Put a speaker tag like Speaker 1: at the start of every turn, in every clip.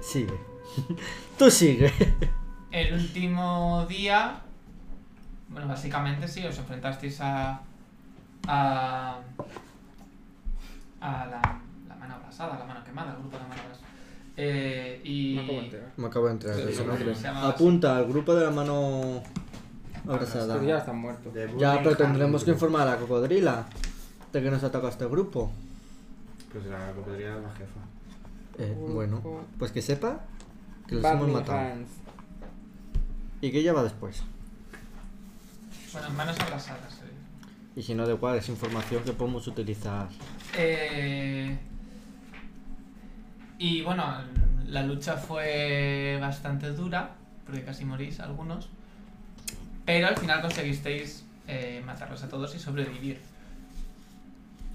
Speaker 1: Sigue. Tú sigue.
Speaker 2: El último día, bueno, básicamente sí, os enfrentasteis a. a. a la, la mano abrasada, la mano quemada, el grupo de la mano abrasada. Eh, y.
Speaker 3: No acabo de enterar.
Speaker 1: Me acabo de entrar.
Speaker 3: Sí,
Speaker 1: de eso,
Speaker 3: sí,
Speaker 1: ¿no?
Speaker 3: sí.
Speaker 2: Se llama-
Speaker 1: Apunta al grupo de la mano abrazada.
Speaker 3: Pero ya están muertos.
Speaker 1: Ya, pero tendremos que informar a la cocodrila de que nos ataca este grupo.
Speaker 4: Pues la cocodrila es la jefa.
Speaker 1: Eh, bueno, pues que sepa que los hemos
Speaker 3: Barney
Speaker 1: matado.
Speaker 3: Hans.
Speaker 1: Y que ella va después.
Speaker 2: Bueno, manos abrasadas, sí.
Speaker 1: Y si no, de igual, es información que podemos utilizar.
Speaker 2: Eh, y bueno, la lucha fue bastante dura, porque casi morís algunos. Pero al final conseguisteis eh, matarlos a todos y sobrevivir.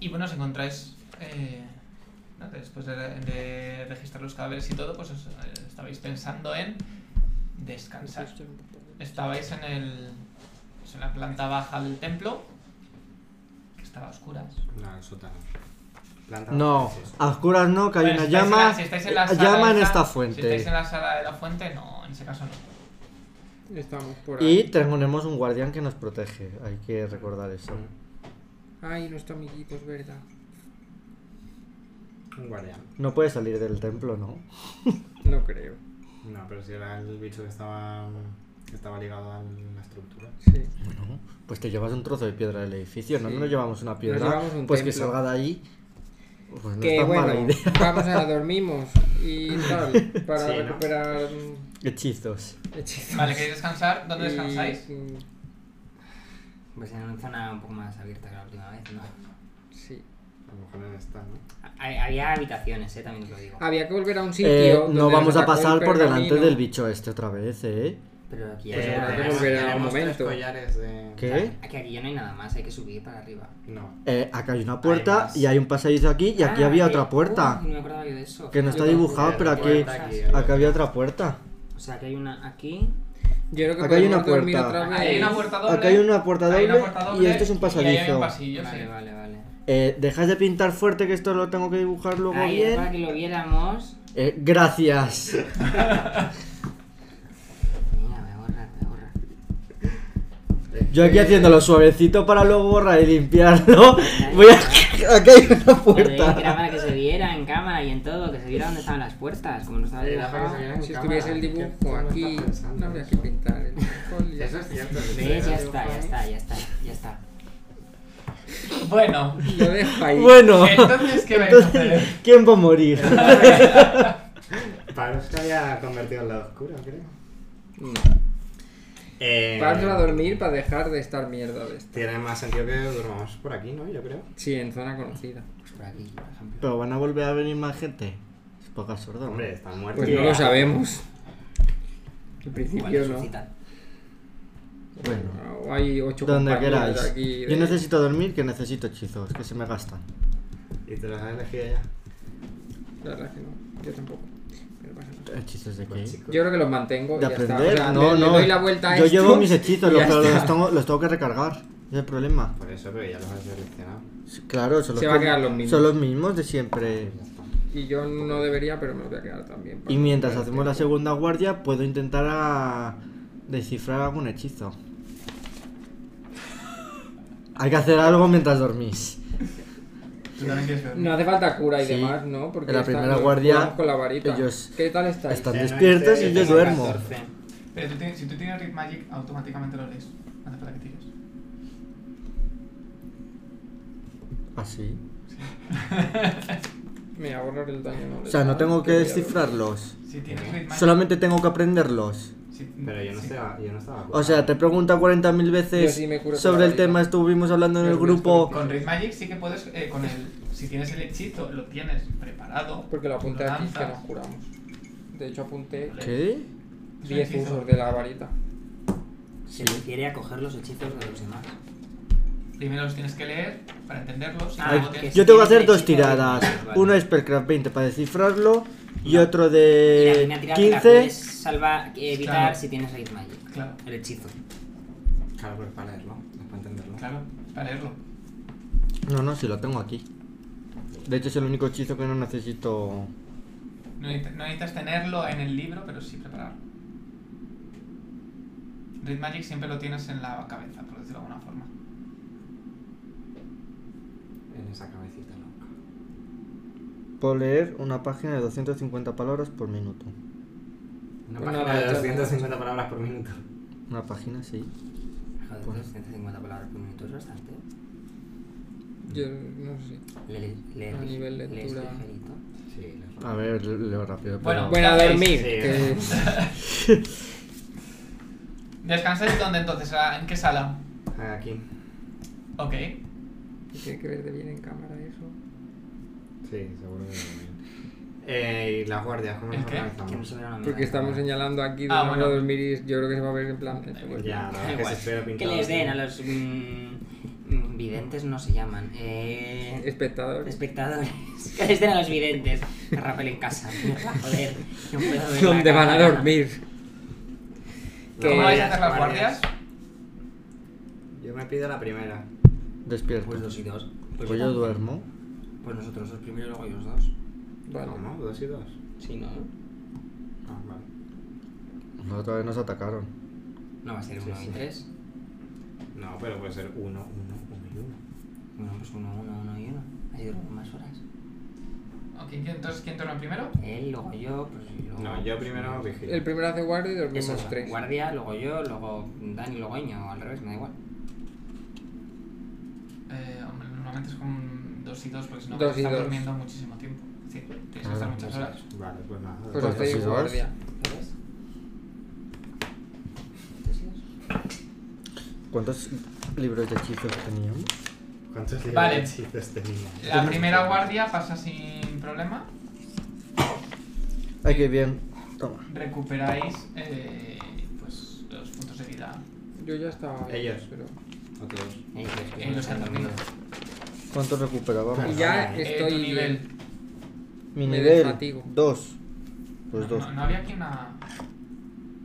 Speaker 2: Y bueno, os encontráis. eh, ¿no? después de, de registrar los cadáveres y todo, pues os, eh, estabais pensando en descansar. Estabais en el. pues, en la planta baja del templo. Que estaba a oscuras.
Speaker 4: La del sótano. Planta
Speaker 1: No,
Speaker 4: sí, sí.
Speaker 1: a oscuras no, que hay
Speaker 2: Bueno,
Speaker 1: una
Speaker 2: si Pues, estáis
Speaker 1: llama.
Speaker 2: en
Speaker 1: eh,
Speaker 2: la- si estáis en la sala
Speaker 1: llama en
Speaker 2: esa-
Speaker 1: esta
Speaker 2: Si estáis en
Speaker 1: fuente.
Speaker 2: la sala de la fuente, no, en ese caso no.
Speaker 3: Estamos por
Speaker 1: Y
Speaker 3: ahí.
Speaker 1: tenemos un guardián que nos protege. Hay que recordar eso.
Speaker 3: Ay, nuestro amiguito, es verdad.
Speaker 4: Un guardián.
Speaker 1: No puede salir del templo, ¿no?
Speaker 3: No creo.
Speaker 4: No, pero si era el bicho que estaba, que estaba ligado a la estructura.
Speaker 3: Sí.
Speaker 1: Bueno, pues te llevas un trozo de piedra del edificio, ¿no?
Speaker 3: Sí.
Speaker 1: No nos llevamos una piedra.
Speaker 3: llevamos un
Speaker 1: pues que
Speaker 3: templo.
Speaker 1: salga de ahí. Pues no es
Speaker 3: que
Speaker 1: tan
Speaker 3: bueno,
Speaker 1: mala idea.
Speaker 3: vamos a dormimos y tal, para
Speaker 4: Sí, ¿no?
Speaker 3: recuperar mm,
Speaker 1: Hechizos.
Speaker 3: hechizos.
Speaker 2: Vale, ¿queréis descansar? ¿Dónde
Speaker 3: Y,
Speaker 2: descansáis?
Speaker 3: mm,
Speaker 5: Pues en una zona un poco más abierta que la última vez, ¿no?
Speaker 3: Sí.
Speaker 4: A lo mejor en esta, ¿no?
Speaker 5: Ha- Había habitaciones, eh, también os lo digo.
Speaker 1: Ah,
Speaker 3: Había que volver a un sitio.
Speaker 1: Eh,
Speaker 3: donde
Speaker 1: no
Speaker 3: nos
Speaker 1: vamos a
Speaker 3: atacó el
Speaker 1: pasar por delante
Speaker 3: pergamino.
Speaker 1: del bicho este otra vez, ¿eh?
Speaker 5: Pero aquí
Speaker 4: Pues
Speaker 5: hay-
Speaker 3: habrá que
Speaker 5: además,
Speaker 3: volver a un
Speaker 4: tenemos tres
Speaker 3: momento.
Speaker 4: collares de-
Speaker 1: ¿Qué?
Speaker 5: Aquí, aquí ya no hay nada más, hay que subir para arriba.
Speaker 4: No.
Speaker 1: Eh, acá hay una puerta
Speaker 4: más.
Speaker 1: y hay un pasadizo aquí y aquí
Speaker 5: Ah,
Speaker 1: había
Speaker 5: eh,
Speaker 1: otra puerta.
Speaker 5: uy, no me acordaba yo de eso.
Speaker 1: Que no
Speaker 5: Yo
Speaker 1: está
Speaker 5: tampoco,
Speaker 1: dibujado, pero
Speaker 5: hay
Speaker 1: aquí-
Speaker 5: cosas.
Speaker 4: aquí-
Speaker 1: Acá había otra puerta.
Speaker 5: ¿eh? O sea, que hay una aquí.
Speaker 3: Yo creo que
Speaker 1: Acá hay una
Speaker 3: podemos dormir
Speaker 1: puerta.
Speaker 3: otra vez.
Speaker 2: Ahí hay una puerta doble.
Speaker 1: Acá hay una puerta
Speaker 2: ahí hay una
Speaker 1: doble
Speaker 2: puerta
Speaker 1: y
Speaker 2: doble
Speaker 1: esto es un
Speaker 2: Y ahí hay
Speaker 1: pasadizo.
Speaker 2: un pasillo,
Speaker 5: vale,
Speaker 2: sí.
Speaker 5: vale, vale.
Speaker 1: Eh, dejas de pintar fuerte que esto lo tengo que dibujar luego
Speaker 5: Ahí es Ah, para
Speaker 1: bien.
Speaker 5: que lo viéramos.
Speaker 1: Eh, gracias.
Speaker 5: Mira, me borra, me borra.
Speaker 1: Yo aquí haciéndolo suavecito para luego borrar y limpiarlo. Voy a... Acá hay una
Speaker 5: Pero yo que era
Speaker 1: puerta.
Speaker 5: para que se viera en cámara y en todo, que se viera dónde estaban las puertas, como no estaba
Speaker 4: Era para que se
Speaker 5: dibujado.
Speaker 4: viera en
Speaker 3: Si
Speaker 4: cámara.
Speaker 3: estuviese el
Speaker 4: ¿Qué-
Speaker 3: dibujo
Speaker 4: cómo estás
Speaker 3: aquí,
Speaker 4: pensando
Speaker 3: no habría
Speaker 4: eso?
Speaker 3: que pintar el alcohol y-
Speaker 4: Eso es cierto.
Speaker 5: ¿Ves? Ya está, ya está, ya está, ya está.
Speaker 2: Bueno,
Speaker 3: Lo dejo ahí.
Speaker 1: Bueno,
Speaker 2: entonces, ¿qué vais a hacer?
Speaker 1: entonces, ¿quién va a morir?
Speaker 4: Para eso se había convertido en la oscura, creo.
Speaker 3: No.
Speaker 4: Eh,
Speaker 3: Vamos a dormir para dejar de estar mierda de esto.
Speaker 4: Tiene más sentido que durmamos por aquí, ¿no? Yo creo.
Speaker 3: Sí, en zona conocida.
Speaker 5: Pues por aquí, por ejemplo.
Speaker 1: Pero van a volver a venir más gente. Es poca sorda. ¿no?
Speaker 4: Hombre, están muertos.
Speaker 3: Pues no lo sabemos. En
Speaker 5: Cuando
Speaker 3: principio no.
Speaker 5: suscitan.
Speaker 1: Bueno,
Speaker 3: O Hay ocho
Speaker 1: donde
Speaker 3: compañeros
Speaker 1: queráis.
Speaker 3: aquí de-
Speaker 1: Yo necesito dormir, que necesito hechizos, que se me gastan.
Speaker 4: Y te los has elegido ya.
Speaker 3: La verdad que no. Yo tampoco. Pero pasa nada.
Speaker 1: ¿Hechizos de
Speaker 4: Pues,
Speaker 1: qué?
Speaker 4: chico.
Speaker 3: Yo creo que los mantengo. y
Speaker 1: De
Speaker 3: ya está.
Speaker 1: aprender.
Speaker 3: O sea,
Speaker 1: no,
Speaker 3: le- le
Speaker 1: no.
Speaker 3: doy la vuelta a
Speaker 1: Yo
Speaker 3: estos
Speaker 1: llevo mis hechizos,
Speaker 3: y
Speaker 1: los,
Speaker 3: ya
Speaker 1: pero los
Speaker 3: está.
Speaker 1: tengo, los tengo que recargar. Ese es el problema.
Speaker 4: Por eso, pero ya los has seleccionado.
Speaker 1: Claro, son los,
Speaker 3: Se va a
Speaker 1: que-
Speaker 3: quedar los mismos.
Speaker 1: son los mismos de siempre.
Speaker 4: Pues ya está.
Speaker 3: Y yo no debería, pero me los voy a quedar también. para
Speaker 1: Y mientras
Speaker 3: tener
Speaker 1: hacemos la
Speaker 3: tiempo.
Speaker 1: segunda guardia, puedo intentar a descifrar algún hechizo. Hay que hacer algo mientras dormís.
Speaker 2: Tú también quieres ver.
Speaker 3: No hace falta cura y
Speaker 1: Sí.
Speaker 3: demás, ¿no? Porque
Speaker 1: En la
Speaker 3: están-
Speaker 1: primera
Speaker 3: nos
Speaker 1: guardia,
Speaker 3: curamos con la varita.
Speaker 1: ellos
Speaker 3: ¿Qué tal estáis?
Speaker 1: están-
Speaker 4: Ya no
Speaker 1: despiertas
Speaker 4: hice-
Speaker 1: y yo
Speaker 4: tengo
Speaker 1: duermo.
Speaker 4: 14.
Speaker 2: Pero tú tienes- si tú tienes Read Magic, automáticamente lo lees. No hace falta que tires.
Speaker 1: Así.
Speaker 3: Me voy a borrar el daño.
Speaker 1: O sea, no tengo que
Speaker 3: descifrar
Speaker 1: descifrarlos.
Speaker 2: Si tienes Read Magic.
Speaker 1: Solamente tengo que aprenderlos.
Speaker 2: si-
Speaker 4: Pero yo no
Speaker 2: si-
Speaker 4: estaba. Yo no estaba
Speaker 1: O sea, te pregunta 40.000
Speaker 3: Yo
Speaker 1: veces
Speaker 3: sí me curo con
Speaker 1: sobre
Speaker 3: la
Speaker 1: el
Speaker 3: varita.
Speaker 1: tema, estuvimos hablando en
Speaker 3: Yo
Speaker 1: el
Speaker 3: sí me estoy
Speaker 1: grupo.
Speaker 2: Con Read Magic sí que puedes. eh, con el, si tienes el hechizo, lo tienes preparado.
Speaker 3: Porque lo apunté
Speaker 2: lo
Speaker 3: aquí que
Speaker 2: lanzas.
Speaker 3: nos curamos. De hecho, apunté
Speaker 2: Vale.
Speaker 1: ¿Qué?
Speaker 2: Es un
Speaker 3: 10
Speaker 2: hechizo.
Speaker 3: usos de la varita.
Speaker 5: Se refiere a coger los hechizos de los demás.
Speaker 2: Primero los tienes que leer para entenderlos. Y
Speaker 5: Ah,
Speaker 2: luego
Speaker 5: que
Speaker 2: tienes
Speaker 1: Yo tengo que
Speaker 5: tiene
Speaker 1: hacer dos
Speaker 5: hechizo de-
Speaker 1: tiradas.
Speaker 5: Vale.
Speaker 1: Uno es Spellcraft 20 para descifrarlo y
Speaker 5: No.
Speaker 1: otro
Speaker 5: Mira, hay
Speaker 1: de
Speaker 5: una tirada que la
Speaker 1: 15.
Speaker 5: puedes salva- eh, evitar
Speaker 2: Claro.
Speaker 5: si tienes Raid Magic.
Speaker 2: Claro.
Speaker 5: El hechizo.
Speaker 4: Claro, pero para leerlo. Es para entenderlo.
Speaker 2: Claro, para leerlo.
Speaker 1: No, no, sí lo tengo aquí. De hecho es el único hechizo que no necesito
Speaker 2: No, necesita- no necesitas tenerlo en el libro, pero sí prepararlo. Read Magic siempre lo tienes en la cabeza, por decirlo de alguna forma.
Speaker 5: En esa cabecita loca.
Speaker 1: Puedo leer una página de 250 palabras por minuto.
Speaker 5: Una
Speaker 3: Una
Speaker 5: página
Speaker 3: de
Speaker 5: de
Speaker 3: 800.
Speaker 5: 250 palabras por minuto.
Speaker 1: Una página, sí.
Speaker 5: Joder,
Speaker 1: Pues-
Speaker 5: 250 palabras por minuto es bastante.
Speaker 3: Yo no sé.
Speaker 5: Le, le,
Speaker 3: A nivel
Speaker 5: lees
Speaker 3: lectura.
Speaker 5: ligerito.
Speaker 4: Sí, la
Speaker 1: A ver, le- leo rápido.
Speaker 2: Bueno.
Speaker 3: Bueno, a dormir.
Speaker 5: Ah, Sí,
Speaker 3: que-
Speaker 2: ¿Descansáis dónde entonces? ¿A- ¿En qué sala?
Speaker 4: Ah, Aquí.
Speaker 2: Ok.
Speaker 3: Tiene que ver de bien en cámara eso.
Speaker 4: Sí, seguro que también. Eh, y las guardias, ¿cómo
Speaker 2: ¿El
Speaker 4: nos
Speaker 2: qué?
Speaker 5: Que no
Speaker 4: organizamos?
Speaker 5: se vea una mierda.
Speaker 3: Porque estamos señalando aquí de
Speaker 2: Ah,
Speaker 3: no
Speaker 2: bueno.
Speaker 3: dormir y yo creo que se va a ver en plan. esto, pues,
Speaker 4: Ya, la
Speaker 2: Da
Speaker 4: verdad que
Speaker 2: igual.
Speaker 4: se espera
Speaker 5: Que
Speaker 4: pintado.
Speaker 5: les
Speaker 4: así.
Speaker 5: den a los mm, mm, videntes no se llaman. Eh,
Speaker 3: Espectadores.
Speaker 5: espectadores. Que les den a los videntes. Que rapel en casa. Mierda, joder. No puedo ver la
Speaker 3: Donde van a
Speaker 5: cámara.
Speaker 3: dormir.
Speaker 4: Que-
Speaker 2: ¿Cómo vais a hacer las guardias?
Speaker 4: Yo me pido la primera.
Speaker 1: Despierto.
Speaker 5: Pues dos y dos.
Speaker 1: Pues yo duermo.
Speaker 5: Pues nosotros los primeros, luego ellos dos.
Speaker 3: Vale.
Speaker 4: No, no, dos y dos.
Speaker 5: Sí, no.
Speaker 4: Ah, vale.
Speaker 1: La otra vez nos atacaron.
Speaker 5: No va a ser
Speaker 4: Sí,
Speaker 5: uno
Speaker 4: sí.
Speaker 5: y tres.
Speaker 4: No, pero puede ser uno, uno, uno y uno.
Speaker 5: Bueno, pues uno, uno, uno y uno. Así duermo más horas.
Speaker 2: Ok, ¿quién- entonces ¿quién torna primero?
Speaker 5: Él, luego yo, pues y luego.
Speaker 4: No, yo primero vigilo.
Speaker 3: El primero hace guardia y dormimos
Speaker 5: Eso, eso,
Speaker 3: tres.
Speaker 5: guardia, luego yo, luego Dani, luego Iña, o al revés, me da igual.
Speaker 2: Eh, hombre, normalmente es con dos y dos, porque si no
Speaker 3: Dos
Speaker 2: vais a
Speaker 3: y
Speaker 2: estar
Speaker 3: dos.
Speaker 2: durmiendo muchísimo tiempo. Sí, tienes que
Speaker 1: Ah,
Speaker 2: estar muchas horas.
Speaker 4: Vale, pues nada.
Speaker 3: Pues
Speaker 1: Pues
Speaker 3: hasta ahí
Speaker 1: así dos.
Speaker 3: guardia.
Speaker 5: ¿Tres?
Speaker 1: ¿Cuántos libros de hechizos teníamos?
Speaker 4: ¿Cuántos este libros
Speaker 2: Vale.
Speaker 4: de hechizos tenía?
Speaker 2: La primera guardia pasa sin problema.
Speaker 1: Ay, qué bien. Toma.
Speaker 2: Recuperáis eh, pues, los puntos de vida.
Speaker 3: Yo ya estaba. ahí,
Speaker 4: Ellos.
Speaker 3: Pero...
Speaker 4: ¿O todos?
Speaker 5: Ahí, tres, que
Speaker 2: Eh, los
Speaker 5: se han
Speaker 2: dormido.
Speaker 5: dormido.
Speaker 1: ¿Cuánto recuperábamos?
Speaker 3: Y
Speaker 4: Perdón,
Speaker 3: ya
Speaker 2: Eh,
Speaker 4: eh,
Speaker 3: estoy.
Speaker 2: tu
Speaker 3: bien.
Speaker 2: nivel.
Speaker 1: Mi
Speaker 3: me
Speaker 1: nivel.
Speaker 3: desfatigo.
Speaker 1: Dos.
Speaker 2: No,
Speaker 1: Pues dos.
Speaker 2: no- no había aquí una.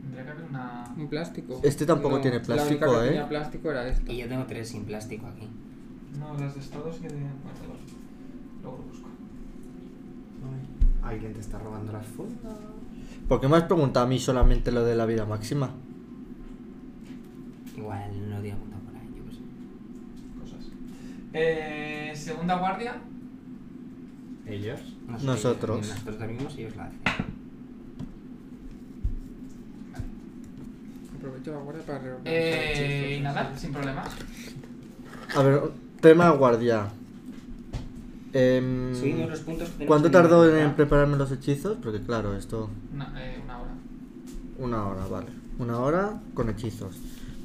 Speaker 2: Tendría que haber una.
Speaker 3: Un plástico.
Speaker 1: Este tampoco tiene
Speaker 3: La
Speaker 1: plástico,
Speaker 3: única que
Speaker 1: ¿eh?
Speaker 3: tenía plástico era esta.
Speaker 5: Y yo tengo tres sin plástico aquí.
Speaker 2: No, las de estados que. Bueno, luego- luego lo busco.
Speaker 4: Ay, ¿Alguien te está robando las fundas?
Speaker 1: ¿Por qué me has preguntado a mí solamente lo de la vida máxima?
Speaker 5: Igual no tiene punto pues. por ahí, yo qué sé.
Speaker 2: Cosas. Eh, segunda guardia.
Speaker 4: ¿Ellos?
Speaker 5: No sé,
Speaker 1: Nosotros.
Speaker 5: ellos- Nosotros dormimos y ellos la hacen.
Speaker 3: Aprovecho la guardia para reorganizar
Speaker 2: Eh,
Speaker 3: hechizos,
Speaker 2: y nada,
Speaker 3: así.
Speaker 2: sin problema.
Speaker 1: A ver, tema guardia. Em,
Speaker 5: Subimos los puntos que tenemos
Speaker 1: ¿Cuánto
Speaker 5: en
Speaker 1: tardó en,
Speaker 5: inventar.
Speaker 1: prepararme los hechizos? Porque claro, esto...
Speaker 2: Una, eh, una hora.
Speaker 1: Una hora, vale. Una hora con hechizos.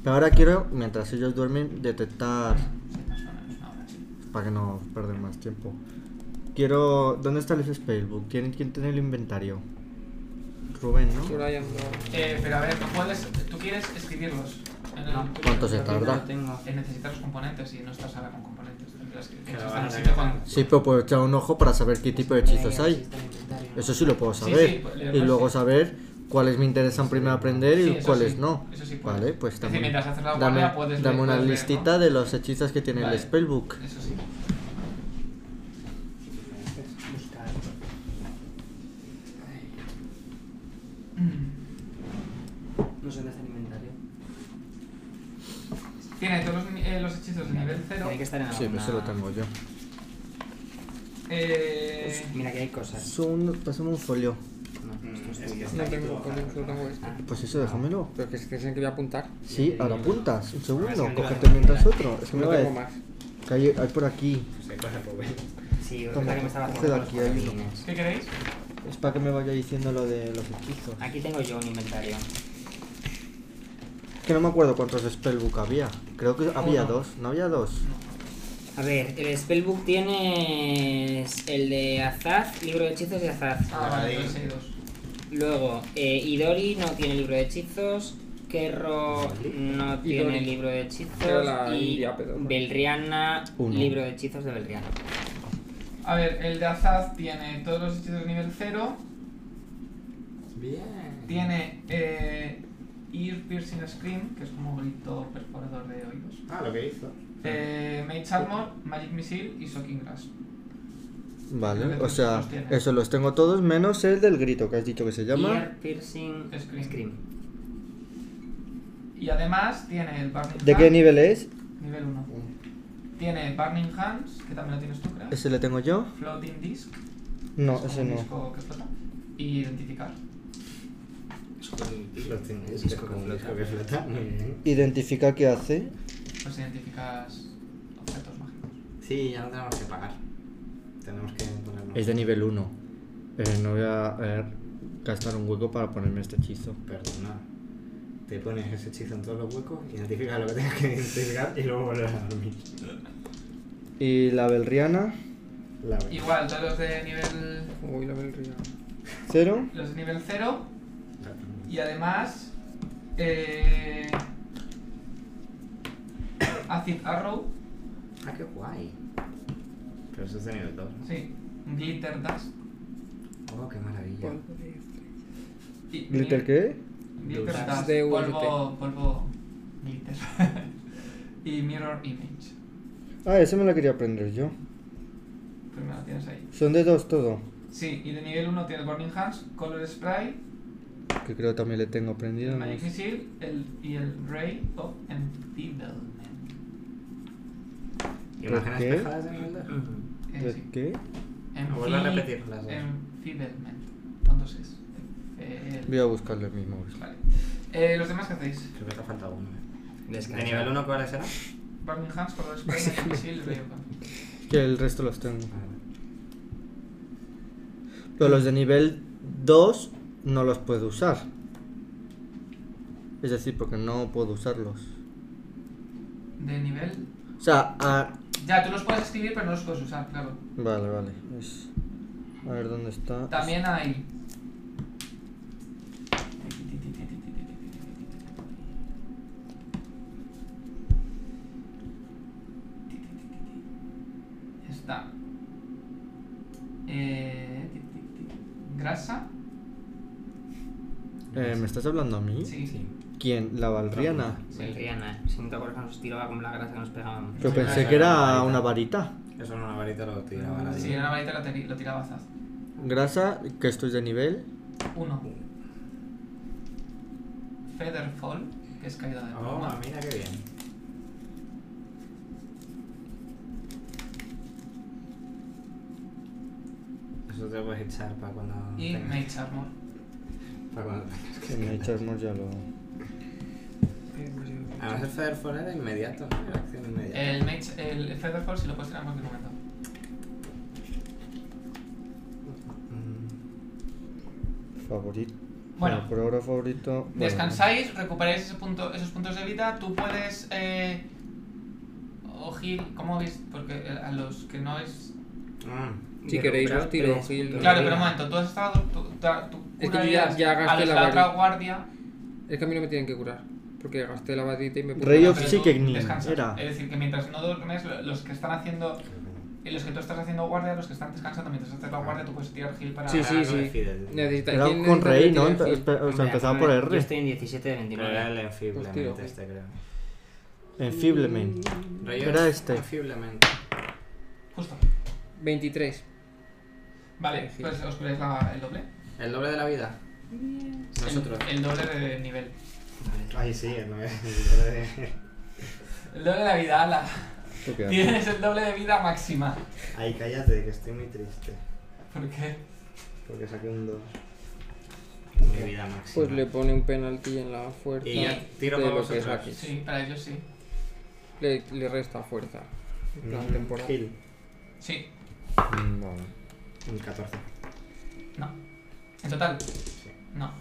Speaker 1: Pero ahora quiero, mientras ellos duermen, detectar...
Speaker 2: Sí, más o menos una hora, sí.
Speaker 1: Para que no perder más tiempo. Quiero... ¿Dónde está el Facebook? ¿Quién, quién tiene el inventario? Rubén, ¿no?
Speaker 3: Brian, no.
Speaker 2: Eh, pero a ver, no puedes. Tú quieres escribirlos. En el-
Speaker 5: No.
Speaker 1: ¿Cuánto se
Speaker 5: Yo
Speaker 1: tarda?
Speaker 5: no lo tengo.
Speaker 2: Eh, necesitas los componentes y no estás ahora con componentes. Tendrás que, tienes que
Speaker 4: Claro,
Speaker 2: estar en un
Speaker 4: ahora
Speaker 2: sitio
Speaker 4: que-
Speaker 2: con.
Speaker 1: Sí, pero puedo echar un ojo para saber
Speaker 5: este
Speaker 1: qué tipo de hechizos hay. Eso sí lo puedo
Speaker 2: Sí, sí,
Speaker 1: saber.
Speaker 2: pues,
Speaker 1: y
Speaker 2: leerlos,
Speaker 1: luego
Speaker 2: sí.
Speaker 1: saber cuáles me interesan primero aprender
Speaker 2: Sí,
Speaker 1: y
Speaker 2: eso
Speaker 1: cuáles
Speaker 2: sí,
Speaker 1: no.
Speaker 2: eso sí puedes.
Speaker 1: vale, pues
Speaker 2: Es decir,
Speaker 1: dame,
Speaker 2: mientras haces la
Speaker 1: dame-
Speaker 2: guardia puedes
Speaker 1: dame
Speaker 2: leer-
Speaker 1: una
Speaker 2: puedes leer,
Speaker 1: listita
Speaker 2: ¿no?
Speaker 1: de los hechizos que tiene
Speaker 2: Vale.
Speaker 1: el spellbook.
Speaker 2: Eso sí.
Speaker 5: No sé dónde está el inventario.
Speaker 2: Tiene todos los, ni- eh, los hechizos de nivel 0.
Speaker 5: Tiene que estar en
Speaker 1: Sí,
Speaker 5: alguna...
Speaker 1: pues eso lo tengo yo.
Speaker 2: Eh,
Speaker 5: Pues Mira que hay cosas.
Speaker 1: Son, pásame un folio.
Speaker 5: No, esto es
Speaker 4: es
Speaker 5: tuyo.
Speaker 4: que
Speaker 3: No tengo, con eso tengo este.
Speaker 5: Ah.
Speaker 1: Pues eso, déjamelo.
Speaker 3: Pero que es que es el que voy a apuntar.
Speaker 1: Sí, ahora apuntas. Un segundo,
Speaker 5: Ahora sí,
Speaker 1: cógete mientras otro. Es que me
Speaker 3: No
Speaker 1: va a
Speaker 3: tengo
Speaker 1: decir
Speaker 3: más.
Speaker 1: que hay, hay por aquí.
Speaker 4: Se coge pobre.
Speaker 5: Sí, es
Speaker 1: Toma,
Speaker 5: la que me estaba
Speaker 1: este
Speaker 5: haciendo
Speaker 1: de
Speaker 5: los
Speaker 1: aquí, hay uno.
Speaker 5: jardines.
Speaker 2: ¿Qué queréis?
Speaker 1: Es para que me vaya diciendo lo de los hechizos.
Speaker 5: Aquí tengo yo un inventario.
Speaker 1: Que no me acuerdo cuántos spellbook había. Creo que había
Speaker 2: Uno.
Speaker 1: dos. ¿No había dos?
Speaker 5: A ver, el spellbook tiene el de Azaz, libro de hechizos de Azaz.
Speaker 2: Ah, vale,
Speaker 4: Ahí.
Speaker 2: entonces hay dos.
Speaker 5: Luego, eh, Idori no tiene libro de hechizos. Kerro no tiene
Speaker 3: Idori.
Speaker 5: libro de hechizos.
Speaker 3: Era la
Speaker 5: y
Speaker 3: India, pero bueno.
Speaker 5: Belriana,
Speaker 1: Uno.
Speaker 5: libro de hechizos de Belriana.
Speaker 2: A ver, el de Azaz tiene todos los hechizos de nivel 0.
Speaker 4: Bien.
Speaker 2: Tiene eh, Ear Piercing Scream, que es como grito perforador de oídos.
Speaker 4: Ah, lo que hizo.
Speaker 2: Eh, Mage Armor, Magic Missile y Shocking Grass.
Speaker 1: Vale,
Speaker 2: Creo que
Speaker 1: o sea,
Speaker 2: los tienes.
Speaker 1: eso los tengo todos menos el del grito que has dicho que se llama.
Speaker 5: Ear piercing
Speaker 2: Scream.
Speaker 5: scream.
Speaker 2: Y además tiene el ah. Burning
Speaker 1: ¿De
Speaker 2: Hands,
Speaker 1: qué nivel es?
Speaker 2: Nivel 1. Tiene Burning Hands, que también lo tienes tú, creo.
Speaker 1: ¿Ese le tengo yo?
Speaker 2: Floating Disc.
Speaker 1: No,
Speaker 2: es como
Speaker 1: ese
Speaker 2: un
Speaker 1: no.
Speaker 2: disco que flota. Y identificar.
Speaker 4: Los tienes, es como un disco que flota. Muy bien.
Speaker 1: ¿Identifica qué hace?
Speaker 2: Pues identificas objetos mágicos.
Speaker 4: Sí, ya lo tenemos que pagar. Tenemos que ponernos.
Speaker 1: Es de nivel 1. no voy a eh, gastar un hueco para ponerme este hechizo.
Speaker 4: Perdona. Te pones ese hechizo en todos los huecos, identificas lo que tengas que identificar y luego vuelves a dormir.
Speaker 1: ¿Y la Belriana?
Speaker 4: La verdad.
Speaker 2: Igual, todos los de nivel.
Speaker 3: Uy, la Belria.
Speaker 1: ¿Cero?
Speaker 2: Los de nivel 0.
Speaker 4: La verdad.
Speaker 2: Y además. eh, Acid Arrow.
Speaker 4: Ah, qué guay. Pero eso es de nivel 2.
Speaker 2: Sí. Glitter Dust.
Speaker 4: Oh, qué maravilla.
Speaker 3: Polvo de estrella.
Speaker 2: y-
Speaker 1: ¿Glitter qué?
Speaker 2: Glitter
Speaker 4: Dust.
Speaker 2: Dust.
Speaker 3: De
Speaker 2: Polvo. Polvo. Glitter. y Mirror Image.
Speaker 1: Ah, ese me lo quería aprender yo.
Speaker 2: Primero pues lo tienes ahí.
Speaker 1: Son de dos todo.
Speaker 2: Sí, y de nivel 1 tienes Burning Hands, Color Spray,
Speaker 1: Que creo también le tengo aprendido.
Speaker 2: el
Speaker 1: ¿no?
Speaker 2: Magic Missile el, y el Ray of Enfeeblement.
Speaker 4: ¿Imágenes
Speaker 1: ¿Qué?
Speaker 4: pejadas de nivel 2?
Speaker 2: Eh,
Speaker 1: ¿De
Speaker 2: sí.
Speaker 1: qué?
Speaker 2: Enfi-
Speaker 4: Vuelve a repetir las dos.
Speaker 2: Enfeeblement. ¿Cuántos es? Eh,
Speaker 1: Voy a buscarlo en mi móvil.
Speaker 2: vale. Eh, ¿Los demás qué hacéis?
Speaker 4: Creo que te ha faltado uno. eh.
Speaker 5: Descansa.
Speaker 4: ¿De nivel 1 cuál será?
Speaker 2: Burning Hands, Color Spray, Magic Missile, Ray of Enfeeblement.
Speaker 1: Que el resto los tengo.
Speaker 4: Ah.
Speaker 1: Pero los de nivel 2 no los puedo usar. Es decir, porque no puedo usarlos.
Speaker 2: De nivel.
Speaker 1: O sea, a...
Speaker 2: Ya, tú los puedes escribir, pero no los puedes usar, claro.
Speaker 1: Vale, vale. es- A ver dónde está.
Speaker 2: También hay. Está. Eh, grasa.
Speaker 1: Eh, ¿Me estás hablando a mí?
Speaker 2: Sí.
Speaker 4: Sí.
Speaker 1: ¿Quién? ¿La Valriana?
Speaker 2: Sí.
Speaker 5: Rihanna. eh. Si no te acuerdas, nos tiraba como la grasa que nos pegábamos.
Speaker 1: Yo
Speaker 4: Sí,
Speaker 1: pensé
Speaker 4: esa
Speaker 1: que
Speaker 4: era
Speaker 1: era
Speaker 4: la
Speaker 1: una varita.
Speaker 4: Eso en una varita lo tiraba la
Speaker 2: Sí, era una varita lo, teni- lo tiraba Zaz.
Speaker 1: Grasa, que estoy de nivel.
Speaker 2: Uno. Featherfall, que es caída de
Speaker 4: Oh,
Speaker 2: pluma.
Speaker 4: mira qué bien. Eso te lo puedes echar para cuando.
Speaker 2: y
Speaker 4: tengas-
Speaker 2: Mage Armor.
Speaker 4: Para cuando tengas que
Speaker 1: En el
Speaker 4: escalar.
Speaker 1: Charmor ya lo.
Speaker 3: Eh, pues yo lo que-
Speaker 4: Además, el Featherfall era inmediato, ¿no? Era acción inmediata.
Speaker 2: El, Mage, el Featherfall, si lo puedes tirar en cualquier momento.
Speaker 4: Mm,
Speaker 1: Favorito.
Speaker 2: Bueno,
Speaker 1: por ahora favorito. bueno,
Speaker 2: Descansáis, recuperáis ese punto, esos puntos de vida. Tú puedes. Eh, o heal- ¿Cómo veis? Porque eh, a los que no es.
Speaker 4: mm.
Speaker 3: Si
Speaker 5: Y
Speaker 3: queréis,
Speaker 5: recuperas
Speaker 3: os tiro
Speaker 5: tres
Speaker 3: heal.
Speaker 5: puntos de
Speaker 2: Claro, pero
Speaker 5: vida.
Speaker 2: un momento, tú has estado. Tú, ta- tú
Speaker 3: Es que yo ya-
Speaker 2: curarías
Speaker 3: ya
Speaker 2: a
Speaker 3: gasté
Speaker 2: los
Speaker 3: la
Speaker 2: de la otra
Speaker 3: barri-
Speaker 2: guardia.
Speaker 3: Es que a mí no me tienen que curar. Porque gasté la batita y me puse.
Speaker 1: Rey
Speaker 2: pero
Speaker 1: of
Speaker 2: tú
Speaker 1: Psychic
Speaker 2: descansas.
Speaker 1: era.
Speaker 2: Es decir, que mientras no duermes, lo- los que están haciendo. eh, Los que tú estás haciendo guardia, los que están descansando mientras haces la guardia, tú puedes tirar heal para.
Speaker 3: Sí,
Speaker 4: Ahora
Speaker 3: sí,
Speaker 4: no
Speaker 3: sí.
Speaker 4: decides.
Speaker 3: Necesita-
Speaker 1: Era
Speaker 3: ¿quién
Speaker 1: con
Speaker 3: necesita
Speaker 1: Rey,
Speaker 3: que
Speaker 1: ¿no?
Speaker 3: tire
Speaker 1: Empe-
Speaker 3: heal?
Speaker 1: O sea,
Speaker 5: Hombre,
Speaker 1: empezaba
Speaker 5: a
Speaker 1: por
Speaker 5: ver, Yo
Speaker 1: R.
Speaker 5: estoy en 17 de 29.
Speaker 4: Pero era el
Speaker 3: Os tiro.
Speaker 4: enfiblemente este, creo.
Speaker 1: Enfeeblement.
Speaker 4: Rayos
Speaker 1: Era este.
Speaker 4: Enfiblemente.
Speaker 2: Justo.
Speaker 3: 23.
Speaker 2: Vale,
Speaker 3: Sí.
Speaker 2: pues os curáis la- el doble.
Speaker 4: El doble de la vida. Nosotros.
Speaker 2: El, el doble de nivel.
Speaker 4: Ay, sí, el doble de.
Speaker 2: El doble de la vida, ala.
Speaker 1: ¿Tú qué haces?
Speaker 2: Tienes el doble de vida máxima.
Speaker 4: Ay, cállate, que estoy muy triste.
Speaker 2: ¿Por qué?
Speaker 4: Porque saqué un 2. Mi vida máxima.
Speaker 3: Pues le pone un penalti en la fuerza.
Speaker 4: Y ya, tiro
Speaker 3: de
Speaker 4: para
Speaker 3: lo que
Speaker 4: vosotros.
Speaker 3: saques.
Speaker 2: Sí, para ellos sí.
Speaker 3: Le, le resta fuerza. En plan temporal.
Speaker 4: Gil,
Speaker 2: Sí,
Speaker 1: Mm, vale.
Speaker 4: un 14.
Speaker 2: no. En total,
Speaker 4: Sí,
Speaker 2: no.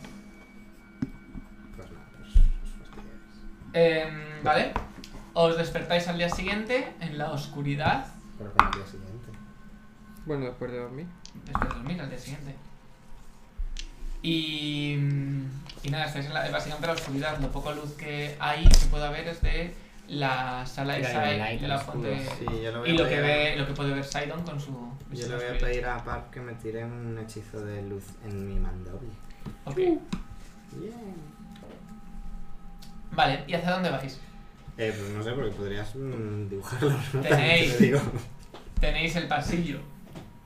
Speaker 4: pues nada, pues os fastidiáis.
Speaker 2: Em, vale. Os despertáis al día siguiente en la oscuridad.
Speaker 4: Pero con el día siguiente.
Speaker 3: Bueno, después de dormir.
Speaker 2: Después de dormir al día siguiente. Y, mm, y nada, estáis en la, básicamente en la oscuridad. Lo poco luz que hay que pueda ver es de la sala de
Speaker 5: Claro,
Speaker 2: Sai,
Speaker 5: light
Speaker 2: de la
Speaker 5: oscuro,
Speaker 2: fuente.
Speaker 4: Sí, yo lo voy
Speaker 2: Y
Speaker 4: a
Speaker 2: lo que,
Speaker 4: pedir.
Speaker 2: ve, lo que puede ver Sidon con su.
Speaker 4: Yo
Speaker 2: visión
Speaker 4: le voy a
Speaker 2: oscura.
Speaker 4: pedir a Park que me tire un hechizo de luz en mi mandoble.
Speaker 2: Ok.
Speaker 4: Bien.
Speaker 2: Vale, ¿y hacia dónde vais?
Speaker 4: Eh, pues no sé, porque podrías mm, dibujarlo, ¿no?
Speaker 2: Tenéis.
Speaker 4: Te digo.
Speaker 2: Tenéis el pasillo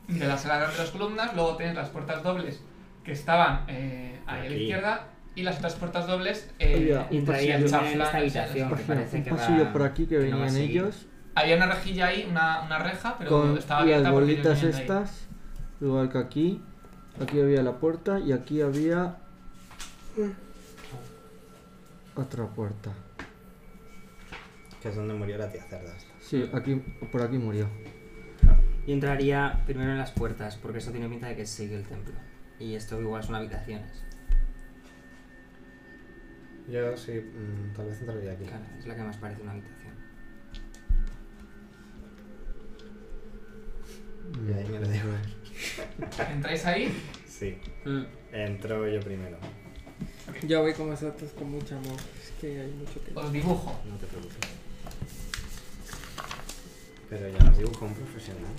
Speaker 2: de la sala de las columnas, luego tienes las puertas dobles que estaban eh, ahí a la
Speaker 4: Aquí.
Speaker 2: izquierda y las otras puertas dobles eh,
Speaker 1: Había un
Speaker 2: por si
Speaker 5: pasillo
Speaker 2: el
Speaker 5: en esta
Speaker 2: chaflán, o sea,
Speaker 5: habitación.
Speaker 2: las-
Speaker 5: Me parece
Speaker 1: un
Speaker 5: que va-
Speaker 1: pasillo por aquí que
Speaker 5: que no va a
Speaker 1: venían
Speaker 5: seguir.
Speaker 1: ellos
Speaker 2: Había una rejilla ahí, una, una reja, pero
Speaker 1: con
Speaker 2: estaba abierta
Speaker 1: las
Speaker 2: porque ellos
Speaker 1: bolitas
Speaker 2: venían de ahí.
Speaker 1: estas, igual que aquí. Aquí había la puerta y aquí había otra puerta.
Speaker 4: Que es donde murió la tía cerda. esta.
Speaker 1: Sí, aquí por aquí murió.
Speaker 5: Yo entraría primero en las puertas, porque eso tiene pinta de que sigue el templo. Y esto igual son habitaciones.
Speaker 4: Yo sí, mm, tal vez entraría aquí.
Speaker 5: Claro, es la que más parece una habitación.
Speaker 4: Y ahí me lo dejo.
Speaker 2: Entráis ahí
Speaker 4: Sí,
Speaker 1: Mm.
Speaker 4: entro yo primero.
Speaker 3: Yo voy con vosotros con mucho amor. Es que hay mucho que.
Speaker 2: os dibujo.
Speaker 4: No te preocupes. Pero ya nos dibujo un profesional.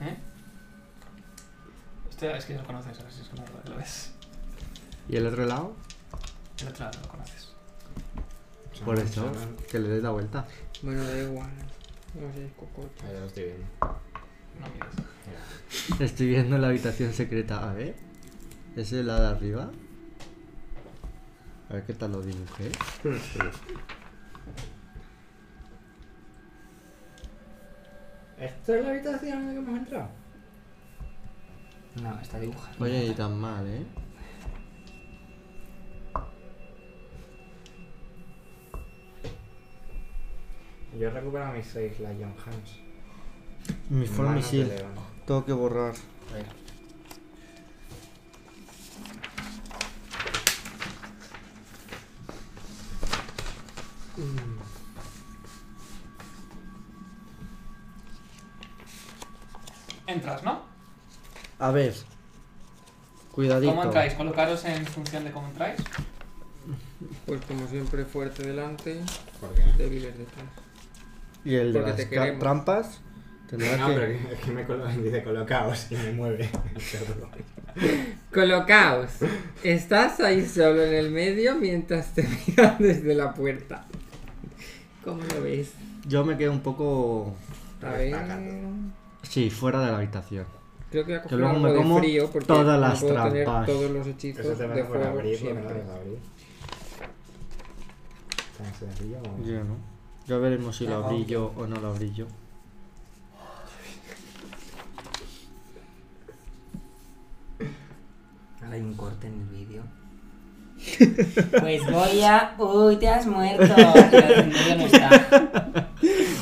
Speaker 2: ¿Eh? Este es que ya lo conoces, a ver si es como lo ves.
Speaker 1: Y el otro lado,
Speaker 2: El otro lado lo conoces.
Speaker 1: por
Speaker 4: Son-
Speaker 1: eso,
Speaker 4: son-
Speaker 1: que le des la vuelta.
Speaker 3: Bueno, da igual. No sé, cocote.
Speaker 4: Ah, ya lo estoy viendo.
Speaker 2: No mires.
Speaker 4: Mira.
Speaker 1: Estoy viendo la habitación secreta. A ver, ¿es el lado de arriba? A ver qué tal lo ¿eh? dibujé.
Speaker 4: ¿Esta es la habitación en la que hemos entrado?
Speaker 5: No, está dibujada.
Speaker 1: Oye, y tan mal, ¿eh?
Speaker 4: Yo he recuperado mis seis Lion Hands.
Speaker 1: Mi forma
Speaker 4: Manos de
Speaker 1: misil,
Speaker 4: león.
Speaker 1: tengo que borrar.
Speaker 4: A ver.
Speaker 2: Entras, ¿no?
Speaker 1: A ver, cuidadito.
Speaker 2: ¿Cómo entráis? Colocaros en función de cómo entráis.
Speaker 3: Pues como siempre, fuerte delante,
Speaker 4: ¿Por qué?
Speaker 3: débiles detrás.
Speaker 1: Y el de
Speaker 3: Porque
Speaker 1: las
Speaker 3: te
Speaker 1: tra-
Speaker 3: queremos.
Speaker 1: trampas tendrá
Speaker 4: No,
Speaker 1: que.
Speaker 4: pero que- es que me colo dice colocaos y me mueve. el cerdo.
Speaker 3: Colocaos. Estás ahí solo en el medio mientras te miran desde la puerta. ¿Cómo lo ves?
Speaker 1: Yo me quedo un poco.
Speaker 3: A ver.
Speaker 1: Sí, fuera de la habitación.
Speaker 3: Creo que voy a coger
Speaker 1: luego me
Speaker 3: algo
Speaker 1: como
Speaker 3: de frío porque
Speaker 1: todas
Speaker 3: no
Speaker 1: las
Speaker 3: puedo
Speaker 1: trampas.
Speaker 3: tener todos los
Speaker 4: Eso
Speaker 3: hechizos
Speaker 4: te
Speaker 3: de
Speaker 4: pasa por
Speaker 3: fuego
Speaker 4: abrir, porque no
Speaker 3: siempre.
Speaker 4: debes abrir. Tan sencillo como.
Speaker 1: Yo no. Ya veremos si lo
Speaker 5: Ah,
Speaker 1: abrí
Speaker 5: ok.
Speaker 1: yo o no lo abrí yo.
Speaker 5: Ahora hay un corte en el vídeo. Pues voy a. ¡Uy, te has muerto! El vídeo no está.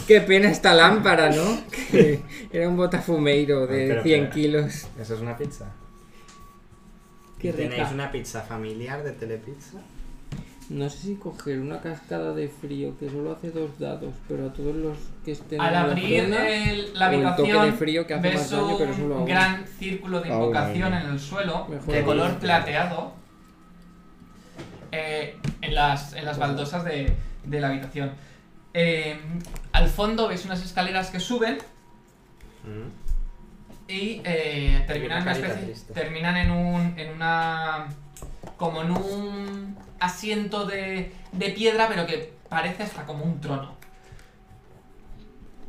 Speaker 3: Qué pena esta lámpara, ¿no? Que era un botafumeiro de
Speaker 4: Pero,
Speaker 3: 100
Speaker 4: pero,
Speaker 3: kilos.
Speaker 4: ¿Eso es una pizza?
Speaker 3: Qué
Speaker 4: ¿Tenéis
Speaker 3: rica.
Speaker 4: una pizza familiar de Telepizza?
Speaker 3: No sé si coger una cascada de frío que solo hace dos dados, pero a todos los que estén
Speaker 2: Al
Speaker 3: en la
Speaker 2: abrir
Speaker 3: zona-
Speaker 2: el- la
Speaker 3: o el toque de
Speaker 2: habitación,
Speaker 3: frío que hace
Speaker 2: ves
Speaker 3: más daño, pero
Speaker 2: un
Speaker 3: solo a uno.
Speaker 2: gran círculo de
Speaker 1: A uno,
Speaker 2: invocación
Speaker 1: venga.
Speaker 2: en el suelo,
Speaker 3: Mejor
Speaker 2: de
Speaker 3: a
Speaker 2: color
Speaker 3: uno.
Speaker 2: plateado, eh, en, las, en las baldosas de, de la habitación. Eh, al fondo ves unas escaleras que suben
Speaker 4: Mm.
Speaker 2: y eh, terminan, en una
Speaker 4: Una carita
Speaker 2: especie-
Speaker 4: triste.
Speaker 2: terminan en un en una como en un asiento de, de piedra pero que parece hasta como un trono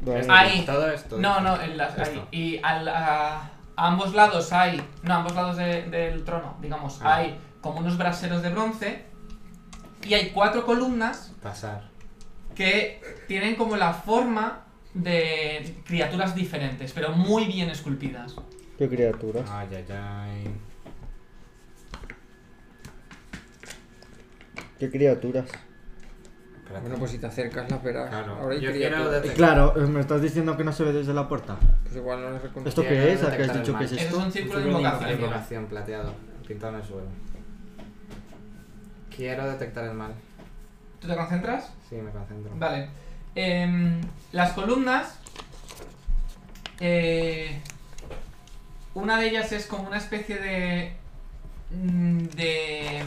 Speaker 1: Vale.
Speaker 2: Ahí.
Speaker 4: Todo esto.
Speaker 2: no no en las-
Speaker 4: Esto.
Speaker 2: ahí. y al- a, a ambos lados hay no a ambos lados de- del trono digamos
Speaker 4: Ah.
Speaker 2: hay como unos braseros de bronce y hay cuatro columnas
Speaker 4: Pasar.
Speaker 2: que tienen como la forma de criaturas diferentes pero muy bien esculpidas
Speaker 1: Qué criaturas.
Speaker 4: Ay, ay, ay.
Speaker 1: Qué criaturas.
Speaker 4: Espérate.
Speaker 3: Bueno, pues si te acercas la verás.
Speaker 4: Claro.
Speaker 3: Ahora hay
Speaker 4: Yo
Speaker 3: criaturas.
Speaker 4: quiero detectar-
Speaker 1: Claro, eh, me estás diciendo que no se ve desde la puerta.
Speaker 3: Pues igual no las reconozco.
Speaker 1: ¿Esto
Speaker 4: Quiero
Speaker 1: qué es? ¿A qué has
Speaker 4: detectar el
Speaker 1: dicho que
Speaker 4: mal.
Speaker 1: es
Speaker 2: Eso es
Speaker 1: esto?
Speaker 2: un círculo de
Speaker 4: Círculo
Speaker 2: invocación.
Speaker 4: de invocación plateado, pintado en el suelo. Quiero detectar el mal.
Speaker 2: ¿Tú te concentras?
Speaker 4: Sí, me concentro.
Speaker 2: Vale. Em, las columnas. eh, una de ellas es como una especie de. mm, de.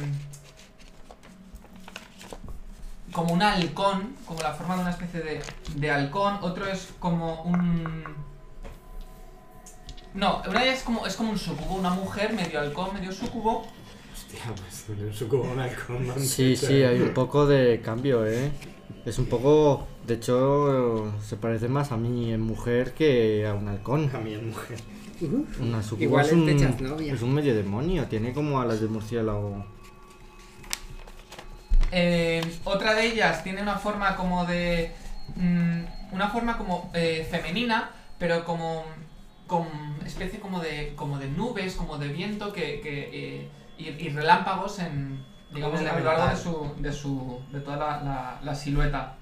Speaker 2: como un halcón, como la forma de una especie de, de halcón. Otro es como un. No, una de ellas es como, es como un sucubo, una mujer medio halcón, medio sucubo.
Speaker 4: Hostia, pues un sucubo un eh. halcón. ¿no?
Speaker 1: Sí, sí, hay un poco de cambio, ¿eh? Es un poco, de hecho, se parece más a mí en mujer que a un halcón.
Speaker 4: A mí es mujer.
Speaker 3: Uh,
Speaker 1: Una sucuba
Speaker 3: Igual
Speaker 1: es
Speaker 3: es
Speaker 1: un,
Speaker 3: de chas novia.
Speaker 1: es un medio demonio, tiene como alas de murciélago.
Speaker 2: Eh, otra de ellas tiene una forma como de. mm, una forma como eh, femenina, pero como. con especie como de. como de nubes, como de viento que. que, eh, y, y relámpagos en. digamos
Speaker 5: Como
Speaker 2: a lo
Speaker 5: elemental.
Speaker 2: largo de su. de su. de toda la, la- la silueta.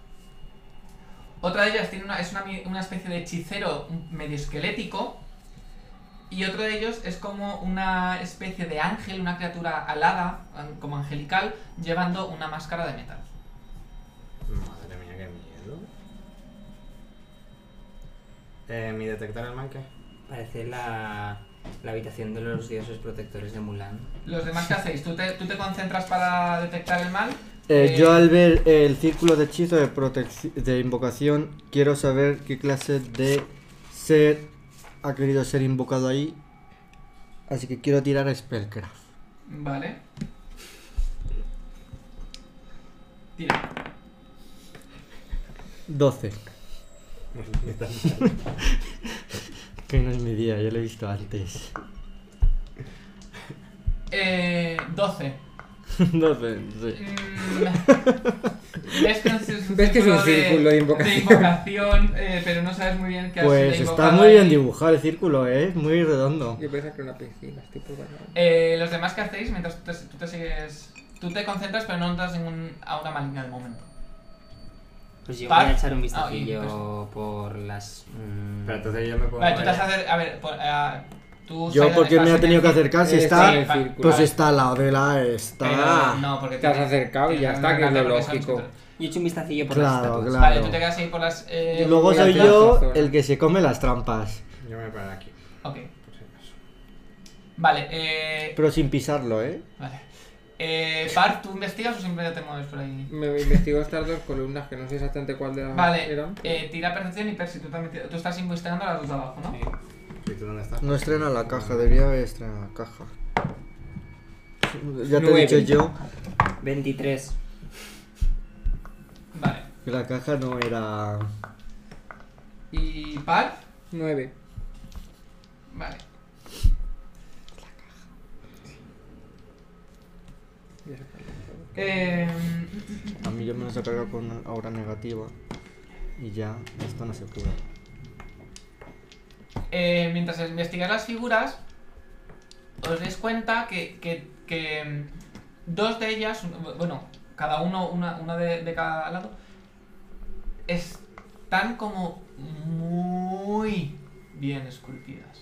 Speaker 2: Otra de ellas tiene una, es una, mi- una especie de hechicero medio esquelético. Y otro de ellos es como una especie de ángel, una criatura alada, an- como angelical, llevando una máscara de metal.
Speaker 4: Madre mía, qué miedo. Eh, ¿Mi detectar el manque?
Speaker 5: Parece la, la habitación de los dioses protectores de Mulan.
Speaker 2: Los demás, ¿qué hacéis? ¿Tú te, tú te concentras para detectar el mal?
Speaker 1: Eh,
Speaker 2: Eh,
Speaker 1: yo al ver el círculo de hechizo de, protec- de invocación, quiero saber qué clase de ser ha querido ser invocado ahí. Así que quiero tirar a Spellcraft.
Speaker 2: Vale. Tira.
Speaker 1: 12. que no es mi día, yo lo he visto antes.
Speaker 2: Eh, 12.
Speaker 1: 12, sí.
Speaker 2: Mm, ¿Ves que es un
Speaker 3: ¿Ves que es un círculo de invocación?
Speaker 2: invocación, eh, pero no sabes muy bien qué has
Speaker 1: Pues está
Speaker 2: invocado
Speaker 1: muy bien
Speaker 2: ahí.
Speaker 1: dibujado el círculo, ¿eh? es muy redondo.
Speaker 3: Yo pensaba que era una piscina, estoy por guardar.
Speaker 2: Eh, los demás que hacéis mientras tú te, tú te sigues. Tú te concentras, pero no notas ningún aura maligna de momento.
Speaker 5: Pues yo
Speaker 2: Par-
Speaker 5: voy a echar un
Speaker 2: Ah,
Speaker 5: vistacillo por las. mm,
Speaker 4: Pero entonces yo me puedo.
Speaker 2: Vale, tú te vas
Speaker 4: mover.
Speaker 2: a hacer. A ver, por, eh, tú.
Speaker 1: Yo,
Speaker 2: Zaidan,
Speaker 1: porque me
Speaker 2: estás
Speaker 1: ha
Speaker 2: en
Speaker 1: tenido
Speaker 2: el
Speaker 1: que
Speaker 2: cir-
Speaker 1: acercar Ah, si
Speaker 3: Eh,
Speaker 2: sí,
Speaker 1: está.
Speaker 2: en el
Speaker 1: Pues
Speaker 2: círculo.
Speaker 1: está al lado de la
Speaker 2: Pero
Speaker 1: está.
Speaker 2: no, porque
Speaker 3: Ah, Te has
Speaker 2: tienes-
Speaker 3: acercado y ya
Speaker 2: tienes
Speaker 3: está, que es lo
Speaker 2: ataque porque son
Speaker 3: lógico.
Speaker 2: chutes.
Speaker 5: Yo he hecho un vistacillo por
Speaker 1: Claro,
Speaker 5: las estatuas.
Speaker 1: claro.
Speaker 2: Vale, tú te quedas ahí por las. Eh,
Speaker 1: Y luego
Speaker 3: Voy
Speaker 1: soy
Speaker 3: atrás,
Speaker 1: yo
Speaker 3: ahora.
Speaker 1: el que se come las trampas,
Speaker 4: Yo me voy a parar aquí,
Speaker 2: Ok,
Speaker 4: por si acaso.
Speaker 2: vale. Eh,
Speaker 1: pero sin pisarlo, ¿eh?
Speaker 2: vale. Eh, Par, ¿tú investigas o simplemente te mueves por ahí?
Speaker 3: Me investigó estas dos columnas que no sé exactamente cuál de las
Speaker 2: Vale,
Speaker 3: eran.
Speaker 2: eh, tira percepción y Percy, tú, también te- tú estás investigando las dos de abajo, ¿no?
Speaker 4: ¿Y tú dónde estás?
Speaker 1: No estrena la caja, debería haber estrenado la caja. Ya te
Speaker 3: Nueve.
Speaker 1: he dicho yo
Speaker 5: 23.
Speaker 2: Vale.
Speaker 1: que la caja no era.
Speaker 2: ¿Y Par?
Speaker 3: Nueve.
Speaker 2: Vale. Eh,
Speaker 1: A mí yo me los he cargado con una aura negativa. Y ya, esto no se cura.
Speaker 2: Eh, mientras investigáis las figuras, os dais cuenta que, que- que, mm, dos de ellas, un- bueno, cada uno, una, una de, de cada lado, están como muy bien esculpidas.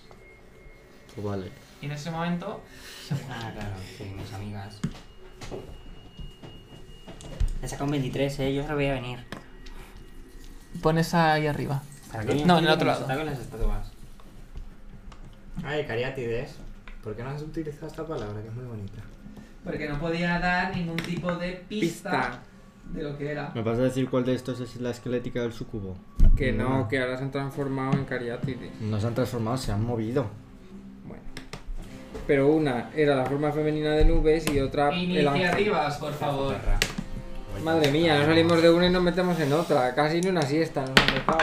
Speaker 1: Pues vale.
Speaker 2: Y en ese momento,
Speaker 5: Ah, claro, seguimos amigas. He sacado un 23, eh. Yo se lo voy a venir.
Speaker 2: pones ahí arriba.
Speaker 5: ¿Para qué me
Speaker 2: No, en el
Speaker 5: imagino
Speaker 2: otro
Speaker 5: que nos
Speaker 2: lado.
Speaker 5: atacan las estatuas.
Speaker 4: Ay, cariátides. ¿Por qué no has utilizado esta palabra que es muy bonita?
Speaker 2: Porque no podía dar ningún tipo de
Speaker 3: Pista.
Speaker 2: pista, de lo que era.
Speaker 1: ¿Me vas a decir cuál de estos es la esquelética del sucubo?
Speaker 3: Que no,
Speaker 1: No.
Speaker 3: que ahora se han transformado en cariátides.
Speaker 1: No se han transformado, se han movido.
Speaker 3: Bueno. Pero una era la forma femenina de nubes y otra el ángel.
Speaker 2: Iniciativas, por favor.
Speaker 4: Perra. Oye,
Speaker 3: Madre mía, nos salimos de una y nos metemos en otra. Casi ni una siesta nos han dejado.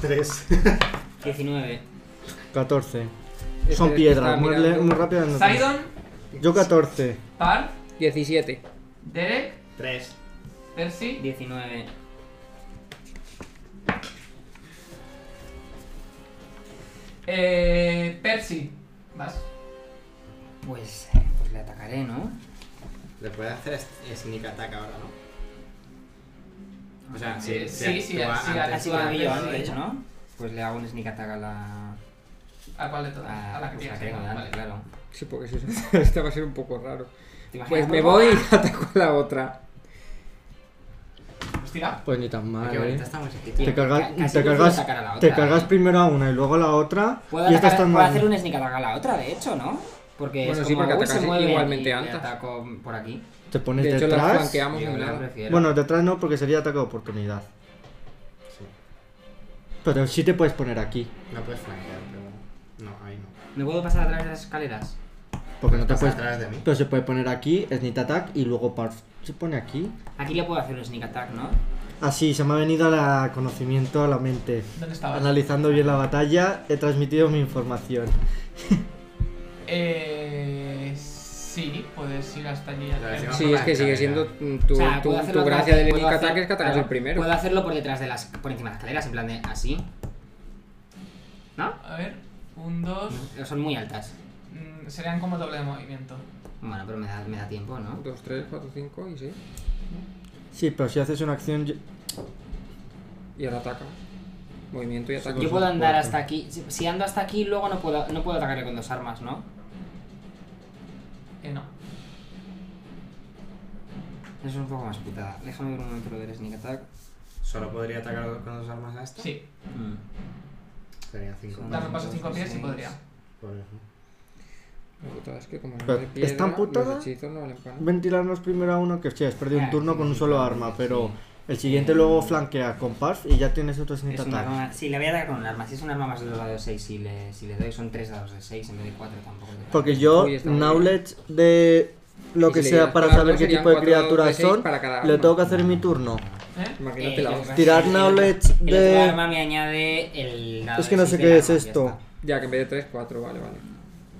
Speaker 4: Tres.
Speaker 5: 19.
Speaker 1: 14.
Speaker 3: Este
Speaker 1: Son
Speaker 3: es que
Speaker 1: piedras,
Speaker 3: estaba
Speaker 1: muy, le-
Speaker 3: mirando.
Speaker 1: muy rápidas. no son.
Speaker 2: Sidon,
Speaker 1: Yo 14.
Speaker 2: Par,
Speaker 3: 17.
Speaker 2: Derek,
Speaker 4: Tres.
Speaker 2: Percy,
Speaker 5: 19.
Speaker 2: Eh, Percy, vas.
Speaker 5: Pues, eh, pues le atacaré, ¿no?
Speaker 4: Le puedes hacer es- sneak attack ahora, ¿no? O
Speaker 1: Ah,
Speaker 4: sea,
Speaker 2: Eh,
Speaker 4: si,
Speaker 2: sí, sí,
Speaker 4: actúa
Speaker 2: sí,
Speaker 4: antes.
Speaker 5: Ha sido
Speaker 2: antes,
Speaker 5: yo
Speaker 2: sí.
Speaker 5: antes, ¿no? Pues le hago un sneak attack a la.
Speaker 2: ¿A cuál de todas?
Speaker 5: a,
Speaker 2: A la que
Speaker 5: pues,
Speaker 2: tienes.
Speaker 5: tengo
Speaker 2: ¿no?
Speaker 5: delante,
Speaker 2: Vale.
Speaker 5: claro.
Speaker 3: Sí, porque si se- esta va a ser un poco raro.
Speaker 5: ¿Te imaginas
Speaker 3: Pues me
Speaker 5: cómo?
Speaker 3: voy y ataco a la otra.
Speaker 2: Pues tira.
Speaker 1: Pues ni tan mal,
Speaker 4: Qué
Speaker 1: eh.
Speaker 4: bonita esta musiquita.
Speaker 1: Te, cargas-
Speaker 5: Ca- casi
Speaker 1: te
Speaker 5: prefiero
Speaker 1: cargas,
Speaker 5: atacar a la
Speaker 1: te
Speaker 5: otra,
Speaker 1: cargas
Speaker 5: eh.
Speaker 1: primero a una y luego a la otra.
Speaker 5: Puedo,
Speaker 1: y esta
Speaker 5: atacar-
Speaker 1: está
Speaker 5: puedo
Speaker 1: mal.
Speaker 5: hacer un sneak attack a la otra, de hecho, ¿no? Porque
Speaker 3: Bueno,
Speaker 5: es
Speaker 3: sí,
Speaker 5: como,
Speaker 3: porque
Speaker 5: uy,
Speaker 3: atacas
Speaker 5: se mueve
Speaker 3: igualmente antes.
Speaker 5: ataco por aquí.
Speaker 1: Te pones
Speaker 3: De hecho, las
Speaker 1: detrás.
Speaker 3: flanqueamos de
Speaker 5: Yo
Speaker 3: un
Speaker 5: la
Speaker 3: lado.
Speaker 5: prefiero.
Speaker 1: Bueno, detrás no, porque sería ataque de oportunidad.
Speaker 4: Sí.
Speaker 1: Pero sí te puedes poner aquí.
Speaker 4: No puedes flanquear, pero. No, ahí no.
Speaker 5: ¿Me puedo pasar a través de las escaleras?
Speaker 1: Porque no te
Speaker 4: Pasa
Speaker 1: puedes.
Speaker 4: atrás de mí.
Speaker 1: Pero se puede poner aquí, Sneak Attack, y luego Parf. Se pone aquí.
Speaker 5: Aquí le puedo hacer un sneak attack, ¿no?
Speaker 1: Así, se me ha venido el conocimiento a la mente.
Speaker 2: ¿Dónde estabas?
Speaker 1: Analizando bien la batalla, he transmitido mi información.
Speaker 2: Eh, sí, puedes ir hasta allí.
Speaker 4: La decimos
Speaker 3: Sí,
Speaker 4: por
Speaker 3: es
Speaker 4: la
Speaker 3: que sigue
Speaker 4: escalera.
Speaker 3: siendo mm, tu,
Speaker 5: o sea,
Speaker 3: tu,
Speaker 5: puedo
Speaker 3: tu
Speaker 5: hacerlo
Speaker 3: gracia
Speaker 5: atrás-
Speaker 3: del
Speaker 5: puedo
Speaker 3: Sneak
Speaker 5: hacer-
Speaker 3: Attack es que atacas
Speaker 5: claro,
Speaker 3: el primero.
Speaker 5: Puedo hacerlo por detrás de las. por encima de las escaleras, en plan de así. ¿No?
Speaker 2: A ver, un, dos.
Speaker 5: Son muy altas.
Speaker 2: mm, serían como doble de movimiento.
Speaker 5: Bueno, pero me da, me da tiempo, ¿no?
Speaker 3: 2, 3, 4, 5 y 6.
Speaker 1: Sí, pero si haces una acción. yo-
Speaker 3: Y ahora ataca. Movimiento y ataque.
Speaker 5: Yo puedo andar
Speaker 1: cuatro.
Speaker 5: hasta aquí. Si- Si ando hasta aquí, luego no puedo, no puedo atacarle con dos armas, ¿no?
Speaker 2: Que Eh, no.
Speaker 5: Eso es un poco más putada. Déjame ver un momento lo del sneak attack.
Speaker 4: Solo podría atacar con dos armas a esta.
Speaker 2: Sí,
Speaker 1: Mm.
Speaker 4: Serían cinco.
Speaker 5: Dame
Speaker 2: dame un paso cinco pies y podría.
Speaker 4: Por-
Speaker 3: La putada es que como no
Speaker 1: Pero,
Speaker 3: hay piedra,
Speaker 1: ¿es tan putada?
Speaker 3: los hechizos no valen para nada.
Speaker 1: Ventilarnos primero a uno que sí, has perdido
Speaker 5: Ah,
Speaker 1: un turno
Speaker 5: sí,
Speaker 1: con un
Speaker 5: sí,
Speaker 1: solo
Speaker 5: sí,
Speaker 1: arma,
Speaker 5: sí.
Speaker 1: pero el siguiente luego flanquea con Parf y ya tienes otro Sneak
Speaker 5: Es un
Speaker 1: Attack.
Speaker 5: arma, sí, le voy a dar con un arma. Si es un arma más de 2 dados 6, si le, si le doy son 3 dados de 6 en vez de 4 tampoco. le-
Speaker 1: Porque yo,
Speaker 3: Uy, está muy
Speaker 1: knowledge de lo
Speaker 3: Y
Speaker 1: que
Speaker 3: si le
Speaker 1: sea
Speaker 3: dieras
Speaker 1: para
Speaker 3: cada
Speaker 1: saber
Speaker 3: uno
Speaker 1: qué
Speaker 3: serían
Speaker 1: tipo de
Speaker 3: cuatro dados de
Speaker 1: criaturas
Speaker 3: seis
Speaker 1: son,
Speaker 3: para cada
Speaker 1: le
Speaker 3: arma.
Speaker 1: tengo que hacer mi turno.
Speaker 2: ¿Eh?
Speaker 3: Imagínate
Speaker 5: Eh,
Speaker 3: la
Speaker 5: yo
Speaker 3: otra.
Speaker 5: creo que
Speaker 1: Tirar
Speaker 5: el-
Speaker 1: knowledge
Speaker 5: el
Speaker 1: de-
Speaker 5: otro arma me añade el dado
Speaker 1: Es que
Speaker 5: de
Speaker 1: no
Speaker 5: seis
Speaker 1: sé
Speaker 5: del
Speaker 1: qué es
Speaker 5: arma, ya
Speaker 1: esto.
Speaker 5: está.
Speaker 3: Ya que en vez de 3, 4, vale, vale.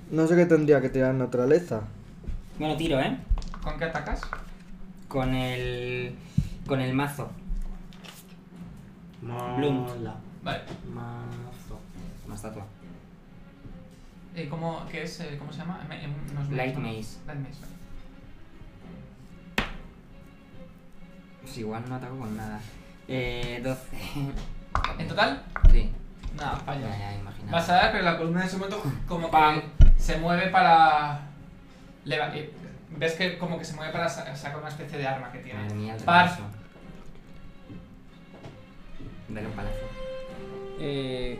Speaker 1: No sé qué tendría que tirar naturaleza.
Speaker 5: Bueno, tiro, ¿eh?
Speaker 2: ¿Con qué atacas?
Speaker 5: Con el. Con el mazo.
Speaker 4: Mola.
Speaker 2: Vale.
Speaker 4: Mazo.
Speaker 5: Una estatua.
Speaker 2: Eh, ¿cómo, qué es, eh, ¿Cómo se llama? Me- em, no es
Speaker 5: Light
Speaker 2: ¿no?
Speaker 5: Maze.
Speaker 2: Light Maze, vale.
Speaker 5: Pues igual no ataco con nada. Eh. 12.
Speaker 2: En total,
Speaker 5: sí.
Speaker 2: nada,
Speaker 5: Ya,
Speaker 2: falla.
Speaker 5: ya, imagina.
Speaker 2: Vas a dar, pero la columna en ese momento como
Speaker 5: Pam.
Speaker 2: que se mueve para... leva- eh, Ves que como que se mueve para sa- sacar una especie de arma que
Speaker 5: Madre
Speaker 2: tiene.
Speaker 5: mía, el
Speaker 2: Par.
Speaker 5: repaso. Dale un palazo.
Speaker 3: Eh,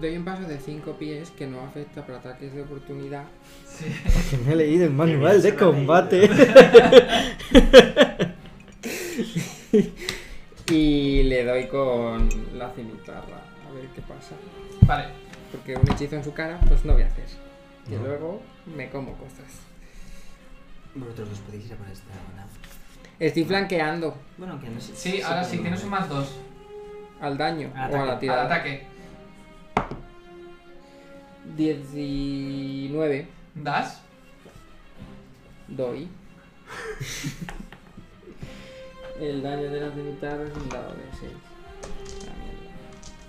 Speaker 3: doy un paso de 5 pies que no afecta para ataques de oportunidad.
Speaker 2: Sí.
Speaker 1: Que me he leído el
Speaker 4: bien
Speaker 1: manual
Speaker 4: se
Speaker 1: de
Speaker 4: lo ha leído.
Speaker 1: combate.
Speaker 3: Y le doy con la cimitarra. A ver qué pasa.
Speaker 2: Vale.
Speaker 3: Porque un hechizo en su cara, pues no voy a hacer. Que
Speaker 1: No.
Speaker 3: luego me como cosas.
Speaker 5: Vosotros dos podéis ir a por esta buena.
Speaker 3: Estoy flanqueando
Speaker 5: Bueno, que no sé.
Speaker 2: Sí, ahora sí, tienes un más dos
Speaker 3: al daño
Speaker 5: Al
Speaker 3: o a la
Speaker 5: ataque,
Speaker 2: al
Speaker 3: tirada.
Speaker 2: ataque.
Speaker 3: 19
Speaker 2: ¿Das?
Speaker 3: doy. El daño de la cimitarra es un dado de 6.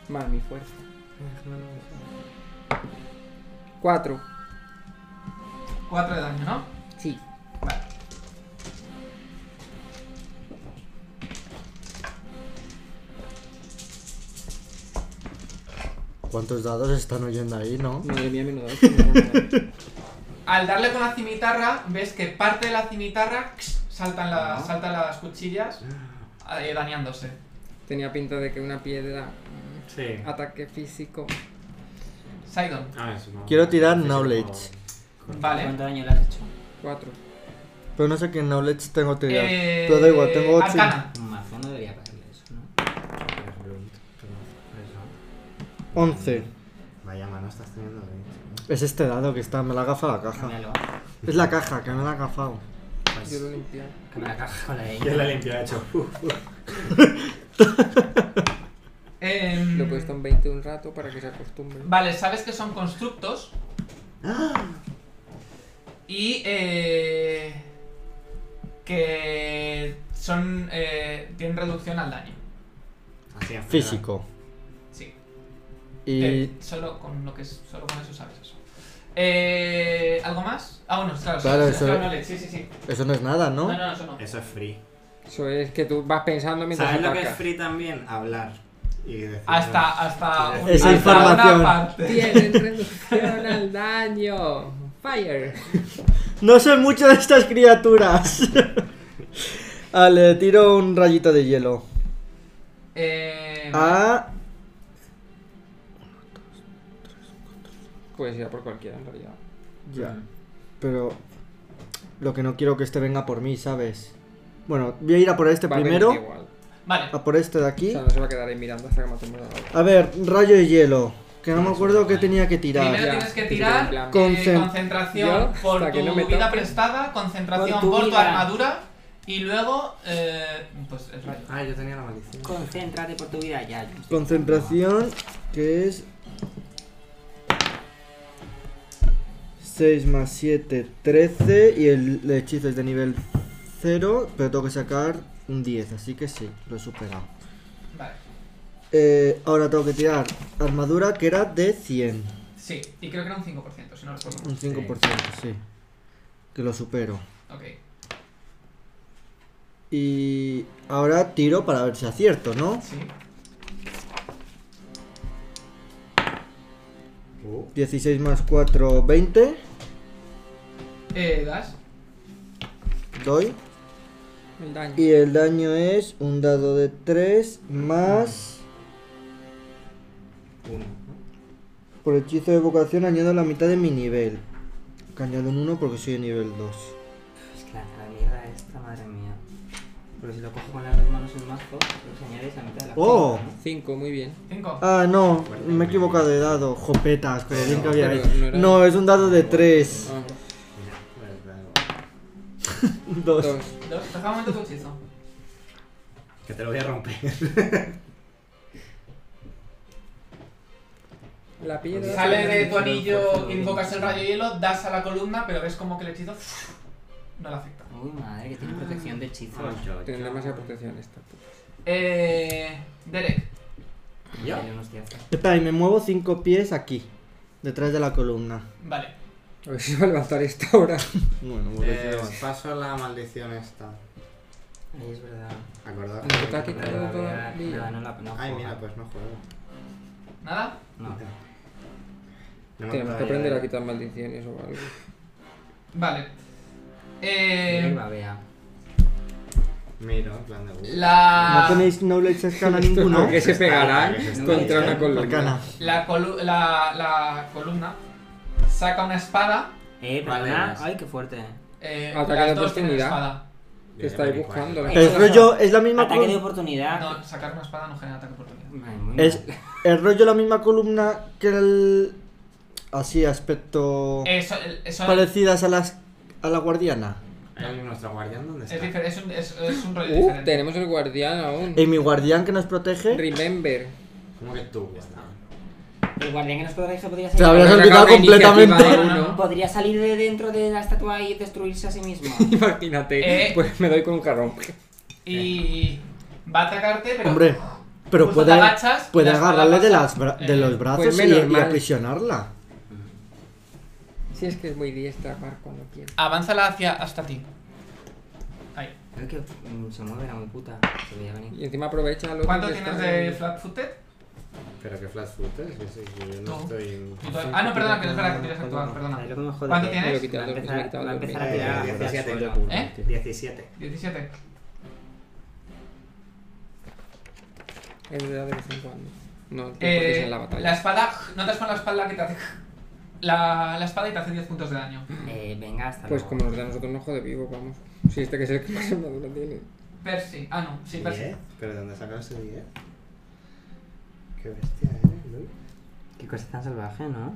Speaker 3: Más mi fuerza. 4.
Speaker 2: 4 de daño, ¿no?
Speaker 3: Sí.
Speaker 2: Vale.
Speaker 1: ¿Cuántos dados están oyendo ahí, no?
Speaker 3: Madre mía, menudo. daño.
Speaker 2: Al darle con la cimitarra, ves que parte de la cimitarra ¡ks! saltan, la-
Speaker 4: Ah.
Speaker 2: saltan las cuchillas eh, dañándose.
Speaker 3: Tenía pinta de que una piedra.
Speaker 4: Sí.
Speaker 3: Ataque físico.
Speaker 2: Sidon,
Speaker 4: Ah, eso no.
Speaker 1: Quiero tirar
Speaker 4: Sí, sí,
Speaker 1: knowledge.
Speaker 4: como-
Speaker 2: vale.
Speaker 5: ¿Cuánto daño le has hecho?
Speaker 3: 4.
Speaker 1: Pero no sé qué knowledge tengo que tirar.
Speaker 2: Eh,
Speaker 1: Pero da igual, tengo ocho.
Speaker 2: Arcana.
Speaker 5: Un mazo no debería pagarle eso, ¿no?
Speaker 4: Es blunt, pero eso.
Speaker 1: 11.
Speaker 4: Vaya mano estás teniendo eh, de
Speaker 1: Es este dado que está, me la ha gafado la caja.
Speaker 5: Cámbialo.
Speaker 1: Es la caja, que me la ha gafado.
Speaker 3: Yo lo limpio.
Speaker 5: Que me la caja con la de
Speaker 4: Pues, Yo la limpia, he hecho. Uf, uf.
Speaker 2: Em,
Speaker 3: Lo he puesto en 20 un rato para que se acostumbre.
Speaker 2: Vale, sabes que son constructos.
Speaker 1: ¡Ah!
Speaker 2: Y eh, que son eh, tienen reducción al daño.
Speaker 4: Así, en general.
Speaker 1: Físico.
Speaker 2: Sí.
Speaker 3: Eh.
Speaker 1: Y
Speaker 2: Te- solo con lo que es- solo con eso sabes eso. Eh, ¿Algo más? Ah, bueno, claro. sí,
Speaker 1: Claro,
Speaker 2: sí,
Speaker 1: eso-
Speaker 2: claro, no, le- sí, sí, sí.
Speaker 1: eso no es nada,
Speaker 2: No,
Speaker 1: ¿no?
Speaker 2: no, no, eso no.
Speaker 4: Eso es free.
Speaker 3: Eso es que tú vas pensando mientras
Speaker 4: ¿Sabes lo que es
Speaker 3: atacas.
Speaker 4: free también? Hablar. Y decir,
Speaker 2: Hasta, hasta, un-
Speaker 1: Esa
Speaker 2: hasta
Speaker 1: información.
Speaker 2: una parte.
Speaker 3: Tienen reducción al daño. Fire.
Speaker 1: No sé mucho de estas criaturas. Vale, tiro un rayito de hielo. Ah,
Speaker 2: Eh,
Speaker 1: A.
Speaker 3: Puedes ir a por cualquiera en realidad.
Speaker 1: Ya. Pero. Lo que no quiero que este venga por mí, ¿sabes? Bueno, voy a ir a por este
Speaker 3: Va a venir
Speaker 1: primero.
Speaker 3: igual.
Speaker 2: Vale,
Speaker 1: A por este de
Speaker 3: O
Speaker 1: aquí.
Speaker 3: sea, no se va a quedar ahí mirando hasta que matemos a la otra.
Speaker 1: A ver, rayo de hielo. Que no me acuerdo qué tenía que
Speaker 2: Primero
Speaker 3: ya,
Speaker 1: tirar.
Speaker 2: tienes que
Speaker 3: sí, en
Speaker 2: tirar
Speaker 3: plan.
Speaker 2: eh,
Speaker 1: Concen-
Speaker 2: concentración
Speaker 3: Yo,
Speaker 2: por
Speaker 3: hasta que
Speaker 2: tu
Speaker 3: no me
Speaker 2: vida
Speaker 3: toque.
Speaker 2: prestada, concentración
Speaker 5: Por tu
Speaker 2: por tu,
Speaker 5: vida.
Speaker 2: armadura y luego. eh, pues el rayo.
Speaker 4: Ah, yo tenía la maldición.
Speaker 5: Concéntrate por tu vida ya. Jones.
Speaker 1: Concentración, que es 6 más 7, 13 y el hechizo es de nivel 0, pero tengo que sacar un 10, así que sí, lo he superado.
Speaker 2: Vale.
Speaker 1: Eh, ahora tengo que tirar armadura que era de 100,
Speaker 2: Sí, y creo que era un 5%, si no recuerdo mal.
Speaker 1: un 5%, sí, que lo supero.
Speaker 2: Ok.
Speaker 1: Y ahora tiro para ver si acierto, ¿no?
Speaker 2: Sí.
Speaker 4: Uh,
Speaker 1: 16 más 4, 20,
Speaker 2: Eh, das.
Speaker 1: doy.
Speaker 3: El daño.
Speaker 1: Y el daño es un dado de 3 más.
Speaker 4: Uno. ¿no?
Speaker 1: Por hechizo de vocación añado la mitad de mi nivel. Que añado un 1 porque soy de nivel 2.
Speaker 5: Es que la, la mierda esta, madre mía. Pero si lo cojo con las dos manos en mazo, los añades a mitad de la
Speaker 1: ¡Oh!
Speaker 5: fila,
Speaker 3: 5, muy bien.
Speaker 2: 5.
Speaker 1: Ah, no, me he equivocado de dado. Jopetas, pero bien que había
Speaker 3: pero
Speaker 1: ahí.
Speaker 3: no era-
Speaker 1: No, es un dado de 3.
Speaker 3: Ah,
Speaker 4: Mira, pues claro.
Speaker 1: 2.
Speaker 3: dos.
Speaker 2: Dos. Deja un momento tu hechizo.
Speaker 4: Que te lo voy a romper.
Speaker 3: La piedra.
Speaker 2: Sale de tu anillo, invocas el rayo hielo, das a la columna, pero ves como que el hechizo ¡fuf! no le afecta.
Speaker 5: ¿no? Uy, madre, que tiene protección de hechizo.
Speaker 3: Tiene demasiada protección esta. puta.
Speaker 2: Eh. Derek.
Speaker 4: ¿Ya?
Speaker 5: Dale unos días.
Speaker 1: Espera, y me muevo 5 pies aquí. Detrás de la columna.
Speaker 2: Vale.
Speaker 3: A ver si va a levantar esta ahora.
Speaker 1: Bueno, voy a
Speaker 4: Eh,
Speaker 1: decir
Speaker 4: os paso la maldición esta.
Speaker 5: Ahí es verdad.
Speaker 4: Acordaos.
Speaker 3: ¿Te está
Speaker 5: No,
Speaker 3: quitando todo
Speaker 5: la-
Speaker 3: el día?
Speaker 5: no, no la no
Speaker 4: Ay,
Speaker 5: juega.
Speaker 4: mira, pues no juego.
Speaker 2: ¿Nada?
Speaker 5: No.
Speaker 1: Eh.
Speaker 4: No
Speaker 3: Tenemos
Speaker 4: me
Speaker 3: que
Speaker 4: acordaba
Speaker 3: aprender
Speaker 4: ya
Speaker 3: a
Speaker 4: de-
Speaker 3: quitar maldiciones o algo.
Speaker 2: Vale.
Speaker 5: Mira y
Speaker 2: Eh.
Speaker 5: babea.
Speaker 4: Miro, en plan de. uh.
Speaker 1: No
Speaker 2: La.
Speaker 1: tenéis knowledge arcana ninguno.
Speaker 3: ¿Por qué se pegarán
Speaker 4: Está-
Speaker 3: contra una columna?
Speaker 1: Arcana.
Speaker 2: La, colu- la, la columna saca una espada.
Speaker 5: Eh,
Speaker 4: Vale,
Speaker 5: perdona.
Speaker 4: más.
Speaker 5: Ay, qué fuerte.
Speaker 2: Eh,
Speaker 3: Ataque
Speaker 2: las
Speaker 3: de
Speaker 2: dos tienen
Speaker 3: oportunidad.
Speaker 2: espada.
Speaker 3: Te estáis buscando. la-
Speaker 5: Eh,
Speaker 1: El rollo es la misma
Speaker 5: Ataque de
Speaker 1: columna.
Speaker 5: oportunidad.
Speaker 2: No, sacar una espada no genera ataque de oportunidad.
Speaker 5: Ay, muy
Speaker 1: Es
Speaker 5: mal.
Speaker 1: el rollo la misma columna que el. Así,
Speaker 5: Oh.
Speaker 1: aspecto.
Speaker 2: Eh, so- eh, son-
Speaker 1: parecidas a las a la guardiana.
Speaker 4: ¿Hay nuestro guardián dónde
Speaker 2: es,
Speaker 4: está?
Speaker 2: difer- es un, es, es un rollo
Speaker 3: Uh,
Speaker 2: diferente.
Speaker 3: tenemos el guardián aún.
Speaker 1: Y mi guardián que nos
Speaker 3: Eh,
Speaker 1: protege.
Speaker 3: Remember.
Speaker 4: ¿Cómo que tú, guardián?
Speaker 5: El guardián que nos protege podría
Speaker 1: Te lo
Speaker 5: salir,
Speaker 1: habrás
Speaker 3: Habrá
Speaker 1: olvidado
Speaker 3: sacado una
Speaker 1: completamente.
Speaker 3: iniciativa de uno.
Speaker 5: podría salir de dentro de la estatua y destruirse a sí mismo.
Speaker 3: Imagínate,
Speaker 2: Eh.
Speaker 3: pues me doy con un jarrón.
Speaker 2: Y va a atacarte, pero.
Speaker 1: Hombre, pero
Speaker 2: Justo te
Speaker 1: puede,
Speaker 2: agachas y
Speaker 1: puede
Speaker 2: la espada
Speaker 1: agarrarle de,
Speaker 2: pasa.
Speaker 1: las bra- de
Speaker 2: Eh,
Speaker 1: los brazos
Speaker 3: pues
Speaker 1: y,
Speaker 3: menos
Speaker 1: y
Speaker 3: mal.
Speaker 1: aprisionarla.
Speaker 3: Si es que es muy diestra, Marco, no quiero.
Speaker 2: Avánzala hacia hasta ti. Ahí.
Speaker 5: Creo que mm, se mueve la muy puta. Se veía venir.
Speaker 3: Y encima aprovecha lo
Speaker 2: ¿Cuánto
Speaker 3: que
Speaker 2: tienes
Speaker 3: está
Speaker 2: de
Speaker 3: en-
Speaker 2: flat footed?
Speaker 4: Pero que flash foot es, yo, soy- yo
Speaker 2: Tú.
Speaker 4: no estoy en.
Speaker 2: Ah, no, perdona, que no es verdad que tienes actuado, perdona.
Speaker 5: ¿Sabes lo que me jode?
Speaker 2: ¿Cuánto
Speaker 5: Que
Speaker 2: tienes?
Speaker 5: Va
Speaker 3: Me
Speaker 5: a
Speaker 3: lo quita el dormir, me lo quita
Speaker 5: empezar,
Speaker 3: el
Speaker 5: va a,
Speaker 3: dormir.
Speaker 5: empezar a tirar.
Speaker 4: Eh, 17
Speaker 5: al
Speaker 4: creo
Speaker 5: suelo.
Speaker 2: ¿Eh?
Speaker 4: 17.
Speaker 2: 17.
Speaker 3: Es verdad de vez en cuando. No, porque es
Speaker 2: Eh,
Speaker 3: en la
Speaker 2: la,
Speaker 3: batalla.
Speaker 2: espada, notas con la espalda que te hace. La, la espada y te hace 10 puntos de daño.
Speaker 5: Eh, venga, hasta
Speaker 3: Pues
Speaker 5: luego.
Speaker 3: como nos da a nosotros un ojo de vivo, vamos. Si este que es el que más armadura tiene.
Speaker 2: Percy. Ah, no, sí, Percy.
Speaker 4: ¿10? eh? ¿Pero de dónde sacado ese 10? Qué bestia, ¿eh? Luis?
Speaker 5: Qué cosa tan salvaje, ¿no?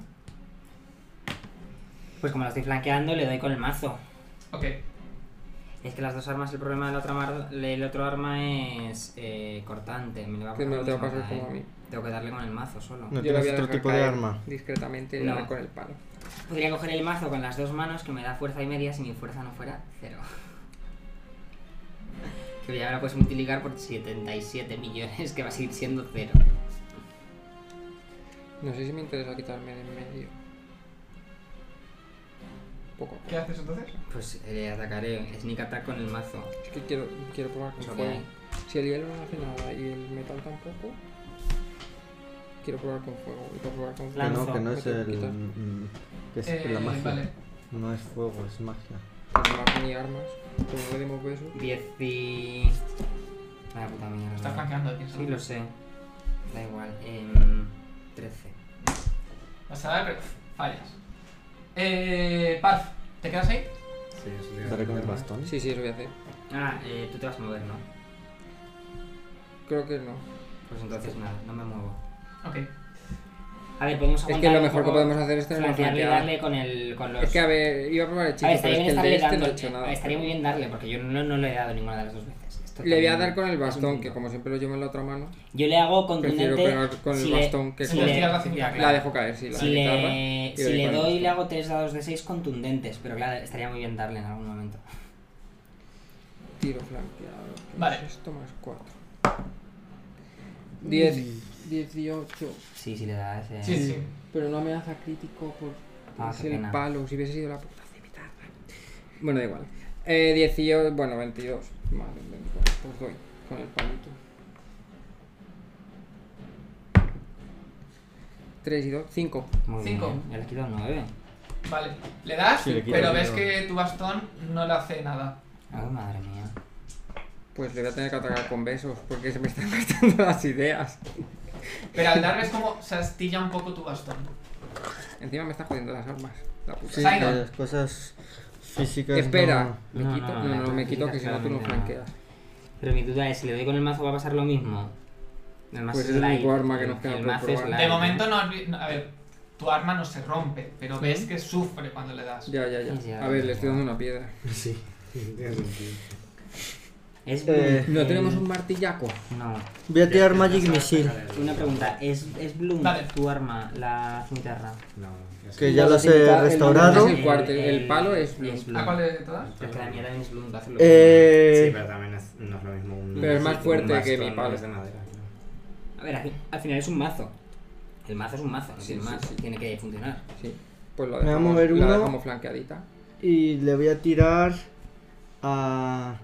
Speaker 5: Pues como la estoy flanqueando, le doy con el mazo.
Speaker 2: Ok.
Speaker 5: Es que las dos armas, el problema del otro, mar- el otro arma es eh, cortante. Me lo
Speaker 2: Ah,
Speaker 5: va a
Speaker 3: Que
Speaker 2: pues
Speaker 3: me lo te va a
Speaker 5: pasar
Speaker 3: pasar
Speaker 5: como
Speaker 3: como a mí.
Speaker 5: Tengo que darle con el mazo solo.
Speaker 1: No
Speaker 3: Yo la
Speaker 1: tienes
Speaker 3: voy a
Speaker 1: otro
Speaker 3: dejar
Speaker 1: tipo de
Speaker 3: caer
Speaker 1: arma.
Speaker 3: Discretamente y
Speaker 5: No.
Speaker 3: darle con el palo.
Speaker 5: Podría coger el mazo con las dos manos que me da fuerza y media si mi fuerza no fuera cero. Que ya ahora puedes multiplicar por 77 millones, que va a seguir siendo cero.
Speaker 3: No sé si me interesa quitarme de en medio. Poco.
Speaker 2: ¿Qué haces entonces?
Speaker 5: Pues eh, atacaré, sneak attack con el mazo.
Speaker 3: Es que quiero, quiero probar con
Speaker 5: Es lo que
Speaker 3: fuego.
Speaker 5: hay.
Speaker 3: Si el hielo no hace nada y el metal tampoco, quiero probar con fuego. Y para probar con
Speaker 1: Que
Speaker 5: Lanzo.
Speaker 3: fuego.
Speaker 1: no, que no es
Speaker 3: Lanzo.
Speaker 1: el. mm, Que es
Speaker 2: Eh,
Speaker 1: la magia.
Speaker 2: Vale.
Speaker 1: No es fuego, es magia.
Speaker 3: Pues no hago ni armas. Como no le demos besos.
Speaker 5: 10 y... Vaya puta mierda.
Speaker 2: Está flanqueando, pienso.
Speaker 5: Sí, lo sé. Da igual. em, 13.
Speaker 2: Vas a dar, pero fallas. Eh. Parf, ¿te quedas ahí?
Speaker 4: Sí, eso te iba a
Speaker 1: Daré con el
Speaker 4: preguntar.
Speaker 1: bastón.
Speaker 3: Sí, sí, eso voy a hacer.
Speaker 5: Ah, eh, tú te vas a mover, ¿no?
Speaker 3: Creo que no.
Speaker 5: Pues entonces nada, no me muevo.
Speaker 2: Ok.
Speaker 5: A ver, podemos
Speaker 3: que
Speaker 5: aguantar.
Speaker 3: lo
Speaker 5: un
Speaker 3: mejor que
Speaker 5: poco,
Speaker 3: podemos hacer es tener una
Speaker 5: flanquearle y
Speaker 3: flanqueada.
Speaker 5: darle con, el, con los.
Speaker 3: Es que a ver, iba a probar el
Speaker 5: A
Speaker 3: chico,
Speaker 5: ver,
Speaker 3: pero
Speaker 5: estaría
Speaker 3: es
Speaker 5: bien
Speaker 3: que el de
Speaker 5: estarle
Speaker 3: este no
Speaker 5: dando.
Speaker 3: ha hecho nada.
Speaker 5: estaría muy bien darle, porque yo no, no le he dado ninguna de las dos veces. Esto
Speaker 3: Le voy a
Speaker 5: también
Speaker 3: dar con el
Speaker 5: es un
Speaker 3: bastón, que
Speaker 5: punto.
Speaker 3: como siempre lo llevo en la otra mano,
Speaker 5: Yo le hago
Speaker 3: prefiero
Speaker 5: contundente.
Speaker 3: pegar con el
Speaker 5: si le-
Speaker 3: bastón que
Speaker 5: si
Speaker 3: con
Speaker 5: le-
Speaker 2: Tira la cinta
Speaker 3: La
Speaker 2: clara.
Speaker 3: dejo caer, sí, la
Speaker 5: Si
Speaker 3: guitarra.
Speaker 5: le,
Speaker 3: y
Speaker 5: si le
Speaker 3: con el
Speaker 5: doy,
Speaker 3: bastón.
Speaker 5: le hago tres dados de 6 contundentes, pero claro, estaría muy bien darle en algún momento.
Speaker 3: Tiro flanqueado. ¿qué
Speaker 2: Vale.
Speaker 3: es esto más 4. 10, 18.
Speaker 5: Sí, sí le eh, da ese.
Speaker 2: Sí, sí.
Speaker 3: Pero no amenaza crítico por
Speaker 5: Ah,
Speaker 3: ser el
Speaker 5: qué pena.
Speaker 3: palo. Si hubiese sido la puta cimitarra. Bueno, da igual. Eh, 18, bueno, 22. Madre mía, pues doy con el palito. 3 y 2, 5.
Speaker 5: Muy
Speaker 2: Cinco.
Speaker 5: bien. eh. Yo le quito 9.
Speaker 2: Vale. Le das,
Speaker 1: Sí, le quito,
Speaker 2: pero
Speaker 1: le
Speaker 2: ves
Speaker 1: quito.
Speaker 2: que tu bastón no le hace nada.
Speaker 5: Ay, madre mía.
Speaker 3: Pues le voy a tener que atacar con besos porque se me están gastando las ideas.
Speaker 2: Pero al darle es como se astilla un poco tu bastón.
Speaker 3: Encima me están jodiendo las armas. La puta.
Speaker 1: Sí,
Speaker 2: Simon.
Speaker 1: que las cosas físicas.
Speaker 3: Espera,
Speaker 5: no.
Speaker 3: me
Speaker 5: No,
Speaker 3: quito.
Speaker 5: no,
Speaker 3: No, no,
Speaker 5: la
Speaker 3: me quito que si no tú no
Speaker 5: claramente no.
Speaker 3: flanqueas.
Speaker 5: Pero mi duda es, si le doy con el mazo va a pasar lo mismo. El mazo
Speaker 3: Pues
Speaker 5: es
Speaker 3: es el
Speaker 5: light,
Speaker 3: único arma que
Speaker 5: el-
Speaker 3: nos queda
Speaker 5: el
Speaker 3: por
Speaker 5: mazo es
Speaker 3: probar.
Speaker 5: light.
Speaker 2: De momento no has vi- no- A ver, tu arma no se rompe, pero ves que sufre cuando le das.
Speaker 3: Ya, ya,
Speaker 5: Sí,
Speaker 3: ya.
Speaker 5: ya,
Speaker 3: A ver,
Speaker 5: ya.
Speaker 3: le estoy dando una piedra.
Speaker 4: Sí, tiene sentido.
Speaker 5: Es
Speaker 1: Eh,
Speaker 5: Bloom-
Speaker 3: No
Speaker 5: el-
Speaker 3: tenemos un martillaco.
Speaker 5: No.
Speaker 1: Voy
Speaker 4: Este
Speaker 1: a tirar Magic Missile.
Speaker 5: Una pregunta, ¿es, es Bloom
Speaker 2: Vale.
Speaker 5: tu arma, la cimitarra?
Speaker 4: No,
Speaker 1: Que
Speaker 4: sé.
Speaker 1: ya
Speaker 3: No,
Speaker 1: las
Speaker 3: la tinta-
Speaker 1: he
Speaker 3: el-
Speaker 1: restaurado.
Speaker 3: el- cuarto,
Speaker 5: Eh,
Speaker 3: palo es Bloom.
Speaker 2: ¿A cuál de todas?
Speaker 5: Pero es que la mía también es Bloom, va a hacer lo
Speaker 4: Sí,
Speaker 1: Eh,
Speaker 4: pero también es- no es lo mismo un.
Speaker 3: Pero es más
Speaker 4: un
Speaker 3: fuerte que
Speaker 4: bastón,
Speaker 3: mi palo.
Speaker 4: no es de madera. ¿no?
Speaker 5: mismo. A ver, al, al final es un mazo. El mazo es un mazo, no
Speaker 3: Sí,
Speaker 5: tiene
Speaker 3: sí,
Speaker 5: más,
Speaker 3: sí.
Speaker 5: tiene que funcionar.
Speaker 3: Sí. Pues lo
Speaker 1: Me va a
Speaker 3: dejamos,
Speaker 1: mover
Speaker 3: la
Speaker 1: uno.
Speaker 3: dejamos flanqueadita.
Speaker 1: y le voy a tirar a,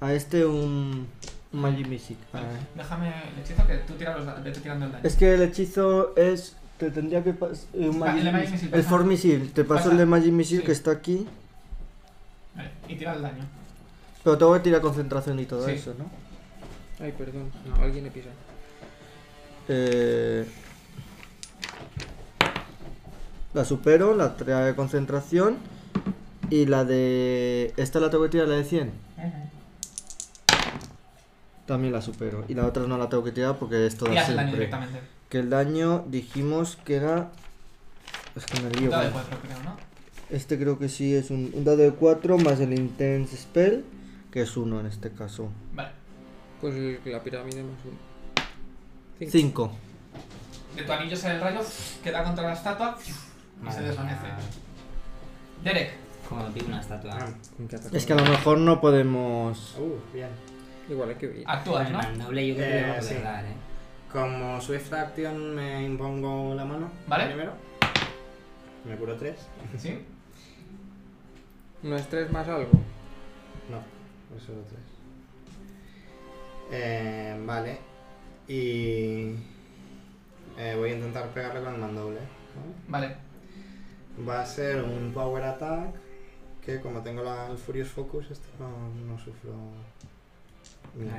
Speaker 1: a este un un Magic Missile. A
Speaker 2: Vale,
Speaker 1: ver.
Speaker 2: Déjame el hechizo que tú tiras los dados, vete tirando el daño.
Speaker 1: Es que el hechizo es. Te tendría que eh, pasar.
Speaker 2: Va, Ah, el de Magic Missile,
Speaker 1: El
Speaker 2: pasa.
Speaker 1: Form Missile. Te paso
Speaker 2: Pasa.
Speaker 1: el de Magic Missile
Speaker 2: Sí.
Speaker 1: que está aquí.
Speaker 2: Vale, y tira el daño.
Speaker 1: Pero tengo que tirar concentración y todo
Speaker 2: Sí.
Speaker 1: eso, ¿no?
Speaker 3: Ay, perdón. No, alguien le pisa.
Speaker 1: Eh, la supero, la trae de concentración. Y la de. Esta la tengo que tirar, la de 100. También la supero. Y la otra no la tengo que tirar porque es toda
Speaker 2: Tiras el daño
Speaker 1: siempre.
Speaker 2: directamente.
Speaker 1: Que el daño dijimos que era. Es que me lío.
Speaker 2: Dado de
Speaker 1: con-
Speaker 2: 4, creo, ¿no?
Speaker 1: Este creo que sí es un, un dado de 4 más el Intense Spell, que es 1 en este caso.
Speaker 2: Vale.
Speaker 3: Pues el- la pirámide más uno. Cinco.
Speaker 1: 5.
Speaker 2: De tu anillo sale el rayo, queda contra la estatua y se
Speaker 5: Madre
Speaker 2: desvanece.
Speaker 5: mía,
Speaker 2: Derek,
Speaker 5: Como tipo una estatua.
Speaker 4: Ah,
Speaker 3: Con que atacar.
Speaker 1: Es que a lo mejor no podemos.
Speaker 4: uh, bien.
Speaker 3: Igual hay que ver.
Speaker 2: actúas, ¿no?
Speaker 5: El doble Pues yo creo que
Speaker 4: Eh,
Speaker 5: le vamos a
Speaker 4: sí.
Speaker 5: poder dar, ¿eh?
Speaker 4: Como Swift Action me impongo la mano.
Speaker 2: Vale.
Speaker 4: Primero. Me curo 3.
Speaker 2: Sí.
Speaker 3: No es tres más algo.
Speaker 4: No, es solo 3. Eh, vale. Y. eh, voy a intentar pegarle con el mandoble. ¿vale?
Speaker 2: Vale.
Speaker 4: Va a ser un power attack. Que como tengo la, el Furious Focus, este no, no sufro.
Speaker 1: Eh,
Speaker 4: Mierda,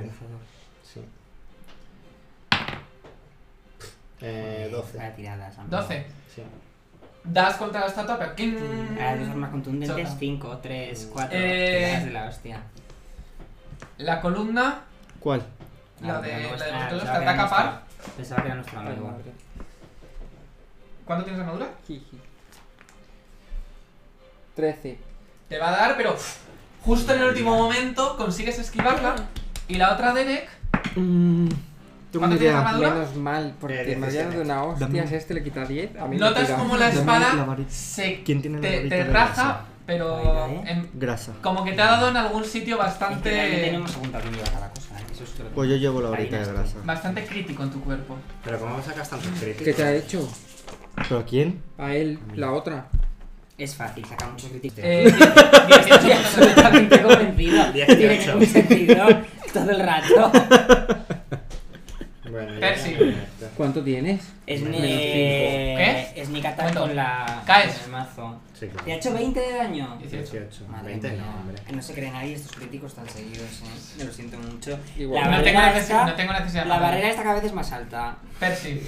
Speaker 4: Sí. Eh, 12.
Speaker 5: Para tiradas. amigo.
Speaker 2: 12.
Speaker 4: Sí.
Speaker 2: Das contra la estatua, pero ¡quin!
Speaker 5: Las dos armas contundentes,
Speaker 2: Chota.
Speaker 5: 5, 3, 4,
Speaker 2: Eh.
Speaker 5: tiradas de la hostia.
Speaker 2: La columna,
Speaker 1: ¿Cuál?
Speaker 2: la
Speaker 5: Ah,
Speaker 2: de,
Speaker 5: pero
Speaker 2: la de
Speaker 5: no está-
Speaker 2: vosotros, que
Speaker 5: pensaba que era
Speaker 2: ataca par.
Speaker 5: nuestro- Pensaba que era nuestro
Speaker 3: Ay,
Speaker 5: amigo.
Speaker 3: madre.
Speaker 2: ¿Cuánto tienes de armadura?
Speaker 3: Jiji. Trece.
Speaker 2: Te va a dar, pero uf, justo en el último momento consigues esquivarla. Y la otra Derek,
Speaker 1: Mm, tengo una
Speaker 2: ¿Cuánto tienes
Speaker 1: idea.
Speaker 2: armadura?
Speaker 3: Menos mal, porque
Speaker 4: Eh,
Speaker 3: me había dado una hostia. Si a este le quita 10, a mí me
Speaker 2: notas
Speaker 3: tira.
Speaker 2: como la
Speaker 1: Dame
Speaker 2: espada
Speaker 1: la varita.
Speaker 2: se
Speaker 1: ¿Quién tiene la
Speaker 2: te,
Speaker 1: varita
Speaker 2: te
Speaker 1: de
Speaker 2: raja,
Speaker 1: grasa?
Speaker 2: pero
Speaker 5: Ahí va, ¿eh?
Speaker 2: en-
Speaker 1: Grasa.
Speaker 2: como que te ha dado en algún sitio
Speaker 5: Es que realmente no
Speaker 2: bastante,
Speaker 5: hemos preguntado quién lleva cada cosa, ¿eh? Eso es otro
Speaker 1: Pues yo llevo la
Speaker 5: Ahí
Speaker 1: varita de
Speaker 5: está.
Speaker 1: grasa.
Speaker 2: bastante crítico en tu cuerpo.
Speaker 4: Pero ¿cómo sacas tantos críticos?
Speaker 3: ¿Qué te ha hecho?
Speaker 1: ¿Pero a quién?
Speaker 3: A él, la otra.
Speaker 5: Es fácil, saca muchos críticos.
Speaker 2: Eh, 18 puntos de daño.
Speaker 5: Absolutamente convencido. Tiene
Speaker 4: 18.
Speaker 5: ningún sentido todo el rato.
Speaker 4: Bueno, ya
Speaker 2: Percy.
Speaker 4: me conecto.
Speaker 3: ¿Cuánto tienes?
Speaker 5: Es mi,
Speaker 3: Menos
Speaker 5: eh,
Speaker 2: ¿Qué?
Speaker 5: es mi attack
Speaker 2: ¿Cuánto?
Speaker 5: con la.
Speaker 2: Caes.
Speaker 5: con el mazo.
Speaker 4: Sí, claro.
Speaker 5: Te ha hecho 20 de daño.
Speaker 2: 18.
Speaker 4: 18.
Speaker 5: Madre
Speaker 4: 20
Speaker 5: mía,
Speaker 4: no, hombre.
Speaker 5: que no se cree nadie estos críticos tan seguidos, eh. Me lo siento mucho.
Speaker 3: Igual.
Speaker 5: La
Speaker 2: No tengo,
Speaker 5: barrera
Speaker 2: necesidad, no
Speaker 5: esta,
Speaker 2: tengo necesidad de
Speaker 5: la
Speaker 2: matar.
Speaker 5: barrera esta cada vez es más alta.
Speaker 2: Percy,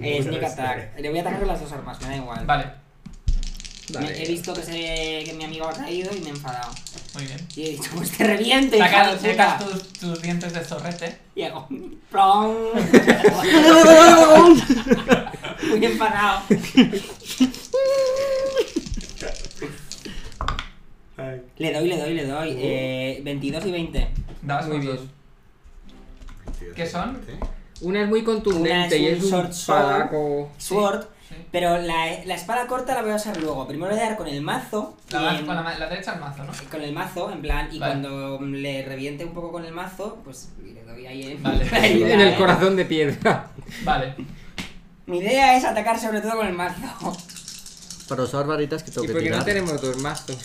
Speaker 5: Eh, sneak attack. Le voy a atacar con las dos armas, me da igual.
Speaker 2: vale,
Speaker 5: Me-
Speaker 3: Dale.
Speaker 5: he visto que, se- que mi amigo ha caído y me he enfadado.
Speaker 2: muy bien.
Speaker 5: Y he dicho, pues te reviento, hija
Speaker 2: Saca-
Speaker 5: de
Speaker 2: sacas
Speaker 5: puta.
Speaker 2: tus, tus dientes de zorrete.
Speaker 5: Y hago, ¡prong! Muy enfadado.
Speaker 4: Ay,
Speaker 5: Le doy, le doy, le
Speaker 2: Uh.
Speaker 5: doy. Eh, 22 y 20.
Speaker 2: Dabas
Speaker 3: Muy
Speaker 2: muy
Speaker 3: bien.
Speaker 2: bien. ¿Qué son?
Speaker 4: ¿Sí?
Speaker 3: Una es muy
Speaker 5: Una
Speaker 3: contundente
Speaker 5: es
Speaker 3: y
Speaker 5: un
Speaker 3: es un
Speaker 5: short sword.
Speaker 3: padaco.
Speaker 5: Sword.
Speaker 2: Sí.
Speaker 5: Pero la, la espada corta la voy a usar luego. Primero voy a dar con el mazo.
Speaker 2: La,
Speaker 5: y
Speaker 2: vas
Speaker 5: en-
Speaker 2: con la, ma- la derecha al mazo, ¿no?
Speaker 5: con el mazo, en plan, y
Speaker 2: Vale.
Speaker 5: cuando le reviente un poco con el mazo, pues le doy ahí en,
Speaker 2: Vale.
Speaker 5: ahí,
Speaker 3: En el
Speaker 5: ¿eh?
Speaker 3: corazón de piedra.
Speaker 2: Vale.
Speaker 5: Mi idea es atacar sobre todo con el mazo.
Speaker 1: Para usar varitas que tengo
Speaker 3: Y
Speaker 1: que
Speaker 3: porque
Speaker 1: tirar.
Speaker 3: no tenemos dos mazos.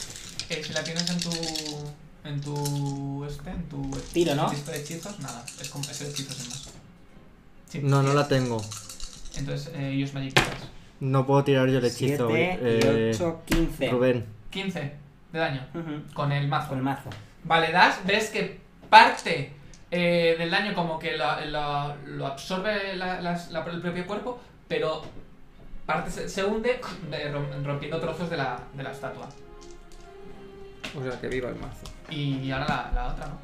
Speaker 2: Eh, si la tienes en tu. En tu. Este, en tu.
Speaker 5: Tiro, ¿no?
Speaker 2: Listo de hechizos, nada. Es como es el hechizo sin más. Sí.
Speaker 1: No, no la tengo.
Speaker 2: Entonces, eh, use Magic Cards.
Speaker 1: No puedo tirar yo el hechizo.
Speaker 5: 7
Speaker 1: eh,
Speaker 5: y 8, 15.
Speaker 1: Rubén.
Speaker 2: 15 de daño.
Speaker 5: Ujú.
Speaker 2: Con el mazo.
Speaker 5: Con el mazo.
Speaker 2: Vale, das, ves que parte eh, del daño como que lo, lo- lo absorbe la- las- la- el propio cuerpo, pero parte se, se hunde eh, rom- rompiendo trozos de la, de la estatua.
Speaker 3: O sea, que viva el mazo.
Speaker 2: Y ahora la, la otra, ¿no?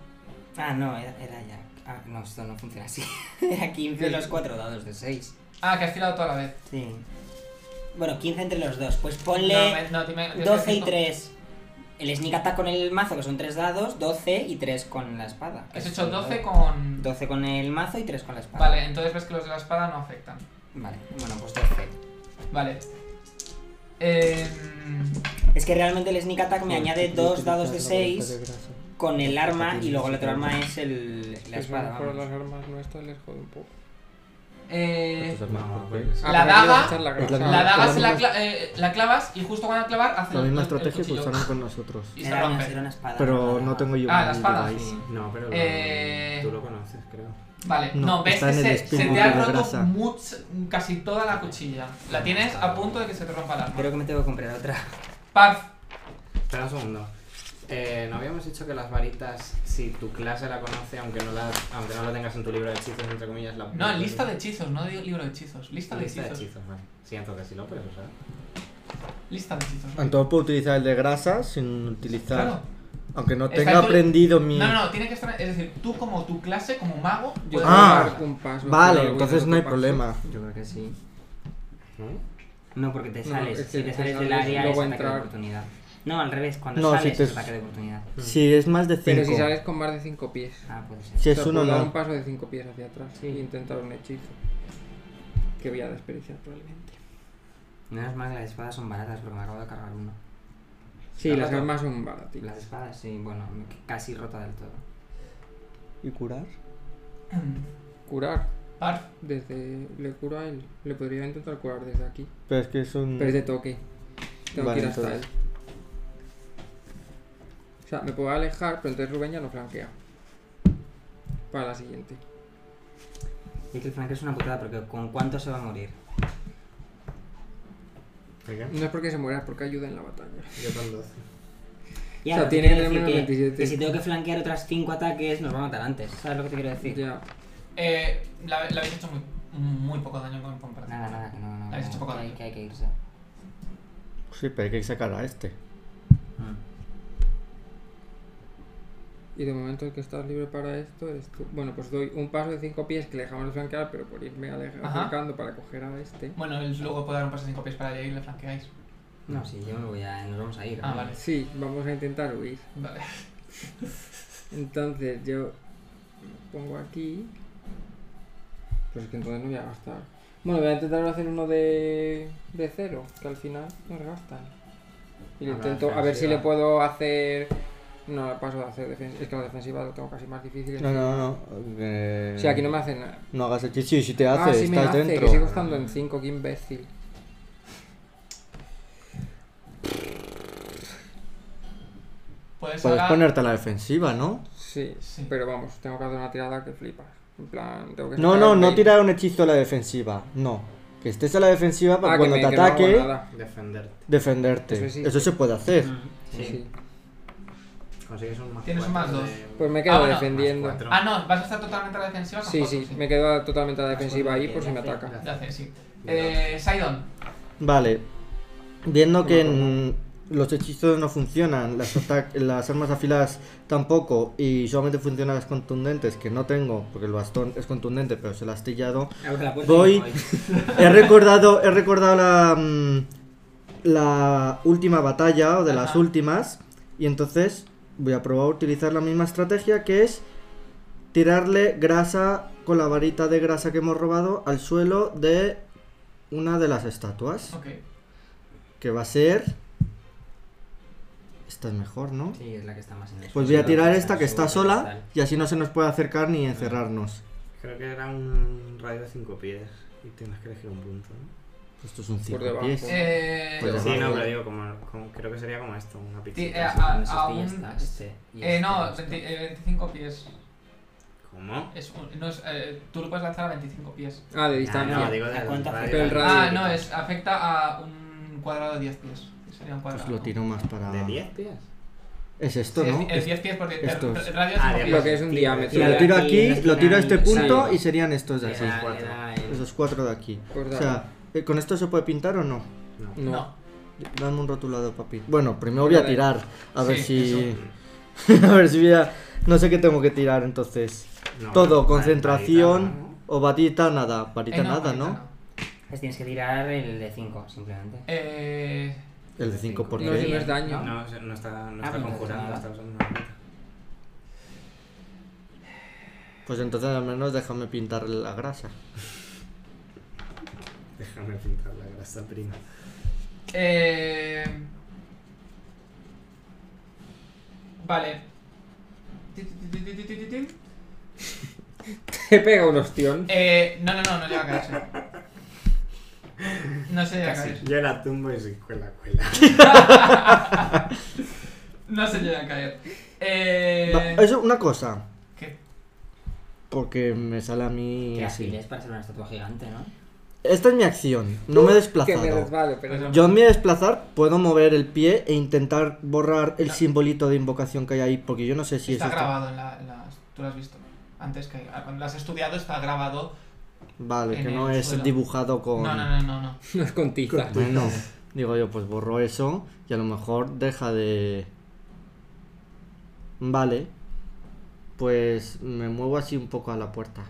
Speaker 5: Ah, no, era, era ya. Ah, no, esto no funciona así. Era 15 los 4 dados de 6.
Speaker 2: Ah, que has tirado toda la vez.
Speaker 5: Sí. Bueno, 15 entre los dos. Pues
Speaker 2: No,
Speaker 5: ponle
Speaker 2: me- no, dime- dime
Speaker 5: 12 y
Speaker 2: cinco.
Speaker 5: 3. El sneak attack con el mazo, que son 3 dados, 12 y 3 con la espada.
Speaker 2: Has
Speaker 5: Es
Speaker 2: hecho
Speaker 5: un
Speaker 2: 12
Speaker 5: dado.
Speaker 2: con...
Speaker 5: 12 con el mazo y 3 con la espada.
Speaker 2: Vale, entonces ves que los de la espada no afectan.
Speaker 5: Vale, bueno, pues 12.
Speaker 2: Vale. Eh,
Speaker 5: Es que realmente el sneak attack me añade dos dados de 6 con el arma y luego el otro arma es el, la espada.
Speaker 3: por las
Speaker 5: vamos.
Speaker 3: armas nuestras les jode un poco. Ah,
Speaker 2: eh,
Speaker 1: Estos
Speaker 4: No, pues,
Speaker 1: hermanos,
Speaker 4: porque
Speaker 1: ¿por qué?
Speaker 2: La
Speaker 3: pero
Speaker 2: daga-
Speaker 3: aquí vas a echar la
Speaker 1: Es la
Speaker 3: grasa.
Speaker 2: la daga
Speaker 1: la
Speaker 2: se la,
Speaker 1: misma-
Speaker 2: cla- eh, la clavas y justo cuando la clavas hace
Speaker 1: La
Speaker 2: el-
Speaker 1: misma
Speaker 2: el- el
Speaker 1: estrategia pues que
Speaker 2: cuchillo.
Speaker 1: usaron con nosotros.
Speaker 2: Y se
Speaker 5: Era una,
Speaker 2: rompe.
Speaker 5: era una espada.
Speaker 1: Pero
Speaker 5: una
Speaker 1: no
Speaker 5: daga.
Speaker 1: tengo yo
Speaker 2: Ah,
Speaker 1: un
Speaker 2: la espada,
Speaker 1: device.
Speaker 5: sí.
Speaker 4: No, pero lo-
Speaker 2: Eh.
Speaker 4: tú lo conoces, creo.
Speaker 2: Vale,
Speaker 1: No,
Speaker 2: no, ves
Speaker 1: está
Speaker 2: que
Speaker 1: en el
Speaker 2: se,
Speaker 1: espíritu
Speaker 2: se
Speaker 1: de
Speaker 2: te ha
Speaker 1: la
Speaker 2: roto
Speaker 1: grasa.
Speaker 2: much- casi toda la cuchilla. La tienes a punto de que se te rompa la
Speaker 5: Creo
Speaker 2: arma.
Speaker 5: que me tengo que comprar otra.
Speaker 2: Parf,
Speaker 4: Espera un segundo. Eh, ¿No habíamos dicho que las varitas, si tu clase la conoce, aunque no la, aunque no la tengas en tu libro de hechizos, entre comillas, la
Speaker 2: no, lista de hechizos, no digo libro de hechizos. Lista de
Speaker 4: Lista de
Speaker 2: hechizos.
Speaker 4: hechizos, vale. Sí, entonces sí lo puedes usar.
Speaker 2: Lista de hechizos.
Speaker 1: Entonces puedo utilizar el de grasa sin utilizar.
Speaker 2: Claro.
Speaker 1: Aunque no
Speaker 2: Está
Speaker 1: tenga
Speaker 2: en tu-
Speaker 1: aprendido mi.
Speaker 2: No, no, no, tiene que estar. Es decir, tú como tu clase, como mago,
Speaker 3: Yo
Speaker 2: puedes
Speaker 1: Ah.
Speaker 3: tengo un paso,
Speaker 1: Vale,
Speaker 3: pero
Speaker 1: entonces
Speaker 3: voy a
Speaker 1: no hay
Speaker 3: otro paso.
Speaker 1: problema.
Speaker 5: Yo creo que sí.
Speaker 4: ¿No?
Speaker 5: No, porque te
Speaker 3: No,
Speaker 5: sales.
Speaker 3: es que
Speaker 5: si te
Speaker 3: te
Speaker 5: sales del
Speaker 3: sales,
Speaker 5: área es
Speaker 3: luego
Speaker 5: ataque de
Speaker 3: entrar.
Speaker 5: oportunidad. No, al revés, cuando
Speaker 1: No, si
Speaker 5: sales
Speaker 1: te-
Speaker 5: es ataque de oportunidad.
Speaker 1: Si es más de 5.
Speaker 3: Pero si sales con más de 5 pies.
Speaker 5: Ah, puede ser.
Speaker 1: Si
Speaker 3: O
Speaker 1: es
Speaker 3: sea,
Speaker 1: uno,
Speaker 3: puedo dar un
Speaker 1: no.
Speaker 3: paso de 5 pies hacia atrás
Speaker 5: Sí.
Speaker 3: y intentar un hechizo. Que voy a desperdiciar probablemente.
Speaker 5: Menos mal que las espadas son baratas porque me acabo de cargar uno.
Speaker 3: Sí,
Speaker 4: Claro,
Speaker 3: las
Speaker 4: claro.
Speaker 3: armas son baratitas.
Speaker 5: Las espadas, sí, bueno, me- casi rota del todo.
Speaker 1: ¿Y curar?
Speaker 3: Curar.
Speaker 2: Parf,
Speaker 3: Desde. Le curo a él. Le podría intentar curar desde aquí.
Speaker 1: Pero es que es un.
Speaker 3: Pero es de toque. Tengo
Speaker 1: Mm. Vale,
Speaker 3: que ir hasta
Speaker 1: entonces.
Speaker 3: él. O sea, me puedo alejar, pero entonces Rubén ya lo flanquea. Para la siguiente.
Speaker 5: Y es que el flanque es una putada porque ¿con cuánto se va a morir?
Speaker 4: ¿Por qué?
Speaker 3: No es porque se muera, es porque ayuda en la batalla.
Speaker 4: Yo con 12.
Speaker 5: Ya,
Speaker 3: O sea,
Speaker 5: lo que
Speaker 3: tiene
Speaker 5: quiero decir
Speaker 3: menos
Speaker 5: que-
Speaker 3: 27.
Speaker 5: que si tengo que flanquear otras 5 ataques, nos va a matar antes. ¿Sabes lo que te quiero decir?
Speaker 3: Ya.
Speaker 2: eh, la, la habéis hecho muy, muy poco daño con comparación.
Speaker 5: Nada, nada, que no, no.
Speaker 2: Habéis
Speaker 5: no,
Speaker 2: hecho poco
Speaker 5: que hay,
Speaker 2: daño.
Speaker 5: que hay que irse.
Speaker 1: Sí, pero hay que sacar a este.
Speaker 3: Y de momento el que estás libre para esto eres tú. Bueno, pues doy un paso de 5 pies que le dejamos de flanquear, pero por irme ale-
Speaker 2: Ajá.
Speaker 3: acercando para coger a este.
Speaker 2: Bueno, él luego puede dar un paso de 5 pies para allá y le flanqueáis.
Speaker 5: No, sí, yo me voy a. Nos vamos a ir.
Speaker 2: Ah,
Speaker 5: ¿no?
Speaker 2: vale.
Speaker 3: Sí, vamos a intentar huir.
Speaker 2: Vale.
Speaker 3: Entonces yo me pongo aquí. Pues es que entonces no voy a gastar. Bueno, voy a intentar hacer uno de, de cero, que al final nos gastan. Y le
Speaker 4: Habrá
Speaker 3: intento a ver si
Speaker 4: defensiva.
Speaker 3: le puedo hacer. No, paso de hacer defensiva. Es que la defensiva lo tengo casi más difícil.
Speaker 1: No, no, no. Eh...
Speaker 3: O sea, aquí no me hace nada.
Speaker 1: No hagas hechizo. Sí, si te hace,
Speaker 3: ah, sí me
Speaker 1: estás
Speaker 3: hace,
Speaker 1: dentro.
Speaker 3: que sigo estando en 5, qué imbécil.
Speaker 2: Puedes,
Speaker 1: Puedes
Speaker 2: ahora-
Speaker 1: ponerte a la defensiva, ¿no?
Speaker 3: Sí,
Speaker 2: Sí.
Speaker 3: pero vamos, tengo que hacer una tirada que flipas. En plan, tengo que
Speaker 1: No,
Speaker 3: sacar
Speaker 1: no, no
Speaker 3: 20.
Speaker 1: tirar un hechizo a la defensiva. No. Que estés a la defensiva para
Speaker 3: Ah, que
Speaker 1: cuando
Speaker 3: me-
Speaker 1: te
Speaker 3: que no hago
Speaker 1: ataque,
Speaker 3: nada.
Speaker 4: Defenderte.
Speaker 1: defenderte.
Speaker 3: Eso
Speaker 1: Eso,
Speaker 3: sí. Mm.
Speaker 1: se puede hacer.
Speaker 5: Sí.
Speaker 3: Sí.
Speaker 4: Consigues un más
Speaker 2: Tienes un más
Speaker 4: cuatro
Speaker 2: dos.
Speaker 4: de-
Speaker 3: Pues me
Speaker 2: Ah,
Speaker 3: quedo
Speaker 2: bueno,
Speaker 3: defendiendo.
Speaker 4: más cuatro.
Speaker 2: Ah, no, vas a estar totalmente a la defensiva. con
Speaker 3: Sí,
Speaker 2: José,
Speaker 3: sí, me quedo totalmente a la defensiva ahí por si me ataca.
Speaker 2: Ya hace, sí. Eh, Sidon,
Speaker 1: Vale. Viendo que en- los hechizos no funcionan, las, ata- las armas afiladas tampoco, y solamente funcionan las contundentes, que no tengo, porque el bastón es contundente, pero se lo ha astillado.
Speaker 5: Abro la puerta
Speaker 1: Voy.
Speaker 5: y me
Speaker 1: He recordado, he recordado la, mm, la última batalla, o de las
Speaker 2: Ajá.
Speaker 1: últimas, y entonces voy a probar a utilizar la misma estrategia, que es tirarle grasa con la varita de grasa que hemos robado al suelo de una de las estatuas.
Speaker 2: Ok.
Speaker 1: Que va a ser. Esta es mejor, ¿no?
Speaker 5: Sí, es la que está más en el
Speaker 1: Pues
Speaker 5: suelo,
Speaker 1: voy a
Speaker 5: la
Speaker 1: tirar
Speaker 5: está
Speaker 1: esta que está
Speaker 5: sobre el
Speaker 1: sola
Speaker 5: pedestal.
Speaker 1: y así no se nos puede acercar ni encerrarnos.
Speaker 4: Creo que era un radio de 5 pies y tienes que elegir un punto, ¿no?
Speaker 1: Esto es un
Speaker 3: Por
Speaker 1: 5
Speaker 3: debajo.
Speaker 1: pies.
Speaker 2: Eh,
Speaker 1: Pues
Speaker 4: sí,
Speaker 1: abajo.
Speaker 4: no, pero digo, como, como- creo que sería como esto, una pizza.
Speaker 2: Ti- eh,
Speaker 5: Ah,
Speaker 2: a-
Speaker 5: no, ese
Speaker 2: a
Speaker 5: sí,
Speaker 2: un-
Speaker 5: está, este, y
Speaker 2: eh,
Speaker 5: este,
Speaker 2: no,
Speaker 5: este.
Speaker 2: 20 eh, 25 pies.
Speaker 4: ¿Cómo?
Speaker 2: Es un- no es, eh, tú lo puedes lanzar a 25 pies.
Speaker 3: Ah, de
Speaker 4: Ah,
Speaker 3: distancia.
Speaker 4: no, digo
Speaker 5: ¿A
Speaker 4: del
Speaker 5: cuánto
Speaker 4: radio.
Speaker 5: afecta?
Speaker 3: El radio.
Speaker 2: Ah, no, es afecta a un cuadrado de 10 pies. que Sería un cuadrado.
Speaker 1: Pues lo tiro más para.
Speaker 4: ¿De 10 pies?
Speaker 1: Es
Speaker 2: Sí,
Speaker 1: esto,
Speaker 2: es,
Speaker 1: ¿no?
Speaker 2: es 10 pies porque el
Speaker 1: esto es-
Speaker 2: radio
Speaker 4: Ah,
Speaker 2: es 5
Speaker 4: de
Speaker 2: pies.
Speaker 3: Lo que es un
Speaker 4: Sí,
Speaker 1: Y
Speaker 3: diámetro.
Speaker 1: lo
Speaker 5: Tira
Speaker 1: tiro
Speaker 5: aquí,
Speaker 1: aquí,
Speaker 5: los
Speaker 1: lo tiro a este
Speaker 5: tirantes,
Speaker 1: punto
Speaker 5: sí.
Speaker 1: y serían estos de
Speaker 5: Le
Speaker 1: así.
Speaker 5: da- le
Speaker 4: cuatro.
Speaker 5: da el-
Speaker 1: Esos cuatro de aquí. O
Speaker 3: Cortado.
Speaker 1: sea, eh, ¿con esto se puede pintar o no?
Speaker 4: No.
Speaker 3: no.
Speaker 2: No.
Speaker 1: Dame un rotulado, papi. Bueno, primero voy a tirar. A ver
Speaker 2: Sí,
Speaker 1: si. a ver si voy a. No sé qué tengo que tirar entonces.
Speaker 4: No,
Speaker 1: Todo,
Speaker 4: vale,
Speaker 1: concentración
Speaker 4: varita, ¿no?
Speaker 1: o batita nada. Varita
Speaker 2: Eh, no,
Speaker 1: nada,
Speaker 2: ahorita
Speaker 1: ¿no?
Speaker 5: Pues tienes que tirar el de 5, simplemente.
Speaker 2: Eh,
Speaker 1: El de 5 por
Speaker 3: No,
Speaker 1: qué?
Speaker 3: si no es daño.
Speaker 4: No, o sea, no está, no
Speaker 5: Ah,
Speaker 4: está
Speaker 5: bueno,
Speaker 4: conjurando,
Speaker 5: nada.
Speaker 4: está usando una varita.
Speaker 1: Pues entonces al menos déjame pintar la grasa.
Speaker 4: Déjame pintar la grasa prima.
Speaker 2: eh, vale. Ti, ti, ti, ti, ti, ti, ti, ti.
Speaker 3: Te pega un ostión.
Speaker 2: Eh, no, no, no, no llega a caerse. No se llega a caer.
Speaker 4: Yo la tumbo y soy cuela, cuela.
Speaker 2: No se llega a caer. Eh,
Speaker 1: Va, Eso, una cosa.
Speaker 2: ¿qué?
Speaker 1: Porque me sale a mí
Speaker 5: Que
Speaker 1: así.
Speaker 5: ágil es para ser una estatua gigante, ¿no?
Speaker 1: Esta es mi acción. No
Speaker 2: Uh,
Speaker 1: me he
Speaker 3: Que me
Speaker 1: desplazado.
Speaker 3: resbalo, pero no.
Speaker 1: Yo en mi desplazar puedo mover el pie e intentar borrar el simbolito de invocación que hay ahí. Porque yo no sé si
Speaker 2: está
Speaker 1: eso
Speaker 2: grabado en, la, en las. Tú lo has visto. Antes que. ah, Cuando lo has estudiado está grabado.
Speaker 1: Vale,
Speaker 2: en
Speaker 1: que no
Speaker 2: el
Speaker 1: es
Speaker 2: suelo.
Speaker 1: dibujado con.
Speaker 2: No, no, no, no. no.
Speaker 3: No es con tiza.
Speaker 1: Bueno, digo yo, pues borro eso y a lo mejor deja de. Vale. Pues me muevo así un poco a la puerta.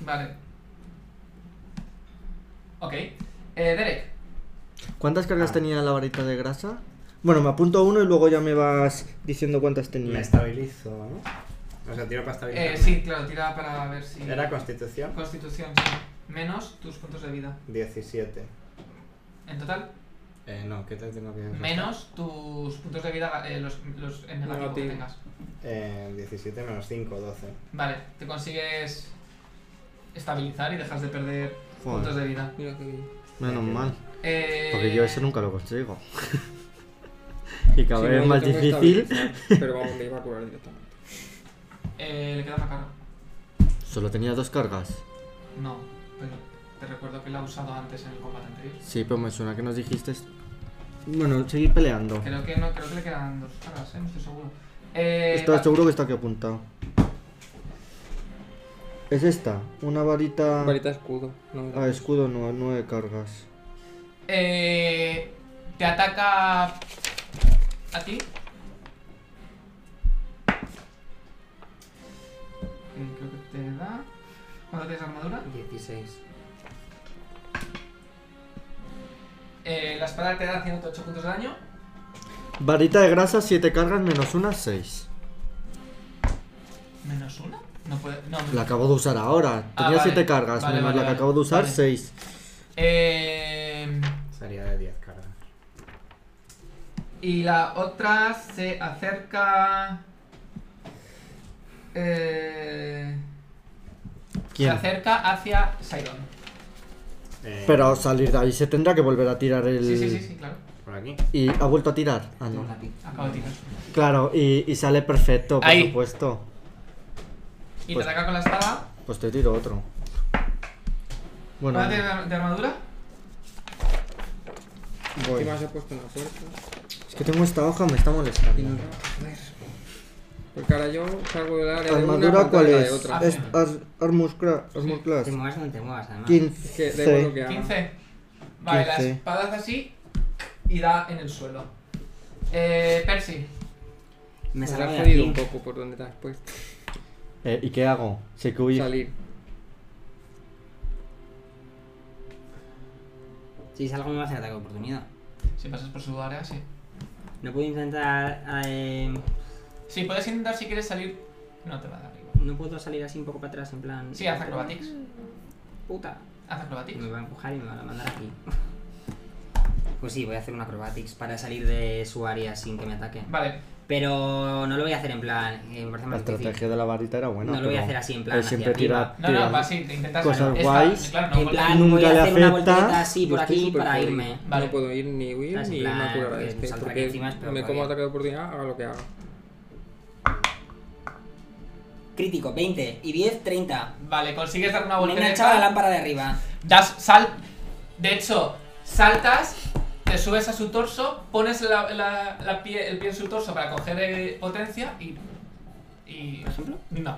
Speaker 2: Vale. Ok. Eh, Derek.
Speaker 1: ¿Cuántas cargas
Speaker 4: Ah.
Speaker 1: tenía la varita de grasa? Bueno, me apunto uno y luego ya me vas diciendo cuántas tenía.
Speaker 4: Me estabilizo, ¿no? O sea, tiro para estabilizarme.
Speaker 2: Eh, sí, claro, tira para ver si.
Speaker 4: Era constitución
Speaker 2: Constitución, sí. Menos tus puntos de vida.
Speaker 4: 17.
Speaker 2: En total,
Speaker 4: Eh, no, ¿qué te tengo que restar?
Speaker 2: menos tus puntos de vida, eh, los, los en negativo que
Speaker 3: Negativo.
Speaker 2: tengas.
Speaker 4: Eh, 17 menos 5, 12.
Speaker 2: Vale, te consigues estabilizar y dejas de perder
Speaker 1: Joder.
Speaker 2: puntos de vida.
Speaker 3: Mira qué bien.
Speaker 1: Menos mal.
Speaker 2: Eh,
Speaker 1: Porque yo eso nunca lo consigo. y cada
Speaker 3: Si
Speaker 1: vez
Speaker 3: no,
Speaker 1: es más
Speaker 3: yo tengo
Speaker 1: difícil.
Speaker 3: estabilizado, Pero vamos, me iba a curar directamente.
Speaker 2: eh, le queda una carga.
Speaker 1: Solo tenía dos cargas.
Speaker 2: No, pero te recuerdo que la ha usado antes en el combate anterior.
Speaker 1: Sí, pero me suena que nos dijiste. Bueno, seguir peleando.
Speaker 2: Creo que no, creo que le quedan dos cargas, eh, no estoy seguro. Eh,
Speaker 1: Estoy
Speaker 2: va-
Speaker 1: seguro que está aquí apuntado. Es esta, una varita.
Speaker 3: Varita escudo. No,
Speaker 1: Ah, escudo no, nueve cargas.
Speaker 2: Eh, te ataca a ti. Eh, creo que te da. ¿Cuánto tienes de armadura?
Speaker 5: 16.
Speaker 2: Eh, la espada te da 108 puntos de daño.
Speaker 1: Varita de grasa, siete cargas menos una, seis.
Speaker 2: Menos una. No puede. No,
Speaker 1: La acabo de usar ahora.
Speaker 2: Ah,
Speaker 1: Tenía
Speaker 2: vale.
Speaker 1: siete cargas,
Speaker 2: Vale,
Speaker 1: menos
Speaker 2: vale,
Speaker 1: la que
Speaker 2: vale.
Speaker 1: acabo de usar,
Speaker 2: Vale.
Speaker 1: seis.
Speaker 2: Eh,
Speaker 4: Sería de 10 cargas.
Speaker 2: y la otra se acerca. Eh, se
Speaker 1: ¿Quién?
Speaker 2: acerca hacia Sidon.
Speaker 4: Eh,
Speaker 1: Pero al salir de ahí se tendrá que volver a tirar el.
Speaker 2: Sí, sí, sí, sí, claro.
Speaker 4: Por aquí.
Speaker 1: Y ha vuelto a tirar. Ah, no.
Speaker 2: Acabo de tirar.
Speaker 1: Claro, y, y sale perfecto, por
Speaker 2: Ahí.
Speaker 1: supuesto.
Speaker 2: Y
Speaker 1: Pues-
Speaker 2: te ataca con la espada.
Speaker 1: Pues te tiro otro. Bueno,
Speaker 2: ¿Cuánto tienes de ar- de armadura?
Speaker 1: voy.
Speaker 3: Encima se ha puesto una puerta.
Speaker 1: Es que tengo esta hoja, me está
Speaker 3: Y no
Speaker 1: molestando.
Speaker 3: la va a poder. Porque ahora yo salgo del área de una
Speaker 1: ¿Armadura
Speaker 3: pantalla
Speaker 1: cuál
Speaker 3: de
Speaker 1: es? Ah,
Speaker 3: otra.
Speaker 1: Es ar- Armor cra- armor Class.
Speaker 5: Te muevas donde te muevas, además.
Speaker 3: Es que da igual lo
Speaker 1: 15.
Speaker 3: que haga.
Speaker 2: 15. Vale, la
Speaker 1: 15.
Speaker 2: espada hace así y da en el suelo. Eh, Percy,
Speaker 5: Me
Speaker 3: Pues
Speaker 5: salgo
Speaker 3: has
Speaker 5: de
Speaker 3: jodido
Speaker 5: aquí.
Speaker 3: un poco por donde te has puesto.
Speaker 1: Eh, ¿Y qué hago? Sé que huir.
Speaker 3: Salir.
Speaker 5: Si salgo me va a hacer ataque de oportunidad.
Speaker 2: si pasas por su área, sí.
Speaker 5: No puedo intentar... eh,
Speaker 2: Sí, puedes intentar si quieres salir. No te va a dar igual.
Speaker 5: no puedo salir así un poco para atrás en plan...
Speaker 2: Sí, haz acrobatics.
Speaker 5: Puta.
Speaker 2: Haz
Speaker 5: Me
Speaker 2: acrobatics.
Speaker 5: va a empujar y me van a mandar aquí. Pues sí, voy a hacer un acrobatics para salir de su área sin que me ataque.
Speaker 2: Vale,
Speaker 5: Pero no lo voy a hacer en plan... eh,
Speaker 1: La
Speaker 5: me parece más difícil.
Speaker 1: estrategia de la varita era buena.
Speaker 5: No lo voy a
Speaker 1: pero-
Speaker 5: hacer así, en plan,
Speaker 1: pero
Speaker 5: hacia
Speaker 1: siempre
Speaker 5: arriba.
Speaker 1: tira,
Speaker 2: no, no,
Speaker 1: tira-
Speaker 2: va, sí, te intentas
Speaker 1: Cosas
Speaker 2: salir. Es pa-
Speaker 1: guays.
Speaker 2: Claro, no,
Speaker 5: En
Speaker 2: golpe-
Speaker 5: plan,
Speaker 1: Nunca
Speaker 5: voy
Speaker 1: le
Speaker 5: a hacer una
Speaker 1: afecta.
Speaker 5: voltereta así
Speaker 3: Yo
Speaker 5: por
Speaker 3: estoy
Speaker 5: aquí
Speaker 3: súper
Speaker 5: para
Speaker 3: jodido.
Speaker 5: irme.
Speaker 2: Vale.
Speaker 3: No puedo ir ni huir
Speaker 5: Estás en
Speaker 3: ni irme
Speaker 5: plan,
Speaker 3: a curar a
Speaker 5: que
Speaker 3: este.
Speaker 5: saltar
Speaker 3: Porque
Speaker 5: encima es peor
Speaker 3: me como
Speaker 5: todavía.
Speaker 3: ataque de oportunidad, haga lo que haga.
Speaker 5: Crítico, 20. Y 10, 30.
Speaker 2: Vale, consigues dar una
Speaker 5: Me he
Speaker 2: voltereta.
Speaker 5: enganchado a la lámpara de arriba.
Speaker 2: das sal de hecho saltas te subes a su torso pones la, la- la pie, el pie en su torso para coger eh, potencia y y
Speaker 5: Por ejemplo.
Speaker 2: no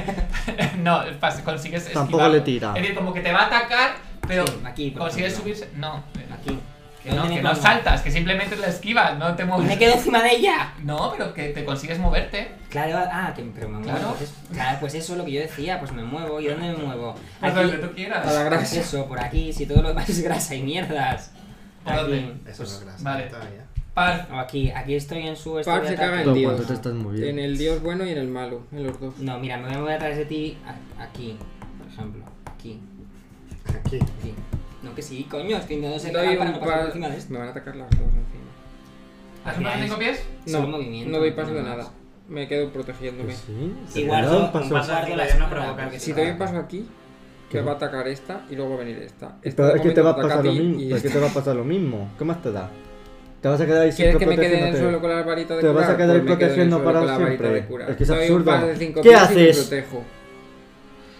Speaker 2: no pas- consigues
Speaker 1: Tampoco
Speaker 2: esquivarlo.
Speaker 1: le tira.
Speaker 2: es decir como que te va a atacar pero
Speaker 5: Sí, aquí, por
Speaker 2: consigues
Speaker 5: ejemplo.
Speaker 2: subirse no eh,
Speaker 5: Aquí.
Speaker 2: que no,
Speaker 5: ¿Dónde
Speaker 2: que
Speaker 5: me
Speaker 2: no
Speaker 5: pongo?
Speaker 2: saltas que simplemente la esquivas no te
Speaker 5: Y
Speaker 2: mueves
Speaker 5: me quedo encima de ella.
Speaker 2: no pero que te consigues moverte
Speaker 5: Claro, ah, que, pero me muevo.
Speaker 2: Claro.
Speaker 5: Pues, es- claro, pues eso es lo que yo decía, pues me muevo. ¿Y dónde me muevo?
Speaker 2: por donde tú quieras
Speaker 3: A la
Speaker 5: Pues
Speaker 3: grasa.
Speaker 5: eso, por aquí, si todo lo demás es grasa y mierdas.
Speaker 2: ¿Por dónde?
Speaker 5: Aquí.
Speaker 4: Eso es grasa.
Speaker 2: vale.
Speaker 4: Todavía.
Speaker 2: Par-
Speaker 5: O aquí, aquí estoy en su
Speaker 3: Pac
Speaker 5: estoy
Speaker 3: se
Speaker 5: de ataque.
Speaker 3: caga
Speaker 1: Pero
Speaker 3: en
Speaker 1: cuando
Speaker 3: Dios.
Speaker 1: te estás moviendo.
Speaker 3: En el Dios bueno y en el malo, en los dos.
Speaker 5: No, mira, me voy a mover atrás de ti a- aquí, por ejemplo. Aquí,
Speaker 4: Aquí.
Speaker 5: aquí. No que sí, coño, es que no se
Speaker 3: Doy
Speaker 5: caga
Speaker 3: un
Speaker 5: para no pasar
Speaker 3: pa-
Speaker 5: por encima de esto.
Speaker 3: Me van a atacar las dos encima.
Speaker 2: ¿Has superado cinco pies?
Speaker 5: Solo
Speaker 3: No,
Speaker 5: movimiento,
Speaker 3: no doy paso de
Speaker 5: nada más.
Speaker 3: nada. Me quedo protegiéndome.
Speaker 1: Pues sí,
Speaker 5: Y
Speaker 1: se le da
Speaker 5: guardo,
Speaker 1: un paso.
Speaker 5: guardo
Speaker 6: Así que
Speaker 5: la
Speaker 6: ya no
Speaker 5: espada,
Speaker 6: provocas.
Speaker 5: porque
Speaker 3: Si
Speaker 5: sí.
Speaker 3: doy un paso aquí,
Speaker 1: Ah. ¿Qué?
Speaker 3: que va a atacar esta y luego va a venir esta. Esta
Speaker 1: Pero
Speaker 3: de
Speaker 1: es que te
Speaker 3: momento
Speaker 1: va a
Speaker 3: ataca
Speaker 1: pasar lo
Speaker 3: ti
Speaker 1: mismo.
Speaker 3: y
Speaker 1: pero es que
Speaker 3: esta.
Speaker 1: te va a pasar lo mismo. ¿Qué más te da? Te vas a quedar ahí
Speaker 3: ¿Quieres
Speaker 1: siempre
Speaker 3: que me quede en el suelo
Speaker 1: protegiéndote.
Speaker 3: con la varita de
Speaker 1: Te vas
Speaker 3: curar?
Speaker 1: a quedar ahí
Speaker 3: Pues me quedo en el
Speaker 1: protegiendo
Speaker 3: suelo con
Speaker 1: para
Speaker 3: la varita
Speaker 1: siempre.
Speaker 3: de curar.
Speaker 1: Es que es
Speaker 3: Doy un
Speaker 1: absurdo.
Speaker 3: paso de cinco
Speaker 1: ¿Qué
Speaker 3: pies y me
Speaker 1: haces?
Speaker 3: protejo.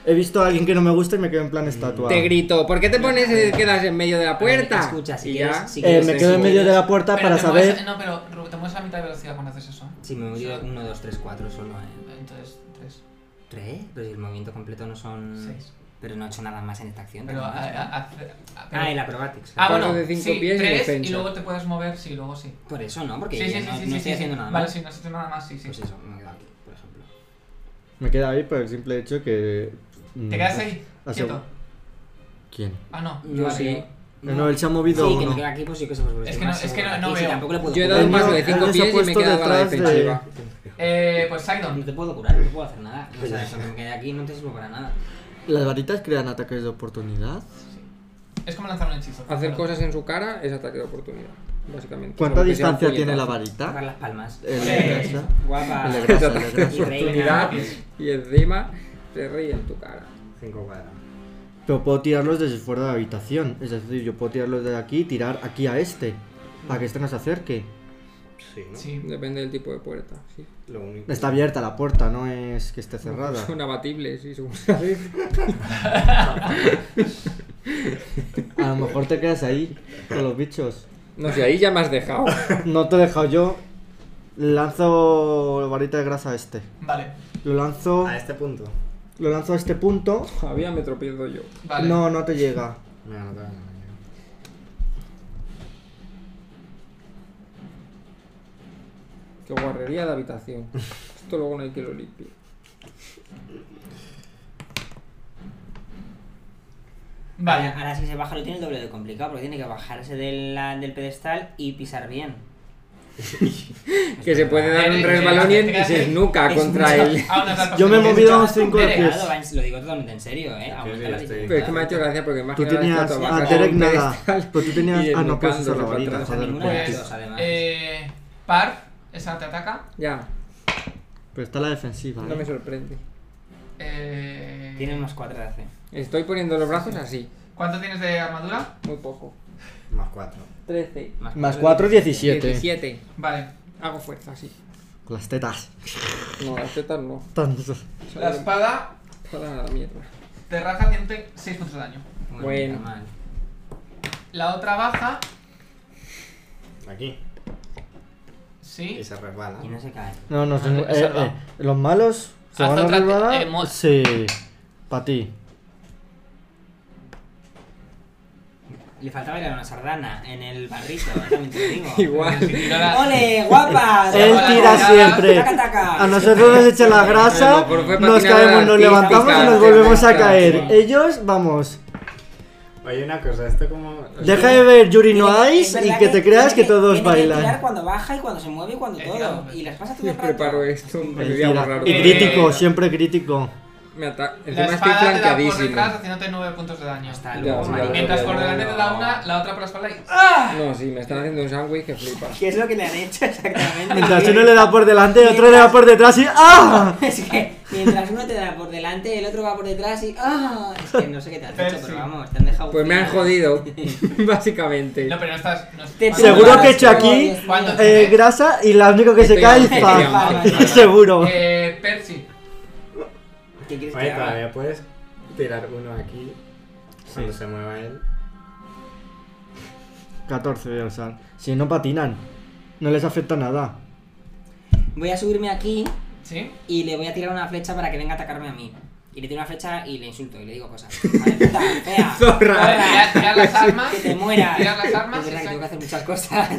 Speaker 1: He visto a alguien que no me gusta y me quedo en plan estatua.
Speaker 3: Te grito, ¿por qué te pones y quedas en medio de la puerta?
Speaker 5: eh, escucha, si
Speaker 3: Y
Speaker 5: quieres-
Speaker 3: ya.
Speaker 5: si
Speaker 1: Eh,
Speaker 5: quieres-
Speaker 1: me
Speaker 5: Sí,
Speaker 1: quedo en
Speaker 5: sí,
Speaker 1: medio de
Speaker 5: sí.
Speaker 1: la puerta
Speaker 2: Pero
Speaker 1: para
Speaker 2: te mueves-
Speaker 1: saber.
Speaker 2: no, pero Ru, te mueves a mitad de velocidad cuando haces eso.
Speaker 5: Si me moví 1, 2, 3, 4 solo, eh.
Speaker 2: Entonces, tres,
Speaker 5: 3, pero si el movimiento completo no son.
Speaker 2: seis.
Speaker 5: Pero no he hecho nada más en esta acción.
Speaker 2: Pero,
Speaker 5: tengo
Speaker 2: a,
Speaker 5: más, Mm. ¿no?
Speaker 2: a- hace- a- pero-
Speaker 5: Ah, el acrobatics.
Speaker 2: Ah,
Speaker 5: claro.
Speaker 2: bueno,
Speaker 3: de cinco
Speaker 2: sí,
Speaker 3: pies y
Speaker 2: tres, y
Speaker 3: defensa.
Speaker 2: luego te puedes mover, sí, luego sí.
Speaker 5: Por eso, ¿no? Porque
Speaker 2: sí, sí,
Speaker 5: yo
Speaker 2: sí,
Speaker 5: no,
Speaker 2: sí,
Speaker 5: no
Speaker 2: sí,
Speaker 5: estoy
Speaker 2: sí.
Speaker 5: haciendo nada
Speaker 2: Vale,
Speaker 5: más.
Speaker 2: sí, no has hecho nada más, sí, sí.
Speaker 5: Pues eso, me quedo aquí, por ejemplo.
Speaker 1: Me quedo ahí por el simple hecho que. mm,
Speaker 2: ¿Te quedas ahí?
Speaker 1: asegu-
Speaker 2: Quieto.
Speaker 1: ¿Quién?
Speaker 2: Ah, no.
Speaker 5: Yo
Speaker 2: vale.
Speaker 3: sí.
Speaker 1: No, no, él se ha movido
Speaker 5: Sí,
Speaker 1: o
Speaker 5: que
Speaker 1: no.
Speaker 5: me quedo aquí, pues yo qué sé, pues
Speaker 2: Es que
Speaker 5: estoy
Speaker 2: no-
Speaker 5: más
Speaker 2: es que
Speaker 5: seguro
Speaker 2: no- no
Speaker 5: aquí, si
Speaker 2: veo.
Speaker 5: tampoco le puedo
Speaker 3: Yo he
Speaker 5: curar.
Speaker 3: dado un
Speaker 1: Coño,
Speaker 3: paso de cinco
Speaker 1: él se ha
Speaker 3: pies y me he
Speaker 1: puesto
Speaker 3: quedado a la
Speaker 1: detrás de-
Speaker 3: defensiva.
Speaker 2: Eh, pues
Speaker 5: No
Speaker 2: Sidon.
Speaker 5: te puedo curar, no puedo hacer nada. O sea, si me quedé aquí no te sirvo para nada.
Speaker 1: ¿Las varitas crean ataques de oportunidad?
Speaker 2: Es como lanzar un hechizo.
Speaker 3: Hacer
Speaker 2: Claro.
Speaker 3: cosas en su cara es ataque de oportunidad, básicamente.
Speaker 1: ¿Cuánta
Speaker 3: Aunque sea un
Speaker 1: distancia tiene la
Speaker 3: puñetazo.
Speaker 5: Tocar
Speaker 1: varita?
Speaker 5: las palmas.
Speaker 3: Eh,
Speaker 1: El
Speaker 2: Sí.
Speaker 1: de grasa.
Speaker 5: Guapa.
Speaker 1: El de grasa, el de
Speaker 5: Y
Speaker 1: grasa.
Speaker 5: reina. Pues,
Speaker 3: Oportunidad y encima te ríe en tu cara.
Speaker 4: Cinco cuadras.
Speaker 1: Pero puedo tirarlos desde fuera de la habitación. Es decir, yo puedo tirarlos desde aquí y tirar aquí a este. Para que este no se acerque.
Speaker 4: Sí, ¿no?
Speaker 2: Sí.
Speaker 3: Depende del tipo de puerta. Sí.
Speaker 4: Lo único.
Speaker 1: Está abierta la puerta, no es que esté cerrada.
Speaker 3: Son abatibles, sí, según se hace.
Speaker 1: A lo mejor te quedas ahí con los bichos.
Speaker 3: No sé, ahí ya me has dejado.
Speaker 1: No te he dejado yo. Lanzo la varita de grasa a este.
Speaker 2: Vale,
Speaker 1: Lo lanzo,
Speaker 4: A este punto.
Speaker 1: lo lanzo a este punto.
Speaker 3: Todavía me tropiezo yo.
Speaker 2: vale.
Speaker 1: No, no te llega.
Speaker 4: Mira, no te van a dañar.
Speaker 3: Qué guarrería de habitación. Esto luego no hay que lo limpie.
Speaker 2: Vale.
Speaker 5: Ahora si se baja lo tiene el doble de complicado, porque tiene que bajarse del, la- del pedestal y pisar bien.
Speaker 3: Que se puede dar un
Speaker 2: Eh, eh,
Speaker 3: resbalón y
Speaker 2: eh, eh,
Speaker 3: y se
Speaker 2: eh,
Speaker 3: esnuca
Speaker 5: es
Speaker 3: contra
Speaker 5: mucho.
Speaker 3: él.
Speaker 2: Ah, no, tal,
Speaker 1: Yo me he
Speaker 2: porque-
Speaker 1: movido a unos 5
Speaker 2: Tere,
Speaker 1: pies.
Speaker 5: Claro, Vance, lo digo totalmente en serio, ¿eh? Aumenta la
Speaker 4: estoy-
Speaker 5: dificultad.
Speaker 3: pues. Pero es que me ha hecho gracia porque
Speaker 1: Tú
Speaker 3: imagina la
Speaker 1: tenías
Speaker 3: estatua
Speaker 1: a
Speaker 3: baja
Speaker 1: Derek
Speaker 3: de un
Speaker 1: nada.
Speaker 3: pedestal
Speaker 1: Pero tú tenías.
Speaker 3: y
Speaker 1: Ah, no puedes usar
Speaker 3: desnucándose
Speaker 1: la
Speaker 3: para
Speaker 1: varita,
Speaker 3: atrás.
Speaker 5: O sea,
Speaker 1: joder.
Speaker 5: ninguna de las dos,
Speaker 1: Pues,
Speaker 2: Pues,
Speaker 5: además.
Speaker 2: eh, Par, esa te ataca.
Speaker 3: Ya,
Speaker 1: pero está la defensiva.
Speaker 3: no me
Speaker 1: ¿eh?
Speaker 3: sorprende.
Speaker 2: Eh,
Speaker 5: Tiene más 4 de AC.
Speaker 3: Estoy poniendo los brazos así,
Speaker 2: ¿Cuánto tienes de armadura?
Speaker 3: muy poco.
Speaker 4: Más cuatro.
Speaker 3: 13,
Speaker 1: Más
Speaker 5: cuatro
Speaker 1: 4,
Speaker 5: de
Speaker 1: 17.
Speaker 3: 17.
Speaker 2: Vale.
Speaker 3: Hago fuerza, sí.
Speaker 1: Con las tetas.
Speaker 3: No, las tetas no.
Speaker 1: Tanto.
Speaker 2: La espada
Speaker 3: Para la mierda.
Speaker 2: te raja 106 puntos de daño.
Speaker 5: Bueno,
Speaker 3: Bueno.
Speaker 5: está mal.
Speaker 2: La otra baja,
Speaker 4: Aquí.
Speaker 2: sí.
Speaker 4: Y se resbala.
Speaker 5: Y no se cae.
Speaker 1: No, no,
Speaker 2: Ah,
Speaker 1: son-
Speaker 2: no,
Speaker 1: eh,
Speaker 2: esa
Speaker 1: eh,
Speaker 2: va.
Speaker 1: los malos se
Speaker 2: Haz
Speaker 1: van a
Speaker 2: otra te-
Speaker 1: resbalar.
Speaker 2: eh, mo-
Speaker 1: sí, para ti.
Speaker 5: Le faltaba ir a una sardana en el barrito, ¿eh? también te digo.
Speaker 3: Igual.
Speaker 2: Si tiro la-
Speaker 5: ¡Ole, guapa!
Speaker 2: Él tira
Speaker 1: siempre.
Speaker 5: Taca,
Speaker 2: Ah,
Speaker 5: taca.
Speaker 3: Ah,
Speaker 1: A nosotros nos echa la
Speaker 3: A
Speaker 1: grasa,
Speaker 3: lo mejor fue
Speaker 1: nos
Speaker 3: patinadora
Speaker 1: caemos, nos
Speaker 3: artística,
Speaker 1: levantamos y nos
Speaker 3: artística,
Speaker 1: volvemos a
Speaker 3: artística,
Speaker 1: caer.
Speaker 3: sí.
Speaker 1: Ellos, vamos.
Speaker 4: Oye, una cosa, esto como.
Speaker 1: Deja de ver Yuri no
Speaker 5: Tiene- es
Speaker 1: Ice y
Speaker 5: verdad
Speaker 1: que te creas
Speaker 5: tiene
Speaker 1: que todos
Speaker 5: tiene Que tirar
Speaker 1: bailan.
Speaker 5: cuando baja y cuando se mueve y cuando
Speaker 2: Eh,
Speaker 5: todo.
Speaker 2: digamos,
Speaker 5: Y las pasa todo
Speaker 3: Yo
Speaker 5: el rato.
Speaker 3: preparo esto. Me quería
Speaker 1: Mentira.
Speaker 3: borrar
Speaker 1: Y
Speaker 2: Eh,
Speaker 1: crítico, siempre crítico.
Speaker 3: Me ata-
Speaker 2: La
Speaker 3: Encima estoy
Speaker 2: espada te da por detrás
Speaker 3: flanqueadísimo.
Speaker 2: haciéndote 9 puntos de daño.
Speaker 5: Hasta
Speaker 3: Ya,
Speaker 5: luego,
Speaker 3: sí, ya
Speaker 5: marido.
Speaker 3: lo
Speaker 2: Mientras por
Speaker 3: veo.
Speaker 2: delante te da una, la otra por la espalda y... ¡ah!
Speaker 3: No, sí, me están haciendo un sándwich que flipas.
Speaker 5: ¿Qué es lo que le han hecho
Speaker 2: eh,
Speaker 5: exactamente?
Speaker 1: Mientras uno le da por delante y otro le da por detrás y ¡ah!
Speaker 5: Es que mientras uno te da por delante, el otro va por detrás y. ¡Ah! Es que no sé qué te has hecho,
Speaker 2: Percy.
Speaker 5: pero vamos, te han dejado.
Speaker 3: Eh, Pues me han jodido, básicamente.
Speaker 2: No, pero no estás... No,
Speaker 5: Te
Speaker 2: cuando-
Speaker 1: Seguro
Speaker 5: preparas
Speaker 1: que he hecho
Speaker 5: todo,
Speaker 1: aquí,
Speaker 5: Dios mío.
Speaker 2: ¿Cuándo?
Speaker 1: Eh, grasa y la única que se
Speaker 3: Estoy
Speaker 1: cae es
Speaker 3: hablando
Speaker 1: Fa.
Speaker 5: de Fa.
Speaker 1: Seguro.
Speaker 2: Eh, Percy.
Speaker 5: ¿Qué
Speaker 3: Pues
Speaker 5: quieres que
Speaker 4: Oye,
Speaker 5: haga?
Speaker 4: todavía puedes tirar uno aquí cuando se mueva él.
Speaker 1: 14, o sea, si no patinan, no les afecta nada.
Speaker 5: Voy a subirme aquí
Speaker 2: ¿Sí?
Speaker 5: y le voy a tirar una flecha para que venga a atacarme a mí. Y le tiro una flecha y le insulto y le digo cosas. Vale, puta, fea.
Speaker 3: Zorra.
Speaker 2: Vale, tirar, tirar las armas.
Speaker 5: Que te mueras.
Speaker 2: Tirar las armas.
Speaker 5: Es verdad
Speaker 2: y
Speaker 5: que tengo
Speaker 2: sac-
Speaker 5: que hacer muchas cosas.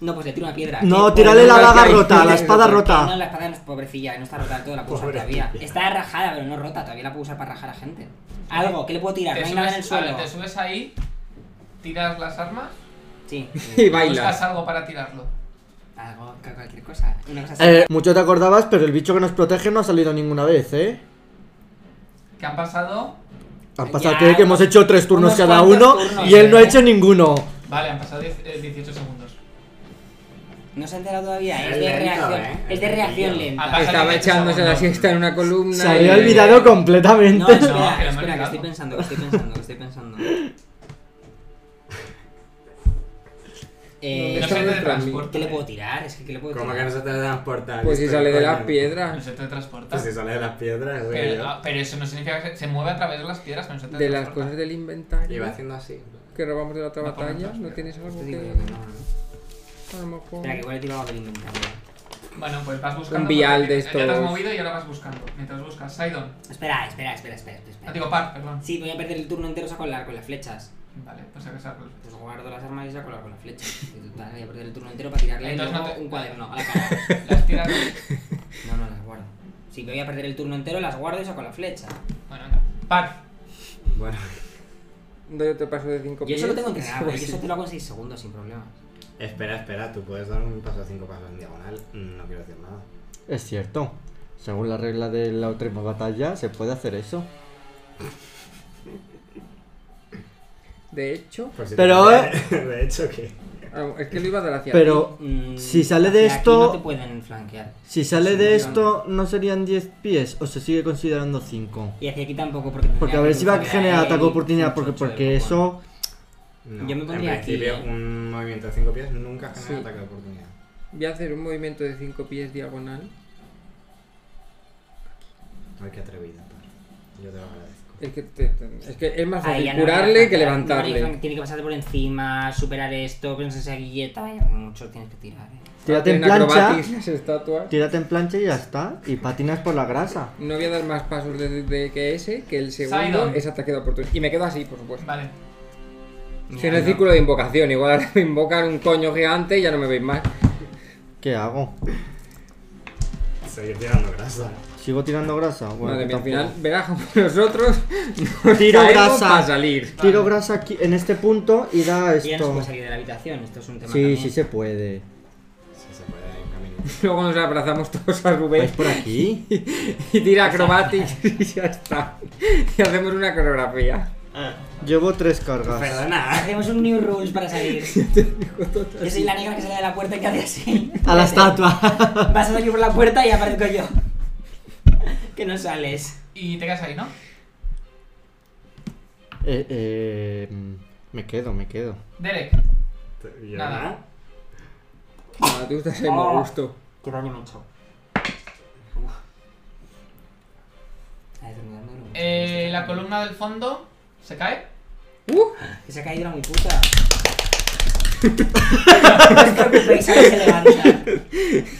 Speaker 5: No, pues le tiro una piedra.
Speaker 1: No,
Speaker 5: Que-
Speaker 1: tírale la
Speaker 3: bueno,
Speaker 1: daga
Speaker 3: que hay-
Speaker 1: rota, la espada
Speaker 3: que no
Speaker 5: No,
Speaker 1: rota.
Speaker 5: la espada no es pobrecilla, no está rota del todo, la puedo usar
Speaker 4: Pobrecilla.
Speaker 5: todavía. Está rajada, pero no rota, todavía la puedo usar para rajar a gente. Algo, ¿qué le puedo tirar?
Speaker 2: Te
Speaker 5: No hay nada en el
Speaker 2: subes, a
Speaker 5: suelo.
Speaker 2: ver, te subes ahí, tiras las armas,
Speaker 5: Sí.
Speaker 3: Y
Speaker 2: buscas
Speaker 3: bailas.
Speaker 2: algo para tirarlo.
Speaker 5: Algo, ca- cualquier cosa. Una cosa así.
Speaker 1: Eh, mucho te acordabas, pero el bicho que nos protege no ha salido ninguna vez, ¿eh?
Speaker 2: ¿Qué han pasado?
Speaker 1: Han pasado
Speaker 5: Ya,
Speaker 1: que, que hemos
Speaker 5: unos-
Speaker 1: hecho tres turnos
Speaker 5: unos
Speaker 1: cada
Speaker 5: cuantos
Speaker 1: uno
Speaker 5: turnos,
Speaker 1: y él no ha
Speaker 5: ¿eh?
Speaker 1: hecho ninguno.
Speaker 2: Vale, han pasado diez- eh, 18 segundos.
Speaker 5: No se ha enterado todavía, es
Speaker 4: Es
Speaker 5: de
Speaker 4: lento,
Speaker 5: reacción.
Speaker 4: ¿eh?
Speaker 5: Es de reacción lenta.
Speaker 2: Ah,
Speaker 3: Estaba
Speaker 2: que-
Speaker 3: echándose la
Speaker 2: no.
Speaker 3: siesta en una columna.
Speaker 1: Se había
Speaker 3: y-
Speaker 1: olvidado
Speaker 5: No,
Speaker 1: completamente.
Speaker 2: No, que
Speaker 5: espera,
Speaker 2: lo hemos
Speaker 5: espera, que estoy
Speaker 2: mirado.
Speaker 5: pensando, que estoy pensando, que estoy pensando.
Speaker 2: No
Speaker 5: Eh,
Speaker 2: se te
Speaker 3: detrás de mí.
Speaker 2: transporta.
Speaker 5: ¿Qué le puedo tirar? Es que ¿qué le puedo
Speaker 4: Como que
Speaker 5: tirar?
Speaker 4: no se te transporta.
Speaker 3: Pues si
Speaker 4: listo,
Speaker 3: sale de las
Speaker 4: coño.
Speaker 2: No
Speaker 3: piedras.
Speaker 2: se te transporta.
Speaker 4: Pues si sale de las piedras, soy
Speaker 2: Pero,
Speaker 4: yo.
Speaker 2: ah, pero eso no significa que se mueve a través de las piedras, pero no se te
Speaker 3: De las
Speaker 2: transporta.
Speaker 3: cosas del
Speaker 4: Y va
Speaker 3: inventario.
Speaker 4: haciendo así.
Speaker 3: Que robamos de la otra
Speaker 2: No
Speaker 3: batalla.
Speaker 2: comentas,
Speaker 3: ¿No
Speaker 2: pero-
Speaker 3: tienes
Speaker 1: Pues
Speaker 3: algo
Speaker 4: Te
Speaker 3: que.?
Speaker 4: digo yo que no, ¿no?
Speaker 3: A lo mejor.
Speaker 5: Espera, que igual le tiro algo del inventario.
Speaker 2: Bueno, pues vas buscando.
Speaker 3: Un vial
Speaker 2: porque
Speaker 3: de
Speaker 2: Ya te has
Speaker 3: estos.
Speaker 2: movido y ahora vas buscando. Mientras buscas. Sidon.
Speaker 5: Espera, espera, espera, espera. espera.
Speaker 2: No digo par, perdón.
Speaker 5: Sí, voy a perder el turno entero saco la, con las flechas.
Speaker 2: Vale, pues hay que sacarlo.
Speaker 5: Pues guardo las armas y saco la con las flechas. Y total, voy a perder el turno entero para tirarle
Speaker 2: Entonces
Speaker 5: luego
Speaker 2: no te-
Speaker 5: un cuaderno a la cara.
Speaker 2: Las tiras.
Speaker 5: No, no, las guardo. Si voy a perder el turno entero, las guardo y saco la flecha.
Speaker 2: Bueno, venga. Par.
Speaker 4: Bueno,
Speaker 3: Doy otro paso de 5
Speaker 5: Y
Speaker 3: pies.
Speaker 5: eso lo tengo entrenado, ¿eh?
Speaker 3: Pues
Speaker 5: y eso
Speaker 3: sí.
Speaker 5: te lo hago en 6 segundos sin problemas.
Speaker 4: espera, espera, tú puedes dar un paso cinco pasos en diagonal. Mm, No quiero decir nada.
Speaker 1: Es cierto. Según la regla de la otra batalla, se puede hacer eso.
Speaker 3: De hecho,
Speaker 4: Por si
Speaker 1: Pero,
Speaker 4: te- De hecho, que.
Speaker 3: ah, es que lo iba a dar hacia
Speaker 1: Pero
Speaker 5: Mm,
Speaker 1: Si sale de
Speaker 5: hacia aquí
Speaker 1: esto-
Speaker 5: No te pueden flanquear.
Speaker 1: si sale de
Speaker 5: Sí,
Speaker 1: esto, ¿no serían 10 pies o se sigue considerando 5?
Speaker 5: Y hacia aquí tampoco, porque. tendría
Speaker 1: Porque a ver si va a
Speaker 5: cruzar
Speaker 1: generar
Speaker 5: ahí
Speaker 1: ataque oportunidad, porque,
Speaker 5: mucho de
Speaker 1: porque
Speaker 5: poco.
Speaker 1: eso...
Speaker 4: No,
Speaker 5: Yo me pondría
Speaker 4: en
Speaker 5: aquí,
Speaker 4: principio,
Speaker 5: ¿eh?
Speaker 4: un movimiento de cinco pies nunca genera
Speaker 3: Sí.
Speaker 4: ataque de oportunidad.
Speaker 3: ti. Voy a hacer un movimiento de 5 pies diagonal.
Speaker 4: Ay, qué atrevido, par. Yo te lo agradezco.
Speaker 3: Es que, te- te- es, que es más
Speaker 5: Ahí
Speaker 3: fácil
Speaker 5: ya no
Speaker 3: curarle
Speaker 5: hay
Speaker 3: que
Speaker 5: flanquear, no hay
Speaker 3: levantarle.
Speaker 5: flanque- Tiene que pasarte por encima, superar esto, ponerse esa guilleta. y Mucho tienes que tirar. eh.
Speaker 1: Tírate en
Speaker 3: Hacen
Speaker 1: plancha,
Speaker 3: acrobatis las estatuas.
Speaker 1: tírate en plancha y ya está. Y patinas por la grasa.
Speaker 3: No voy a dar más pasos de, de- que ese, que el segundo
Speaker 2: Sidon.
Speaker 3: es ataque de oportunidad. Y me quedo así, por supuesto.
Speaker 2: Vale.
Speaker 5: Mira,
Speaker 3: Estoy en el
Speaker 5: no.
Speaker 3: círculo de invocación. Igual ahora me invocan un coño gigante y ya no me veis más.
Speaker 1: ¿Qué hago?
Speaker 4: Seguir tirando grasa.
Speaker 1: ¿Sigo tirando grasa? Bueno,
Speaker 3: Madre mía, al
Speaker 1: tampoco.
Speaker 3: final, verás como nosotros nos
Speaker 1: Tiro
Speaker 3: caemos
Speaker 1: grasa.
Speaker 3: para salir.
Speaker 1: Tiro grasa aquí, en este punto y da
Speaker 5: Y ya no se
Speaker 1: esto.
Speaker 5: puede salir de la habitación, esto es un tema.
Speaker 1: Sí,
Speaker 5: también.
Speaker 1: sí se puede.
Speaker 4: Si se puede, hay un camino.
Speaker 3: Luego nos abrazamos todos a Rubén.
Speaker 1: ¿Es por aquí?
Speaker 3: y tira acrobatics y ya está. Y hacemos una coreografía.
Speaker 5: Ah.
Speaker 1: Llevo tres cargas.
Speaker 5: Perdona, hacemos un new rules para salir. Yo soy la negra que sale de la puerta y que hace así.
Speaker 1: A la estatua.
Speaker 5: Vas a salir por la puerta y aparezco yo. Que no sales.
Speaker 2: Y te quedas ahí, ¿no?
Speaker 1: Eh, eh, mm, me quedo, me quedo.
Speaker 2: Derek.
Speaker 4: Te- yo-
Speaker 2: Nada.
Speaker 3: Ah, tú estás ahí muy
Speaker 1: Oh.
Speaker 3: a gusto.
Speaker 5: Qué daño me he hecho.
Speaker 2: Eh, la columna del fondo se cae.
Speaker 5: Que se ha caído la muy puta. No os preocupéis, ahí se levanta.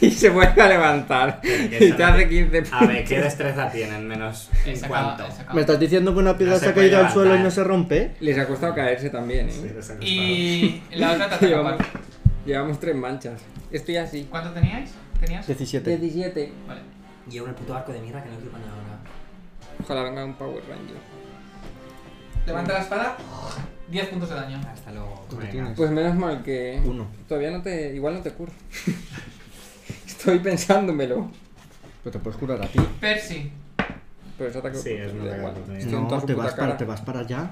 Speaker 3: y se vuelve a levantar. Y te hace 15
Speaker 6: A ver, ¿qué destreza tienen? Menos
Speaker 2: He
Speaker 6: en
Speaker 2: sacado-
Speaker 6: cuánto.
Speaker 2: he sacado.
Speaker 1: ¿Me estás diciendo que una piedra
Speaker 6: No se
Speaker 1: se ha
Speaker 6: puede
Speaker 1: caído al
Speaker 6: levantar.
Speaker 1: suelo y no se rompe?
Speaker 3: Les ha costado caerse también, ¿eh?
Speaker 6: Sí, les ha costado.
Speaker 2: Y la otra te ataca
Speaker 3: Llevamos,
Speaker 2: cuatro.
Speaker 3: llevamos tres manchas. Estoy así.
Speaker 2: ¿Cuánto teníais? ¿Tenías?
Speaker 1: 17.
Speaker 3: 17.
Speaker 2: Vale.
Speaker 5: Llevo el puto arco de mierda que no quiero poner ahora.
Speaker 3: Ojalá venga un Power Ranger.
Speaker 2: Levanta la espada. 10 puntos de daño.
Speaker 5: Hasta luego.
Speaker 1: Tú
Speaker 6: Venga.
Speaker 1: tienes
Speaker 3: Pues menos mal que.
Speaker 1: Uno.
Speaker 3: Todavía no te. Igual no te curo. Estoy pensándomelo.
Speaker 1: Pero te puedes curar a ti.
Speaker 2: Percy.
Speaker 3: Pero es ataque.
Speaker 6: Sí, es una
Speaker 3: da
Speaker 6: ataque
Speaker 3: igual.
Speaker 6: oportunidad.
Speaker 3: Estoy en toda
Speaker 1: No,
Speaker 3: su
Speaker 1: te
Speaker 3: puta
Speaker 1: vas,
Speaker 3: cara.
Speaker 1: para, te vas para allá.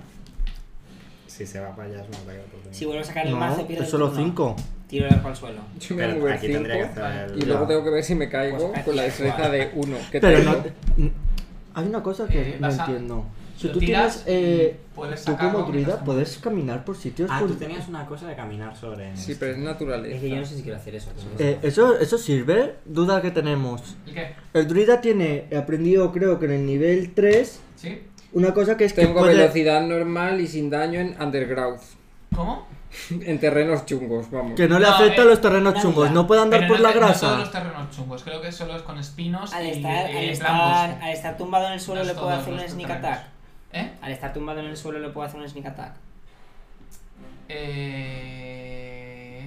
Speaker 6: Si se va para allá es pues un ataque de oportunidad.
Speaker 5: Si vuelvo a sacar el mazo,
Speaker 1: No,
Speaker 5: pierdo
Speaker 1: es
Speaker 5: el
Speaker 1: solo
Speaker 5: turno.
Speaker 1: 5.
Speaker 5: Tiro el arco al suelo.
Speaker 3: Yo me voy a
Speaker 6: Pero
Speaker 3: mover
Speaker 6: aquí
Speaker 3: cinco,
Speaker 6: tendría que hacer el.
Speaker 3: Y luego tengo que ver si me caigo
Speaker 5: Pues
Speaker 3: con la
Speaker 5: casi
Speaker 3: destreza de
Speaker 5: igual.
Speaker 3: uno. Que
Speaker 1: Pero
Speaker 3: tengo.
Speaker 1: no. n- Hay una cosa que
Speaker 2: Eh,
Speaker 1: no
Speaker 2: vas a-
Speaker 1: entiendo. Si
Speaker 2: lo
Speaker 1: tú
Speaker 2: tiras
Speaker 1: tienes. eh,
Speaker 2: y puedes
Speaker 1: tú
Speaker 2: sacarlo
Speaker 1: como druida
Speaker 2: mientras-
Speaker 1: puedes caminar por sitios.
Speaker 6: Ah,
Speaker 1: por-
Speaker 6: tú tenías una cosa de caminar sobre.
Speaker 3: Sí, pero es naturaleza.
Speaker 5: Es que yo no sé si quiero hacer eso.
Speaker 1: Eh, ¿eso, ¿Eso sirve? Duda que tenemos.
Speaker 2: ¿El qué?
Speaker 1: El druida tiene aprendido, creo que en el nivel 3,
Speaker 2: ¿Sí?
Speaker 1: una cosa que es que
Speaker 3: Tengo
Speaker 1: puede-
Speaker 3: velocidad normal y sin daño en underground.
Speaker 2: ¿Cómo?
Speaker 3: En terrenos chungos, vamos.
Speaker 1: que no le
Speaker 2: No,
Speaker 1: afecta a
Speaker 2: eh,
Speaker 1: los terrenos
Speaker 5: una
Speaker 1: chungos.
Speaker 5: duda.
Speaker 1: No puede andar
Speaker 2: Pero
Speaker 1: por
Speaker 2: no
Speaker 1: la
Speaker 2: te- no
Speaker 1: grasa.
Speaker 2: todos los terrenos chungos, creo que solo es con espinos
Speaker 5: Al
Speaker 2: y
Speaker 5: estar, al,
Speaker 2: eh,
Speaker 5: estar,
Speaker 2: blancos.
Speaker 5: al estar tumbado en el suelo
Speaker 2: No
Speaker 5: le
Speaker 2: es
Speaker 5: puedo
Speaker 2: todos
Speaker 5: hacer un
Speaker 2: los
Speaker 5: sneak
Speaker 2: subterráneos.
Speaker 5: attack.
Speaker 2: ¿Eh?
Speaker 5: Al estar tumbado en el suelo le puedo hacer un sneak attack.
Speaker 2: Eh...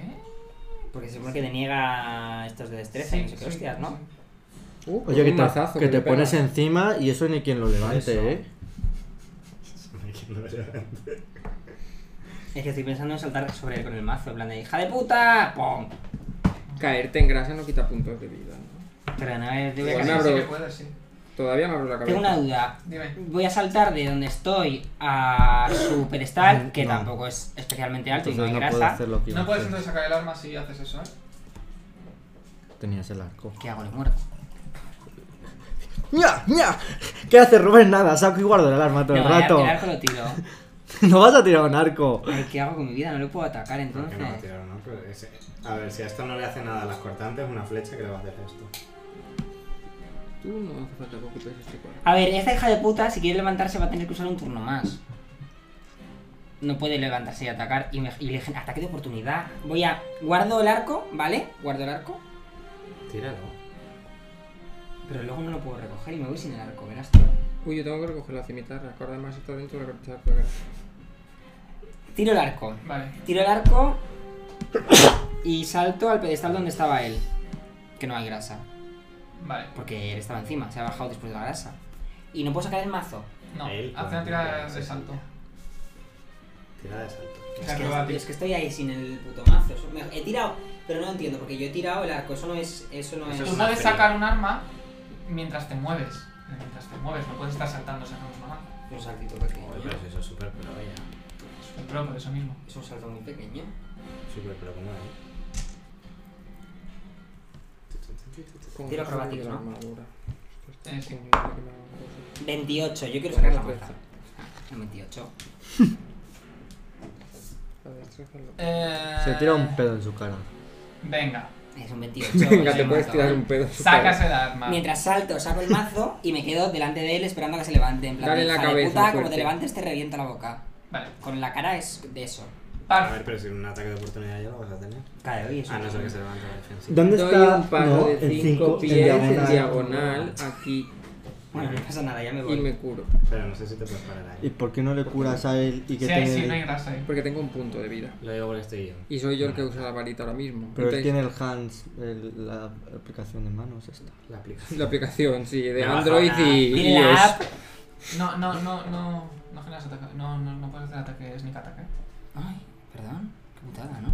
Speaker 5: Porque se supone que deniega estos de destreza y no sé qué hostias, ¿no?
Speaker 3: Uh, pues
Speaker 1: Oye, que
Speaker 3: un
Speaker 1: te,
Speaker 3: mazazo
Speaker 1: que
Speaker 3: le
Speaker 1: te pones
Speaker 3: pegas.
Speaker 1: encima y eso ni quien lo levante,
Speaker 5: Eso.
Speaker 1: ¿eh?
Speaker 5: Es que estoy pensando en saltar sobre él con el mazo, en plan de hija de puta, ¡pum!
Speaker 3: Caerte en grasa no quita puntos de vida. ¿no?
Speaker 5: Pero no es
Speaker 2: Sí,
Speaker 5: de
Speaker 3: Bueno,
Speaker 2: sí,
Speaker 3: me
Speaker 2: sí
Speaker 3: abro-
Speaker 2: que puedes, sí.
Speaker 3: Todavía me abro la cabeza.
Speaker 5: Tengo una duda.
Speaker 2: Dime.
Speaker 5: Voy a saltar de donde estoy a Superstar, que
Speaker 1: No.
Speaker 5: tampoco es especialmente alto y no
Speaker 1: Entonces
Speaker 5: hay
Speaker 1: no puedo
Speaker 5: grasa.
Speaker 1: hacer lo que iba
Speaker 2: No
Speaker 1: a
Speaker 2: puedes
Speaker 1: hacer.
Speaker 2: entonces sacar el arma si haces eso, ¿eh?
Speaker 1: Tenías el arco.
Speaker 5: ¿Qué hago? Le muerto.
Speaker 1: ¡Ña! ¡Ña! ¿Qué hace Rubén? Nada, saco y guardo el arma todo
Speaker 5: No,
Speaker 1: el rato.
Speaker 5: el arco lo tiro.
Speaker 1: no vas a tirar un arco.
Speaker 5: Ay, ¿Qué hago con mi vida? No le puedo atacar entonces.
Speaker 6: no, tío, no, pero ese- A ver, si a esto no le hace nada a las cortantes, una flecha que le va a hacer esto.
Speaker 3: Tú no hace falta que ocupes este cuadro.
Speaker 5: A ver, esta hija de puta, si quiere levantarse, va a tener que usar un turno más. No puede levantarse y atacar. Y, me, y le dije, ataque de oportunidad. Voy a. Guardo el arco, ¿vale? Guardo el arco.
Speaker 6: Tíralo.
Speaker 5: Pero luego no lo puedo recoger y me voy sin el arco, verás tú.
Speaker 3: Uy, yo tengo que recoger la cimitarra. Acá además está dentro de la cimitarra.
Speaker 5: Tiro el arco.
Speaker 2: Vale.
Speaker 5: Tiro el arco. Y salto al pedestal donde estaba él. Que no hay grasa.
Speaker 2: Vale.
Speaker 5: Porque él estaba encima, se ha bajado después de la grasa. Y no puedo sacar el mazo.
Speaker 2: No,
Speaker 6: Él
Speaker 2: haz una
Speaker 6: con-
Speaker 2: tirada de salto.
Speaker 6: Tira de salto.
Speaker 5: Es
Speaker 2: Claro,
Speaker 5: que,
Speaker 2: vale.
Speaker 5: es que estoy ahí sin el puto mazo. Eso- me- He tirado, pero no entiendo, porque yo he tirado el arco. Eso no es. Eso no
Speaker 6: Eso
Speaker 5: es.
Speaker 2: Tú
Speaker 6: una
Speaker 2: puedes
Speaker 6: free.
Speaker 2: sacar un arma mientras te mueves. Mientras te mueves, no puedes estar saltando sacando un arma.
Speaker 5: Es un saltito
Speaker 6: Oye,
Speaker 5: pequeño.
Speaker 6: pero si eso es súper pro ya.
Speaker 2: Es un pro por eso mismo.
Speaker 5: Es un salto muy pequeño.
Speaker 6: Súper pro como es.
Speaker 5: Tiro acrobático, ¿no?
Speaker 3: Armadura.
Speaker 2: Eh, sí.
Speaker 5: 28, yo quiero sacar la maza. Ah, 28.
Speaker 3: La destreza es lo-
Speaker 2: Eh...
Speaker 1: Se tira un pedo en su cara.
Speaker 2: Venga,
Speaker 5: Es un 28.
Speaker 3: Venga,
Speaker 5: es
Speaker 3: te
Speaker 5: un
Speaker 3: puedes
Speaker 5: mazo.
Speaker 3: tirar un pedo. en su cara.
Speaker 2: sacas el arma.
Speaker 5: Mientras salto, saco el mazo y me quedo delante de él esperando a que se levante. En plan,
Speaker 3: Dale en la
Speaker 5: hija de
Speaker 3: cabeza,
Speaker 5: puta, como
Speaker 3: fuerte.
Speaker 5: te levantes te revienta la boca.
Speaker 2: Vale,
Speaker 5: Con la cara es de eso.
Speaker 6: A
Speaker 2: par.
Speaker 6: ver, pero si un ataque de oportunidad ya lo vas a tener.
Speaker 5: Claro, y eso.
Speaker 6: A no ser que se levante la defensiva.
Speaker 1: ¿Dónde
Speaker 3: Doy
Speaker 1: está?
Speaker 3: un paso
Speaker 1: no,
Speaker 3: de
Speaker 1: en
Speaker 3: 5
Speaker 1: cinco,
Speaker 3: pies
Speaker 1: en
Speaker 3: en
Speaker 1: diagonal.
Speaker 3: diagonal aquí
Speaker 5: Bueno, no pasa nada, ya me
Speaker 3: y
Speaker 5: voy.
Speaker 3: me curo.
Speaker 6: Pero no sé si te puedes parar
Speaker 1: ¿Y
Speaker 6: ahí.
Speaker 1: por qué no le curas a él y que
Speaker 2: Sí,
Speaker 1: te...
Speaker 2: ahí sí, no hay grasa ahí.
Speaker 3: Porque tengo un punto de vida.
Speaker 6: Lo digo porque estoy yo.
Speaker 3: Y soy yo el que usa la varita ahora mismo.
Speaker 1: Mm. Pero él
Speaker 3: Entonces,
Speaker 1: tiene el Hans, el- la aplicación de manos esta.
Speaker 6: La aplico.
Speaker 3: La aplicación, sí, de
Speaker 6: Me baja
Speaker 3: Android
Speaker 6: la-
Speaker 3: y,
Speaker 5: Tiene
Speaker 3: y
Speaker 5: la
Speaker 3: es-
Speaker 5: app.
Speaker 2: No, no, no, no. No generas ataque. No, no, no puedes hacer ataque sneak attack, ¿eh?
Speaker 5: Ay, perdón. Qué putada, ¿no?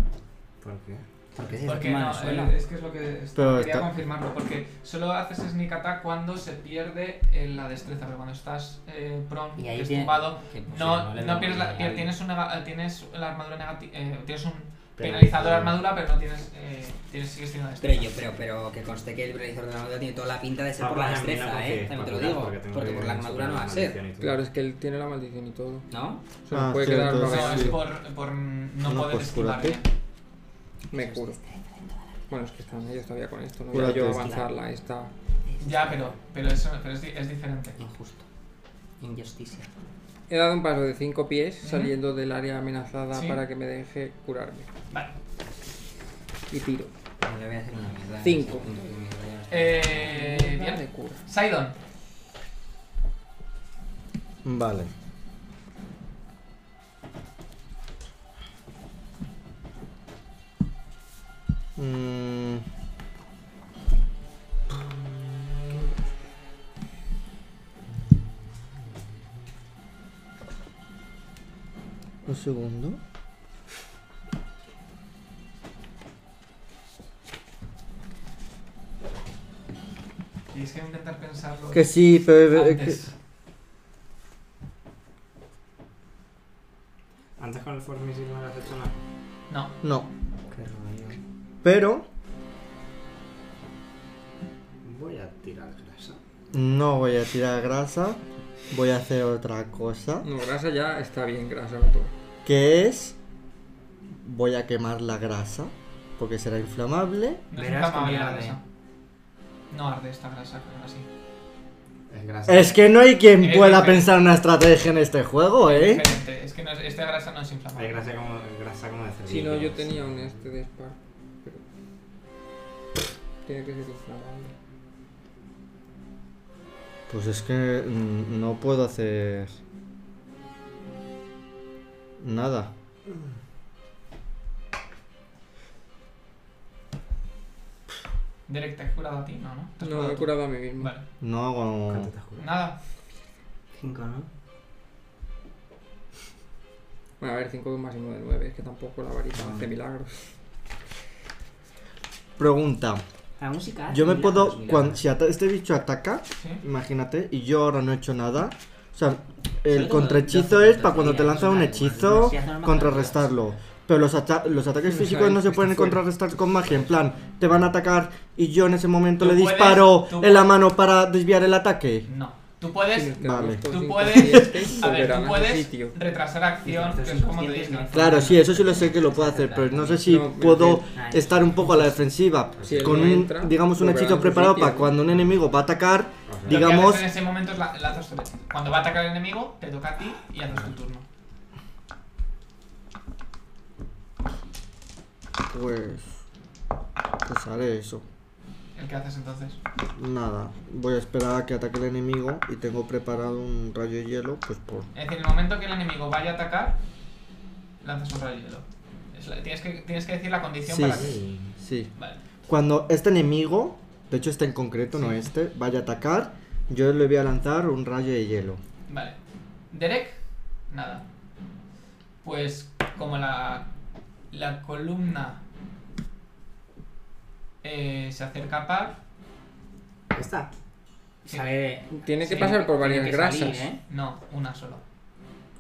Speaker 6: ¿Por qué?
Speaker 5: Porque se
Speaker 2: Porque
Speaker 5: tumba en
Speaker 2: no,
Speaker 5: el suelo.
Speaker 2: eh, es que es lo que es-
Speaker 1: Pero
Speaker 2: quería
Speaker 1: está-
Speaker 2: confirmarlo, porque solo haces sneak attack cuando se pierde eh, la destreza, pero cuando estás eh, prone,
Speaker 5: Y
Speaker 2: que
Speaker 5: ahí
Speaker 2: es
Speaker 5: tiene-
Speaker 2: tumbado,
Speaker 5: que, pues,
Speaker 2: no,
Speaker 5: sí,
Speaker 2: no,
Speaker 5: le veo
Speaker 2: pierdes la,
Speaker 5: nada bien.
Speaker 2: tienes, un nega- eh, tienes la armadura negativa, eh, tienes un penalizador
Speaker 6: Penalizador.
Speaker 2: de armadura, pero no tienes, eh, tienes sigues teniendo
Speaker 5: Pero
Speaker 2: destreza.
Speaker 5: yo, pero, pero que conste que el realizador de la armadura tiene toda la pinta
Speaker 4: Ah,
Speaker 5: de ser
Speaker 6: No,
Speaker 5: por la
Speaker 6: pues a mí no
Speaker 5: destreza,
Speaker 6: confíes,
Speaker 5: ¿eh? También te lo
Speaker 6: Paco,
Speaker 5: digo.
Speaker 6: tengo
Speaker 5: Porque
Speaker 6: que
Speaker 5: por la
Speaker 6: poner
Speaker 5: armadura no va a
Speaker 6: maldición
Speaker 5: ser,
Speaker 6: y todo.
Speaker 3: Claro, es que él tiene la maldición y todo.
Speaker 5: ¿no?
Speaker 3: Se nos
Speaker 1: Ah,
Speaker 3: puede
Speaker 1: cierto,
Speaker 3: quedar una
Speaker 1: sí.
Speaker 2: No, es
Speaker 3: vez.
Speaker 2: por, por no
Speaker 1: Una
Speaker 2: poder
Speaker 1: postura,
Speaker 2: esquivar
Speaker 1: ¿qué?
Speaker 2: bien.
Speaker 3: Me curo. Bueno, es que están ellos todavía con esto. No voy
Speaker 1: Cúrate,
Speaker 3: yo a
Speaker 1: Steve.
Speaker 3: avanzarla esta.
Speaker 2: Ya, pero, pero, eso, pero es, di- es diferente.
Speaker 5: Injusto. Injusticia.
Speaker 3: He dado un paso de 5 pies
Speaker 2: Ujú.
Speaker 3: saliendo del área amenazada
Speaker 2: Sí.
Speaker 3: para que me deje curarme.
Speaker 2: Vale.
Speaker 3: Y tiro.
Speaker 5: Le voy a hacer una mierda.
Speaker 3: Cinco.
Speaker 5: Este punto de mierda ya está.
Speaker 2: Eh,
Speaker 3: Nada de
Speaker 2: bien.
Speaker 3: cura.
Speaker 2: Sidon.
Speaker 1: Vale. Mm. Un segundo.
Speaker 2: Tienes que intentar pensarlo.
Speaker 1: Que sí, pero... eh, que-
Speaker 2: antes.
Speaker 6: Antes con el Force Missile no le has hecho nada.
Speaker 2: No.
Speaker 1: No.
Speaker 6: Qué rollo.
Speaker 1: Pero
Speaker 6: Voy a tirar grasa.
Speaker 1: no voy a tirar grasa. Voy a hacer otra cosa.
Speaker 3: No, grasa ya está bien, grasa no todo.
Speaker 1: Que es... Voy a quemar la grasa. Porque será inflamable.
Speaker 2: No es
Speaker 6: Verás
Speaker 2: nunca
Speaker 6: cómo
Speaker 2: me la
Speaker 6: arde.
Speaker 2: grasa. No arde esta grasa, pero así.
Speaker 6: Es grasa.
Speaker 1: Es que no hay quien
Speaker 2: Es
Speaker 1: pueda
Speaker 2: diferente.
Speaker 1: pensar una estrategia en este juego, ¿eh?
Speaker 2: Diferente. Es que no es- esta grasa no es inflamable.
Speaker 6: Hay grasa como, grasa como de cerdo.
Speaker 3: Si no, yo tenía un este de spa. Pero. Tiene que ser inflamable.
Speaker 1: Pues es que mm, no puedo hacer... Nada.
Speaker 2: Derek, ¿te has curado a ti? No, ¿no? ¿Te has
Speaker 3: No, me he
Speaker 2: tú?
Speaker 3: curado a mí mismo.
Speaker 2: Vale.
Speaker 1: No hago...
Speaker 6: ¿Cuánto te has curado?
Speaker 2: Nada.
Speaker 5: Cinco, ¿no?
Speaker 3: Bueno, a ver, 5 de un máximo de 9. Es que tampoco la varita hace milagros.
Speaker 1: Pregunta.
Speaker 5: La música.
Speaker 1: Yo me
Speaker 5: mira,
Speaker 1: puedo...
Speaker 5: pues mira.
Speaker 1: cuan- si ata- este bicho ataca,
Speaker 2: Sí.
Speaker 1: imagínate, y yo ahora no he hecho nada. O sea,
Speaker 5: Solo
Speaker 1: el
Speaker 5: tengo
Speaker 1: contrahechizo
Speaker 5: 12
Speaker 1: es para cuando te
Speaker 5: puntos de
Speaker 1: lanza un
Speaker 5: vida, igual,
Speaker 1: hechizo,
Speaker 5: si haces normal,
Speaker 1: contrarrestarlo. Pero los, ata- los ataques
Speaker 3: Sí, me
Speaker 1: físicos
Speaker 3: sale,
Speaker 1: no se
Speaker 3: está
Speaker 1: pueden
Speaker 3: fuera.
Speaker 1: contrarrestar con magia. En plan, te van a atacar y yo en ese momento
Speaker 2: Tú
Speaker 1: le
Speaker 2: puedes-
Speaker 1: disparo
Speaker 2: tú
Speaker 1: en la
Speaker 2: puedes-
Speaker 1: mano para desviar el ataque.
Speaker 2: No. Tú puedes.
Speaker 1: Vale.
Speaker 3: pues
Speaker 2: Tú
Speaker 3: este,
Speaker 2: puedes. A ver, tú puedes retrasar acción, que es como te dije.
Speaker 1: Claro, sí, eso sí lo sé que lo puedo hacer, pero no sé si
Speaker 3: No, me
Speaker 1: puedo
Speaker 5: refiero-
Speaker 1: estar un poco a la defensiva
Speaker 3: Si él
Speaker 1: con
Speaker 3: no
Speaker 1: un,
Speaker 3: entra,
Speaker 1: digamos, un
Speaker 3: volverá a
Speaker 1: hechizo
Speaker 3: su
Speaker 1: preparado
Speaker 3: sitio.
Speaker 1: para cuando un enemigo va a atacar,
Speaker 6: O sea,
Speaker 2: Lo que
Speaker 1: digamos-
Speaker 2: haces en ese momento es la, lanzas tu hechizo. Cuando va a atacar el enemigo, te toca a ti y haces tu turno.
Speaker 1: pues, pues haré eso.
Speaker 2: El que haces entonces.
Speaker 1: Nada, voy a esperar a que ataque el enemigo y tengo preparado un rayo de hielo, pues por...
Speaker 2: Es decir, en el momento que el enemigo vaya a atacar, lanzas un rayo de hielo. Es la- tienes, que, tienes que decir la condición
Speaker 1: Sí,
Speaker 2: para que.
Speaker 1: sí, sí.
Speaker 2: Vale.
Speaker 1: Cuando este enemigo, de hecho este en concreto, no este, vaya a atacar, yo le voy a lanzar un rayo de hielo.
Speaker 2: Vale. Derek, nada. Pues como la, la columna eh, se acerca a par,
Speaker 6: Está.
Speaker 5: Sale de-
Speaker 3: Tiene que
Speaker 5: sí,
Speaker 3: pasar por
Speaker 5: tiene
Speaker 3: varias
Speaker 5: que
Speaker 3: grasas.
Speaker 5: salir, ¿eh?
Speaker 2: no, una sola.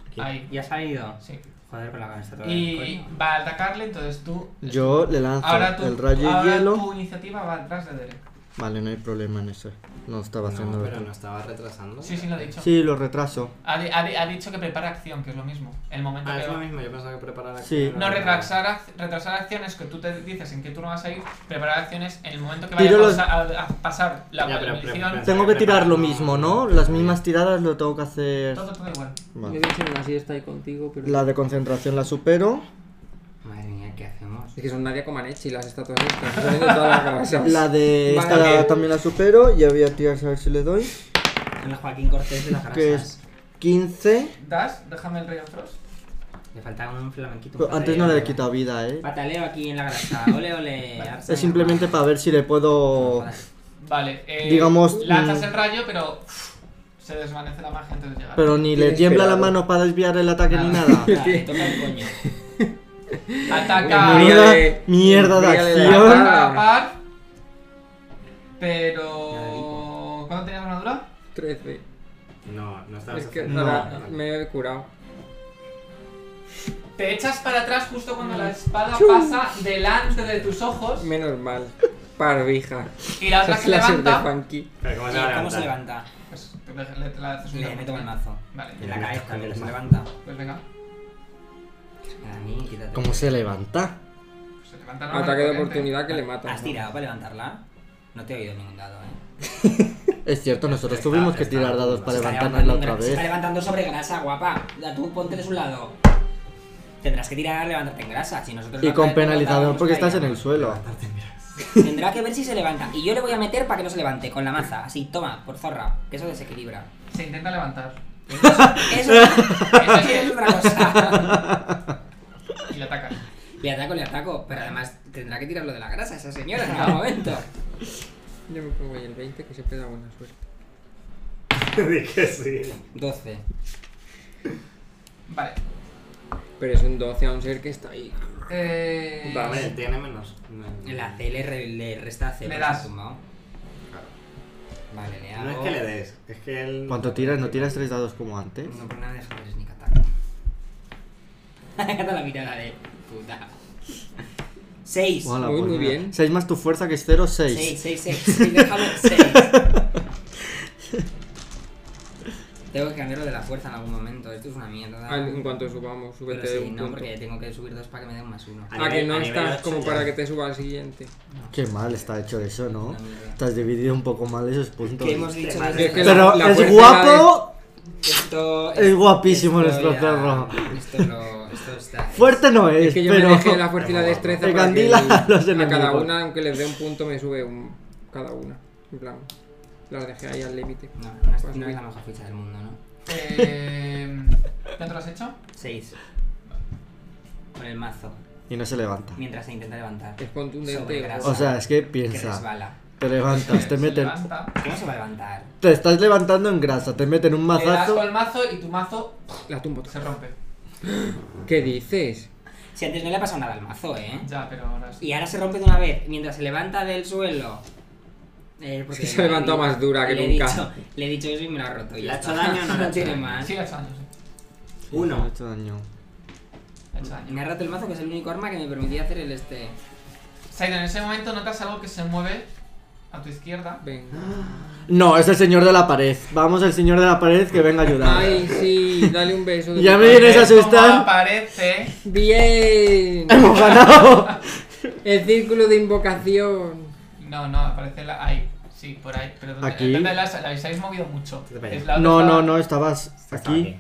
Speaker 6: Aquí.
Speaker 2: Ahí,
Speaker 5: Ya ha salido.
Speaker 2: sí.
Speaker 5: Joder, con la cabeza toda.
Speaker 2: Y va a atacarle, entonces tú...
Speaker 1: Yo le lanzo
Speaker 2: Ahora tú-
Speaker 1: el rayo de
Speaker 2: ahora
Speaker 1: hielo.
Speaker 2: tu iniciativa va atrás de Derek.
Speaker 1: Vale, no hay problema en eso. No estaba
Speaker 6: No,
Speaker 1: haciendo lo
Speaker 6: pero
Speaker 1: que-
Speaker 6: no estaba retrasando.
Speaker 2: Sí, sí, lo he dicho.
Speaker 1: Sí, lo retraso.
Speaker 2: Ha, di- ha di- ha dicho que prepara acción, que es lo mismo. El momento
Speaker 6: Ah,
Speaker 2: que
Speaker 6: es lo
Speaker 2: va-
Speaker 6: mismo, yo pensaba que preparar la
Speaker 1: Sí.
Speaker 2: No, retrasar, ac- retrasar acciones que tú te dices en qué turno vas a ir, preparar acciones en el momento que vaya
Speaker 1: Tiro
Speaker 2: a,
Speaker 1: los-
Speaker 2: pasa- a- a pasar la
Speaker 6: Ya, pero
Speaker 2: munición.
Speaker 6: pre- pre-
Speaker 1: Tengo que tirar lo
Speaker 6: preparado.
Speaker 1: mismo, ¿no? Las mismas tiradas lo tengo que hacer.
Speaker 2: Todo, todo igual.
Speaker 3: Me
Speaker 1: Vale.
Speaker 3: dicen así está ahí contigo, pero.
Speaker 1: La de concentración la supero.
Speaker 5: Madre mía, ¿qué hacemos?
Speaker 3: Es que son Nadia Comaneci las estatuas estas. Están saliendo todas las grasas.
Speaker 1: La de esta
Speaker 3: Vale.
Speaker 1: la- también la supero. Y voy a tirar a ver si le doy.
Speaker 5: Son los Joaquín Cortés de las
Speaker 1: Que
Speaker 5: grasas.
Speaker 1: es 15.
Speaker 2: Das, déjame el Ray of Frost.
Speaker 5: Le faltaba un flamenquito. un
Speaker 1: Pero antes no
Speaker 5: pataleo.
Speaker 1: le he quitado vida, ¿eh?
Speaker 5: Pataleo aquí en la grasa. Ole, ole. Arsa,
Speaker 1: Es simplemente para ver si le puedo.
Speaker 5: Joder.
Speaker 2: Vale, eh,
Speaker 1: Digamos,
Speaker 2: Lanzas
Speaker 1: mm,
Speaker 2: el rayo, pero uf, se desvanece la magia antes de llegar.
Speaker 1: Pero ni le
Speaker 3: Tienes
Speaker 1: tiembla la
Speaker 3: pelado.
Speaker 1: mano para desviar el ataque ni nada.
Speaker 5: Nada, le toca el coño.
Speaker 2: Ataca,
Speaker 3: Mira.
Speaker 1: Menuda
Speaker 3: Mírale-
Speaker 1: mierda de
Speaker 3: mírale la
Speaker 1: acción.
Speaker 3: cara.
Speaker 2: ataca a par.
Speaker 5: Ya le
Speaker 2: Pero. ¿Cuándo tenías armadura?
Speaker 3: 13.
Speaker 6: No, no estaba
Speaker 3: Es que
Speaker 1: No.
Speaker 3: ahora me he curado.
Speaker 2: Te echas para atrás justo cuando la espada pasa delante de tus ojos
Speaker 3: Menos mal. Parvija.
Speaker 2: y la otra
Speaker 3: Esas
Speaker 2: se
Speaker 3: clases de
Speaker 2: levanta.
Speaker 3: funky.
Speaker 6: Pero ¿cómo se
Speaker 5: ¿Y
Speaker 6: va a
Speaker 5: ¿Cómo se
Speaker 6: levantar?
Speaker 5: levanta?
Speaker 2: Pues te- le, le- le haces un
Speaker 5: Le
Speaker 2: daño.
Speaker 5: meto el mazo.
Speaker 2: Vale,
Speaker 5: En la cabeza,
Speaker 6: Con el
Speaker 5: pero se
Speaker 6: mazo.
Speaker 5: levanta.
Speaker 2: pues venga.
Speaker 5: Dani, quítate.
Speaker 1: ¿Cómo se levanta?
Speaker 2: Pues se levanta normal,
Speaker 3: Ataque de
Speaker 5: Ah,
Speaker 2: corriente.
Speaker 3: oportunidad que le mata.
Speaker 5: ¿Has tirado para levantarla? No te he oído ningún dado, eh.
Speaker 1: Es cierto, nosotros
Speaker 6: Está-
Speaker 1: tuvimos que
Speaker 6: está
Speaker 1: tirar dados
Speaker 6: apuntado.
Speaker 1: para
Speaker 5: Se está
Speaker 1: levantarnos la
Speaker 5: levantando
Speaker 1: otra
Speaker 5: gra- Se está
Speaker 1: vez.
Speaker 5: levantando sobre grasa, guapa. Ya tú ponte de su lado. Tendrás que tirar a levantarte en grasa. Si nosotros
Speaker 1: Y
Speaker 5: la
Speaker 1: con
Speaker 5: otra vez nos
Speaker 1: penalizador
Speaker 5: levantábamos,
Speaker 1: porque estás en el
Speaker 5: caíamos.
Speaker 1: suelo.
Speaker 5: Tendrá que ver si se levanta. Y yo le voy a meter para que no se levante con la maza. Así, toma, por zorra. Que eso desequilibra.
Speaker 2: Se intenta levantar.
Speaker 5: Eso, eso es otra cosa.
Speaker 2: Y le atacas.
Speaker 5: Le ataco, le ataco. Pero además tendrá que tirar lo de la grasa esa señora en algún momento.
Speaker 3: Yo me pongo ahí el 20, que siempre da buena suerte.
Speaker 6: Dije sí.
Speaker 5: 12.
Speaker 2: Vale.
Speaker 3: Pero es un 12 a un ser que está ahí.
Speaker 2: Eh,
Speaker 3: Vale.
Speaker 6: Hombre, tiene menos.
Speaker 5: La C le, re- le resta C.
Speaker 2: Le
Speaker 5: por
Speaker 2: das.
Speaker 5: ser tumbado.
Speaker 6: Claro.
Speaker 5: Vale, le hago.
Speaker 6: No es que le des, es que él.
Speaker 1: ¿Cuánto tiras? ¿No tiras tres dados como antes?
Speaker 5: No, pero nada de eso es ni catar. Cata la mirada de puta. 6.
Speaker 1: Hola,
Speaker 3: Muy,
Speaker 1: pues
Speaker 3: muy
Speaker 1: mira.
Speaker 3: bien.
Speaker 1: Seis más tu fuerza que es cero, seis.
Speaker 5: 6, 6, 6. Déjame 6. Tengo que cambiarlo de la fuerza en algún momento. Esto es una mierda.
Speaker 3: Al- Ah, en cuanto subamos,
Speaker 5: Pero
Speaker 3: súbete de
Speaker 5: sí,
Speaker 3: un
Speaker 5: no,
Speaker 3: punto.
Speaker 5: porque tengo que subir dos para que me den más uno.
Speaker 6: Ah,
Speaker 3: A que no
Speaker 6: A nivel
Speaker 3: estás
Speaker 6: ocho
Speaker 3: como
Speaker 6: ya.
Speaker 3: para que te suba al siguiente.
Speaker 1: Qué mal está hecho eso, ¿no?
Speaker 5: Una mierda.
Speaker 1: Estás dividido un poco mal esos puntos.
Speaker 5: Que hemos dicho
Speaker 6: Pero
Speaker 5: desde-
Speaker 3: es que la-
Speaker 1: Pero es
Speaker 3: fuerza
Speaker 1: guapo,
Speaker 5: esto,
Speaker 1: es guapísimo nuestro
Speaker 5: ya-
Speaker 1: perro.
Speaker 5: Esto, lo, esto está.
Speaker 1: fuerte no es,
Speaker 3: Es que yo
Speaker 1: pero
Speaker 3: me dejé la fuerza y la
Speaker 6: Pero-
Speaker 3: destreza
Speaker 1: que
Speaker 3: para que
Speaker 1: candila a los
Speaker 3: a cada
Speaker 1: enemigos.
Speaker 3: una, aunque les dé un punto, me sube un, cada una. En plan, las dejé ahí al límite.
Speaker 5: No, no es,
Speaker 3: Pues
Speaker 5: no es
Speaker 3: bien.
Speaker 5: la mejor ficha del mundo, ¿no?
Speaker 2: eh, ¿Cuánto lo has hecho?
Speaker 5: 6. Con el mazo.
Speaker 1: Y no se levanta.
Speaker 5: Mientras se intenta levantar.
Speaker 3: Es contundente.
Speaker 5: Sobre grasa.
Speaker 1: O sea, es que
Speaker 5: Que
Speaker 1: piensa,
Speaker 5: resbala.
Speaker 1: te levantas, te
Speaker 2: Eh, Se
Speaker 1: meten,
Speaker 2: levanta.
Speaker 5: ¿Cómo se va a levantar?
Speaker 1: te estás levantando en grasa, te meten un
Speaker 2: Le das
Speaker 1: mazazo.
Speaker 2: con el mazo y tu mazo
Speaker 3: La tumbo.
Speaker 2: se rompe.
Speaker 3: ¿Qué dices?
Speaker 5: Si antes no le ha pasado nada al mazo, ¿eh?
Speaker 2: Ya, pero ahora sí.
Speaker 5: Y ahora se rompe de una vez, mientras se levanta del suelo. Eh, porque
Speaker 3: Es que se ha
Speaker 5: le
Speaker 3: levantado
Speaker 5: digo-
Speaker 3: más dura que
Speaker 5: le he
Speaker 3: nunca.
Speaker 5: dicho- le he dicho eso y me lo ha roto. y
Speaker 6: ¿Le
Speaker 5: ya
Speaker 6: ha hecho
Speaker 5: está.
Speaker 6: daño o no le ha
Speaker 5: No
Speaker 6: hecho
Speaker 5: tiene
Speaker 6: daño?
Speaker 5: más.
Speaker 2: Sí, le ha hecho daño, sí.
Speaker 6: Uno.
Speaker 1: Sí, me ha hecho daño.
Speaker 2: Le ha hecho daño.
Speaker 5: Me ha roto el mazo, que es el único arma que me permitía hacer el este.
Speaker 2: Said, en ese momento notas algo que se mueve a tu izquierda.
Speaker 3: Venga.
Speaker 1: No, es el señor de la pared. Vamos al señor de la pared que venga a ayudar.
Speaker 3: Ay, sí, dale un beso. de
Speaker 1: Ya
Speaker 3: tu
Speaker 1: me
Speaker 3: parte.
Speaker 1: vienes a
Speaker 2: ¿Ves cómo
Speaker 1: asustar?
Speaker 2: aparece
Speaker 3: Bien.
Speaker 1: Hemos ganado.
Speaker 3: El círculo de invocación.
Speaker 2: No, no, aparece la... ahí. Sí, por ahí. Pero donde-
Speaker 1: Aquí.
Speaker 2: donde las- la habéis movido mucho.
Speaker 6: Te vayas.
Speaker 2: Es la otra
Speaker 1: No, no,
Speaker 2: estaba-
Speaker 1: no, estabas aquí.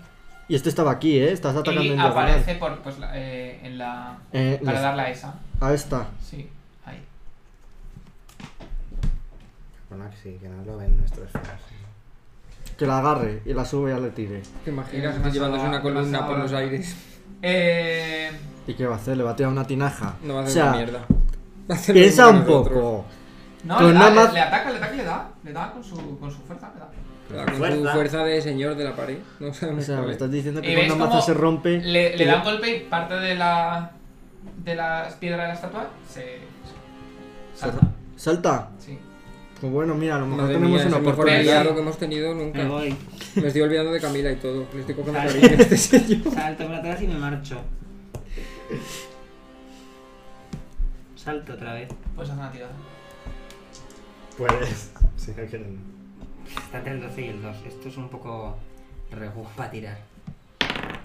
Speaker 1: Y este estaba aquí, ¿eh? Estás atacando
Speaker 2: Y
Speaker 1: en diagonal.
Speaker 2: aparece por, pues, la- eh, en la...
Speaker 1: Eh,
Speaker 2: Para
Speaker 1: les-
Speaker 2: darle a esa.
Speaker 1: A esta.
Speaker 2: Sí, ahí.
Speaker 6: Bueno, que sí, que no lo ven nuestros fans.
Speaker 1: Que la agarre y la sube y ya le tire.
Speaker 3: ¿Te imaginas
Speaker 2: Eh,
Speaker 3: llevándose una
Speaker 2: pasaba-
Speaker 3: columna por
Speaker 2: pasaba-
Speaker 3: los aires?
Speaker 2: Eh...
Speaker 1: ¿Y qué va a hacer? ¿Le va a tirar una tinaja?
Speaker 3: No va a
Speaker 1: o
Speaker 3: hacer
Speaker 1: sea,
Speaker 3: una mierda. Va a hacer lo
Speaker 1: piensa
Speaker 3: mismo
Speaker 1: un
Speaker 3: que nosotros.
Speaker 1: poco.
Speaker 2: No,
Speaker 1: Con
Speaker 2: le,
Speaker 1: Pues
Speaker 2: da,
Speaker 1: nada
Speaker 2: le-
Speaker 1: más-
Speaker 2: le ataca, le ataca, le da. Le da con su, con su fuerza, le da.
Speaker 3: Claro, Con tu
Speaker 6: Fuerza.
Speaker 3: fuerza de señor de la pared. No
Speaker 1: O
Speaker 3: sabemos
Speaker 1: sea,
Speaker 3: cuál
Speaker 1: me
Speaker 3: es.
Speaker 1: estás diciendo
Speaker 2: ¿Y
Speaker 1: que
Speaker 2: veis
Speaker 1: cuando mazo
Speaker 2: cómo
Speaker 1: se rompe.
Speaker 2: Le, le
Speaker 1: y-
Speaker 2: da un golpe y parte de la... De las piedras de la estatua se...
Speaker 1: se-
Speaker 2: Salta.
Speaker 1: Salta.
Speaker 2: Sí.
Speaker 1: Pues bueno, mira, a lo mejor
Speaker 3: Madre
Speaker 1: tenemos
Speaker 3: mía, es
Speaker 1: una
Speaker 3: el mejor
Speaker 2: oportunidad.
Speaker 3: aliado que hemos tenido nunca.
Speaker 5: Me voy.
Speaker 3: Me estoy olvidando de Camila y todo. Le estoy cogiendo
Speaker 5: Vale.
Speaker 3: cariño a este señor.
Speaker 5: Salto para atrás y me marcho. Salto otra vez.
Speaker 2: Pues hace una tirada.
Speaker 6: Puedes, si no quieren.
Speaker 5: Está entre el 12 y el 2. Esto es un poco regu para tirar.
Speaker 1: Eh,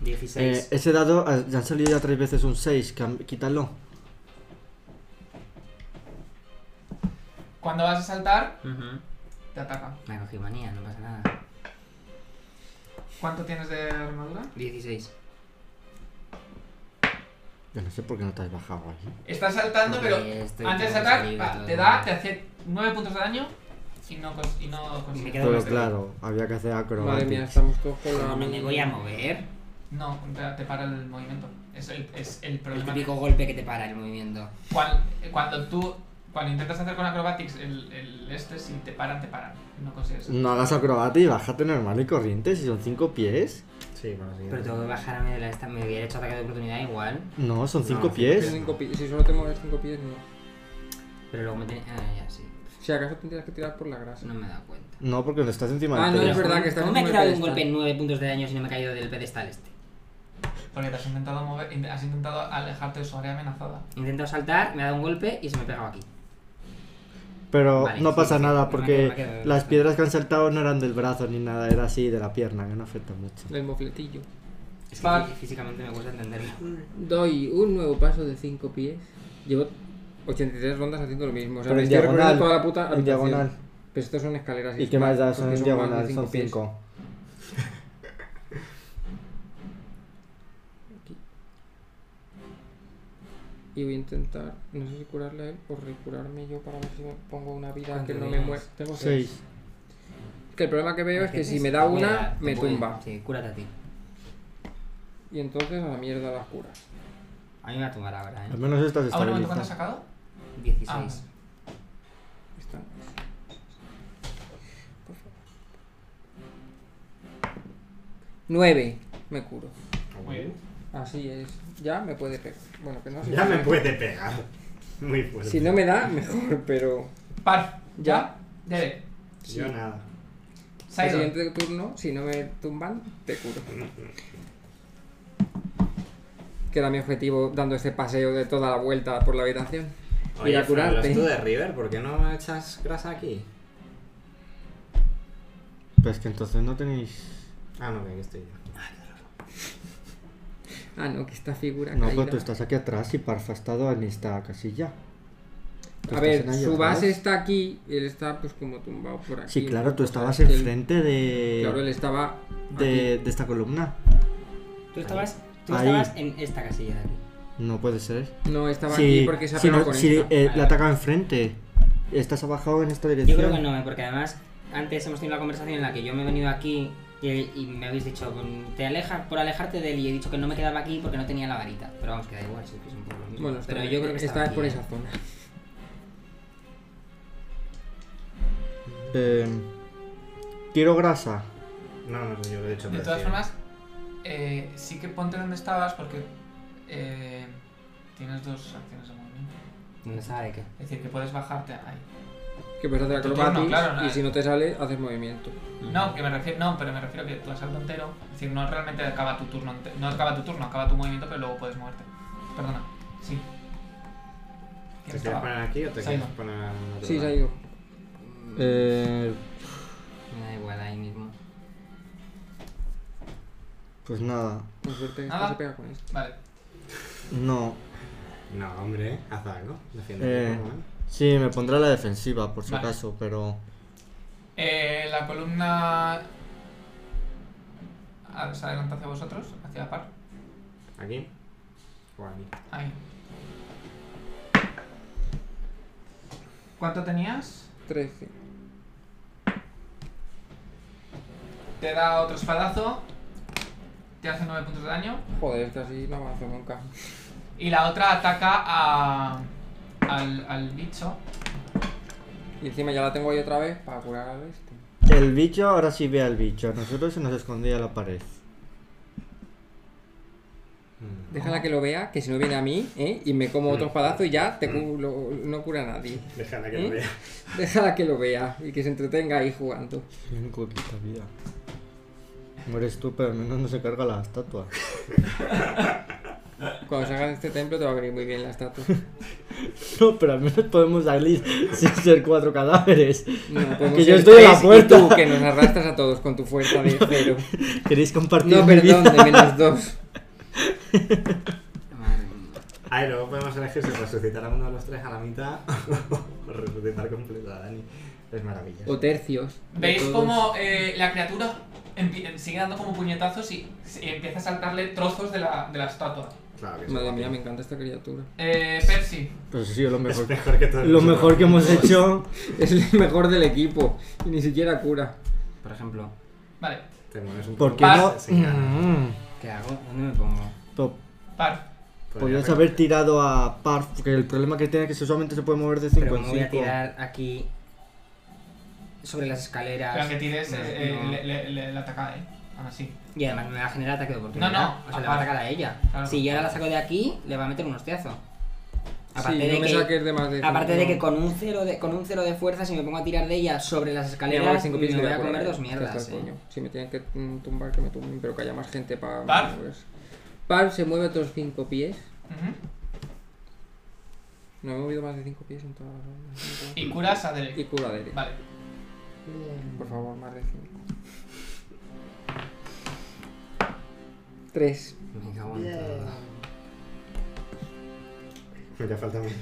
Speaker 5: 16.
Speaker 1: ese dado, ah, ya han salido ya tres veces un 6. Quítalo.
Speaker 2: Cuando vas a saltar,
Speaker 5: Ujú.
Speaker 2: te ataca.
Speaker 5: Me ha cogido manía, no pasa nada.
Speaker 2: ¿Cuánto tienes de armadura?
Speaker 5: 16.
Speaker 1: Yo no sé por qué no te has bajado ahí.
Speaker 2: Estás saltando, pero
Speaker 5: Porque estoy
Speaker 2: antes de
Speaker 5: todo
Speaker 2: atacar,
Speaker 5: saliva y
Speaker 2: pa,
Speaker 5: todo.
Speaker 2: te da, te hace 9 puntos de daño y no, cons- y no
Speaker 5: Me
Speaker 2: consigues.
Speaker 5: quedo-
Speaker 1: Pero Pues
Speaker 5: más
Speaker 1: claro, había que hacer
Speaker 3: Madre mía,
Speaker 1: acrobatics.
Speaker 3: estamos todos con la.
Speaker 5: No me voy a mover.
Speaker 2: No, te, te para el movimiento. Es el, es el
Speaker 5: El
Speaker 2: problema.
Speaker 5: típico golpe que te para el movimiento.
Speaker 2: Cual- Cuando, tú cuando intentas hacer con acrobatics el, el este, si te paran, te paran. No consigues.
Speaker 1: No hagas acrobatics, bájate normal y corriente si son 5 pies.
Speaker 6: Sí, bueno, sí.
Speaker 5: Pero tengo que bajar a medio de la esta. Me hubiera hecho ataque de oportunidad igual.
Speaker 1: No, son
Speaker 6: No,
Speaker 1: 5
Speaker 6: cinco
Speaker 1: pies.
Speaker 3: Cinco pi- Si solo te mueves 5 pies, no.
Speaker 5: Pero luego me tenía. Ah, ya, sí.
Speaker 3: Si acaso tendrías que tirar por la grasa.
Speaker 5: No me he dado cuenta.
Speaker 1: No, porque no estás encima
Speaker 3: Ah,
Speaker 1: del
Speaker 3: no, es
Speaker 1: pedestal.
Speaker 3: verdad que está
Speaker 5: ¿Cómo me ha
Speaker 3: como el
Speaker 5: tirado de un
Speaker 3: pedestal.
Speaker 5: golpe 9 puntos de daño si no me he caído del pedestal este?
Speaker 2: Porque te has intentado mover, int- has intentado alejarte de su área amenazada.
Speaker 5: He intentado saltar, me ha dado un golpe y se me ha pegado aquí.
Speaker 1: Pero
Speaker 5: Vale,
Speaker 1: no
Speaker 5: sí,
Speaker 1: pasa
Speaker 5: sí, me
Speaker 1: nada
Speaker 5: ha
Speaker 1: porque
Speaker 5: quedado- me ha quedado
Speaker 1: las
Speaker 5: bastante.
Speaker 1: piedras que han saltado no eran del brazo ni nada, era así de la pierna, que no afecta mucho.
Speaker 3: El mofletillo.
Speaker 5: Es
Speaker 2: Vale.
Speaker 5: que fí- físicamente me cuesta entenderlo.
Speaker 3: Doy un nuevo paso de 5 pies. Llevo 83 rondas haciendo lo mismo. O sea,
Speaker 1: Pero
Speaker 3: me
Speaker 1: en
Speaker 3: estoy
Speaker 1: diagonal,
Speaker 3: recorriendo toda la puta
Speaker 1: en
Speaker 3: habitación.
Speaker 1: diagonal.
Speaker 3: Pero estos son escaleras.
Speaker 1: ¿Y qué más da?
Speaker 3: porque
Speaker 1: Son en
Speaker 3: más de
Speaker 1: diagonal,
Speaker 3: cinco
Speaker 1: son
Speaker 3: pies.
Speaker 1: 5.
Speaker 3: Y voy a intentar, no sé si curarle a él o recurarme yo para ver si me pongo una vida que
Speaker 5: ¿Cuánto
Speaker 3: no me
Speaker 5: tienes?
Speaker 3: muera. Tengo seis.
Speaker 1: 6.
Speaker 3: Que el problema que veo es que si
Speaker 5: Entonces,
Speaker 3: me da
Speaker 5: mira,
Speaker 3: una,
Speaker 5: te
Speaker 3: me
Speaker 5: puede-
Speaker 3: tumba.
Speaker 5: Sí, cúrate a ti.
Speaker 3: Y entonces a la mierda las curas.
Speaker 5: A mí me va a tumbar ahora,
Speaker 1: Al
Speaker 5: ¿eh?
Speaker 1: menos estas
Speaker 2: Ah, bueno, ¿cuánto has
Speaker 1: estabilizan.
Speaker 2: sacado?
Speaker 5: 16.
Speaker 2: Ah,
Speaker 3: Están. Por favor. Nueve. Me curo.
Speaker 2: muy bien.
Speaker 3: Así es. Ya me puede pegar. Bueno, que no sé
Speaker 6: Ya
Speaker 3: si
Speaker 6: me puede pegar. Muy fuerte.
Speaker 3: Si no me da, mejor, pero.
Speaker 2: Par.
Speaker 3: Ya.
Speaker 2: Debe.
Speaker 6: Yo nada.
Speaker 3: El
Speaker 2: Sidon.
Speaker 3: siguiente turno, si no me tumban, te curo. Que era mi objetivo dando este paseo de toda la vuelta por la habitación.
Speaker 6: Oye,
Speaker 3: Ir a
Speaker 6: Fran, ¿lo
Speaker 3: curarte.
Speaker 6: es tú de River? ¿Por qué no echas grasa aquí?
Speaker 1: Pues que entonces no tenéis.
Speaker 6: Ah, no, que aquí estoy yo.
Speaker 3: Ah, no, que esta figura.
Speaker 1: No,
Speaker 3: caída.
Speaker 1: pero tú estás aquí atrás y Parfa ha estado en esta casilla. Tú
Speaker 3: A
Speaker 1: estás
Speaker 3: ver,
Speaker 1: en ahí
Speaker 3: su
Speaker 1: atrás.
Speaker 3: base está aquí y él está, pues, como tumbado por aquí.
Speaker 1: Sí, claro, tú estabas
Speaker 3: Él-
Speaker 1: enfrente de.
Speaker 3: Claro, él estaba. aquí.
Speaker 1: de, de esta columna.
Speaker 5: Tú estabas, tú
Speaker 1: Ahí.
Speaker 5: estabas en esta casilla de aquí.
Speaker 1: No puede ser.
Speaker 3: No, estaba
Speaker 1: Sí,
Speaker 3: aquí porque se ha
Speaker 1: si
Speaker 3: pegado
Speaker 1: no-
Speaker 3: con
Speaker 1: si,
Speaker 3: esta.
Speaker 1: eh,
Speaker 5: Vale,
Speaker 1: la
Speaker 5: vale.
Speaker 1: ataca enfrente. Estás abajado en esta
Speaker 5: Yo
Speaker 1: dirección.
Speaker 5: creo que no, ¿eh? porque además antes hemos tenido una conversación en la que yo me he venido aquí y, y me habéis dicho, mm, te alejas por alejarte de él y he dicho que no me quedaba aquí porque no tenía la varita. Pero vamos, que da igual, sí que es un poco lo mismo.
Speaker 3: Bueno, eh,
Speaker 5: pero
Speaker 3: está-
Speaker 5: yo creo que
Speaker 3: estaba
Speaker 5: estaba
Speaker 3: por
Speaker 5: aquí, ¿eh?
Speaker 3: esa zona.
Speaker 1: Eh, quiero grasa.
Speaker 6: No, no, yo lo he dicho.
Speaker 2: De todas
Speaker 6: recién.
Speaker 2: formas, eh, sí que ponte donde estabas porque eh, tienes dos acciones de movimiento.
Speaker 5: ¿eh? ¿Dónde estaba de qué?
Speaker 2: Es decir, que puedes bajarte ahí.
Speaker 3: Que puedes hacer
Speaker 2: Tu turno,
Speaker 3: acrobatis
Speaker 2: claro,
Speaker 3: y
Speaker 2: nada.
Speaker 3: si no te sale, haces movimiento.
Speaker 2: No, que me refiero, no, pero me refiero que tú has salto entero. Es decir, no realmente acaba tu turno, ente- no acaba tu turno, acaba tu movimiento, pero luego puedes moverte. Perdona, sí.
Speaker 6: ¿Te
Speaker 2: ¿Quién
Speaker 6: quieres
Speaker 2: estaba?
Speaker 6: poner aquí o te
Speaker 2: Ahí
Speaker 6: quieres
Speaker 2: no.
Speaker 6: poner en otro
Speaker 3: Sí, se
Speaker 6: lado?
Speaker 3: ha ido.
Speaker 1: Eh,
Speaker 5: Me da igual ahí mismo.
Speaker 1: pues nada.
Speaker 3: Por suerte, esta
Speaker 2: Nada.
Speaker 3: se pega con esta.
Speaker 2: Vale,
Speaker 1: No.
Speaker 6: No, hombre, haz algo. Defiende.
Speaker 1: Eh, sí, me pondré a la defensiva por si
Speaker 2: Vale.
Speaker 1: acaso, pero.
Speaker 2: Eh, la columna ah, se adelanta hacia vosotros, hacia la par.
Speaker 6: ¿Aquí? O aquí.
Speaker 2: Ahí. ¿Cuánto tenías?
Speaker 3: 13.
Speaker 2: Te da otro espadazo. Te hace 9 puntos de daño.
Speaker 3: Joder, esta sí no avanzo nunca.
Speaker 2: Y la otra ataca a, al, al bicho.
Speaker 3: Y encima ya la tengo ahí otra vez para curar al este.
Speaker 1: El bicho ahora sí ve al bicho. A Nosotros se nos escondía la pared.
Speaker 6: Mm.
Speaker 3: Déjala que lo vea, que si no viene a mí, ¿eh? Y me como otro espadazo y ya te cu- lo- no cura a nadie.
Speaker 6: Déjala que lo
Speaker 3: ¿Eh?
Speaker 6: vea.
Speaker 3: Déjala que lo vea y que se entretenga ahí jugando.
Speaker 1: Tienen poquita vida. Mueres tú, pero al menos no se carga la estatua.
Speaker 3: Cuando salgas de este templo te va a venir muy bien la estatua.
Speaker 1: No, pero al menos podemos salir sin ser cuatro cadáveres.
Speaker 3: No, podemos
Speaker 1: Que yo
Speaker 3: ser
Speaker 1: estoy en la
Speaker 3: tres y
Speaker 1: puerta.
Speaker 3: tú, que nos arrastras a todos con tu fuerza de cero.
Speaker 1: ¿Queréis compartir
Speaker 3: No,
Speaker 1: mi
Speaker 3: perdón,
Speaker 1: vida?
Speaker 3: de menos dos.
Speaker 5: Madre mía.
Speaker 6: Ah, y luego podemos elegir si resucitar a uno de los tres a la mitad o resucitar completo a Dani. Es maravilla.
Speaker 3: O tercios. de
Speaker 2: ¿Veis
Speaker 3: todos.
Speaker 2: cómo eh, la criatura empie- sigue dando como puñetazos y, y empieza a saltarle trozos de la, de la estatua?
Speaker 6: Claro que sí.
Speaker 3: Madre mía, me encanta esta criatura.
Speaker 2: Eh, Percy,
Speaker 1: Pues sí, lo mejor,
Speaker 6: Es mejor que todo el
Speaker 1: lo
Speaker 6: mundo.
Speaker 1: mejor que hemos hecho.
Speaker 3: Es el mejor del equipo y ni siquiera cura.
Speaker 5: Por ejemplo,
Speaker 2: vale,
Speaker 6: Te mueres un
Speaker 1: ¿Por
Speaker 6: poco
Speaker 1: qué no?
Speaker 2: Vas.
Speaker 6: sin ganas.
Speaker 1: Mm.
Speaker 5: ¿qué hago? ¿Dónde me pongo?
Speaker 1: Po-
Speaker 2: par.
Speaker 6: Podría
Speaker 1: Podrías haber tirado a Parf, porque el problema que tiene es que solamente se puede mover de 5
Speaker 5: Pero me
Speaker 1: en
Speaker 5: voy a
Speaker 1: 5.
Speaker 5: tirar aquí sobre las escaleras.
Speaker 2: Pero que tires,
Speaker 5: No,
Speaker 2: eh, eh,
Speaker 5: no.
Speaker 2: le, le- le- le ataca, ¿eh? Aún así.
Speaker 5: Y además me va a generar ataque de oportunidad.
Speaker 2: No, no,
Speaker 5: O sea, le va a
Speaker 2: aparte.
Speaker 5: atacar a ella.
Speaker 2: Claro.
Speaker 5: Si yo ahora la saco de aquí, le va a meter un hostiazo. Aparte,
Speaker 3: sí,
Speaker 5: de,
Speaker 3: no me
Speaker 5: que,
Speaker 3: saques de más de
Speaker 5: aparte
Speaker 3: cinco.
Speaker 5: de que con un cero de, con un cero de fuerza, si me pongo a tirar de ella sobre las
Speaker 3: Mira,
Speaker 5: escaleras,
Speaker 3: cinco
Speaker 5: me
Speaker 3: pies le
Speaker 5: voy a
Speaker 3: curar,
Speaker 5: comer dos
Speaker 3: ya
Speaker 5: mierdas.
Speaker 3: está,
Speaker 5: eh.
Speaker 3: coño. Si me tienen que mm, tumbar, que me tumben, pero que haya más gente para...
Speaker 2: Par.
Speaker 3: Par se mueve otros 5 pies.
Speaker 2: Ujú.
Speaker 3: No he movido más de 5 pies en toda la ronda.
Speaker 2: Y curas a
Speaker 3: Y
Speaker 2: Derek.
Speaker 3: cura de
Speaker 2: Vale.
Speaker 3: Por favor, más de 5. 3.
Speaker 5: Me cago en todo.
Speaker 6: Me falta menos.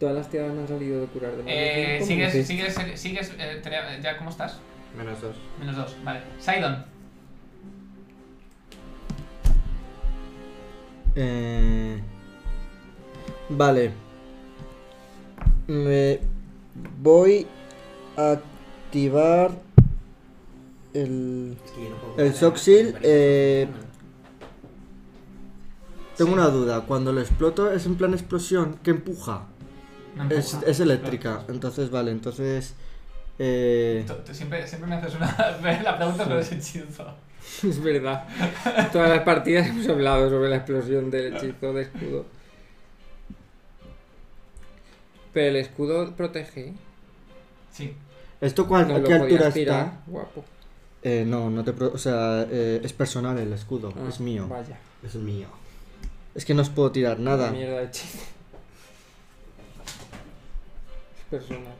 Speaker 3: Todas las tiradas me han salido de curar de más de
Speaker 2: Eh,
Speaker 3: cinco,
Speaker 2: sigues,
Speaker 3: menos seis.
Speaker 2: sigues, sigues, eh, tenia- ya, ¿cómo estás?
Speaker 4: Menos dos.
Speaker 2: Menos dos, vale. Sidon,
Speaker 1: Eh, vale. Me voy a activar el...
Speaker 6: Es que yo no puedo
Speaker 1: El
Speaker 6: jugar,
Speaker 1: Soxil,
Speaker 6: además,
Speaker 1: eh,
Speaker 6: bueno,
Speaker 1: Tengo una duda. Cuando lo exploto es en plan explosión que empuja.
Speaker 2: no
Speaker 1: Es,
Speaker 2: empuja.
Speaker 1: es eléctrica. Entonces, vale, entonces... eh,
Speaker 2: Tú- tú siempre, siempre me haces una, la pregunta sobre ese hechizo.
Speaker 3: Es verdad. Todas las partidas hemos hablado sobre la explosión del hechizo de escudo. Pero el escudo protege.
Speaker 2: Sí.
Speaker 1: ¿Esto cuál,
Speaker 3: No
Speaker 1: a
Speaker 3: lo
Speaker 1: qué altura
Speaker 3: podías
Speaker 1: está?
Speaker 3: tirar. Guapo.
Speaker 1: Eh, no, no te... pro- O sea, eh, es personal el escudo,
Speaker 3: Ah,
Speaker 1: es mío.
Speaker 3: Vaya.
Speaker 6: Es mío.
Speaker 1: Es que no os puedo tirar nada.
Speaker 3: Mierda de hechizo. Es personal.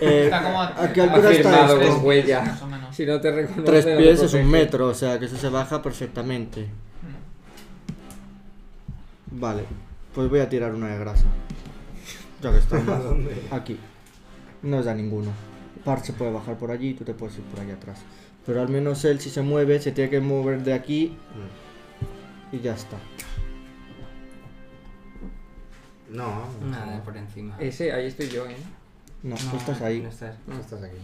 Speaker 1: Eh,
Speaker 2: Está como
Speaker 1: ¿A qué altura
Speaker 3: Afirmado,
Speaker 1: está
Speaker 3: con
Speaker 1: esto?
Speaker 3: huella.
Speaker 2: Más o menos.
Speaker 3: Si no te reconoce.
Speaker 1: Tres
Speaker 3: no te
Speaker 1: pies es un
Speaker 3: protege.
Speaker 1: metro, o sea que eso se baja perfectamente. Vale, pues voy a tirar una de grasa. Ya que
Speaker 6: ¿A
Speaker 1: estamos
Speaker 6: dónde?
Speaker 1: aquí. No os da ninguno. Par se puede bajar por allí, tú te puedes ir por allá atrás. Pero al menos él si se mueve, se tiene que mover de aquí y ya está.
Speaker 4: No,
Speaker 5: Nada, por encima.
Speaker 3: Ese, ahí estoy yo, ¿eh?
Speaker 1: No,
Speaker 5: No,
Speaker 1: tú estás ahí.
Speaker 5: no estás.
Speaker 4: tú estás aquí.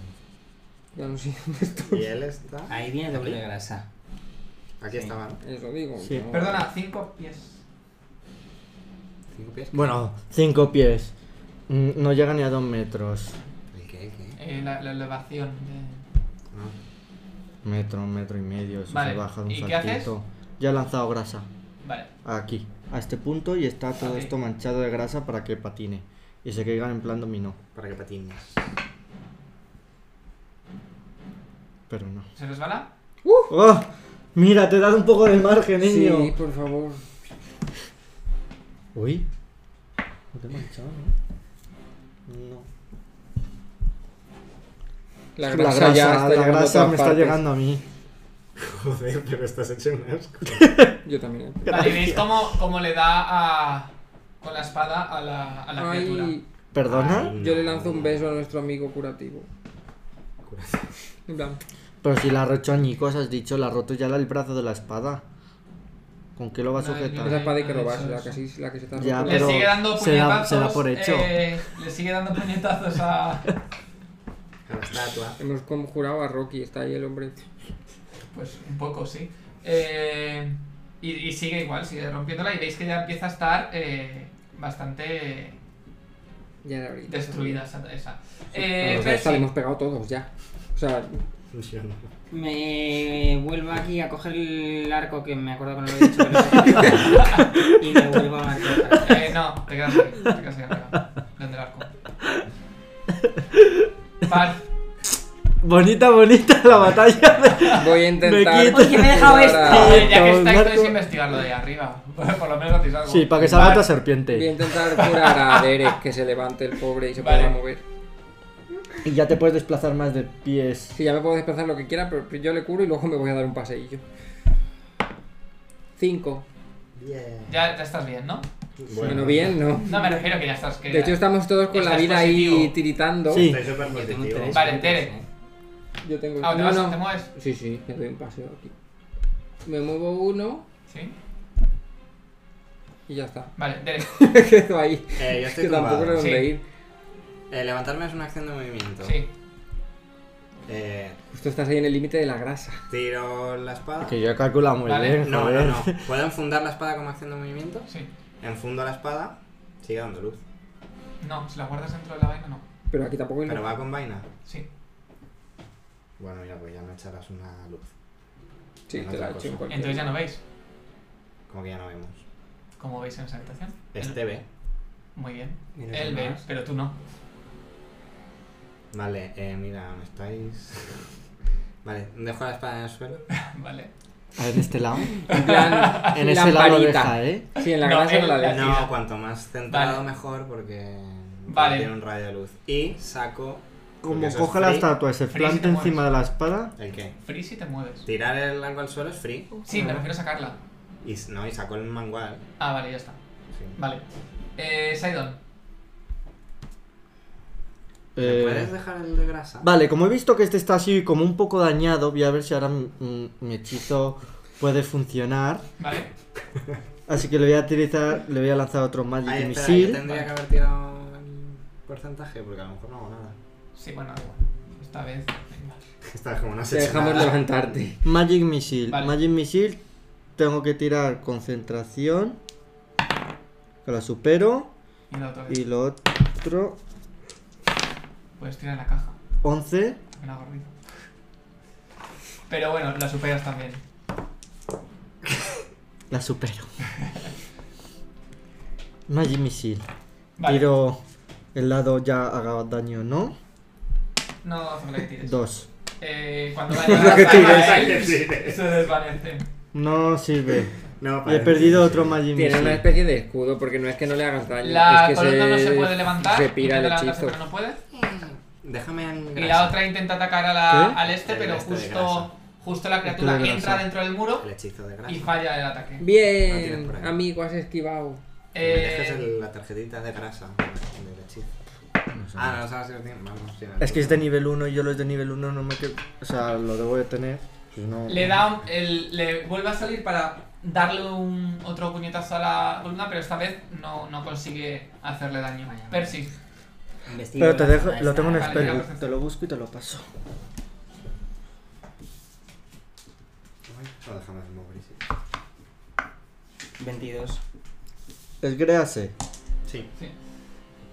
Speaker 3: Ya no sé dónde estoy.
Speaker 4: Y él está.
Speaker 5: Ahí viene doble de grasa.
Speaker 4: Aquí estaba, ¿no?
Speaker 3: Eso digo.
Speaker 1: Sí.
Speaker 3: no.
Speaker 2: Perdona, cinco pies.
Speaker 6: ¿Cinco pies?
Speaker 1: Bueno, cinco pies. Mm, No llega ni a dos metros.
Speaker 6: ¿El qué? ¿El qué?
Speaker 2: Eh, la, la elevación. de-
Speaker 6: No.
Speaker 1: Metro, metro y medio, eso
Speaker 2: Vale,
Speaker 1: se baja de un
Speaker 2: ¿y qué
Speaker 1: saltito.
Speaker 2: haces?
Speaker 1: Ya he lanzado grasa.
Speaker 2: Vale.
Speaker 1: aquí, a este punto, y está todo
Speaker 2: Ok.
Speaker 1: esto manchado de grasa para que patine. Y se caigan en plan dominó.
Speaker 6: Para que patines.
Speaker 1: Pero no.
Speaker 2: ¿Se resbala?
Speaker 1: ¡Oh! Mira, te he dado un poco de margen, niño.
Speaker 3: Sí, por favor.
Speaker 1: Uy. No te he manchado, ¿no? No.
Speaker 3: La
Speaker 1: Es que
Speaker 3: grasa, ya
Speaker 1: la
Speaker 3: está llegando a
Speaker 1: grasa
Speaker 3: todas
Speaker 1: me está
Speaker 3: partes.
Speaker 1: llegando a mí.
Speaker 6: Joder, pero estás hecho un asco.
Speaker 3: Yo también. ¿eh?
Speaker 2: Vale, y veis cómo, cómo le da a, con la espada a la, a la criatura.
Speaker 3: Ay,
Speaker 1: ¿Perdona?
Speaker 6: Ay.
Speaker 3: yo le lanzo un beso a nuestro amigo curativo. En plan,
Speaker 1: Pero si la ha roto añicos, has dicho, la ha roto ya la- el brazo de la espada. ¿Con qué lo va a
Speaker 2: No, yo-
Speaker 1: sujetar?
Speaker 3: esa espada hay que
Speaker 2: no,
Speaker 3: robarse, la
Speaker 2: eso,
Speaker 3: que, sí- la que se está
Speaker 1: Ya,
Speaker 3: rompiendo.
Speaker 2: le
Speaker 1: pero
Speaker 2: sigue
Speaker 1: se
Speaker 2: dando
Speaker 1: da-
Speaker 2: puñetazos.
Speaker 1: se da por hecho.
Speaker 2: eh, le sigue dando puñetazos a.
Speaker 6: A la estatua.
Speaker 3: Hemos conjurado a Rocky, está ahí el hombre.
Speaker 2: Pues un poco, sí. Eh, y, y sigue igual, sigue rompiéndola. Y veis que ya empieza a estar eh, bastante
Speaker 3: Ya era ahorita.
Speaker 2: destruida esa. esa.
Speaker 3: Bueno,
Speaker 2: Eh,
Speaker 3: o sea, esta le
Speaker 2: Percy,
Speaker 3: hemos pegado todos ya. O sea,
Speaker 6: Yo no.
Speaker 5: Me vuelvo aquí a coger el arco que me acuerdo que no lo he dicho. pero- y me vuelvo a marcar.
Speaker 2: eh, no, te quedas ahí, te quedas ahí arriba, donde el arco. Par,
Speaker 1: Bonita, bonita la batalla. de-
Speaker 3: voy a intentar.
Speaker 1: quito. Oye,
Speaker 5: me he dejado
Speaker 3: jugar a-
Speaker 5: este.
Speaker 2: eh, ya que
Speaker 1: todo el
Speaker 2: estáis, podéis
Speaker 1: arco.
Speaker 2: investigarlo de ahí arriba. Por lo menos hacéis algo.
Speaker 1: Sí, para que salga
Speaker 2: Par,
Speaker 1: otra
Speaker 3: Voy a
Speaker 1: serpiente.
Speaker 3: intentar curar a Derek que se levante el pobre y se
Speaker 2: Vale.
Speaker 3: pueda mover.
Speaker 1: Y ya te puedes desplazar más de pies.
Speaker 3: Sí, ya me puedo desplazar lo que quiera, pero pues yo le curo y luego me voy a dar un paseillo. Cinco.
Speaker 4: Bien.
Speaker 2: Ya, ya estás bien, ¿no?
Speaker 3: Bueno, bien, ¿no?
Speaker 2: No, me refiero que ya estás. Que
Speaker 3: De hecho, estamos todos con la
Speaker 2: Estás
Speaker 3: vida ahí
Speaker 2: positivo.
Speaker 3: tiritando.
Speaker 1: Sí.
Speaker 6: Estoy súper
Speaker 5: Yo tengo
Speaker 6: positivo.
Speaker 5: tres
Speaker 2: Vale,
Speaker 5: puntos,
Speaker 2: Tere.
Speaker 5: eh.
Speaker 3: Yo tengo
Speaker 2: Ah, ¿te
Speaker 3: no,
Speaker 2: vas?
Speaker 3: no.
Speaker 2: ¿Te mueves?
Speaker 3: Sí, sí, me doy un paseo aquí. Me muevo uno
Speaker 2: Sí.
Speaker 3: y ya está.
Speaker 2: Vale, Derek.
Speaker 3: Me quedo ahí.
Speaker 6: Eh, yo
Speaker 3: Es
Speaker 6: estoy
Speaker 3: que tampoco
Speaker 6: tumbado.
Speaker 3: sé dónde
Speaker 2: Sí.
Speaker 3: ir.
Speaker 6: Eh, levantarme es una acción de movimiento.
Speaker 2: Sí.
Speaker 6: Eh,
Speaker 3: Justo estás ahí en el límite de la grasa.
Speaker 6: tiro la espada.
Speaker 1: Que yo he calculado muy
Speaker 2: Vale.
Speaker 1: bien,
Speaker 6: No, no,
Speaker 1: joder.
Speaker 6: no. ¿Puedo enfundar la espada como acción de movimiento?
Speaker 2: Sí.
Speaker 6: Enfundo la espada, sigue dando luz.
Speaker 2: No, si la guardas dentro de la vaina, no.
Speaker 3: Pero aquí tampoco hay
Speaker 6: Pero
Speaker 3: nada.
Speaker 6: va con vaina.
Speaker 2: Sí.
Speaker 6: Bueno, mira, pues ya me echarás una luz.
Speaker 3: Sí,
Speaker 6: en
Speaker 3: te la
Speaker 6: otra
Speaker 3: echo en
Speaker 6: cosa.
Speaker 3: cualquier
Speaker 2: Entonces ya no veis,
Speaker 6: Como que ya no vemos.
Speaker 2: como veis en esa habitación.
Speaker 6: Este ve.
Speaker 2: Muy bien.
Speaker 5: Mira,
Speaker 2: Él
Speaker 5: no
Speaker 2: ve,
Speaker 5: más.
Speaker 2: pero tú no.
Speaker 6: Vale, eh, mira, me estáis. Vale, dejo la espada en el suelo.
Speaker 2: Vale.
Speaker 1: A ver, en este lado.
Speaker 3: En plan,
Speaker 1: En ese lado lo
Speaker 3: lamparita.
Speaker 1: deja, ¿eh?
Speaker 3: Sí, en la
Speaker 2: No,
Speaker 3: grasa
Speaker 2: en
Speaker 3: no la
Speaker 2: la-
Speaker 3: dejo.
Speaker 6: No,
Speaker 2: Tira.
Speaker 6: cuanto más centrado
Speaker 2: Vale.
Speaker 6: mejor porque.
Speaker 2: Vale.
Speaker 6: Tiene un rayo de luz. Y saco. porque
Speaker 1: Como
Speaker 6: eso es
Speaker 1: coja la
Speaker 6: free.
Speaker 1: estatua y se
Speaker 2: free si
Speaker 1: planta
Speaker 2: te mueves.
Speaker 1: encima de la espada.
Speaker 6: ¿El qué?
Speaker 2: Free si te mueves.
Speaker 6: Tirar el mango al suelo es free.
Speaker 2: Sí, me refiero a sacarla.
Speaker 6: Y, s- no, y saco el mangual.
Speaker 2: Ah, vale, ya está.
Speaker 6: Sí.
Speaker 2: Vale. Eh, Sidon.
Speaker 4: ¿Me
Speaker 1: Eh,
Speaker 4: puedes dejar el de grasa?
Speaker 1: Vale, como he visto que este está así como un poco dañado, voy a ver si ahora mi, mi- mi hechizo puede funcionar.
Speaker 2: ¿Vale?
Speaker 1: Así que le voy a utilizar, le voy a lanzar otro Magic
Speaker 4: Ahí, espera, yo
Speaker 1: Missile.
Speaker 4: tendría que haber tirado el porcentaje porque a lo mejor no hago nada.
Speaker 2: Sí, bueno, da igual. Esta vez. venga.
Speaker 6: Estás como una
Speaker 3: Te dejamos
Speaker 6: asesinada.
Speaker 3: levantarte.
Speaker 1: Magic Missile.
Speaker 2: Vale.
Speaker 1: Magic Missile, tengo que tirar concentración. Que la supero.
Speaker 2: Y la otra vez.
Speaker 1: Y lo otro,
Speaker 2: Puedes tirar la caja.
Speaker 1: 11.
Speaker 2: Me la hago ruido. Pero bueno, la superas también.
Speaker 1: La supero. Magic Missile.
Speaker 2: Vale.
Speaker 1: Tiro el lado ya haga daño, ¿no?
Speaker 2: No hace falta que tires.
Speaker 1: Dos.
Speaker 2: Eh, cuando vaya a la caja, eh, se desvanece.
Speaker 1: No sirve.
Speaker 6: No,
Speaker 1: Y he
Speaker 6: parece
Speaker 1: perdido
Speaker 6: que
Speaker 1: otro
Speaker 6: sí.
Speaker 1: Magic
Speaker 3: Tiene una
Speaker 1: Missile.
Speaker 3: especie de escudo porque no es que no le hagas daño.
Speaker 2: La
Speaker 3: es que
Speaker 2: columna no se puede levantar.
Speaker 3: Se
Speaker 2: intenta
Speaker 3: pira el
Speaker 2: levantarse,
Speaker 3: hechizo.
Speaker 2: pero no puede.
Speaker 4: Déjame en
Speaker 2: Y
Speaker 4: grasa.
Speaker 2: la otra intenta atacar a la-
Speaker 1: ¿Qué?
Speaker 2: al este,
Speaker 4: El
Speaker 2: pero
Speaker 4: este de
Speaker 2: justo,
Speaker 4: grasa.
Speaker 2: justo la
Speaker 1: de
Speaker 2: criatura
Speaker 1: grasa.
Speaker 2: entra dentro del muro
Speaker 4: El hechizo de grasa.
Speaker 2: y falla el ataque.
Speaker 4: Ah, tienes
Speaker 3: Bien,
Speaker 4: por ahí.
Speaker 3: amigo, has esquivado.
Speaker 4: Me dejes
Speaker 2: Eh,
Speaker 4: este el- la tarjetita de grasa del hechizo. Ah, no sabes si lo tienes. Vamos, ya.
Speaker 1: Es que este- es de nivel 1 y yo los de nivel 1 no me quedo. O sea, lo debo de tener. si no-
Speaker 2: le da un- el- le vuelve a salir para darle un otro puñetazo a la columna, pero esta vez no, no consigue hacerle daño.
Speaker 5: Vaya.
Speaker 2: Percy,
Speaker 5: Un vestido
Speaker 1: Pero te
Speaker 5: de
Speaker 1: dejo,
Speaker 5: zona
Speaker 1: lo
Speaker 5: esta.
Speaker 1: tengo en
Speaker 2: Vale, ya lo
Speaker 1: spellbook.
Speaker 2: haces.
Speaker 1: Te lo busco y te lo paso.
Speaker 4: No, déjame en móvil, sí.
Speaker 5: 22.
Speaker 1: El Grease.
Speaker 4: Sí.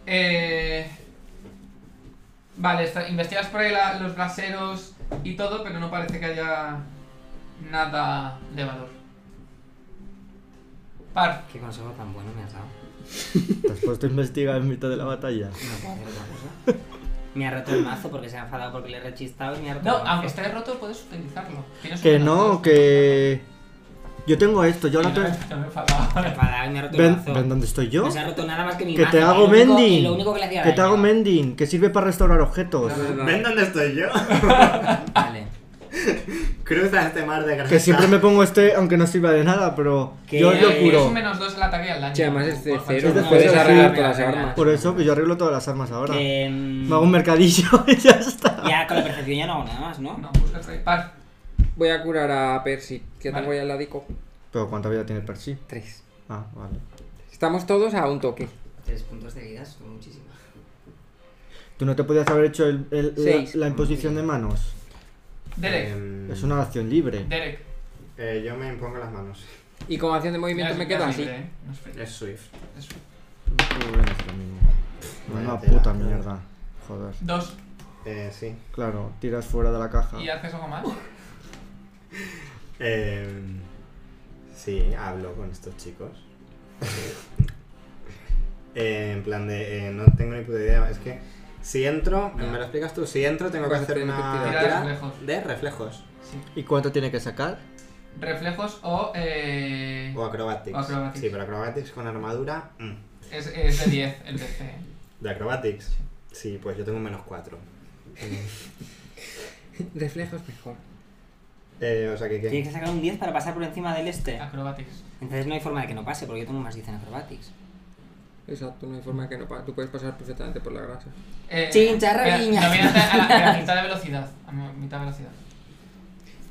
Speaker 2: eh, vale, está- investigas por ahí la- los braseros y todo, pero no parece que haya nada de valor. Par,
Speaker 5: Qué consejo tan bueno me has dado.
Speaker 1: ¿Te has puesto a investigar en mitad de la batalla?
Speaker 5: No puedo hacer otra cosa. Me ha roto el mazo porque se ha enfadado porque le he rechistado y me ha roto
Speaker 2: No,
Speaker 5: el mazo.
Speaker 2: aunque esté roto puedes utilizarlo. Tienes
Speaker 1: Que
Speaker 2: un
Speaker 1: no,
Speaker 2: ganador.
Speaker 1: que. Yo tengo esto, yo
Speaker 2: Sí,
Speaker 1: la
Speaker 2: no,
Speaker 1: tengo.
Speaker 2: no me he enfadado.
Speaker 5: Enfadado y me ha roto el
Speaker 1: ¿Ven,
Speaker 5: mazo.
Speaker 1: ven dónde estoy yo?
Speaker 5: No se ha roto nada más que mi
Speaker 1: Que
Speaker 5: mazo.
Speaker 1: te hago
Speaker 5: lo único-
Speaker 1: mending.
Speaker 5: Lo único que le hacía
Speaker 1: Que te
Speaker 5: daño.
Speaker 1: hago mending, que sirve para restaurar objetos.
Speaker 4: Pues ¿Ven dónde estoy yo?
Speaker 5: Vale.
Speaker 4: Cruza este mar de grasa.
Speaker 1: Que siempre me pongo este, aunque no sirva de nada, pero
Speaker 5: Que
Speaker 1: yo os lo
Speaker 5: es
Speaker 2: Es
Speaker 1: curo.
Speaker 2: un menos 2 el ataque y al daño.
Speaker 3: Che, además es de
Speaker 2: Ah, Por
Speaker 3: cero.
Speaker 1: Es de
Speaker 3: no
Speaker 1: cero,
Speaker 3: puedes
Speaker 1: sí.
Speaker 3: arreglar todas las armas.
Speaker 1: Por eso que yo arreglo todas las armas ahora. Me
Speaker 5: Que, mm,
Speaker 1: hago un mercadillo y ya está.
Speaker 5: Ya con la percepción ya no hago nada más, ¿no?
Speaker 2: No, buscas ahí. Par.
Speaker 3: Voy a curar a Percy, que
Speaker 2: Vale.
Speaker 3: tengo ya al ladico.
Speaker 1: Pero ¿cuánta vida tiene Percy?
Speaker 3: Tres.
Speaker 1: Ah, vale.
Speaker 3: Estamos todos a un toque.
Speaker 5: Tres puntos de vida son muchísimos.
Speaker 1: ¿Tú no te podías haber hecho el- el-
Speaker 3: Seis.
Speaker 1: la, la imposición de manos?
Speaker 3: Eh,
Speaker 2: Derek.
Speaker 4: Em,
Speaker 1: Es una acción libre.
Speaker 2: Derek.
Speaker 4: eh, yo me impongo las manos.
Speaker 3: Y con acción de movimiento
Speaker 2: Ya
Speaker 3: me
Speaker 2: es-
Speaker 3: quedo
Speaker 2: ya es
Speaker 3: así.
Speaker 2: libre, ¿eh? No es free,
Speaker 4: Es Swift.
Speaker 2: es free.
Speaker 1: Bueno, es lo mismo. Una
Speaker 4: Vaya tela.
Speaker 1: puta mierda. Joder.
Speaker 2: Dos.
Speaker 4: Eh, sí.
Speaker 1: Claro, tiras fuera de la caja.
Speaker 2: ¿Y haces algo más?
Speaker 4: Em, sí, hablo con estos chicos. Eh, en plan de, eh, no tengo ni puta idea. Es que si entro,
Speaker 3: Ya.
Speaker 4: me lo explicas tú, si entro tengo que
Speaker 3: Vas a
Speaker 4: hacer
Speaker 3: tener que
Speaker 4: una
Speaker 3: tirar
Speaker 2: de
Speaker 4: tirada
Speaker 2: reflejos.
Speaker 4: de reflejos
Speaker 2: Sí.
Speaker 1: ¿Y cuánto tiene que sacar?
Speaker 2: Reflejos o. Eh,
Speaker 4: o acrobatics.
Speaker 2: O acrobatics.
Speaker 4: Sí, pero acrobatics con armadura. mm.
Speaker 2: es, es de 10 el DC. ¿eh?
Speaker 4: ¿De acrobatics? Sí, pues yo tengo un menos 4.
Speaker 3: Reflejos mejor.
Speaker 4: Eh, o sea que
Speaker 5: Tienes
Speaker 4: ¿qué?
Speaker 5: que sacar un 10 para pasar por encima del este.
Speaker 2: Ah. Acrobatics.
Speaker 5: Entonces no hay forma de que no pase porque yo tengo más 10 en acrobatics.
Speaker 3: Exacto, no hay forma que no pa- Tú puedes pasar perfectamente por la grasa.
Speaker 2: Eh,
Speaker 5: Chin, charra,
Speaker 2: mira,
Speaker 5: guiña.
Speaker 2: no, voy a hacer a la, a la mitad de velocidad. A mi- mitad de velocidad.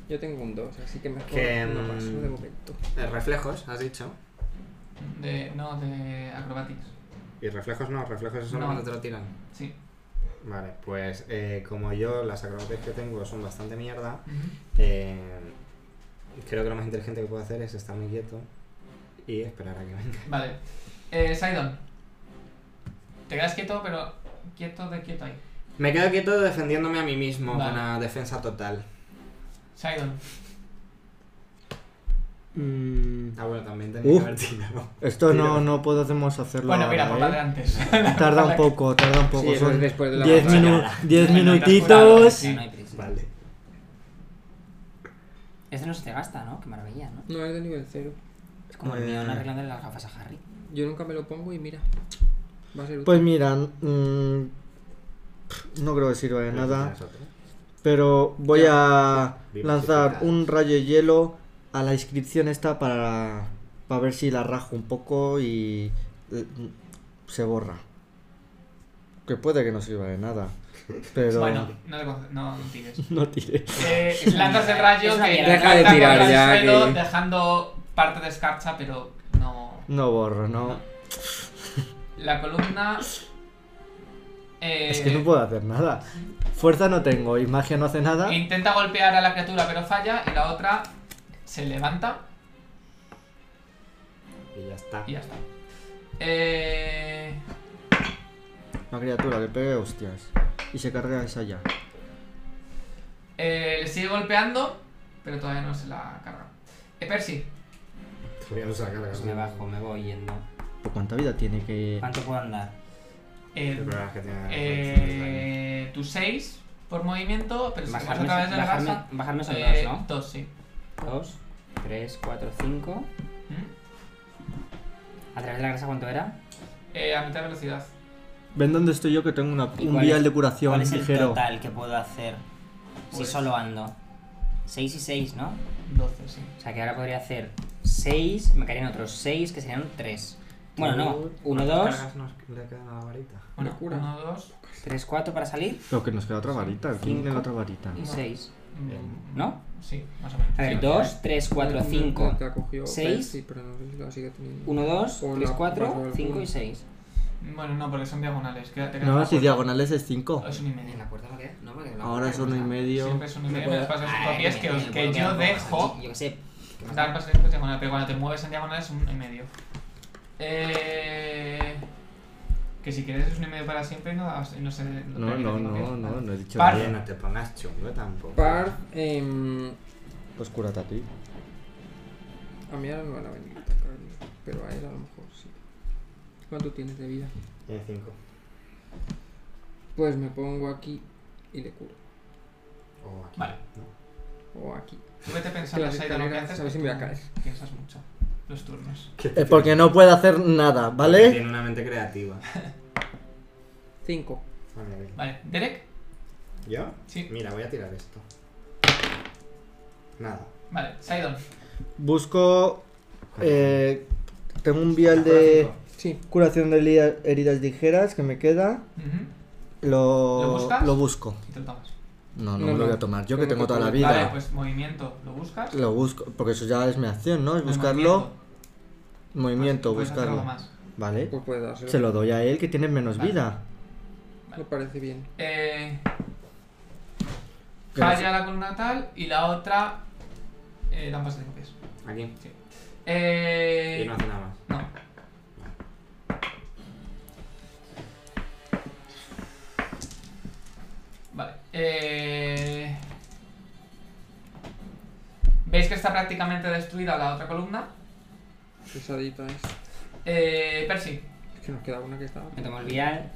Speaker 3: Yo tengo un 2, así que mejor
Speaker 4: Que,
Speaker 3: no
Speaker 4: mm,
Speaker 3: paso de momento.
Speaker 4: Eh, reflejos, has dicho.
Speaker 2: De, no, de acrobatics.
Speaker 4: Y reflejos no, reflejos es solo
Speaker 2: No.
Speaker 4: cuando te lo tiran.
Speaker 2: Sí.
Speaker 4: Vale, pues eh, como yo las acrobatics que tengo son bastante mierda,
Speaker 2: Ujú.
Speaker 4: eh, creo que lo más inteligente que puedo hacer es estarme quieto y esperar a que venga.
Speaker 2: Vale. Eh, Sidon. Te quedas quieto, pero quieto de quieto ahí.
Speaker 4: Me quedo quieto defendiéndome a mí mismo
Speaker 2: Vale.
Speaker 4: con la defensa total.
Speaker 2: Sidon.
Speaker 1: Mm,
Speaker 4: Ah, bueno, también tenía
Speaker 1: Uh.
Speaker 4: que haber tirado.
Speaker 1: esto no,
Speaker 4: Tiro.
Speaker 1: no podemos hacerlo
Speaker 2: Bueno, mira, por
Speaker 1: ahora,
Speaker 2: la
Speaker 1: ¿eh?
Speaker 2: de antes.
Speaker 1: Tarda un poco, tarda un poco.
Speaker 3: Sí,
Speaker 1: Son
Speaker 3: es después de la
Speaker 1: 10
Speaker 3: batalla.
Speaker 1: minu- 10
Speaker 2: Bueno, te has
Speaker 1: minutitos.
Speaker 2: Sí.
Speaker 5: No hay prisa.
Speaker 4: Vale.
Speaker 5: Este no se te gasta, ¿no? Qué maravilla, ¿no?
Speaker 3: No, es de nivel 0.
Speaker 5: Es como el
Speaker 1: Eh.
Speaker 5: mío no arreglándole las gafas a Harry.
Speaker 3: Yo nunca me lo pongo y mira. Va a ser
Speaker 1: Pues
Speaker 3: útil.
Speaker 1: mira, mm, pff, no creo que sirva de Pues nada.
Speaker 4: ¿Tienes otro?
Speaker 1: Pero voy a
Speaker 4: Bien
Speaker 1: lanzar
Speaker 4: justificado.
Speaker 1: un rayo de hielo a la inscripción esta para, para ver si la rajo un poco y eh, se borra. mm, que puede que no sirva de nada. Pero
Speaker 2: Bueno, no, le conce- no tires.
Speaker 1: no tiré.
Speaker 2: Eh, lanzas el rayo
Speaker 5: Es una
Speaker 2: que
Speaker 5: mierda.
Speaker 3: Deja de
Speaker 2: impacta
Speaker 3: tirar
Speaker 2: contra el
Speaker 3: ya,
Speaker 2: suelo,
Speaker 3: que-
Speaker 2: dejando parte de escarcha, pero no.
Speaker 1: No borro, no.
Speaker 2: La columna. eh,
Speaker 1: Es que no puedo hacer nada. Fuerza no tengo y magia no hace nada.
Speaker 2: Intenta golpear a la criatura, pero falla. Y la otra se levanta
Speaker 6: Y ya está.
Speaker 2: y ya está. Eh,
Speaker 1: Una criatura le pegue hostias. Y se carga esa ya.
Speaker 2: eh, le sigue golpeando, pero todavía no se la carga. Eh, Percy,
Speaker 6: Todavía no se la carga.
Speaker 5: Pues
Speaker 6: ¿no?
Speaker 5: me bajo, me voy yendo.
Speaker 1: ¿Por Pues cuánta vida tiene que.?
Speaker 5: ¿Cuánto puedo andar?
Speaker 2: eh,
Speaker 6: El problema es que tiene.
Speaker 2: eh, tu 6 por movimiento, pero si te vas a
Speaker 5: Bajarme,
Speaker 2: través de la
Speaker 5: bajarme,
Speaker 2: grasa,
Speaker 5: bajarme son
Speaker 2: eh,
Speaker 5: dos,
Speaker 2: dos, sí.
Speaker 5: ¿no? Dos, tres, cuatro, cinco.
Speaker 2: ¿Mm?
Speaker 5: ¿A través de la grasa cuánto era?
Speaker 2: Eh, a mitad de velocidad.
Speaker 1: ¿Ven dónde estoy yo que tengo una-
Speaker 5: ¿Y
Speaker 1: un
Speaker 5: cuál
Speaker 1: vial
Speaker 5: es-
Speaker 1: de curación
Speaker 5: ¿Cuál es el
Speaker 1: ligero?
Speaker 5: total que puedo hacer si
Speaker 2: Pues-
Speaker 5: solo ando? 6 y 6, ¿no?
Speaker 2: 12, sí.
Speaker 5: O sea que ahora podría hacer 6, me caerían otros 6 que serían 3. Bueno, no, 1, 2,
Speaker 6: Cargas no le queda nada varita.
Speaker 2: Bueno,
Speaker 3: Locura.
Speaker 2: 1, 2
Speaker 5: 3, 4 para salir
Speaker 1: Pero que nos queda otra varita. ¿Quién
Speaker 5: Cinco.
Speaker 1: tiene la otra varita?
Speaker 5: y 6,
Speaker 2: mm,
Speaker 5: ¿no?
Speaker 2: Sí, más o menos.
Speaker 5: A ver,
Speaker 2: sí.
Speaker 5: 2, 3, 4, 5,
Speaker 3: La cogió
Speaker 5: seis,
Speaker 3: Percy, pero no sé si la sigue teniendo.
Speaker 5: 1, 2,
Speaker 3: O
Speaker 5: 3,
Speaker 3: la- bajo
Speaker 5: 4,
Speaker 3: el
Speaker 5: 5 y
Speaker 3: punto.
Speaker 5: 6.
Speaker 2: Bueno, no, porque son diagonales. Quédate que
Speaker 1: No,
Speaker 2: la
Speaker 1: si
Speaker 2: cuerda.
Speaker 1: diagonales es 5.
Speaker 2: Es un y medio.
Speaker 5: cuerda lo que No, porque
Speaker 1: Ahora es uno y medio.
Speaker 2: Siempre es un y medio.
Speaker 5: puedo-
Speaker 2: Me pasas
Speaker 5: Ay,
Speaker 2: cinco pies
Speaker 5: me-
Speaker 2: que,
Speaker 5: me
Speaker 2: que
Speaker 5: puedo quedar
Speaker 2: yo
Speaker 5: un poco más
Speaker 2: dejo.
Speaker 5: aquí, Yo qué sé.
Speaker 2: Dar pases en diagonal, pero cuando te mueves en diagonal es un y medio. Eh. Que si quieres es un y medio para siempre, no, das- no sé.
Speaker 1: No, no, no, no, no he dicho
Speaker 2: Par.
Speaker 6: Oye,
Speaker 1: nada.
Speaker 6: no te pongas chungo tampoco.
Speaker 3: Par, em,
Speaker 1: Pues cúrate a ti.
Speaker 3: a mí ahora no me van a venir a atacar, pero a él a lo mejor sí. ¿Cuánto tienes de vida?
Speaker 6: Tiene 5.
Speaker 3: Pues me pongo aquí y le curo.
Speaker 4: Oh,
Speaker 6: O aquí.
Speaker 2: Vale.
Speaker 6: ¿no?
Speaker 3: O aquí.
Speaker 2: Tú vete
Speaker 3: Que
Speaker 2: pensando,
Speaker 3: las
Speaker 2: Saito, lo que
Speaker 3: escaleras,
Speaker 2: haces.
Speaker 3: a ver si
Speaker 2: que
Speaker 3: me voy
Speaker 2: tú
Speaker 3: a caer.
Speaker 2: Piensas mucho. Los turnos.
Speaker 6: Que
Speaker 1: Eh, porque no puede hacer nada,
Speaker 6: porque
Speaker 1: ¿vale?
Speaker 6: Tiene una mente creativa.
Speaker 3: 5.
Speaker 6: Vale, vale.
Speaker 2: Vale, Derek.
Speaker 6: ¿Yo?
Speaker 2: Sí,
Speaker 6: Mira, voy a tirar esto. Nada.
Speaker 2: vale, Saidon.
Speaker 1: Busco. eh, tengo un vial
Speaker 6: Mejora
Speaker 1: de
Speaker 6: cinco.
Speaker 3: Sí.
Speaker 1: curación de helia- heridas ligeras que me queda.
Speaker 2: Ujú,
Speaker 1: Lo,
Speaker 2: ¿Lo buscas?
Speaker 1: lo busco.
Speaker 2: Y te lo tomas.
Speaker 1: No, no,
Speaker 3: No,
Speaker 1: me
Speaker 3: no.
Speaker 1: lo voy a tomar. Yo que
Speaker 3: No te
Speaker 1: tengo toda la
Speaker 3: preocupes.
Speaker 1: vida.
Speaker 2: Vale, pues movimiento, lo buscas.
Speaker 1: Lo busco, porque eso ya es mi acción, ¿no? Es
Speaker 2: El
Speaker 1: buscarlo,
Speaker 2: movimiento.
Speaker 1: movimiento,
Speaker 2: Puedes hacer
Speaker 1: buscarlo.
Speaker 2: algo más.
Speaker 5: ¿Eh?
Speaker 1: Vale.
Speaker 3: Pues puede dárselo.
Speaker 1: Se lo doy a él que tiene menos
Speaker 2: Vale.
Speaker 1: vida.
Speaker 3: Me parece bien.
Speaker 2: Eh,
Speaker 1: Que no sé.
Speaker 2: falla la columna tal y la otra. Eh, dan pase de copias.
Speaker 6: Aquí.
Speaker 2: Eh,
Speaker 6: Y no hace nada más.
Speaker 2: no. Vale. Eh, Veis que está prácticamente destruida la otra columna.
Speaker 3: Pesadita es.
Speaker 2: Eh, Percy,
Speaker 3: Es que nos queda una que estaba.
Speaker 5: Me tomo el vial.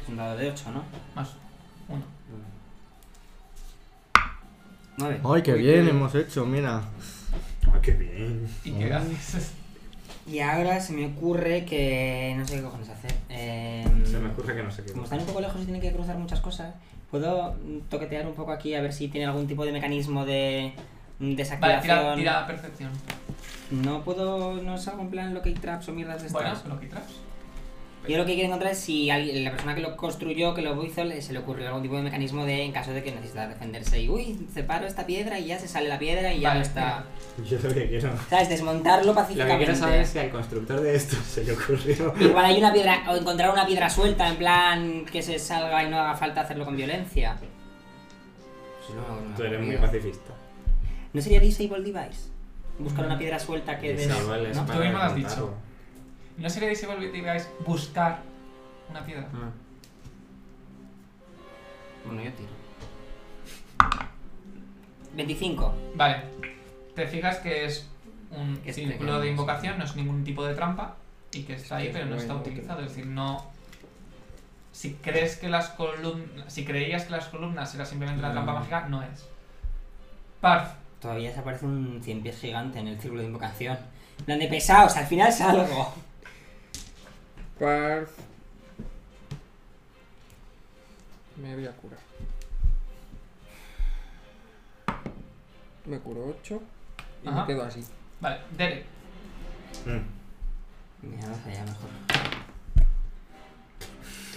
Speaker 5: Es un dado de 8, ¿no?
Speaker 2: más uno.
Speaker 5: 9.
Speaker 1: Ay, qué
Speaker 3: Uy, qué
Speaker 1: bien
Speaker 3: bien.
Speaker 1: hemos hecho, mira.
Speaker 4: Ah,
Speaker 6: Ay, qué bien.
Speaker 2: ¿Y qué haces?
Speaker 5: Y ahora se me ocurre que. No sé qué cojones hacer. Eh,
Speaker 6: Se me ocurre que no sé qué.
Speaker 5: Como están un poco lejos y tienen que cruzar muchas cosas, puedo mm, toquetear un poco aquí a ver si tiene algún tipo de mecanismo de mm,
Speaker 2: Vale,
Speaker 5: desactivación.
Speaker 2: tira, tira percepción.
Speaker 5: No puedo. No salgo en plan locate traps o mierdas de
Speaker 2: Bueno,
Speaker 5: estas.
Speaker 2: lo que traes.
Speaker 5: Yo lo que quiero encontrar es si alguien- la persona que lo construyó, que lo hizo, le- se le ocurrió algún tipo de mecanismo de en caso de que necesitara defenderse. Y uy, separo esta piedra y ya se sale la piedra y ya
Speaker 2: Vale,
Speaker 5: no está.
Speaker 6: Yo lo que quiero.
Speaker 5: ¿Sabes? Desmontarlo
Speaker 6: Lo que
Speaker 5: pacíficamente.
Speaker 6: quiero saber es si al constructor de esto se le ocurrió.
Speaker 5: Igual hay una piedra, o encontrar una piedra suelta, en plan que se salga y no haga falta hacerlo con violencia. Pues no, no me ha
Speaker 6: Tú eres muy
Speaker 5: ocurrido.
Speaker 6: pacifista.
Speaker 5: ¿No sería Disable Device? Buscar una piedra suelta que des...
Speaker 6: Esa vale, es
Speaker 5: ¿no?
Speaker 6: para
Speaker 2: Tú mismo lo has
Speaker 6: desmontarlo.
Speaker 2: dicho. ¿No sería disable digáis buscar una piedra?
Speaker 6: Ah.
Speaker 5: Bueno, yo tiro. 25.
Speaker 2: Vale. Te fijas que es un
Speaker 5: Este
Speaker 2: círculo
Speaker 5: que
Speaker 2: de
Speaker 5: no-
Speaker 2: invocación, no es ningún tipo de trampa y que está ahí
Speaker 3: Este
Speaker 2: pero
Speaker 3: es
Speaker 2: no está
Speaker 3: bueno,
Speaker 2: utilizado. Es decir, no... Si crees que las columnas... Si creías que las columnas era simplemente una trampa
Speaker 5: Mm.
Speaker 2: mágica, no es. Parf.
Speaker 5: Todavía se aparece un 100 pies gigante en el círculo de invocación. En plan de pesados, al final salgo.
Speaker 3: Parf. Me voy a curar. Me curo 8 y
Speaker 2: Ajá.
Speaker 3: me quedo así.
Speaker 2: Vale. Derek.
Speaker 6: Mm.
Speaker 5: Mira, vamos allá mejor.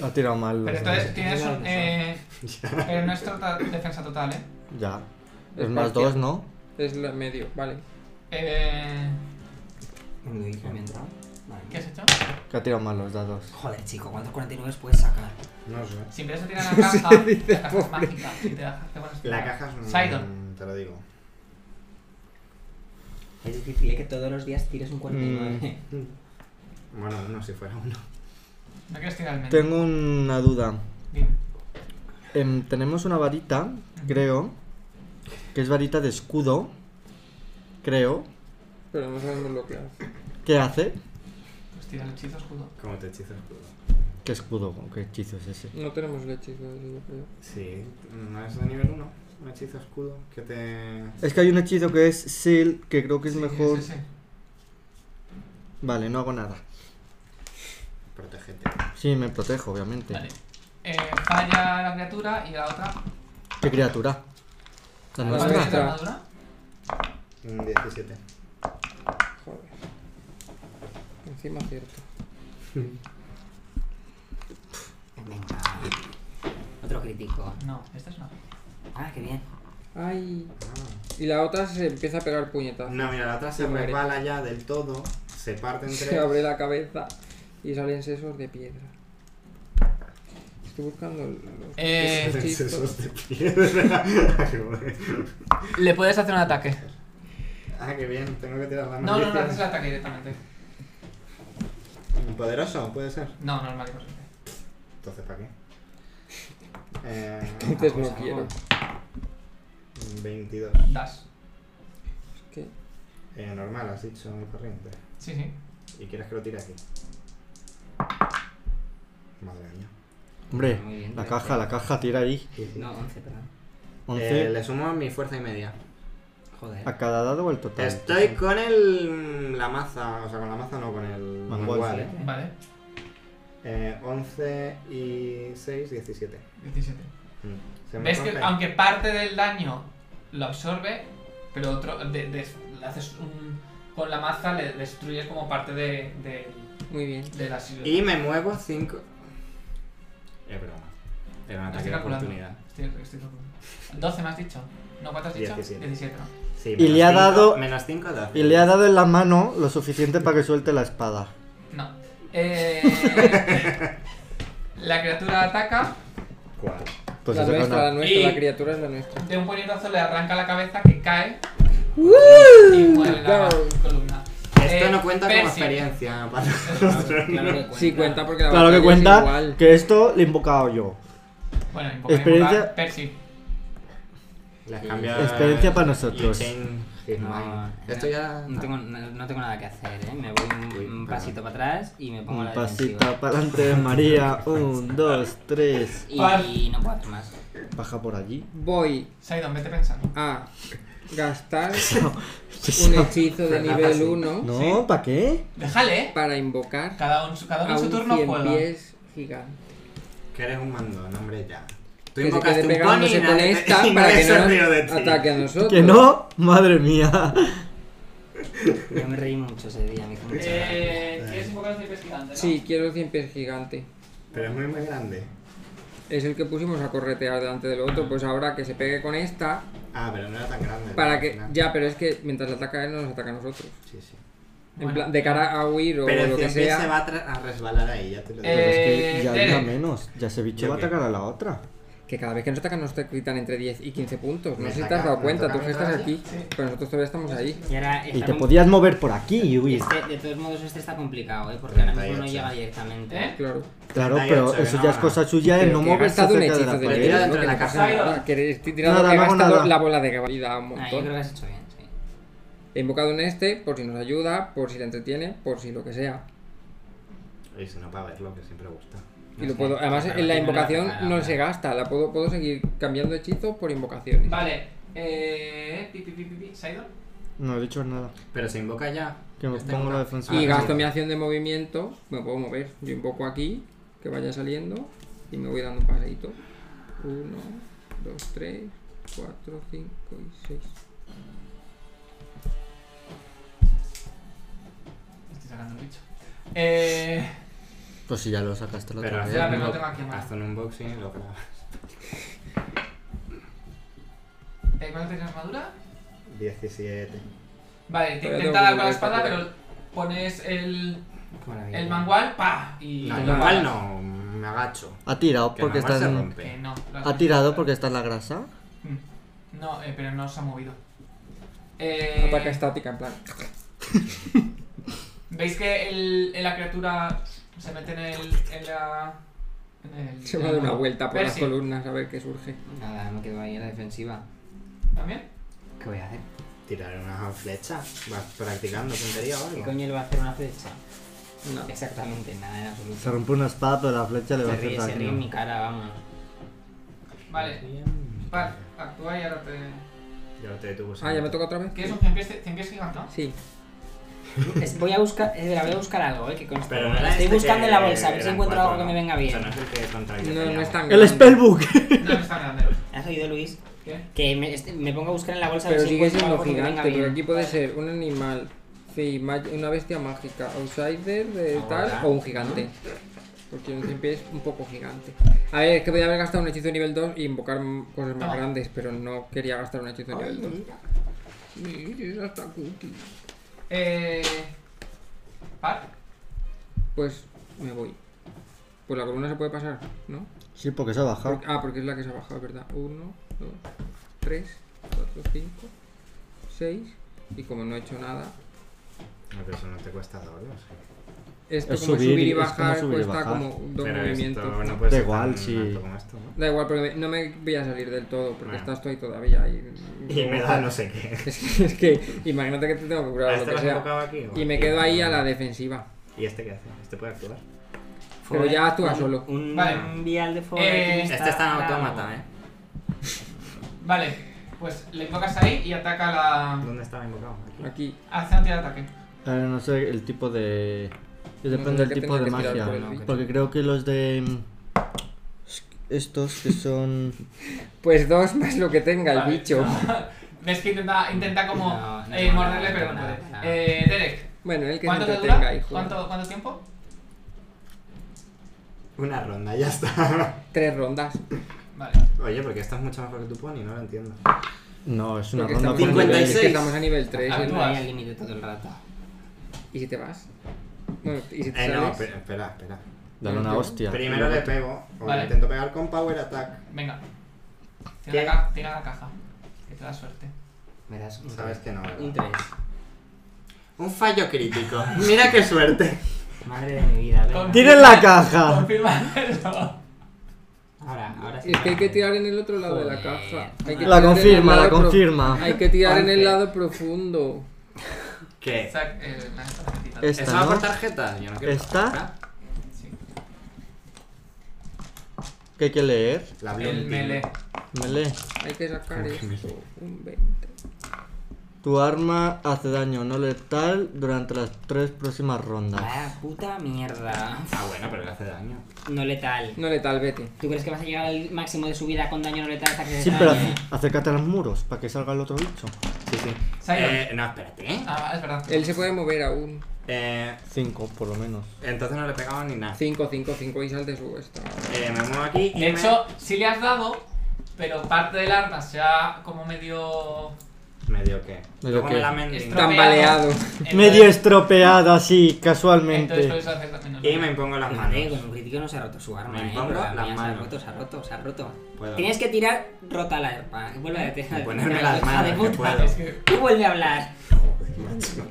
Speaker 1: Ha tirado mal. los
Speaker 2: Pero entonces
Speaker 1: dos.
Speaker 2: tienes
Speaker 3: Claro,
Speaker 2: un.
Speaker 3: eso.
Speaker 2: eh, pero no es trota- defensa total, ¿eh?
Speaker 1: Ya.
Speaker 3: Es
Speaker 1: Es más
Speaker 3: parcial.
Speaker 1: dos, ¿no?
Speaker 3: Es la medio, vale.
Speaker 2: Eh,
Speaker 6: Me lo dije.
Speaker 5: Me he entrado. Vale.
Speaker 2: ¿Qué has hecho?
Speaker 1: Que ha tirado mal los dados.
Speaker 5: Joder, chico, ¿cuántos 49 puedes sacar?
Speaker 4: No sé.
Speaker 2: Si empiezas a tirar la caja, la caja es mágica. y te da- te pones-
Speaker 4: La caja es un.
Speaker 2: Sidon.
Speaker 4: Te lo digo.
Speaker 5: Es difícil ¿eh? que todos los días tires un 49.
Speaker 4: Bueno, uno si fuera uno.
Speaker 2: No quieres tirar el menú.
Speaker 1: Tengo una duda.
Speaker 2: Dime.
Speaker 1: Em, tenemos una varita, creo. Que es varita de escudo. Creo.
Speaker 3: Pero no sabemos lo que hace.
Speaker 1: ¿Qué hace?
Speaker 2: Pues tira el hechizo escudo.
Speaker 4: Como te hechizo escudo.
Speaker 1: ¿Qué escudo? ¿Qué hechizo es ese?
Speaker 3: No tenemos el hechizo ese, yo creo.
Speaker 4: Sí, no es de nivel 1. Un hechizo escudo que te.
Speaker 1: Es que hay un hechizo que es Seal, que creo que es
Speaker 2: Sí,
Speaker 1: mejor.
Speaker 2: sí, sí.
Speaker 1: Vale, no hago nada.
Speaker 4: protégete.
Speaker 1: Sí, me protejo, obviamente.
Speaker 2: Vale. Eh, falla la criatura y la otra.
Speaker 1: ¿Qué criatura? La
Speaker 3: Ah,
Speaker 2: ¿Cuánto
Speaker 1: nuestra.
Speaker 2: tiene de
Speaker 3: nuestra.
Speaker 2: armadura?
Speaker 4: Un 17.
Speaker 3: Joder. Encima cierto.
Speaker 5: Venga. Otro crítico.
Speaker 2: No, esta es una.
Speaker 5: Ah, qué bien.
Speaker 3: Ay.
Speaker 4: Ah.
Speaker 3: Y la otra se empieza a pegar puñetazos.
Speaker 4: No, mira, la otra se
Speaker 3: Sí, madre.
Speaker 4: resbala ya del todo. Se parte en
Speaker 3: Se
Speaker 4: tres.
Speaker 3: abre la cabeza y salen sesos de piedra. Estoy buscando los
Speaker 2: Eh,
Speaker 4: Tres
Speaker 3: hechizos.
Speaker 4: sesos de piedra.
Speaker 2: Le puedes hacer un ataque.
Speaker 4: ah, qué bien, tengo que tirar la
Speaker 2: No, no, no haces el
Speaker 4: maldición.
Speaker 2: ataque directamente.
Speaker 4: Poderoso, puede ser.
Speaker 2: No, normal y corriente.
Speaker 4: Entonces, ¿para qué? Eh,
Speaker 3: Entonces no
Speaker 4: vamos a
Speaker 3: quiero.
Speaker 4: ver. 22.
Speaker 2: Das.
Speaker 3: ¿Qué?
Speaker 4: Eh, normal, has dicho muy corriente.
Speaker 2: Sí, sí.
Speaker 4: ¿Y quieres que lo tire aquí? Madre mía.
Speaker 1: Hombre,
Speaker 5: Muy bien,
Speaker 1: la
Speaker 5: gracias.
Speaker 1: caja, la caja, tira ahí.
Speaker 5: No, 11, perdón.
Speaker 4: Eh,
Speaker 1: 11
Speaker 4: le sumo mi fuerza y media.
Speaker 5: Joder.
Speaker 1: a cada dado o el total.
Speaker 4: Estoy con el. la maza, o sea, con la maza no, con el.
Speaker 1: Mangual,
Speaker 4: mangual,
Speaker 1: sí.
Speaker 4: eh.
Speaker 2: Vale.
Speaker 4: Eh, 11 y 6, 17.
Speaker 2: 17.
Speaker 4: Mm. Se me
Speaker 2: ¿Ves que
Speaker 4: rompe.
Speaker 2: aunque parte del daño lo absorbe, pero otro de- de- le haces un, con la maza le destruyes como parte de, de,
Speaker 3: Muy bien.
Speaker 2: de la silueta.
Speaker 4: Y me muevo 5. Es broma. Era un ataque
Speaker 2: Estoy
Speaker 4: de
Speaker 2: calculando.
Speaker 4: oportunidad.
Speaker 2: Estoy, estoy calculando. 12 me has dicho. No, ¿cuánto has dicho?
Speaker 4: 17.
Speaker 2: 17, ¿no?
Speaker 4: Sí,
Speaker 1: Y le ha
Speaker 4: menos cinco-
Speaker 1: dado-
Speaker 4: Menos 5 da.
Speaker 1: Y le ha dado en la mano lo suficiente para que suelte la espada.
Speaker 2: No. Eh, la criatura ataca,
Speaker 4: ¿Cuál?
Speaker 2: Eh,
Speaker 1: Pues
Speaker 3: la
Speaker 1: eso que
Speaker 3: nuestra, la
Speaker 1: no.
Speaker 3: nuestra,
Speaker 2: Y-
Speaker 3: la criatura es la nuestra.
Speaker 2: de un puñetazo le arranca la cabeza que cae y muere la
Speaker 3: Claro.
Speaker 2: columna.
Speaker 4: Esto
Speaker 2: Eh,
Speaker 4: no cuenta como
Speaker 2: Percy.
Speaker 4: experiencia. para-
Speaker 5: Claro que
Speaker 3: Sí, cuenta porque la
Speaker 1: Claro que
Speaker 3: batalla es
Speaker 1: cuenta
Speaker 3: igual.
Speaker 1: que esto le he invocado yo.
Speaker 2: Bueno, invocar,
Speaker 1: Experiencia-
Speaker 2: invocar. Percy.
Speaker 4: Las cambias-
Speaker 1: Experiencia para nosotros.
Speaker 4: You change his
Speaker 5: No,
Speaker 4: mind. Esto ya.
Speaker 5: no tengo, no, no tengo nada que hacer, ¿eh? Me voy un,
Speaker 4: Uy,
Speaker 5: un
Speaker 4: perdón.
Speaker 5: pasito para atrás y me pongo a
Speaker 1: Un
Speaker 5: la
Speaker 1: pasito para adelante, María. Un, dos, tres.
Speaker 5: defensiva. Y no puedo hacer más.
Speaker 1: Baja por allí.
Speaker 3: Voy
Speaker 2: Saidon, vete pensando.
Speaker 3: a gastar un hechizo de nivel 1
Speaker 1: No, ¿para qué?
Speaker 2: Déjale, ¿eh?
Speaker 3: para invocar
Speaker 2: Cada, un, cada uno
Speaker 3: a
Speaker 2: en su
Speaker 3: un
Speaker 2: turno
Speaker 3: cien
Speaker 2: juega.
Speaker 3: pies gigante.
Speaker 4: Que eres un mandón, hombre, ya.
Speaker 3: Que
Speaker 4: Tú
Speaker 3: se
Speaker 4: invocaste
Speaker 3: quede
Speaker 4: un pony y
Speaker 3: pegándose con
Speaker 4: nadie te-
Speaker 3: esta
Speaker 4: y
Speaker 3: para
Speaker 4: nadie
Speaker 3: que
Speaker 4: se rió de
Speaker 3: no
Speaker 4: ti.
Speaker 3: nos ataque a nosotros.
Speaker 1: ¿Que no? Madre mía.
Speaker 5: Yo me reí mucho ese día, me hizo mucha gracia.
Speaker 2: Eh, ¿Quieres invocar los pies gigantes? no?
Speaker 3: Sí, quiero 100 pies gigante.
Speaker 4: Pero es muy, muy grande.
Speaker 3: Es el que pusimos a corretear delante del otro, pues ahora que se pegue con esta
Speaker 4: Ah, pero no era tan grande.
Speaker 3: para
Speaker 4: al
Speaker 3: que
Speaker 4: final.
Speaker 3: ya, pero es que mientras ataca él no nos ataca a nosotros.
Speaker 4: Sí, sí.
Speaker 3: En
Speaker 2: Bueno.
Speaker 3: plan, de cara a huir o
Speaker 4: Pero el
Speaker 3: lo que
Speaker 4: 100 pies se
Speaker 3: sea.
Speaker 4: va a, tra- a resbalar ahí, ya te lo digo.
Speaker 1: Pero es
Speaker 2: Eh,
Speaker 1: que ya
Speaker 2: Tere.
Speaker 1: había menos. Ya ese bicho
Speaker 4: ¿Yo
Speaker 1: va a
Speaker 4: qué?
Speaker 1: atacar a la otra.
Speaker 3: Que cada vez que nos atacan nos te quitan entre 10 y 15 puntos. No
Speaker 4: Me
Speaker 3: sé si te
Speaker 4: saca-
Speaker 3: has dado
Speaker 4: me
Speaker 3: cuenta,
Speaker 4: toca
Speaker 3: tú que estás
Speaker 4: mientras-
Speaker 3: aquí, pero nosotros todavía estamos ahí.
Speaker 5: Y ahora
Speaker 1: Y
Speaker 5: está
Speaker 1: te
Speaker 5: com-
Speaker 1: podías mover por aquí y huir.
Speaker 5: este- de todos modos, este está complicado, ¿eh? Porque ahora mismo no
Speaker 4: 38.
Speaker 5: llega directamente. Ah,
Speaker 2: ¿Eh?
Speaker 3: Claro.
Speaker 1: Claro, pero
Speaker 4: 38,
Speaker 1: eso
Speaker 4: que
Speaker 1: ya
Speaker 4: no,
Speaker 1: es cosa suya de
Speaker 3: Pero
Speaker 1: no
Speaker 3: que he
Speaker 1: moverse
Speaker 3: gastado un
Speaker 1: cerca de
Speaker 3: hechizo
Speaker 1: la
Speaker 3: de
Speaker 4: pared.
Speaker 1: pared.
Speaker 3: nivel
Speaker 4: Tira
Speaker 3: uno,
Speaker 4: dentro
Speaker 3: que
Speaker 4: de
Speaker 3: no
Speaker 4: la
Speaker 3: pasa
Speaker 2: caja.
Speaker 3: nada, que estoy tirando
Speaker 1: Nada,
Speaker 3: que he
Speaker 1: no hago
Speaker 3: gastado
Speaker 1: nada.
Speaker 3: la bola de vida un
Speaker 5: Ah, yo creo
Speaker 3: montón.
Speaker 5: que has hecho bien, sí.
Speaker 3: He invocado en este por si nos ayuda, por si le entretiene, por si lo que sea.
Speaker 4: Y si no, para verlo, que siempre gusta.
Speaker 3: Y
Speaker 5: No
Speaker 3: lo
Speaker 5: sé.
Speaker 3: puedo, además
Speaker 5: Pero
Speaker 3: en la
Speaker 5: tiene
Speaker 3: invocación
Speaker 5: cara,
Speaker 3: no
Speaker 5: hombre.
Speaker 3: se gasta, la puedo, puedo seguir cambiando hechizos por invocaciones.
Speaker 2: Vale. Eh, pi, pi, pi, pi, pi. Saidon.
Speaker 1: No he dicho nada.
Speaker 4: Pero se invoca ya.
Speaker 1: Que me
Speaker 4: Está
Speaker 1: pongo la
Speaker 4: invocado.
Speaker 1: defensiva.
Speaker 3: Y
Speaker 4: Ah,
Speaker 3: gasto
Speaker 4: sí.
Speaker 3: mi acción de movimiento, me puedo mover. Yo invoco aquí, que vaya saliendo, y me voy dando un paseíto. Uno, dos, tres, cuatro, cinco y seis.
Speaker 2: Estoy sacando el bicho. Eh,
Speaker 1: Pues si ya lo sacaste la
Speaker 4: Pero
Speaker 1: otra
Speaker 4: haz
Speaker 1: vez.
Speaker 2: Ya,
Speaker 4: un,
Speaker 2: pero no
Speaker 4: bo-
Speaker 2: tengo aquí nada.
Speaker 4: haz un unboxing y lo grabas.
Speaker 2: Eh, ¿Cuánto tienes armadura?
Speaker 4: 17.
Speaker 2: Vale, te
Speaker 3: Pero
Speaker 2: intenta
Speaker 3: tengo
Speaker 2: dar con la
Speaker 3: que
Speaker 2: espada,
Speaker 3: volver a
Speaker 2: pero pones el,
Speaker 4: Qué maravilla.
Speaker 2: el mangual, ¡pa! Y
Speaker 4: No,
Speaker 2: lo
Speaker 4: el
Speaker 2: matas.
Speaker 4: manual no, me agacho.
Speaker 1: Ha tirado
Speaker 4: Que
Speaker 1: porque
Speaker 4: el manual
Speaker 1: está
Speaker 4: se
Speaker 1: en...
Speaker 4: rompe.
Speaker 2: Que no. lo has
Speaker 1: Ha tirado
Speaker 2: matado.
Speaker 1: porque está en la grasa.
Speaker 2: Mm. No, eh, pero no se ha movido. Eh,
Speaker 3: Ataca estática, en plan.
Speaker 2: ¿Veis que el, el- la criatura se mete en el. en la. en el- Eh,
Speaker 3: Se va a dar una vuelta por las
Speaker 2: Percy,
Speaker 3: columnas a ver qué surge.
Speaker 5: Nada, me quedo ahí en la defensiva.
Speaker 2: ¿También?
Speaker 5: ¿Qué voy a hacer?
Speaker 4: Tirar una flecha. Vas practicando puntería o
Speaker 5: ¿Qué
Speaker 4: algo.
Speaker 5: coño le va a hacer una flecha?
Speaker 3: No.
Speaker 5: Exactamente, nada en
Speaker 1: Se
Speaker 5: absoluto.
Speaker 1: rompe una espada, pero la flecha le va a
Speaker 5: Se
Speaker 1: hacer
Speaker 5: ríe, se ríe en mi
Speaker 1: daño.
Speaker 5: cara, vamos.
Speaker 2: Vale.
Speaker 4: Bien.
Speaker 2: Pa, actúa y ahora te.
Speaker 4: Ya lo te detuvo.
Speaker 3: Ah, ya me toca otra vez.
Speaker 2: ¿Quieres un 100 pies, 100 pies gigante? no?
Speaker 3: Sí.
Speaker 5: Es- voy a buscar, espera, voy a buscar algo, eh, que conste.
Speaker 4: Pero no era
Speaker 5: Estoy
Speaker 4: este
Speaker 5: buscando
Speaker 4: que
Speaker 5: en la bolsa, a ver si
Speaker 4: eran
Speaker 5: encuentro
Speaker 4: cuatro,
Speaker 5: algo que
Speaker 4: ¿no?
Speaker 5: me venga
Speaker 4: O sea,
Speaker 5: bien.
Speaker 4: no es el que contra el que
Speaker 3: No, no es
Speaker 4: peleamos.
Speaker 3: tan grande.
Speaker 1: ¡El spellbook!
Speaker 2: No, no es tan grande.
Speaker 5: ¿Has oído, Luis?
Speaker 2: ¿Qué?
Speaker 5: Que me, este- me pongo a buscar en la bolsa a ver
Speaker 3: Pero
Speaker 5: si
Speaker 3: sigue
Speaker 5: encuentro
Speaker 3: siendo
Speaker 5: algo que me venga
Speaker 3: gigante, pero aquí
Speaker 5: bien.
Speaker 3: puede ser un animal, sí, ma- una bestia mágica, outsider, de
Speaker 4: Ah,
Speaker 3: tal,
Speaker 4: ¿verdad?
Speaker 3: o un gigante. Porque un 100 pies es un poco gigante. A ver, es que podía haber gastado un hechizo nivel 2 y invocar m- cosas más
Speaker 2: Ah.
Speaker 3: grandes, pero no quería gastar un hechizo nivel 2.
Speaker 4: mira.
Speaker 3: Sí, es hasta cuti.
Speaker 2: Eh. Par.
Speaker 3: Pues me voy. Pues la columna se puede pasar, ¿no?
Speaker 1: Sí, porque se ha bajado.
Speaker 3: Por- ah, porque es la que se ha bajado, ¿verdad? 1, 2, 3, 4, 5, 6. Y como no he hecho nada,
Speaker 4: No, pero eso no te cuesta doble. o sea.
Speaker 3: Esto
Speaker 1: Es
Speaker 3: como
Speaker 1: subir
Speaker 3: subir,
Speaker 1: y-
Speaker 3: y
Speaker 1: es como
Speaker 3: bajar
Speaker 1: subir y
Speaker 3: cuesta
Speaker 1: bajar.
Speaker 3: como dos
Speaker 4: Pero
Speaker 3: movimientos.
Speaker 4: esto no
Speaker 3: ¿no?
Speaker 4: puede
Speaker 1: Da
Speaker 4: ser
Speaker 1: igual,
Speaker 4: tan
Speaker 1: sí.
Speaker 4: alto como esto, ¿no?
Speaker 3: Da igual, porque no me voy a salir del todo, porque
Speaker 4: Bueno.
Speaker 3: estás tú ahí todavía. Y,
Speaker 4: Ah. Y me da no sé qué.
Speaker 3: Es que, es que imagínate que te tengo que
Speaker 4: ¿A
Speaker 3: curar o lo
Speaker 4: este
Speaker 3: que
Speaker 4: lo has
Speaker 3: sea.
Speaker 4: enfocado aquí o
Speaker 3: Y me
Speaker 4: aquí?
Speaker 3: quedo ahí a la defensiva.
Speaker 4: ¿Y este qué hace? ¿Este puede actuar?
Speaker 3: Pero
Speaker 5: Fuera.
Speaker 3: ya actúa solo.
Speaker 5: Un,
Speaker 2: Vale.
Speaker 5: un vial de fuego.
Speaker 2: Eh,
Speaker 5: aquí
Speaker 4: Este está en
Speaker 5: parado.
Speaker 4: autómata, ¿eh?
Speaker 2: Vale. Pues le invocas ahí y ataca la.
Speaker 4: ¿Dónde estaba invocado? Aquí.
Speaker 3: Aquí.
Speaker 2: Hace una tirada de ataque.
Speaker 1: Eh, no sé el tipo de. Yo
Speaker 3: No
Speaker 1: depende
Speaker 3: sé
Speaker 1: del
Speaker 3: qué
Speaker 1: tipo de
Speaker 3: tenga que tirar
Speaker 1: magia.
Speaker 3: por el
Speaker 4: no,
Speaker 3: bicho.
Speaker 4: que-
Speaker 1: Porque creo que los de. mm, Estos que son.
Speaker 3: Pues dos más lo que tenga el
Speaker 2: Vale.
Speaker 3: bicho.
Speaker 2: Ves que intenta, intenta como
Speaker 5: No, no,
Speaker 2: eh,
Speaker 5: no,
Speaker 2: morderle,
Speaker 5: no,
Speaker 2: pero no
Speaker 5: no,
Speaker 2: puede.
Speaker 5: no.
Speaker 2: Eh, Derek,
Speaker 3: Bueno, el que se
Speaker 2: ¿cuánto te
Speaker 3: entretenga,
Speaker 2: dura?
Speaker 3: hijo.
Speaker 2: ¿Cuánto, ¿Cuánto tiempo?
Speaker 4: Una ronda, ya está.
Speaker 3: Tres rondas.
Speaker 2: Vale.
Speaker 4: Oye, porque esto es mucho mejor que tu pony, no lo entiendo.
Speaker 1: No, es una
Speaker 3: Porque
Speaker 1: ronda
Speaker 3: estamos,
Speaker 1: por
Speaker 3: a nivel-
Speaker 1: nivel.
Speaker 3: es
Speaker 4: 56.
Speaker 3: que estamos a nivel 3.
Speaker 2: Ah,
Speaker 5: Estoy
Speaker 2: Actúas.
Speaker 5: ahí al límite todo el rato.
Speaker 3: ¿Y si te vas? Bueno, ¿y si te
Speaker 4: Eh, no,
Speaker 3: sales?
Speaker 4: espera, espera. espera.
Speaker 1: Dale una
Speaker 3: Yo-
Speaker 1: hostia.
Speaker 4: Primero le pego, o
Speaker 2: Vale.
Speaker 4: le intento pegar con power attack.
Speaker 2: Venga. Tira
Speaker 4: ¿Qué?
Speaker 2: la, ca- tira la caja. Que te da suerte.
Speaker 5: Me das un
Speaker 4: Sabes que no,
Speaker 5: Un
Speaker 4: ¿verdad?
Speaker 5: 3.
Speaker 4: Un fallo crítico. Mira qué suerte.
Speaker 5: Madre de mi vida, venga.
Speaker 2: Con-
Speaker 1: ¡Tiren la caja!
Speaker 2: Confirma eso.
Speaker 5: Ahora, ahora sí.
Speaker 3: Es que hay que tirar en el otro lado de la
Speaker 5: Joder.
Speaker 3: caja. Hay que
Speaker 1: La
Speaker 3: tirar en el
Speaker 1: confirma, la
Speaker 3: lado pro-
Speaker 1: confirma.
Speaker 3: Hay que tirar en el
Speaker 5: Once.
Speaker 3: lado profundo.
Speaker 4: ¿Qué?
Speaker 2: Sac- eh, la neta, la quita.
Speaker 1: Es-
Speaker 4: ¿Eso
Speaker 1: Esta,
Speaker 4: va
Speaker 1: ¿no?
Speaker 4: por tarjetas? Yo no quiero
Speaker 1: Esta.
Speaker 4: tarjeta.
Speaker 2: Sí.
Speaker 1: Que hay que leer.
Speaker 4: La
Speaker 2: El
Speaker 4: blunting.
Speaker 2: melee.
Speaker 1: Me lee.
Speaker 3: Hay que sacar
Speaker 4: ¿Cómo que me
Speaker 3: esto.
Speaker 4: lee?
Speaker 3: Un 20.
Speaker 1: Tu arma hace daño no letal durante las tres próximas rondas.
Speaker 5: Vaya puta mierda.
Speaker 4: Ah, bueno, pero le hace daño.
Speaker 5: No letal.
Speaker 3: No letal, vete.
Speaker 5: ¿Tú crees que vas a llegar al máximo de subida con daño no letal hasta que
Speaker 1: Sí,
Speaker 5: te
Speaker 1: pero
Speaker 5: dañe?
Speaker 1: ac- acércate a los muros para que salga el otro bicho.
Speaker 4: Sí, sí.
Speaker 2: Simon.
Speaker 4: Eh, no, espérate. ¿eh?
Speaker 2: Ah, es verdad.
Speaker 3: Él se puede mover aún.
Speaker 4: Eh,
Speaker 1: Cinco, por lo menos.
Speaker 4: entonces no le he pegado ni nada.
Speaker 3: 5, 5, 5 y sal de su esta.
Speaker 4: Eh, me muevo aquí y
Speaker 2: De
Speaker 4: me-
Speaker 2: hecho, sí le has dado, pero parte del arma se ha como medio.
Speaker 4: Medio que.
Speaker 1: Medio
Speaker 4: Luego
Speaker 1: que.
Speaker 4: me la mending.
Speaker 2: Estropeado.
Speaker 3: Tambaleado.
Speaker 2: Entonces-
Speaker 1: Medio estropeado así,
Speaker 2: Entonces por
Speaker 1: casualmente.
Speaker 2: eso haces menos.
Speaker 4: Y me impongo las
Speaker 5: Madre, con
Speaker 4: manos.
Speaker 5: un crítico no se ha roto su arma,
Speaker 4: Me
Speaker 5: eh.
Speaker 4: pongo
Speaker 5: pero la
Speaker 4: las
Speaker 5: mía Se ha
Speaker 4: manos.
Speaker 5: roto, se ha roto, se ha roto.
Speaker 4: Puedo.
Speaker 5: Tienes que tirar rota la arpa. Vuelve a tirar.
Speaker 4: ponerme las
Speaker 5: hija
Speaker 4: manos,
Speaker 5: de
Speaker 4: que
Speaker 5: puta.
Speaker 4: puedo.
Speaker 2: Ah, Es que.
Speaker 5: Tú vuelve a hablar.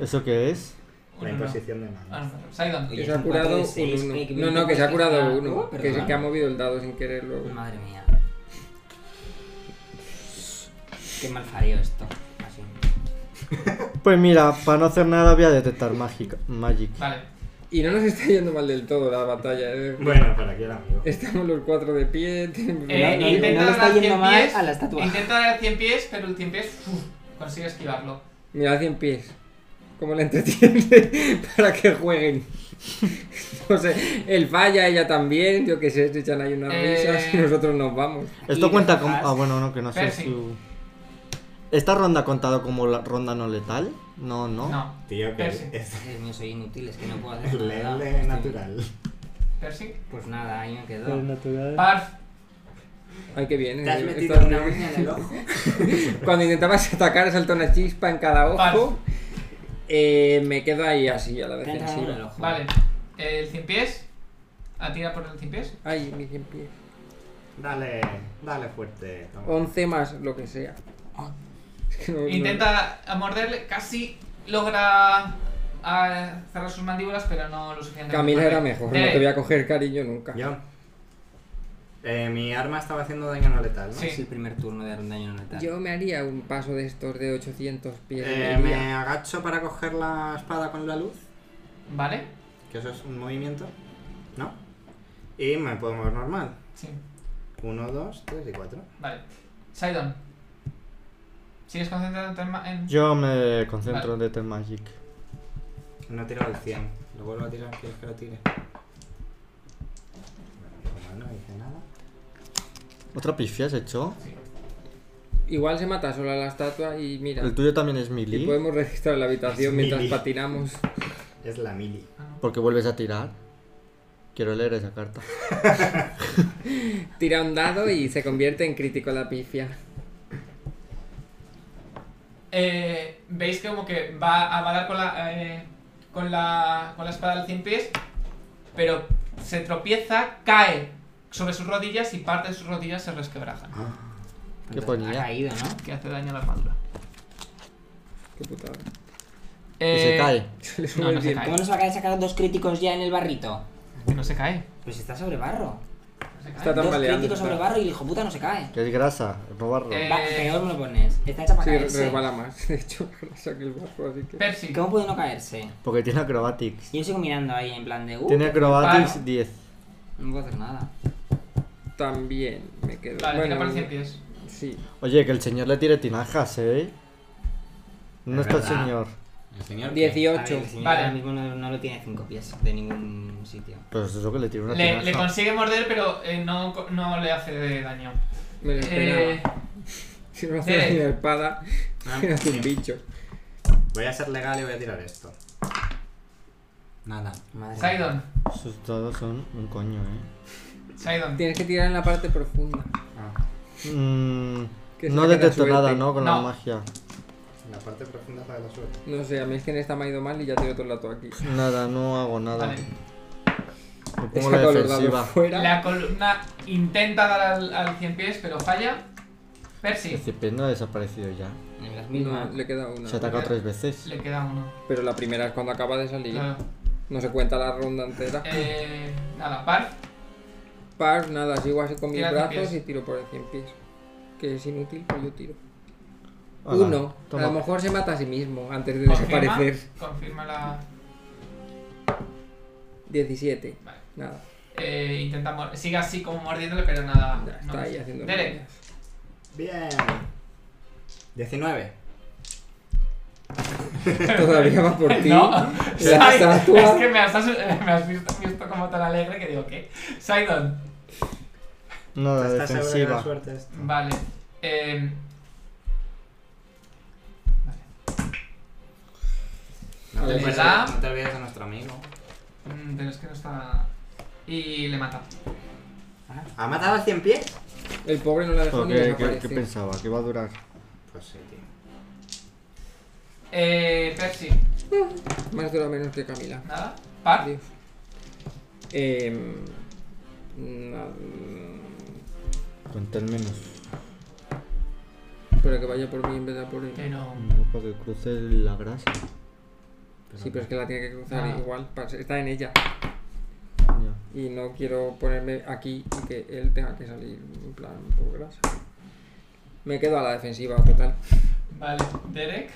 Speaker 1: ¿Eso qué es?
Speaker 2: uno
Speaker 4: La
Speaker 2: no.
Speaker 4: imposición de
Speaker 2: Ah,
Speaker 4: manos.
Speaker 2: no, perdón. Sidon.
Speaker 5: Oye,
Speaker 3: Que
Speaker 5: es
Speaker 3: se ha
Speaker 5: un cuatro
Speaker 3: curado
Speaker 5: de
Speaker 3: un
Speaker 5: seis,
Speaker 3: 1.
Speaker 5: que- que
Speaker 3: No, no,
Speaker 5: me
Speaker 3: que se ha
Speaker 5: cuesta-
Speaker 3: curado
Speaker 5: Uh,
Speaker 3: 1. Que es el
Speaker 5: perdón.
Speaker 3: que ha movido el dado sin querer luego.
Speaker 5: Madre mía. Qué mal farío esto. Así.
Speaker 1: Pues mira, para no hacer nada voy a detectar mágica, magic.
Speaker 2: Vale.
Speaker 3: Y no nos está yendo mal del todo la batalla. eh.
Speaker 4: Bueno, para aquí el amigo.
Speaker 3: Estamos los cuatro de pie. tenemos-
Speaker 2: Eh,
Speaker 5: no,
Speaker 2: intenta
Speaker 5: no le está
Speaker 2: dar 100
Speaker 5: yendo mal
Speaker 2: pies,
Speaker 5: a la estatua.
Speaker 2: Intenta dar 100 pies, pero el 100 pies uf, consigue esquivarlo.
Speaker 3: Mira, 100 pies. ¿Cómo la entretiene para que jueguen? No sé, él falla, ella también, yo que sé, se echan ahí unas
Speaker 2: Eh.
Speaker 3: risas y nosotros nos vamos.
Speaker 1: Esto
Speaker 5: Y
Speaker 1: cuenta
Speaker 5: de
Speaker 1: como...
Speaker 5: hojas.
Speaker 1: Ah, bueno, no, que no sé
Speaker 2: Percy.
Speaker 1: su... ¿Esta ronda ha contado como la ronda no letal? No, no.
Speaker 2: No.
Speaker 4: Tío, que
Speaker 2: Percy.
Speaker 4: es
Speaker 5: Dios mío, soy inútil, es que no puedo hacer nada.
Speaker 4: leerle
Speaker 5: Estoy-
Speaker 4: natural.
Speaker 2: Percy.
Speaker 5: Pues nada, ahí me quedo.
Speaker 1: Pero natural.
Speaker 2: Parf.
Speaker 3: Ay, qué bien.
Speaker 5: Te has
Speaker 3: eh,
Speaker 5: metido
Speaker 3: esto-
Speaker 5: una uña en el ojo.
Speaker 3: Cuando intentabas atacar saltó una chispa en cada ojo. Eh, me quedo ahí así, a la
Speaker 5: Te ha entrado en el
Speaker 3: defensiva.
Speaker 5: ojo.
Speaker 2: Vale. El cien pies. Atira por el cien pies.
Speaker 3: Ay, mi cien pies.
Speaker 6: Dale, dale fuerte. toma.
Speaker 3: 11 más lo que sea. Ah. Es que no- no-
Speaker 2: Intenta a morderle. Casi logra ah, cerrar sus mandíbulas, pero no lo suficiente.
Speaker 3: Camila era mejor, no
Speaker 2: Eh,
Speaker 3: te voy a coger cariño nunca.
Speaker 6: Yo. Eh, mi arma estaba haciendo daño no letal, ¿no?
Speaker 2: Sí.
Speaker 5: Es el primer turno de dar un daño no letal.
Speaker 3: Yo me haría un paso de estos de 800 pies.
Speaker 6: Eh,
Speaker 3: de
Speaker 6: me
Speaker 3: día.
Speaker 6: agacho para coger la espada con la luz,
Speaker 2: Vale.
Speaker 6: que eso es un movimiento, ¿no? Y me puedo mover normal.
Speaker 2: Sí.
Speaker 6: 1, 2, 3 y 4.
Speaker 2: Vale. Sidon. ¿Sigues concentrado en tu arma- en-
Speaker 1: Yo me concentro en Detect Magic.
Speaker 6: No he tirado el 100. Lo vuelvo a tirar, ¿quieres que lo tire? Bueno, no dice nada.
Speaker 1: ¿Otra pifia has hecho?
Speaker 2: Sí.
Speaker 3: Igual se mata sola la estatua y mira.
Speaker 1: El tuyo también es
Speaker 3: Y
Speaker 1: melee.
Speaker 3: podemos registrar la habitación
Speaker 6: Es
Speaker 3: mientras
Speaker 6: mili.
Speaker 3: patinamos.
Speaker 6: Es la mili.
Speaker 1: Porque vuelves a tirar. Quiero leer esa carta.
Speaker 3: Tira un dado y se convierte en crítico la pifia.
Speaker 2: Eh, veis que como que va a, va a dar con la, eh, con la con la espada al cien pies, pero se tropieza, cae sobre sus rodillas y parte de sus rodillas se resquebrajan,
Speaker 1: Ah. ¿Qué
Speaker 5: Ha
Speaker 1: ponía?
Speaker 5: caído, ¿no?
Speaker 2: que hace daño a la armadura.
Speaker 3: Qué putada.
Speaker 1: Y se
Speaker 2: Eh,
Speaker 1: cae.
Speaker 3: Se le sube
Speaker 2: No,
Speaker 3: el
Speaker 2: no se
Speaker 3: viento.
Speaker 2: cae.
Speaker 5: ¿Cómo nos acaba de sacar dos críticos ya en el barrito?
Speaker 2: Que no se cae.
Speaker 5: Pues está sobre barro.
Speaker 2: no se cae.
Speaker 3: Está
Speaker 5: Dos
Speaker 3: tambaleando.
Speaker 5: críticos sobre barro y el hijo puta no se cae.
Speaker 1: Que es grasa, no barro.
Speaker 2: Eh,
Speaker 5: Va, peor me lo pones. Está hecha para
Speaker 3: Sí,
Speaker 5: caerse.
Speaker 3: resbala más. De hecho, saqué el barro, así que.
Speaker 2: Percy.
Speaker 5: ¿Cómo puede no caerse?
Speaker 1: Porque tiene acrobatics.
Speaker 5: Yo sigo mirando ahí en plan de. Uh,
Speaker 1: Tiene acrobatics
Speaker 2: Vale.
Speaker 1: 10.
Speaker 5: No puedo hacer nada.
Speaker 3: También me quedo.
Speaker 2: Vale, tira
Speaker 3: bueno,
Speaker 2: por el cien pies.
Speaker 3: sí.
Speaker 1: Oye, que el señor le tire tinajas, ¿eh? No
Speaker 6: Es
Speaker 1: está el
Speaker 6: verdad.
Speaker 1: señor.
Speaker 6: ¿El señor?
Speaker 5: A ver,
Speaker 3: 18.
Speaker 5: el señor
Speaker 2: Vale.
Speaker 5: ahora mismo no, no lo tiene cinco pies de ningún sitio.
Speaker 1: Pues eso que le tire una
Speaker 2: Le, le
Speaker 1: tinaja.
Speaker 2: consigue morder, pero eh, no, co- no le hace daño.
Speaker 3: Me lo esperaba.
Speaker 2: Eh,
Speaker 3: si no hace ni
Speaker 2: eh.
Speaker 3: la espada,
Speaker 6: Ah,
Speaker 3: me hace un
Speaker 6: bien.
Speaker 3: bicho.
Speaker 6: Voy a ser legal y voy a tirar esto. Nada.
Speaker 5: Madre
Speaker 2: Sidon.
Speaker 1: Sus dados son un coño, ¿eh?
Speaker 2: Sidon.
Speaker 3: Tienes que tirar en la parte profunda.
Speaker 6: Ah,
Speaker 1: Mm,
Speaker 3: Que
Speaker 1: no
Speaker 3: saca la
Speaker 1: detecto
Speaker 3: suerte.
Speaker 1: nada, ¿no? Con la
Speaker 2: No.
Speaker 1: magia.
Speaker 6: la parte profunda es la de la suerte.
Speaker 3: No sé, a mí es que en esta me ha ido mal y ya tiro otro lato aquí.
Speaker 1: Nada, no hago nada.
Speaker 2: Vale.
Speaker 1: Me
Speaker 3: He
Speaker 1: pongo la
Speaker 3: sacado los
Speaker 1: defensiva.
Speaker 3: dados fuera.
Speaker 2: La columna intenta dar al, al cien pies, pero falla. Percy.
Speaker 1: Ese Este pez no ha desaparecido ya.
Speaker 5: mía. En las mismas.
Speaker 3: No, le queda una.
Speaker 1: Se ha atacado tres veces.
Speaker 2: Le queda uno.
Speaker 3: Pero la primera es cuando acaba de salir.
Speaker 2: Claro.
Speaker 3: No se cuenta la ronda entera.
Speaker 2: Ah. Eh, nada, par.
Speaker 3: Par, nada, sigo así con mis
Speaker 2: Tira de
Speaker 3: brazos
Speaker 2: pies.
Speaker 3: y tiro por el 100 pies. Que es inútil, pero yo tiro.
Speaker 1: Hala,
Speaker 3: Uno. A
Speaker 1: Toma.
Speaker 3: lo mejor se mata a sí mismo antes de
Speaker 2: Confirma,
Speaker 3: desaparecer.
Speaker 2: confirma la.
Speaker 3: 17.
Speaker 2: Vale.
Speaker 3: Nada.
Speaker 2: Eh, intenta mor- Sigue así como mordiéndole, pero nada.
Speaker 3: ya está
Speaker 2: Ah, no.
Speaker 3: ahí haciendo
Speaker 2: Derek,
Speaker 3: ruidos.
Speaker 6: Bien. 19.
Speaker 3: Todavía va por ti.
Speaker 2: No.
Speaker 3: La
Speaker 2: Sai-
Speaker 3: estatua.
Speaker 2: Es que me has, me has visto, visto como tan alegre que digo, ¿qué? Sidon.
Speaker 1: Nada,
Speaker 6: ¿Estás seguro de la
Speaker 1: defensiva.
Speaker 6: suerte esto?
Speaker 2: Vale. Eh,
Speaker 6: No te,
Speaker 3: Vale.
Speaker 6: olvides,
Speaker 2: ¿Verdad?
Speaker 6: no te olvides de nuestro amigo.
Speaker 2: mm, pero es que no está. Y le mata.
Speaker 6: ¿Ha matado al 100 pies?
Speaker 3: El pobre no la dejó
Speaker 1: Pero
Speaker 3: ni
Speaker 1: ¿Qué, qué, qué
Speaker 3: desaparecer.
Speaker 1: pensaba? ¿Que va a durar?
Speaker 6: Pues sí, tío.
Speaker 2: Eh, Percy.
Speaker 3: Más dura menos que Camila.
Speaker 2: Nada. Par.
Speaker 3: Dios. Em, nada, mm,
Speaker 1: Conté el menos.
Speaker 3: Pero que vaya por mí en vez de a por él.
Speaker 2: Pero.
Speaker 1: No, porque cruce la grasa.
Speaker 3: Sí, pero es que la tiene que cruzar
Speaker 2: Ah.
Speaker 3: igual. para- Está en ella.
Speaker 1: Ya.
Speaker 3: Y no quiero ponerme aquí y que él tenga que salir en plan por grasa. Me quedo a la defensiva total.
Speaker 2: Vale. Derek.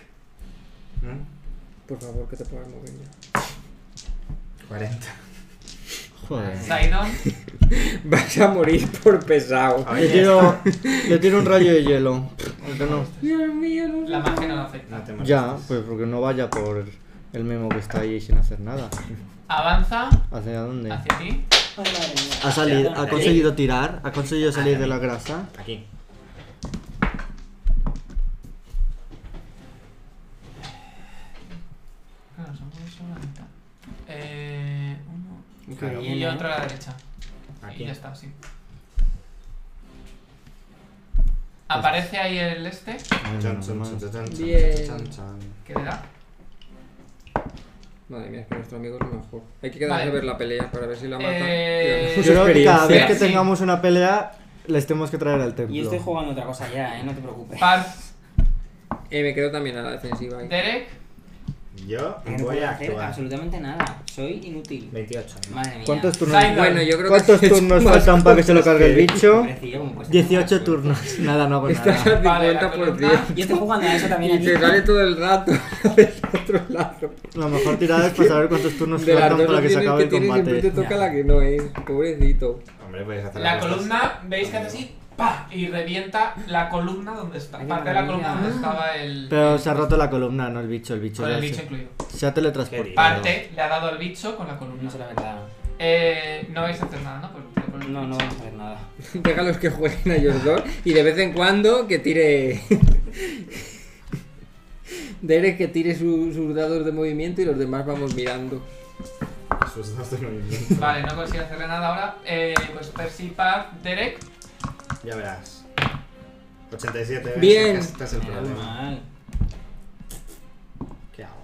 Speaker 6: ¿Mm?
Speaker 3: Por favor, que te puedas mover ya.
Speaker 6: 40.
Speaker 1: Joder.
Speaker 2: Sidon.
Speaker 3: Vas a morir por pesado.
Speaker 1: Le tiro, le tiro un rayo de hielo. ¿Por qué no?
Speaker 3: Dios mío, no sé.
Speaker 2: La magia no lo
Speaker 6: No
Speaker 2: afecta.
Speaker 6: te molestes.
Speaker 1: Ya, pues porque no vaya por el memo que está ahí sin hacer nada.
Speaker 2: Avanza
Speaker 1: ¿Hacia dónde?
Speaker 2: hacia ti.
Speaker 5: Ay, madre mía.
Speaker 1: Ha salido, ha
Speaker 6: Ahí.
Speaker 1: conseguido tirar, ha conseguido salir de la grasa.
Speaker 6: Aquí.
Speaker 2: Claro, son como solo la mitad. Eh. Uno.
Speaker 6: Claro.
Speaker 2: Y otro a la derecha.
Speaker 6: Aquí.
Speaker 2: Y ya está, sí. Aparece ahí el este,
Speaker 6: Chan, chan, chan, chan, chan, chan,
Speaker 3: Bien.
Speaker 6: chan, chan.
Speaker 2: que le da.
Speaker 3: Madre mía, es que nuestro amigo es lo mejor. Hay que quedarse
Speaker 2: Vale.
Speaker 3: a ver la pelea para ver si la mata.
Speaker 2: Eh,
Speaker 1: Yo creo que cada vez que
Speaker 2: Sí.
Speaker 1: tengamos una pelea, les tenemos que traer al templo.
Speaker 5: Y yo estoy jugando otra cosa ya, eh, no te preocupes.
Speaker 2: Par,
Speaker 3: Eh, me quedo también a la defensiva ahí.
Speaker 2: Derek,
Speaker 6: Yo
Speaker 5: Que no
Speaker 6: voy
Speaker 5: puedo
Speaker 6: a
Speaker 5: hacer
Speaker 6: actuar.
Speaker 5: absolutamente nada. Soy inútil.
Speaker 6: 28.
Speaker 5: Madre mía.
Speaker 1: ¿Cuántos turnos,
Speaker 2: Saigon.
Speaker 3: Bueno, yo creo
Speaker 1: ¿cuántos
Speaker 3: que es
Speaker 1: turnos
Speaker 3: más
Speaker 1: faltan para que se lo
Speaker 3: cosas
Speaker 1: cargue el bicho?
Speaker 5: Pobrecillo, como cuesta
Speaker 1: 18
Speaker 5: tanto.
Speaker 1: turnos. Nada, no hago
Speaker 3: Estás
Speaker 1: nada.
Speaker 3: a 50
Speaker 2: Vale, la
Speaker 3: por
Speaker 2: pelota. Ah,
Speaker 3: 10.
Speaker 5: Ah, Yo estoy jugando a eso también
Speaker 3: Y
Speaker 5: aquí.
Speaker 3: te sale todo el rato del otro lado.
Speaker 1: La mejor tirada es para saber cuántos turnos
Speaker 3: De las
Speaker 1: faltan
Speaker 3: dos
Speaker 1: para que se
Speaker 3: opciones
Speaker 1: acabe
Speaker 3: que
Speaker 1: el
Speaker 3: tienes siempre te
Speaker 1: combate.
Speaker 3: toca
Speaker 5: Ya.
Speaker 3: la que no es. Pobrecito.
Speaker 6: Hombre, podéis hacer
Speaker 2: la
Speaker 6: las cosas.
Speaker 2: columna, veis que hace así, ¡pa! Y revienta la columna donde está.
Speaker 5: Ay, qué
Speaker 2: Parte de la
Speaker 5: maravilla.
Speaker 2: columna donde estaba el.
Speaker 1: Pero se ha roto la columna, no el bicho, el bicho.
Speaker 2: Con
Speaker 1: ya
Speaker 2: el
Speaker 1: sé.
Speaker 2: bicho incluido.
Speaker 1: Se ha teletransportado.
Speaker 2: Parte, le ha dado al bicho con la columna.
Speaker 5: No se la verdad.
Speaker 2: Eh, no vais a hacer nada, ¿no? Porque te pones
Speaker 5: No, no
Speaker 2: bicho.
Speaker 5: vamos a hacer nada.
Speaker 3: Deja a los que jueguen a ellos dos y de vez en cuando que tire. Derek que tire su- sus dados de movimiento y los demás vamos mirando.
Speaker 6: Sus dos de movimiento.
Speaker 2: Vale, no consigo hacerle nada ahora. Eh, pues Percy, Par, Derek.
Speaker 6: Ya verás. 87. ¿ves?
Speaker 3: Bien.
Speaker 6: Este es el problema.
Speaker 5: Mal.
Speaker 6: ¿Qué hago?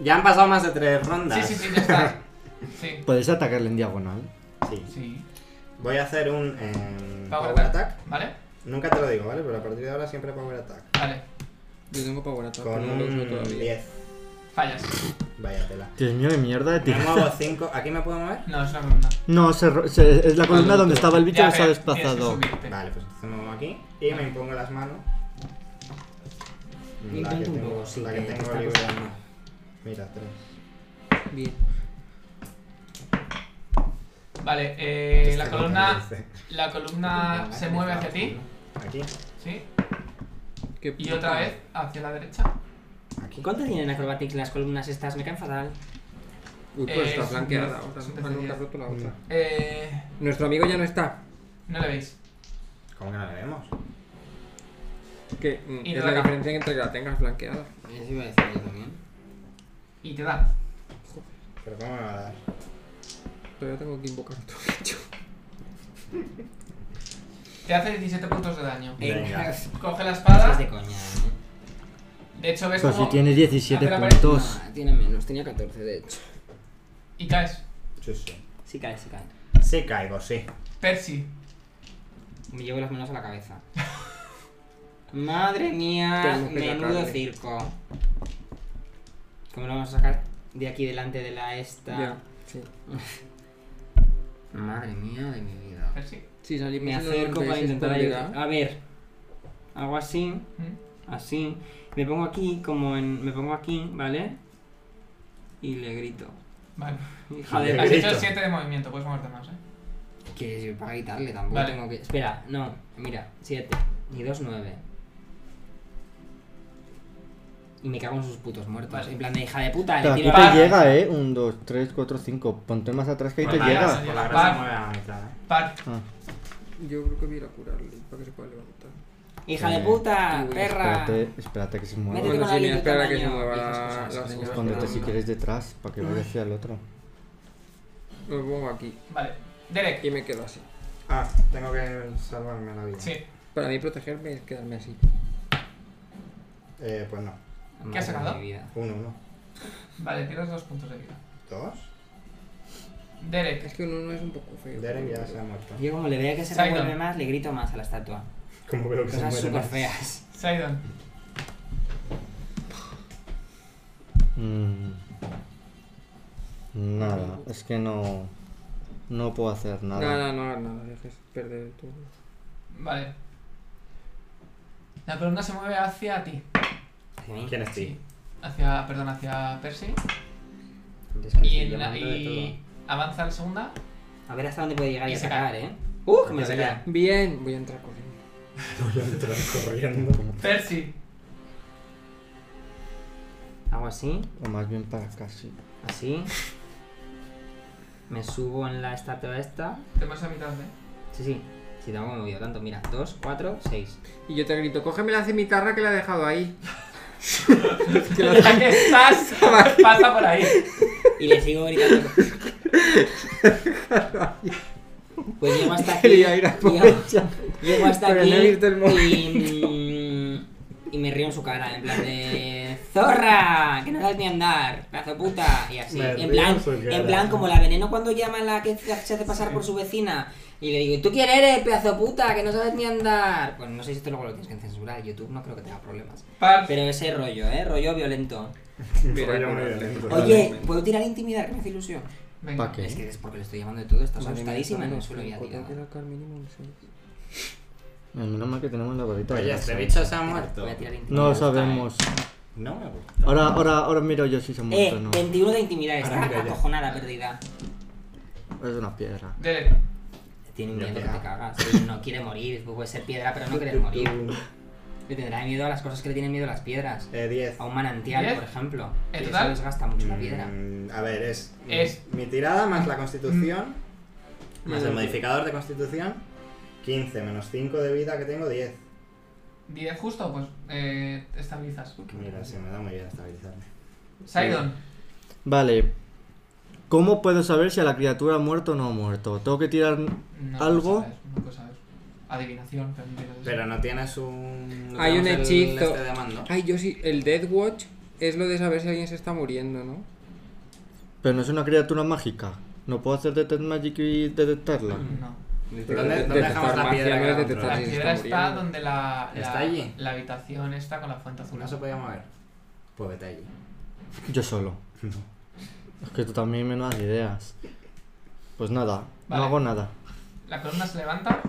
Speaker 6: Ya han pasado más de tres rondas.
Speaker 2: Sí, sí, sí, ya está. Sí,
Speaker 1: Puedes atacarle en diagonal.
Speaker 6: Sí.
Speaker 2: sí.
Speaker 6: Voy a hacer un em,
Speaker 2: Power
Speaker 6: power,
Speaker 2: attack.
Speaker 6: attack.
Speaker 2: ¿Vale?
Speaker 6: Nunca te lo digo, ¿vale? Pero a partir de ahora siempre power attack.
Speaker 2: Vale.
Speaker 3: Yo tengo power attack,
Speaker 6: Con
Speaker 3: pero no lo uso
Speaker 6: un
Speaker 3: todavía.
Speaker 6: 10.
Speaker 2: Fallas.
Speaker 6: Vaya tela.
Speaker 1: Dios mío, de mierda de
Speaker 6: Me
Speaker 1: tiro.
Speaker 6: muevo 5. ¿Aquí me puedo mover?
Speaker 2: No, es una columna.
Speaker 1: No, se ro- se- es la columna
Speaker 3: Ah, no,
Speaker 1: donde
Speaker 3: tú.
Speaker 1: estaba el bicho
Speaker 2: Ya,
Speaker 1: que se ha
Speaker 2: pero tienes que
Speaker 1: desplazado.
Speaker 2: subirte.
Speaker 6: Vale, pues entonces me muevo aquí y me impongo las manos. La que
Speaker 5: Intento un
Speaker 6: tengo,
Speaker 5: poco, sí,
Speaker 6: la que
Speaker 5: que
Speaker 6: tengo
Speaker 5: está
Speaker 6: libre.
Speaker 5: costando.
Speaker 6: Mira, tres.
Speaker 3: Bien.
Speaker 2: Vale, eh, la
Speaker 6: Este no
Speaker 2: columna,
Speaker 6: parece. Este
Speaker 2: la columna se mueve hacia ti,
Speaker 6: Aquí,
Speaker 2: ¿sí?
Speaker 3: Qué
Speaker 2: Y otra
Speaker 3: puta.
Speaker 2: vez hacia la derecha.
Speaker 6: aquí.
Speaker 5: ¿Cuánto tienen acrobatics las columnas estas? Me caen fatal.
Speaker 3: Uy, pues
Speaker 2: Eh,
Speaker 3: está
Speaker 2: es un
Speaker 3: flanqueada
Speaker 2: diez,
Speaker 3: ahora.
Speaker 2: es un
Speaker 3: Ah, no, que ha
Speaker 2: diez.
Speaker 3: roto la otra.
Speaker 1: Mm.
Speaker 2: Eh,
Speaker 3: Nuestro amigo ya no está.
Speaker 2: no le veis.
Speaker 6: ¿Cómo que no le vemos?
Speaker 3: Que mm,
Speaker 2: Y
Speaker 3: es
Speaker 2: no
Speaker 3: la
Speaker 2: la-
Speaker 3: diferencia entre que la tengas flanqueada.
Speaker 5: Eso iba a decir yo también.
Speaker 2: Y te da.
Speaker 6: ¿Pero cómo me va a dar?
Speaker 3: Pero yo tengo que invocar todo bicho.
Speaker 2: Te hace 17 puntos de daño.
Speaker 6: Venga.
Speaker 5: Es
Speaker 2: Coge la
Speaker 5: es de
Speaker 2: espada.
Speaker 5: coña. eh.
Speaker 2: De hecho, ves
Speaker 1: Pues si
Speaker 2: como...
Speaker 1: tienes 17
Speaker 2: Hace la pared.
Speaker 1: puntos.
Speaker 5: Ah, tiene menos, tenía 14 de hecho.
Speaker 2: Y caes.
Speaker 6: Sí, sí.
Speaker 5: Sí cae, sí cae.
Speaker 6: Sí caigo, sí.
Speaker 2: Percy.
Speaker 5: Me llevo las manos a la cabeza. Madre mía,
Speaker 3: Tenemos que
Speaker 5: menudo
Speaker 3: sacarle.
Speaker 5: circo. ¿Cómo lo vamos a sacar? De aquí delante de la esta.
Speaker 3: Ya, sí.
Speaker 5: Madre mía de mi vida.
Speaker 2: Percy.
Speaker 3: Sí, salimos
Speaker 5: Me
Speaker 3: en el
Speaker 5: acerco para
Speaker 3: 96
Speaker 5: intentar
Speaker 3: por
Speaker 5: ayudar.
Speaker 3: llegar.
Speaker 5: A ver. Hago así,
Speaker 2: ¿Mm?
Speaker 5: así. Me pongo aquí, como en. Me pongo aquí, ¿vale? Y le grito.
Speaker 2: Vale.
Speaker 5: Hija
Speaker 6: Le
Speaker 5: de
Speaker 2: Has hecho
Speaker 6: grito.
Speaker 2: 7 de movimiento, puedes moverte más, ¿eh?
Speaker 5: Que si para quitarle tampoco
Speaker 2: Vale.
Speaker 5: tengo que. Espera, no, mira, 7 y 2, 9. Y me cago en sus putos muertos.
Speaker 2: Vale.
Speaker 5: En plan de hija de puta,
Speaker 1: Pero
Speaker 5: le
Speaker 1: aquí
Speaker 5: tiro
Speaker 1: te
Speaker 5: la-
Speaker 1: llega, eh. 1, 2, 3, 4, 5. Ponte más atrás que ahí te
Speaker 6: Por la grasa,
Speaker 1: llega.
Speaker 2: sí.
Speaker 6: Por la
Speaker 2: Va.
Speaker 6: grasa mueve a la mitad, ¿eh?
Speaker 2: Par.
Speaker 1: Ah,
Speaker 3: Yo creo que voy a ir a curarle para que se pueda levantar.
Speaker 5: ¡Hija de
Speaker 1: Eh,
Speaker 5: puta!
Speaker 3: uy,
Speaker 5: ¡Perra!
Speaker 1: espérate, espérate que se
Speaker 5: Métete
Speaker 1: mueva.
Speaker 3: Bueno,
Speaker 5: con
Speaker 3: sí,
Speaker 5: alguien
Speaker 3: mira,
Speaker 5: de
Speaker 3: espera que
Speaker 5: tamaño.
Speaker 3: se mueva la,
Speaker 5: Esas cosas,
Speaker 3: la
Speaker 5: esas
Speaker 3: señora.
Speaker 1: Escóndete
Speaker 3: Fernanda.
Speaker 1: si quieres detrás para que vaya hacia el otro.
Speaker 3: Lo pongo aquí
Speaker 2: Vale. Derek.
Speaker 3: y me quedo así.
Speaker 6: Ah, tengo que salvarme la vida.
Speaker 2: Sí.
Speaker 3: Para mí protegerme es quedarme así.
Speaker 6: Eh, pues no.
Speaker 2: ¿Qué has
Speaker 5: Madre
Speaker 2: sacado?
Speaker 5: de mi vida.
Speaker 6: Uno, uno.
Speaker 2: Vale, pierdes 2 puntos de vida.
Speaker 6: Dos.
Speaker 2: Derek.
Speaker 3: Es que uno no es un poco feo.
Speaker 6: Derek ya se ha muerto.
Speaker 5: Yo como le vea que se
Speaker 2: Sidon.
Speaker 5: revuelve más, le grito más a la estatua.
Speaker 6: Como veo que
Speaker 2: Pues
Speaker 6: se
Speaker 5: Cosas
Speaker 6: muere
Speaker 5: súper
Speaker 6: más.
Speaker 5: feas.
Speaker 2: Sidon.
Speaker 1: Mm. Nada, es que no. No puedo hacer nada.
Speaker 3: Nada, no hagas nada, dejes perder el turno.
Speaker 2: Vale. La columna se mueve hacia ti.
Speaker 5: Hacia mí.
Speaker 6: ¿Quién es ti?
Speaker 2: Sí. Hacia, perdón, hacia Percy.
Speaker 6: Es que
Speaker 2: Y,
Speaker 6: estoy
Speaker 2: en la-
Speaker 6: llamando de
Speaker 2: y avanza la segunda.
Speaker 5: A ver hasta dónde puede llegar y
Speaker 2: Y se
Speaker 5: atacar, ¿eh? ¡Uh! Que me
Speaker 6: Y
Speaker 5: lo
Speaker 6: se
Speaker 5: vea.
Speaker 3: Bien, voy a entrar corriendo.
Speaker 6: todo. Voy a entrar corriendo.
Speaker 2: Percy.
Speaker 5: Hago así,
Speaker 1: O más bien para casi.
Speaker 5: así. Me subo en la estatua esta.
Speaker 2: Te vas a mitad de.
Speaker 5: Sí, sí. Si tampoco me movido tanto, mira. 2, 4, 6.
Speaker 3: Y yo te grito, cógeme la cimitarra que la he dejado ahí.
Speaker 2: Ya que estás, pasa por ahí.
Speaker 5: Y le sigo gritando. Pues llego hasta aquí.
Speaker 1: Quería ir a por
Speaker 5: llego-
Speaker 1: ella.
Speaker 5: Llego hasta
Speaker 1: Pero
Speaker 5: aquí
Speaker 1: no he visto el móvil.
Speaker 5: y, mm, y me río en su cara, en plan de ¡Zorra! Que no sabes ni andar, pedazo de puta, y así.
Speaker 6: Me río
Speaker 5: En
Speaker 6: en
Speaker 5: plan,
Speaker 6: su cara.
Speaker 5: en plan, como la veneno cuando llama a la que se hace pasar por su vecina y le digo, ¿tú quién eres, pedazo de puta? Que no sabes ni andar. Bueno, no sé si esto luego lo tienes que censurar, YouTube no creo que tenga problemas.
Speaker 2: Par.
Speaker 5: Pero ese rollo, ¿eh? Rollo violento.
Speaker 3: Mira,
Speaker 6: Rollo muy
Speaker 3: bueno,
Speaker 6: violento.
Speaker 5: Oye, ¿puedo tirar intimidar? Que me hace ilusión.
Speaker 2: Venga.
Speaker 1: ¿Pa' qué?
Speaker 5: Es que es porque le estoy llamando de todo,
Speaker 6: Pues
Speaker 5: estás
Speaker 3: Madre mía,
Speaker 5: Pues asustadísima en el
Speaker 3: estamos
Speaker 5: suelo
Speaker 3: en
Speaker 5: y ha
Speaker 3: cuatro
Speaker 5: tirado.
Speaker 3: de la car mínimo, no sé.
Speaker 1: Menos mal que tenemos la varita. de
Speaker 6: Oye,
Speaker 1: la
Speaker 6: este
Speaker 1: sangre.
Speaker 6: bicho se ha muerto.
Speaker 5: Voy a tirar intimidar.
Speaker 1: No lo
Speaker 5: Está, ¿eh?
Speaker 1: sabemos.
Speaker 6: No me gusta.
Speaker 1: Ahora, ahora, ahora miro yo si se ha muerto
Speaker 5: Eh,
Speaker 1: o no.
Speaker 5: 21 de intimidad,
Speaker 6: Ahora
Speaker 5: está
Speaker 6: mira ya.
Speaker 5: acojonada, perdida.
Speaker 1: Es una piedra.
Speaker 2: Derek.
Speaker 5: Tiene un
Speaker 6: Ya
Speaker 5: miedo que
Speaker 6: pega.
Speaker 5: te cagas. Sí, no quiere morir, pues puede ser piedra, pero no quiere morir. Le tendrá miedo a las cosas que le tienen miedo a las piedras.
Speaker 6: Eh, 10.
Speaker 5: A un manantial,
Speaker 2: ¿Diez?
Speaker 5: por ejemplo.
Speaker 2: ¿En
Speaker 5: Que eso
Speaker 2: total?
Speaker 5: desgasta mucho la piedra.
Speaker 6: Mm, a ver, es,
Speaker 2: Es-
Speaker 6: mi tirada más la constitución, más el
Speaker 3: Mm.
Speaker 6: modificador de constitución, 15 menos 5 de vida que tengo, 10.
Speaker 2: 10 justo, pues eh, estabilizas.
Speaker 6: Mira,
Speaker 4: eh.
Speaker 6: se me da muy bien estabilizarme.
Speaker 2: Sidon.
Speaker 1: Vale. ¿Cómo puedo saber si a la criatura ha muerto o no ha muerto? Tengo que tirar.
Speaker 2: No
Speaker 1: ¿Algo?
Speaker 2: puedo saber, no puedo saber. Adivinación, pero no quiero decir.
Speaker 6: Pero no tienes un... no
Speaker 3: Hay un
Speaker 6: tenemos el
Speaker 3: hechizo.
Speaker 6: este de mando.
Speaker 3: Ay, yo sí, el Death Watch es lo de saber si alguien se está muriendo, ¿no?
Speaker 1: Pero no es una criatura mágica. No puedo hacer Detect Magic y detectarla.
Speaker 2: No.
Speaker 3: Pero
Speaker 6: ¿Dónde- dónde
Speaker 3: de- detectar
Speaker 6: dejamos la
Speaker 3: magia
Speaker 6: piedra
Speaker 3: no
Speaker 6: que
Speaker 3: es
Speaker 6: la
Speaker 3: detectar
Speaker 2: La
Speaker 6: controla?
Speaker 3: si se
Speaker 2: piedra
Speaker 3: está
Speaker 2: está
Speaker 3: muriendo.
Speaker 2: donde la, la,
Speaker 6: ¿Está allí?
Speaker 2: la habitación está con la fuente azul.
Speaker 6: No se podía mover. Pues vete allí.
Speaker 1: Yo solo. Es que tú también me das ideas. Pues nada,
Speaker 2: Vale.
Speaker 1: no hago nada.
Speaker 2: La columna se levanta.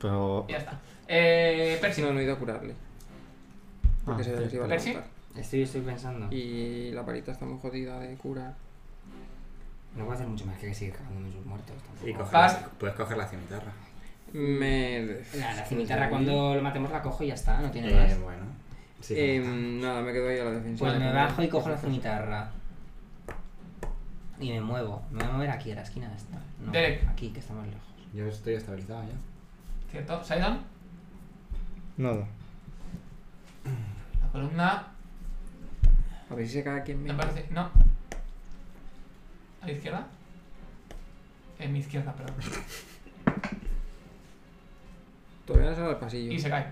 Speaker 1: Pero.
Speaker 2: Y ya está. Eh, Percy.
Speaker 3: No, no he ido a curarle. Porque
Speaker 1: Ah,
Speaker 3: se ve que se iba a
Speaker 2: ¿Percy?
Speaker 3: levantar.
Speaker 5: Estoy, estoy pensando.
Speaker 3: Y la varita está muy jodida de curar.
Speaker 5: No voy a hacer mucho más que seguir cagándome en sus muertos.
Speaker 6: Y
Speaker 5: Tampoco.
Speaker 6: coger
Speaker 2: Vas.
Speaker 6: la- puedes coger la cimitarra.
Speaker 3: Me.
Speaker 5: La, la cimitarra cuando lo matemos la cojo y ya está, no tiene
Speaker 6: Eh,
Speaker 5: más.
Speaker 6: bueno. Sí, que
Speaker 3: Eh,
Speaker 6: no.
Speaker 3: nada, me quedo ahí a la defensa.
Speaker 5: Pues me bajo y cojo la cimitarra. Y me muevo. Me voy a mover aquí, a la esquina de esta. No,
Speaker 2: Derek.
Speaker 5: aquí, que está más lejos.
Speaker 6: Yo estoy estabilizado ya.
Speaker 2: ¿Cierto? Sidon.
Speaker 1: Nada.
Speaker 2: La columna.
Speaker 3: A ver si se cae aquí en
Speaker 2: Me
Speaker 3: medio.
Speaker 2: parece. No. ¿A la izquierda? En mi izquierda, perdón.
Speaker 3: Todavía no sale al pasillo.
Speaker 2: Y se cae.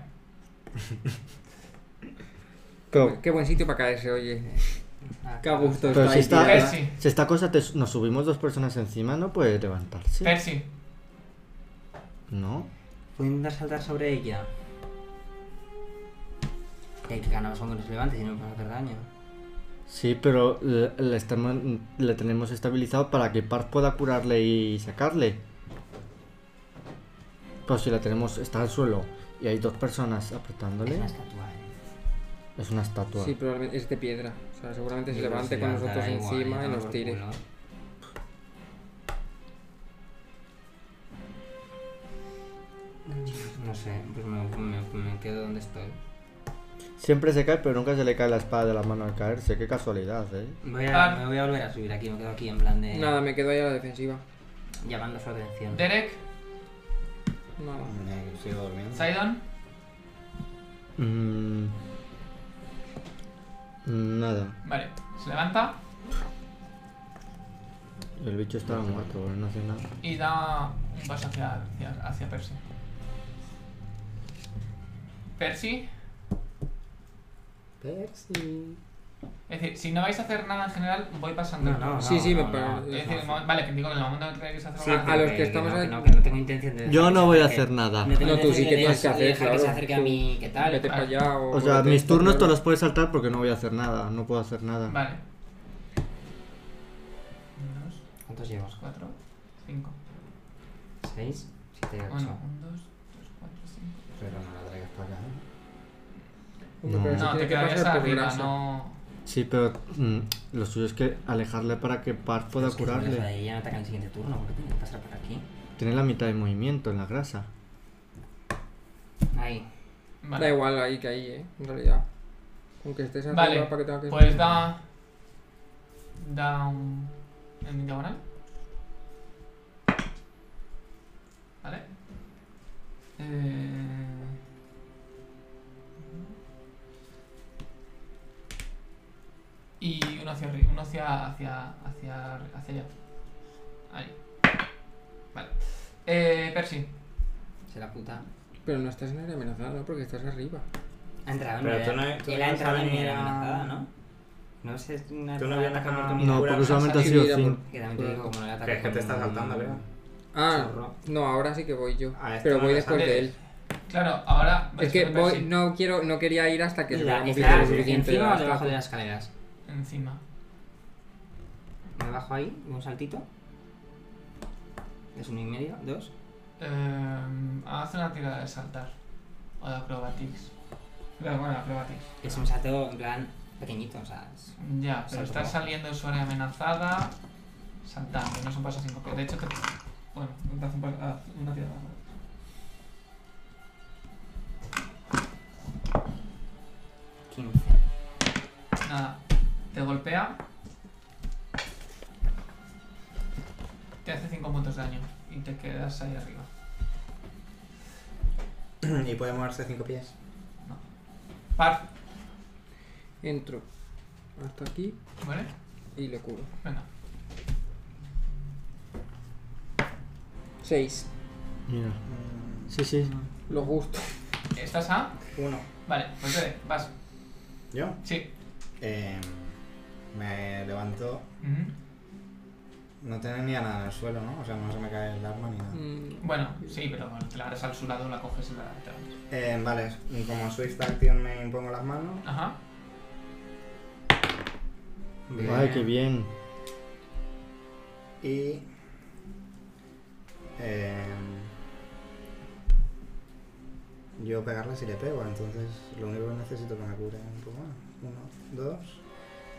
Speaker 1: Pero,
Speaker 3: Qué buen sitio para caerse, oye.
Speaker 5: Ah,
Speaker 3: Qué a gusto
Speaker 1: pero si
Speaker 3: ahí
Speaker 1: está.
Speaker 3: tirada.
Speaker 2: Percy.
Speaker 1: Si esta cosa te- nos subimos dos personas encima, no puede levantarse.
Speaker 2: Percy.
Speaker 1: No.
Speaker 5: Puedo intentar saltar sobre ella. Y hay que ganar cuando nos levante y no nos va a hacer daño.
Speaker 1: Sí, pero le, le estamos- le tenemos estabilizado para que Parth pueda curarle y sacarle. Pero si la tenemos, está al suelo y hay dos personas apretándole,
Speaker 5: Es una estatua, eh.
Speaker 1: es una estatua.
Speaker 3: Sí, probablemente es de piedra. O sea, seguramente se
Speaker 5: Yo creo que
Speaker 3: levante con nosotros
Speaker 5: levantará igual,
Speaker 3: encima y
Speaker 5: toma
Speaker 3: nos
Speaker 5: por
Speaker 3: tire.
Speaker 5: culo. No sé, pues me, me- me quedo donde estoy.
Speaker 1: Siempre se cae, pero nunca se le cae la espada de la mano al caerse. Qué casualidad, ¿eh?
Speaker 5: Voy
Speaker 2: Ah.
Speaker 5: a, me voy a volver a subir aquí, me quedo aquí en plan de.
Speaker 3: Nada, me quedo ahí a la defensiva.
Speaker 5: Llamando su atención.
Speaker 2: Derek.
Speaker 3: Nada.
Speaker 6: Eh, sigo durmiendo.
Speaker 2: Sidon.
Speaker 1: Mm. Nada.
Speaker 2: Vale. Se levanta.
Speaker 1: El bicho estaba muerto, pero no hace nada.
Speaker 2: Y da un paso hacia, hacia, hacia Percy. Percy.
Speaker 6: Percy.
Speaker 2: Es decir, si no vais a hacer nada en general, voy pasando.
Speaker 5: No, no,
Speaker 3: Sí,
Speaker 5: no,
Speaker 3: sí, me
Speaker 5: no,
Speaker 3: parece.
Speaker 5: no.
Speaker 2: Es decir, el momen- vale, que digo que en el momento que tengáis que hacer
Speaker 5: Sí,
Speaker 2: algo-
Speaker 3: a los que
Speaker 5: no,
Speaker 3: estamos
Speaker 5: no,
Speaker 3: ahí-
Speaker 5: no, que no tengo intención de.
Speaker 1: Yo
Speaker 5: dejar
Speaker 1: no
Speaker 5: que
Speaker 1: voy a
Speaker 5: se acerque.
Speaker 1: hacer nada.
Speaker 5: No, tengo
Speaker 3: No, tú
Speaker 5: intención
Speaker 3: sí
Speaker 5: de
Speaker 3: que tienes que
Speaker 5: dejar- de
Speaker 3: hacer,
Speaker 5: dejar que se
Speaker 3: claro.
Speaker 5: acerque a
Speaker 3: Tú-
Speaker 5: mí, ¿qué tal?
Speaker 3: Vete para allá o.
Speaker 1: O sea,
Speaker 3: vete
Speaker 1: mis
Speaker 3: hasta
Speaker 1: turnos
Speaker 3: arriba.
Speaker 1: te los puedes saltar porque no voy a hacer nada. No puedo hacer nada.
Speaker 2: Vale. Un, dos,
Speaker 5: ¿Cuántos llevas?
Speaker 2: cuatro, cinco.
Speaker 5: 6, 7, 8.
Speaker 2: Bueno, un, dos, tres, cuatro, cinco.
Speaker 6: Pero no la traigas para acá. ¿no?
Speaker 3: Hombre,
Speaker 1: No.
Speaker 3: pero eso
Speaker 2: No,
Speaker 3: tiene
Speaker 2: te
Speaker 3: que
Speaker 2: quedarías
Speaker 3: pasar pues por
Speaker 2: arriba,
Speaker 3: grasa.
Speaker 2: no.
Speaker 1: Sí, pero mm, lo suyo es que alejarle para que Parth pueda curarle.
Speaker 5: Ella no ataca en el siguiente turno porque tiene que pasar por aquí.
Speaker 1: Tiene la mitad de movimiento en la grasa.
Speaker 5: Ahí.
Speaker 3: Da
Speaker 2: Vale.
Speaker 3: igual ahí que ahí, eh, en realidad. Aunque estés arriba
Speaker 2: Vale,
Speaker 3: para que tenga que.
Speaker 2: Pues da. Da un. En diagonal. Vale. Eh. y uno hacia arriba, uno hacia, hacia, hacia, hacia allá. Ahí. Vale. Eh, Percy.
Speaker 5: Se la puta.
Speaker 3: Pero no estás en área amenazada, ¿no? Porque estás arriba.
Speaker 5: Ha entrado en
Speaker 6: Pero
Speaker 5: mi
Speaker 6: tú
Speaker 5: área-
Speaker 6: no- tú
Speaker 5: Él
Speaker 6: no
Speaker 5: ha entrado en mi
Speaker 6: sabías-
Speaker 5: área amenazada, ¿no? No sé, es una
Speaker 6: Tú no habías
Speaker 5: ataque a
Speaker 6: atacado-
Speaker 5: oportunidad.
Speaker 1: No, porque solamente ha
Speaker 3: Sí,
Speaker 1: sido
Speaker 3: mira,
Speaker 1: 5.
Speaker 5: Que también te digo, como no le ataque
Speaker 6: Que es que te
Speaker 5: con-
Speaker 6: estás saltando, Leo.
Speaker 3: Ah,
Speaker 6: Chorro.
Speaker 3: no, ahora sí que voy yo.
Speaker 6: Ah, esto
Speaker 3: Pero
Speaker 6: no
Speaker 3: voy
Speaker 6: lo
Speaker 3: después
Speaker 2: sabes.
Speaker 3: de él.
Speaker 2: Claro, ahora.
Speaker 3: Es
Speaker 2: vais
Speaker 3: que
Speaker 2: con
Speaker 3: voy,
Speaker 2: Percy.
Speaker 3: no quiero, no quería ir hasta que se
Speaker 5: Mira,
Speaker 3: hubiera movido
Speaker 5: ¿Está
Speaker 3: lo suficiente de
Speaker 5: encima
Speaker 3: la
Speaker 5: o debajo de
Speaker 3: estatua.
Speaker 5: las escaleras?
Speaker 2: Encima.
Speaker 5: Me bajo ahí, de un saltito. Es uno y medio, dos.
Speaker 2: Eh, haz una tirada de saltar. O de acrobatics. Pero bueno, acrobatics.
Speaker 5: Es un salto en plan pequeñito, o sea. es-
Speaker 2: Ya, pero
Speaker 5: Salto
Speaker 2: estás
Speaker 5: abajo.
Speaker 2: saliendo de su área amenazada. Saltando, no es un paso sin copiar. De hecho, te. Bueno, te hace un paso. haz una tirada.
Speaker 5: quince.
Speaker 2: Nada. Te golpea. Te hace 5 puntos de daño. Y te quedas ahí arriba.
Speaker 6: Y puede moverse 5 pies.
Speaker 2: Par.
Speaker 3: Entro hasta aquí
Speaker 2: ¿Vale?
Speaker 3: y lo cubro.
Speaker 2: Venga.
Speaker 3: Seis.
Speaker 1: Mira. Sí, sí.
Speaker 3: Lo justo.
Speaker 2: ¿Estás a?
Speaker 4: Uno.
Speaker 2: Vale, pues vete, vas.
Speaker 4: ¿Yo?
Speaker 2: Sí.
Speaker 4: Eh, me levanto.
Speaker 2: Ujú.
Speaker 4: No tenía nada en el suelo, ¿no? O sea, no se me cae el arma ni nada.
Speaker 3: Mm,
Speaker 2: Bueno, sí, pero bueno, te la harás al su lado, la coges y la te la metes.
Speaker 4: Eh, vale, como Swift Action me impongo las manos.
Speaker 2: Ajá.
Speaker 4: Bien.
Speaker 1: Ay, qué bien.
Speaker 4: Y. eh, yo pegarle si le pego, entonces lo único que necesito es que me cure un poco más. Uno, dos,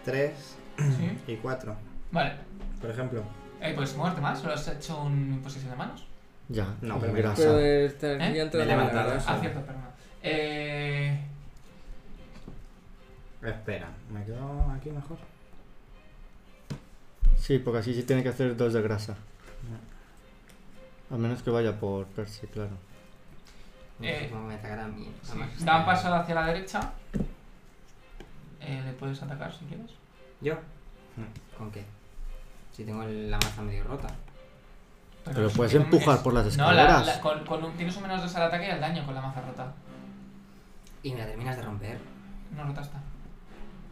Speaker 4: tres
Speaker 2: Sí.
Speaker 4: y cuatro,
Speaker 2: Vale.
Speaker 4: por ejemplo.
Speaker 2: Eh, pues muerte más, solo has hecho un posición de manos.
Speaker 1: Ya.
Speaker 4: No,
Speaker 1: con
Speaker 4: pero me-
Speaker 1: grasa.
Speaker 3: Pero estaría
Speaker 2: ¿Eh?
Speaker 3: entrando
Speaker 6: Me he
Speaker 3: en la
Speaker 6: levantado.
Speaker 3: grasa.
Speaker 2: Ah, cierto, perdón. Eh.
Speaker 4: Espera, me quedo aquí mejor.
Speaker 1: Sí, porque así sí tiene que hacer dos de grasa. A menos que vaya por Percy, claro.
Speaker 5: No sé
Speaker 2: Eh,
Speaker 5: cómo me atacará a mí.
Speaker 2: sí.
Speaker 5: Además,
Speaker 2: Da un paso hacia la derecha. Eh, le puedes atacar si quieres.
Speaker 5: ¿Yo? ¿Con qué? Si tengo la maza medio rota.
Speaker 1: Pero
Speaker 2: si
Speaker 1: puedes
Speaker 2: tiene un-
Speaker 1: empujar
Speaker 2: es-
Speaker 1: por las
Speaker 2: No, la-
Speaker 1: escaleras.
Speaker 2: la- con, con un, tienes un menos dos al ataque y al daño con la maza rota.
Speaker 5: Y me la terminas de romper.
Speaker 2: No rota está.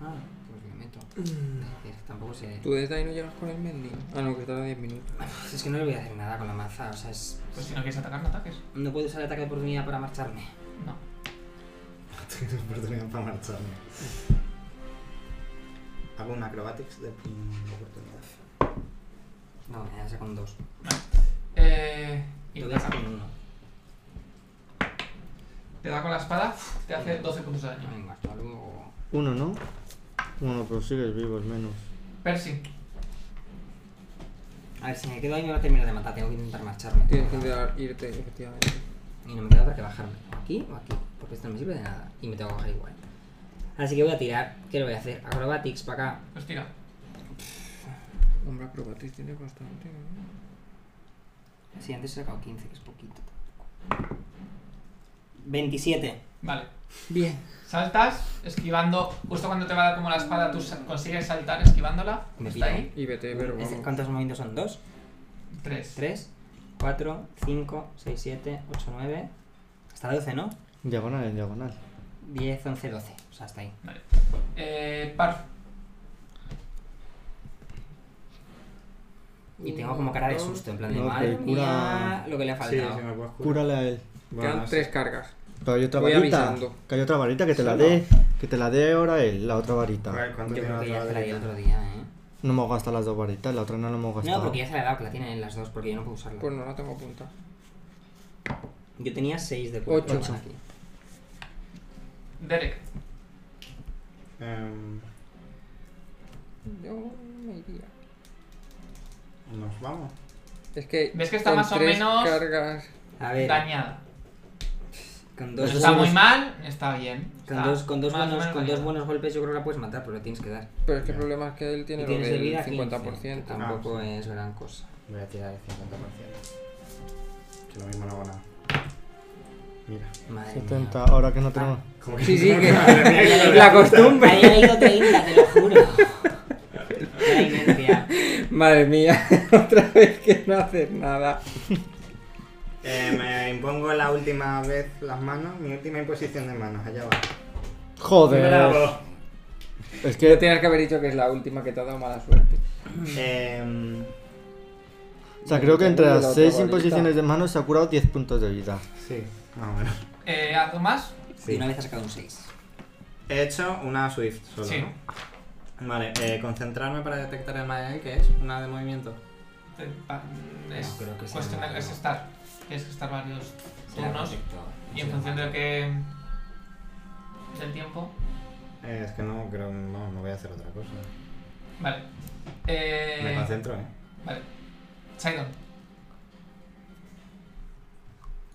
Speaker 5: Ah, pues le meto.
Speaker 2: Mm.
Speaker 5: Es que Tampoco sé.
Speaker 3: Tú desde ahí no llegas con el mending. Ah, no, que tarda 10 minutos.
Speaker 5: Es que no le voy a hacer nada con la maza, o sea, es.
Speaker 2: Pues si no quieres atacar, no ataques.
Speaker 5: No puedo usar el ataque de oportunidad para marcharme.
Speaker 2: No.
Speaker 4: Tengo oportunidad para marcharme. Hago un acrobatics de mm, oportunidad.
Speaker 5: No, me da con dos.
Speaker 2: Eh. Y
Speaker 5: Lo
Speaker 2: te
Speaker 5: voy a
Speaker 2: da,
Speaker 5: sacar con uno.
Speaker 2: te da con la espada, te hace 12 puntos de daño.
Speaker 5: Venga, hasta luego.
Speaker 1: Uno, ¿no? Uno, pero sigues vivo, al menos.
Speaker 2: Percy.
Speaker 5: A ver, si me quedo ahí me va a terminar de matar, tengo que intentar marcharme.
Speaker 3: Tienes que intentar irte, efectivamente.
Speaker 5: Y no me queda otra que bajarme. O aquí o aquí. Porque esto no me sirve de nada. Y me tengo que bajar igual. Así que voy a tirar. ¿Qué le voy a hacer? Acrobatics para acá.
Speaker 2: Pues tira.
Speaker 3: Hombre, acrobatis tiene bastante, ¿no?
Speaker 5: Sí, antes he sacado 15, que es poquito. 27.
Speaker 2: Vale.
Speaker 3: Bien.
Speaker 2: Saltas, esquivando. Justo cuando te va a dar como la espada, tú sa- consigues saltar esquivándola.
Speaker 5: Me
Speaker 2: Está
Speaker 5: piro.
Speaker 2: ahí.
Speaker 3: Y vete, pero
Speaker 5: Es-
Speaker 3: vamos.
Speaker 5: ¿Cuántos movimientos son? 2,
Speaker 2: Tres.
Speaker 5: 3, 4, 5, 6, 7, 8, 9. Hasta 12, ¿no?
Speaker 1: Diagonal en diagonal.
Speaker 5: 10, 11, 12. O sea, hasta ahí.
Speaker 2: Vale. Eh, par.
Speaker 5: Y tengo como cara de susto, en plan de
Speaker 1: No,
Speaker 5: madre
Speaker 1: que cura-
Speaker 5: mía, lo que le ha
Speaker 4: Sí,
Speaker 5: faltado.
Speaker 4: si me puedes curar.
Speaker 1: Cúrale a él.
Speaker 3: Quedan
Speaker 4: Bueno,
Speaker 3: tres cargas.
Speaker 1: Pero hay otra
Speaker 3: Voy
Speaker 1: varita.
Speaker 3: avisando.
Speaker 1: Que hay otra varita que te la
Speaker 5: Solo.
Speaker 1: dé. Que te la dé ahora él, la otra varita.
Speaker 4: Joder, ¿cuánto
Speaker 5: Yo
Speaker 4: tiene
Speaker 5: creo que
Speaker 4: la
Speaker 5: ya
Speaker 4: otra
Speaker 5: se la di el
Speaker 4: varita?
Speaker 5: otro día, ¿eh?
Speaker 1: No hemos gastado las dos varitas, la otra no la hemos gastado.
Speaker 5: No, porque ya se la he dado, que la tienen las dos, porque yo no puedo usarla.
Speaker 3: Pues no la tengo apuntada.
Speaker 5: Yo tenía 6 de
Speaker 3: Ocho.
Speaker 5: cuerpo aquí.
Speaker 2: Derek.
Speaker 4: Em,
Speaker 3: Yo me iría.
Speaker 4: Nos vamos.
Speaker 3: Es que.
Speaker 2: ¿Ves que está
Speaker 3: con
Speaker 2: más o
Speaker 3: tres
Speaker 2: menos-
Speaker 3: cargas.
Speaker 5: A ver,
Speaker 2: Dañada.
Speaker 5: con
Speaker 2: No
Speaker 5: dos,
Speaker 2: está muy
Speaker 5: buenos-
Speaker 2: mal, está bien.
Speaker 5: con
Speaker 2: Está
Speaker 5: dos, con dos
Speaker 2: más o
Speaker 5: buenos,
Speaker 2: menos
Speaker 5: con dos
Speaker 2: dañada.
Speaker 5: buenos golpes yo creo que la puedes matar, pero la tienes que dar.
Speaker 3: Pero es que el
Speaker 4: Ya.
Speaker 3: problema es que él tiene
Speaker 5: Y
Speaker 3: lo
Speaker 5: tienes de
Speaker 3: del
Speaker 5: vida
Speaker 3: 50%.
Speaker 5: 15, que
Speaker 4: Ah,
Speaker 5: tampoco es gran cosa.
Speaker 4: Voy a tirar el 50%. Que lo mismo no hago nada. Mira.
Speaker 5: Madre
Speaker 1: 70,
Speaker 5: mía. Ah,
Speaker 3: Ah.
Speaker 1: ahora que no tenemos.
Speaker 4: Como
Speaker 3: Sí, sí, que.
Speaker 5: Ahí ha ido 30, te lo juro.
Speaker 3: Madre mía, otra vez que no haces nada.
Speaker 4: Eh, me impongo la última vez las manos, mi última imposición de manos, allá va.
Speaker 1: Joder. Es
Speaker 3: Pero
Speaker 1: que
Speaker 3: tenías que haber dicho que es la última que te ha dado mala suerte.
Speaker 4: Em,
Speaker 1: o sea, creo que entre
Speaker 3: La
Speaker 1: las
Speaker 3: otra
Speaker 1: 6
Speaker 3: bolita.
Speaker 1: imposiciones de manos se ha curado 10 puntos de vida.
Speaker 4: sí, más o menos.
Speaker 2: Eh, ¿Algo más?
Speaker 5: Y
Speaker 4: Sí.
Speaker 5: una vez ha sacado un 6.
Speaker 4: He hecho una Swift solo,
Speaker 2: Sí.
Speaker 4: ¿no? Vale, eh, concentrarme para detectar el Magic, que es una de movimiento.
Speaker 2: Te- Eh, pa- Es
Speaker 6: creo que sea
Speaker 2: cuestión de
Speaker 6: nada.
Speaker 2: es estar. Tienes que estar varios turnos y en función de lo que. del tiempo.
Speaker 4: Eh, es que no, creo, no, no voy a hacer otra cosa.
Speaker 2: Vale. Eh,
Speaker 4: Me concentro, ¿eh?
Speaker 2: vale. Sidon.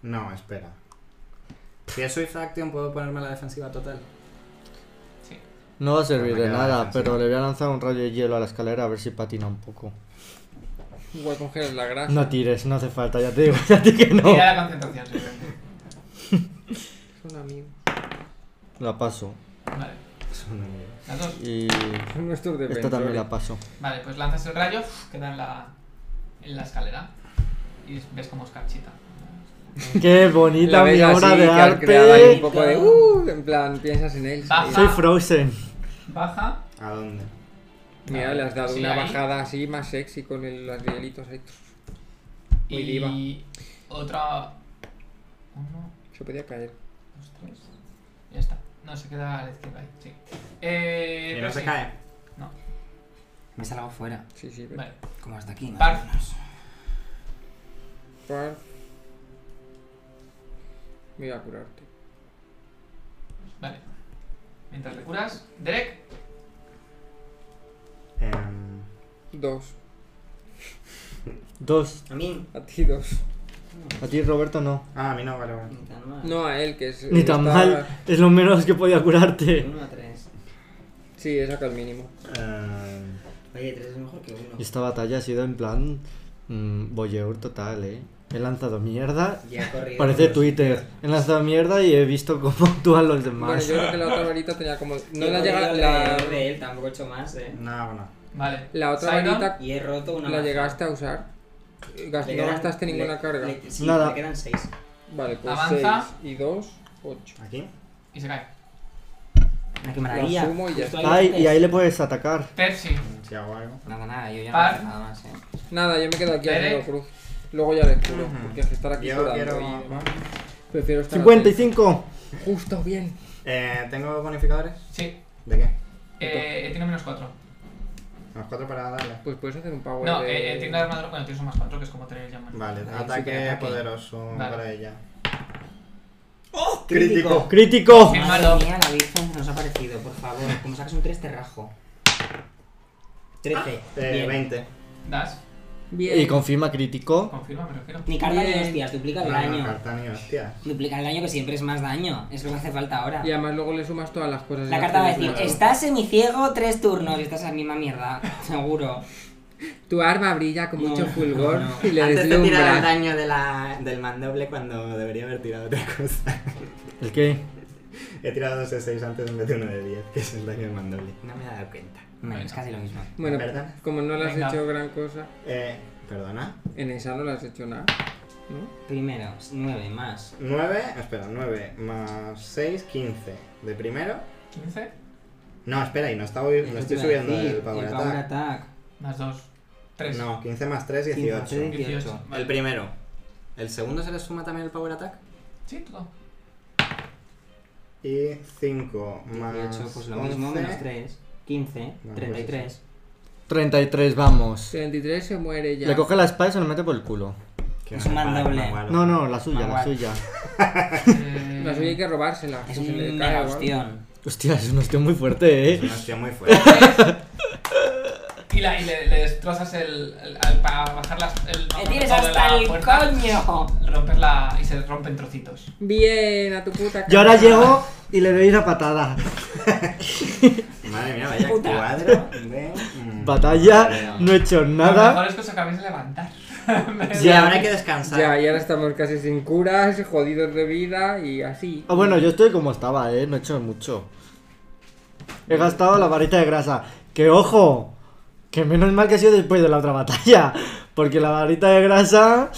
Speaker 4: No, espera. Si es Swift Action, ¿puedo ponerme a la defensiva total?
Speaker 2: Sí.
Speaker 1: No va a servir
Speaker 4: Me
Speaker 1: de
Speaker 4: queda
Speaker 1: nada,
Speaker 4: defensiva.
Speaker 1: pero le voy a lanzar un rayo de hielo a la escalera a ver si patina un poco.
Speaker 3: Igual congelas la grasa.
Speaker 1: No tires, no hace falta, ya te digo a ti que no.
Speaker 2: Tira la concentración, simplemente.
Speaker 3: Son amigos.
Speaker 1: La paso.
Speaker 2: Vale.
Speaker 4: Es una mierda.
Speaker 2: Las dos.
Speaker 1: Y
Speaker 3: Son nuestros
Speaker 1: esta
Speaker 3: defensores.
Speaker 1: también la paso.
Speaker 2: Vale, pues lanzas el rayo, queda en la, en la escalera y ves como escarchita.
Speaker 1: ¡Qué bonita
Speaker 3: La
Speaker 1: mi
Speaker 3: ves así,
Speaker 1: obra
Speaker 3: que
Speaker 1: de
Speaker 3: has creado ahí un
Speaker 1: arte!
Speaker 3: poco de... Uh, en plan, piensas en él.
Speaker 2: Baja.
Speaker 1: Soy Frozen.
Speaker 2: Baja,
Speaker 4: ¿A dónde?
Speaker 3: Mira, le has dado
Speaker 2: Sí,
Speaker 3: una
Speaker 2: ahí.
Speaker 3: bajada así más sexy con el, los hielitos ahí. Muy
Speaker 2: y
Speaker 3: diva.
Speaker 2: otra. Uno,
Speaker 3: Se podía caer.
Speaker 2: dos, tres. Ya está. No, se queda a la izquierda ahí, sí. Eh,
Speaker 4: Y no
Speaker 2: pero
Speaker 4: se
Speaker 2: sí.
Speaker 4: cae.
Speaker 2: No,
Speaker 5: Me he salgo fuera.
Speaker 3: Sí, sí. pero-
Speaker 2: vale.
Speaker 5: Como hasta aquí. más
Speaker 2: Par.
Speaker 5: o menos.
Speaker 3: Par. Me voy a curarte.
Speaker 2: Vale. Mientras le curas, Derek,
Speaker 4: Em,
Speaker 3: Dos.
Speaker 1: Dos.
Speaker 5: A mí.
Speaker 3: A ti dos.
Speaker 1: A ti, Roberto, no.
Speaker 4: Ah, a mí no, vale, vale.
Speaker 5: Ni tan mal.
Speaker 3: No a él, que es...
Speaker 1: Ni tan
Speaker 3: está-
Speaker 1: mal. Es lo menos que podía curarte.
Speaker 5: 1 a 3.
Speaker 3: Sí, he sacado el mínimo.
Speaker 4: Em,
Speaker 5: Oye, 3 es mejor que 1.
Speaker 1: Y esta batalla ha sido en plan. mm, voyeur total, eh. He lanzado mierda.
Speaker 5: Ya he
Speaker 3: Eh,
Speaker 5: corrido.
Speaker 1: Parece Twitter. He lanzado mierda y he visto cómo actúan los
Speaker 3: Bueno,
Speaker 1: demás.
Speaker 3: yo creo que la otra varita tenía como... No
Speaker 5: Yo he
Speaker 3: la llega
Speaker 5: corrido
Speaker 3: la...
Speaker 5: alrededor de él, tampoco he hecho más, eh.
Speaker 4: no, bueno.
Speaker 2: vale.
Speaker 3: La otra
Speaker 2: Sidon,
Speaker 3: varita
Speaker 5: Y he roto una.
Speaker 3: la
Speaker 5: maza.
Speaker 3: llegaste a usar. Eh, gast-
Speaker 5: Le
Speaker 3: no
Speaker 5: quedan-
Speaker 3: gastaste ninguna
Speaker 5: le-
Speaker 3: carga.
Speaker 5: le- sí,
Speaker 1: Nada.
Speaker 5: me quedan 6.
Speaker 3: Vale, pues
Speaker 2: Avanza.
Speaker 3: 6 y 2, 8.
Speaker 4: ¿Aquí?
Speaker 2: Y se cae.
Speaker 5: Ah, qué maravilla.
Speaker 3: Lo sumo y ya
Speaker 5: Justo
Speaker 1: Ay,
Speaker 5: antes.
Speaker 1: y ahí le puedes atacar.
Speaker 2: Percy,
Speaker 4: Si hago algo.
Speaker 5: Nada, nada, yo ya
Speaker 2: Par.
Speaker 5: no hice nada más, eh.
Speaker 3: Nada, yo me quedo aquí
Speaker 2: Derek.
Speaker 3: haciendo cruz. Luego ya les curo,
Speaker 4: Ujú.
Speaker 3: porque es que estar aquí
Speaker 4: Yo
Speaker 3: sudando
Speaker 4: quiero-
Speaker 3: y demás. Prefiero estar atento.
Speaker 1: 55.
Speaker 3: Justo, bien.
Speaker 4: Eh, ¿Tengo bonificadores?
Speaker 2: sí.
Speaker 4: ¿De qué?
Speaker 2: Eh, tiene menos 4.
Speaker 4: Los cuatro para darle.
Speaker 3: Pues puedes hacer un power
Speaker 2: No,
Speaker 3: de...
Speaker 2: eh, eh, tiene armadura cuando tienes un más 4, que es como tener el llaman.
Speaker 4: Vale,
Speaker 5: Ahí,
Speaker 4: ataque
Speaker 5: superataque.
Speaker 4: poderoso
Speaker 2: Vale.
Speaker 4: para ella.
Speaker 5: ¡Oh!
Speaker 4: Crítico.
Speaker 1: ¡Crítico!
Speaker 2: Qué
Speaker 5: Madre
Speaker 2: malo.
Speaker 5: mía, la Virgen nos ha parecido, por favor. Como sacas un 3, te rajo. 13.
Speaker 1: Ah,
Speaker 4: Eh,
Speaker 5: Bien.
Speaker 4: 20.
Speaker 2: Das,
Speaker 3: Bien.
Speaker 1: Y confirma crítico.
Speaker 2: confirma, me refiero.
Speaker 5: Ni carga ni
Speaker 3: Bien.
Speaker 5: hostias, duplica el
Speaker 4: Ah, no,
Speaker 5: daño.
Speaker 4: carta ni hostia.
Speaker 5: Duplica el daño que siempre es más daño. Es lo que hace falta ahora.
Speaker 3: Y además luego le sumas todas las cosas.
Speaker 5: La
Speaker 3: esas
Speaker 5: carta va a
Speaker 3: que le
Speaker 5: decir,
Speaker 3: sumas.
Speaker 5: estás semiciego tres turnos y estás en la misma mierda, seguro.
Speaker 3: Tu arma brilla con
Speaker 5: No,
Speaker 3: mucho
Speaker 5: no,
Speaker 3: fulgor
Speaker 5: no.
Speaker 3: y le
Speaker 4: Antes te tiraba el
Speaker 3: deslumbra.
Speaker 4: daño de la, del mandoble cuando debería haber tirado otra cosa.
Speaker 1: ¿El qué?
Speaker 4: He tirado dos de 6 antes en vez de uno de 10, que es el daño del mandoble. No me he dado cuenta.
Speaker 5: Bueno, es casi lo mismo.
Speaker 3: Bueno,
Speaker 4: ¿Verdad?
Speaker 3: como no le has
Speaker 2: Venga.
Speaker 3: hecho gran cosa,
Speaker 4: Eh, ¿Perdona?
Speaker 3: en esa no le has hecho nada. ¿No?
Speaker 5: Primero, nueve más.
Speaker 4: 9, espera, 9 más 6, 15. ¿De primero?
Speaker 2: 15
Speaker 4: No, espera, y no, estaba, no
Speaker 5: Eso te
Speaker 4: estoy
Speaker 5: iba a
Speaker 4: subiendo
Speaker 5: decir,
Speaker 4: el power
Speaker 5: power
Speaker 4: attack.
Speaker 5: attack.
Speaker 2: más 2, 3.
Speaker 4: No, 15 más 3, 18.
Speaker 5: 18. 18.
Speaker 2: 18. Vale.
Speaker 4: El primero. ¿El segundo se le suma también el power attack?
Speaker 2: Sí, todo.
Speaker 4: Y 5 más
Speaker 5: 18, pues lo
Speaker 4: 11,
Speaker 5: mismo, menos 3. 15,
Speaker 4: pues
Speaker 5: 33.
Speaker 1: 33, vamos.
Speaker 3: 23 se muere ya.
Speaker 1: Le coge la espada y se la mete por el culo.
Speaker 4: que
Speaker 5: Es
Speaker 4: no
Speaker 5: un
Speaker 4: me para,
Speaker 5: mandoble.
Speaker 4: me agualo.
Speaker 1: No, no, la suya, la
Speaker 3: Ah,
Speaker 5: Maguar.
Speaker 1: suya.
Speaker 2: Eh,
Speaker 3: La suya hay que robársela.
Speaker 5: Es
Speaker 3: si se le
Speaker 5: un
Speaker 3: cae
Speaker 5: mega
Speaker 3: o algo.
Speaker 5: hostión.
Speaker 1: Hostia, es un hostia muy fuerte,
Speaker 4: Es
Speaker 1: eh.
Speaker 4: una hostia muy fuerte.
Speaker 2: Y, la, y le, le destrozas el. el- al- para bajar las, el.
Speaker 5: ¡Me tienes
Speaker 2: todo de
Speaker 5: hasta
Speaker 2: la
Speaker 5: el
Speaker 2: puerta,
Speaker 5: coño!
Speaker 2: Rompes la. y se rompen trocitos.
Speaker 3: Bien, a tu puta
Speaker 1: Y ahora
Speaker 3: cara.
Speaker 1: llego y le doy una patada.
Speaker 4: Madre mía, vaya
Speaker 5: Puta.
Speaker 4: cuadro de... mm.
Speaker 1: Batalla, no he hecho
Speaker 2: Lo mejor
Speaker 1: nada.
Speaker 2: es que os acabéis de levantar.
Speaker 4: Sí, ahora hay que descansar.
Speaker 3: Ya, y ahora estamos casi sin curas, jodidos de vida y así.
Speaker 1: Ah, bueno, yo estoy como estaba, eh. No he hecho mucho. He gastado la varita de grasa. ¡Que ojo! Que menos mal que ha sido después de la otra batalla. Porque la varita de grasa.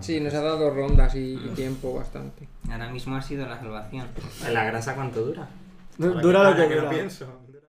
Speaker 3: Sí, nos ha dado rondas y, y tiempo bastante.
Speaker 5: Ahora mismo ha sido la salvación.
Speaker 6: ¿La grasa cuánto dura?
Speaker 1: Dura lo que
Speaker 4: no
Speaker 1: dura.
Speaker 4: pienso.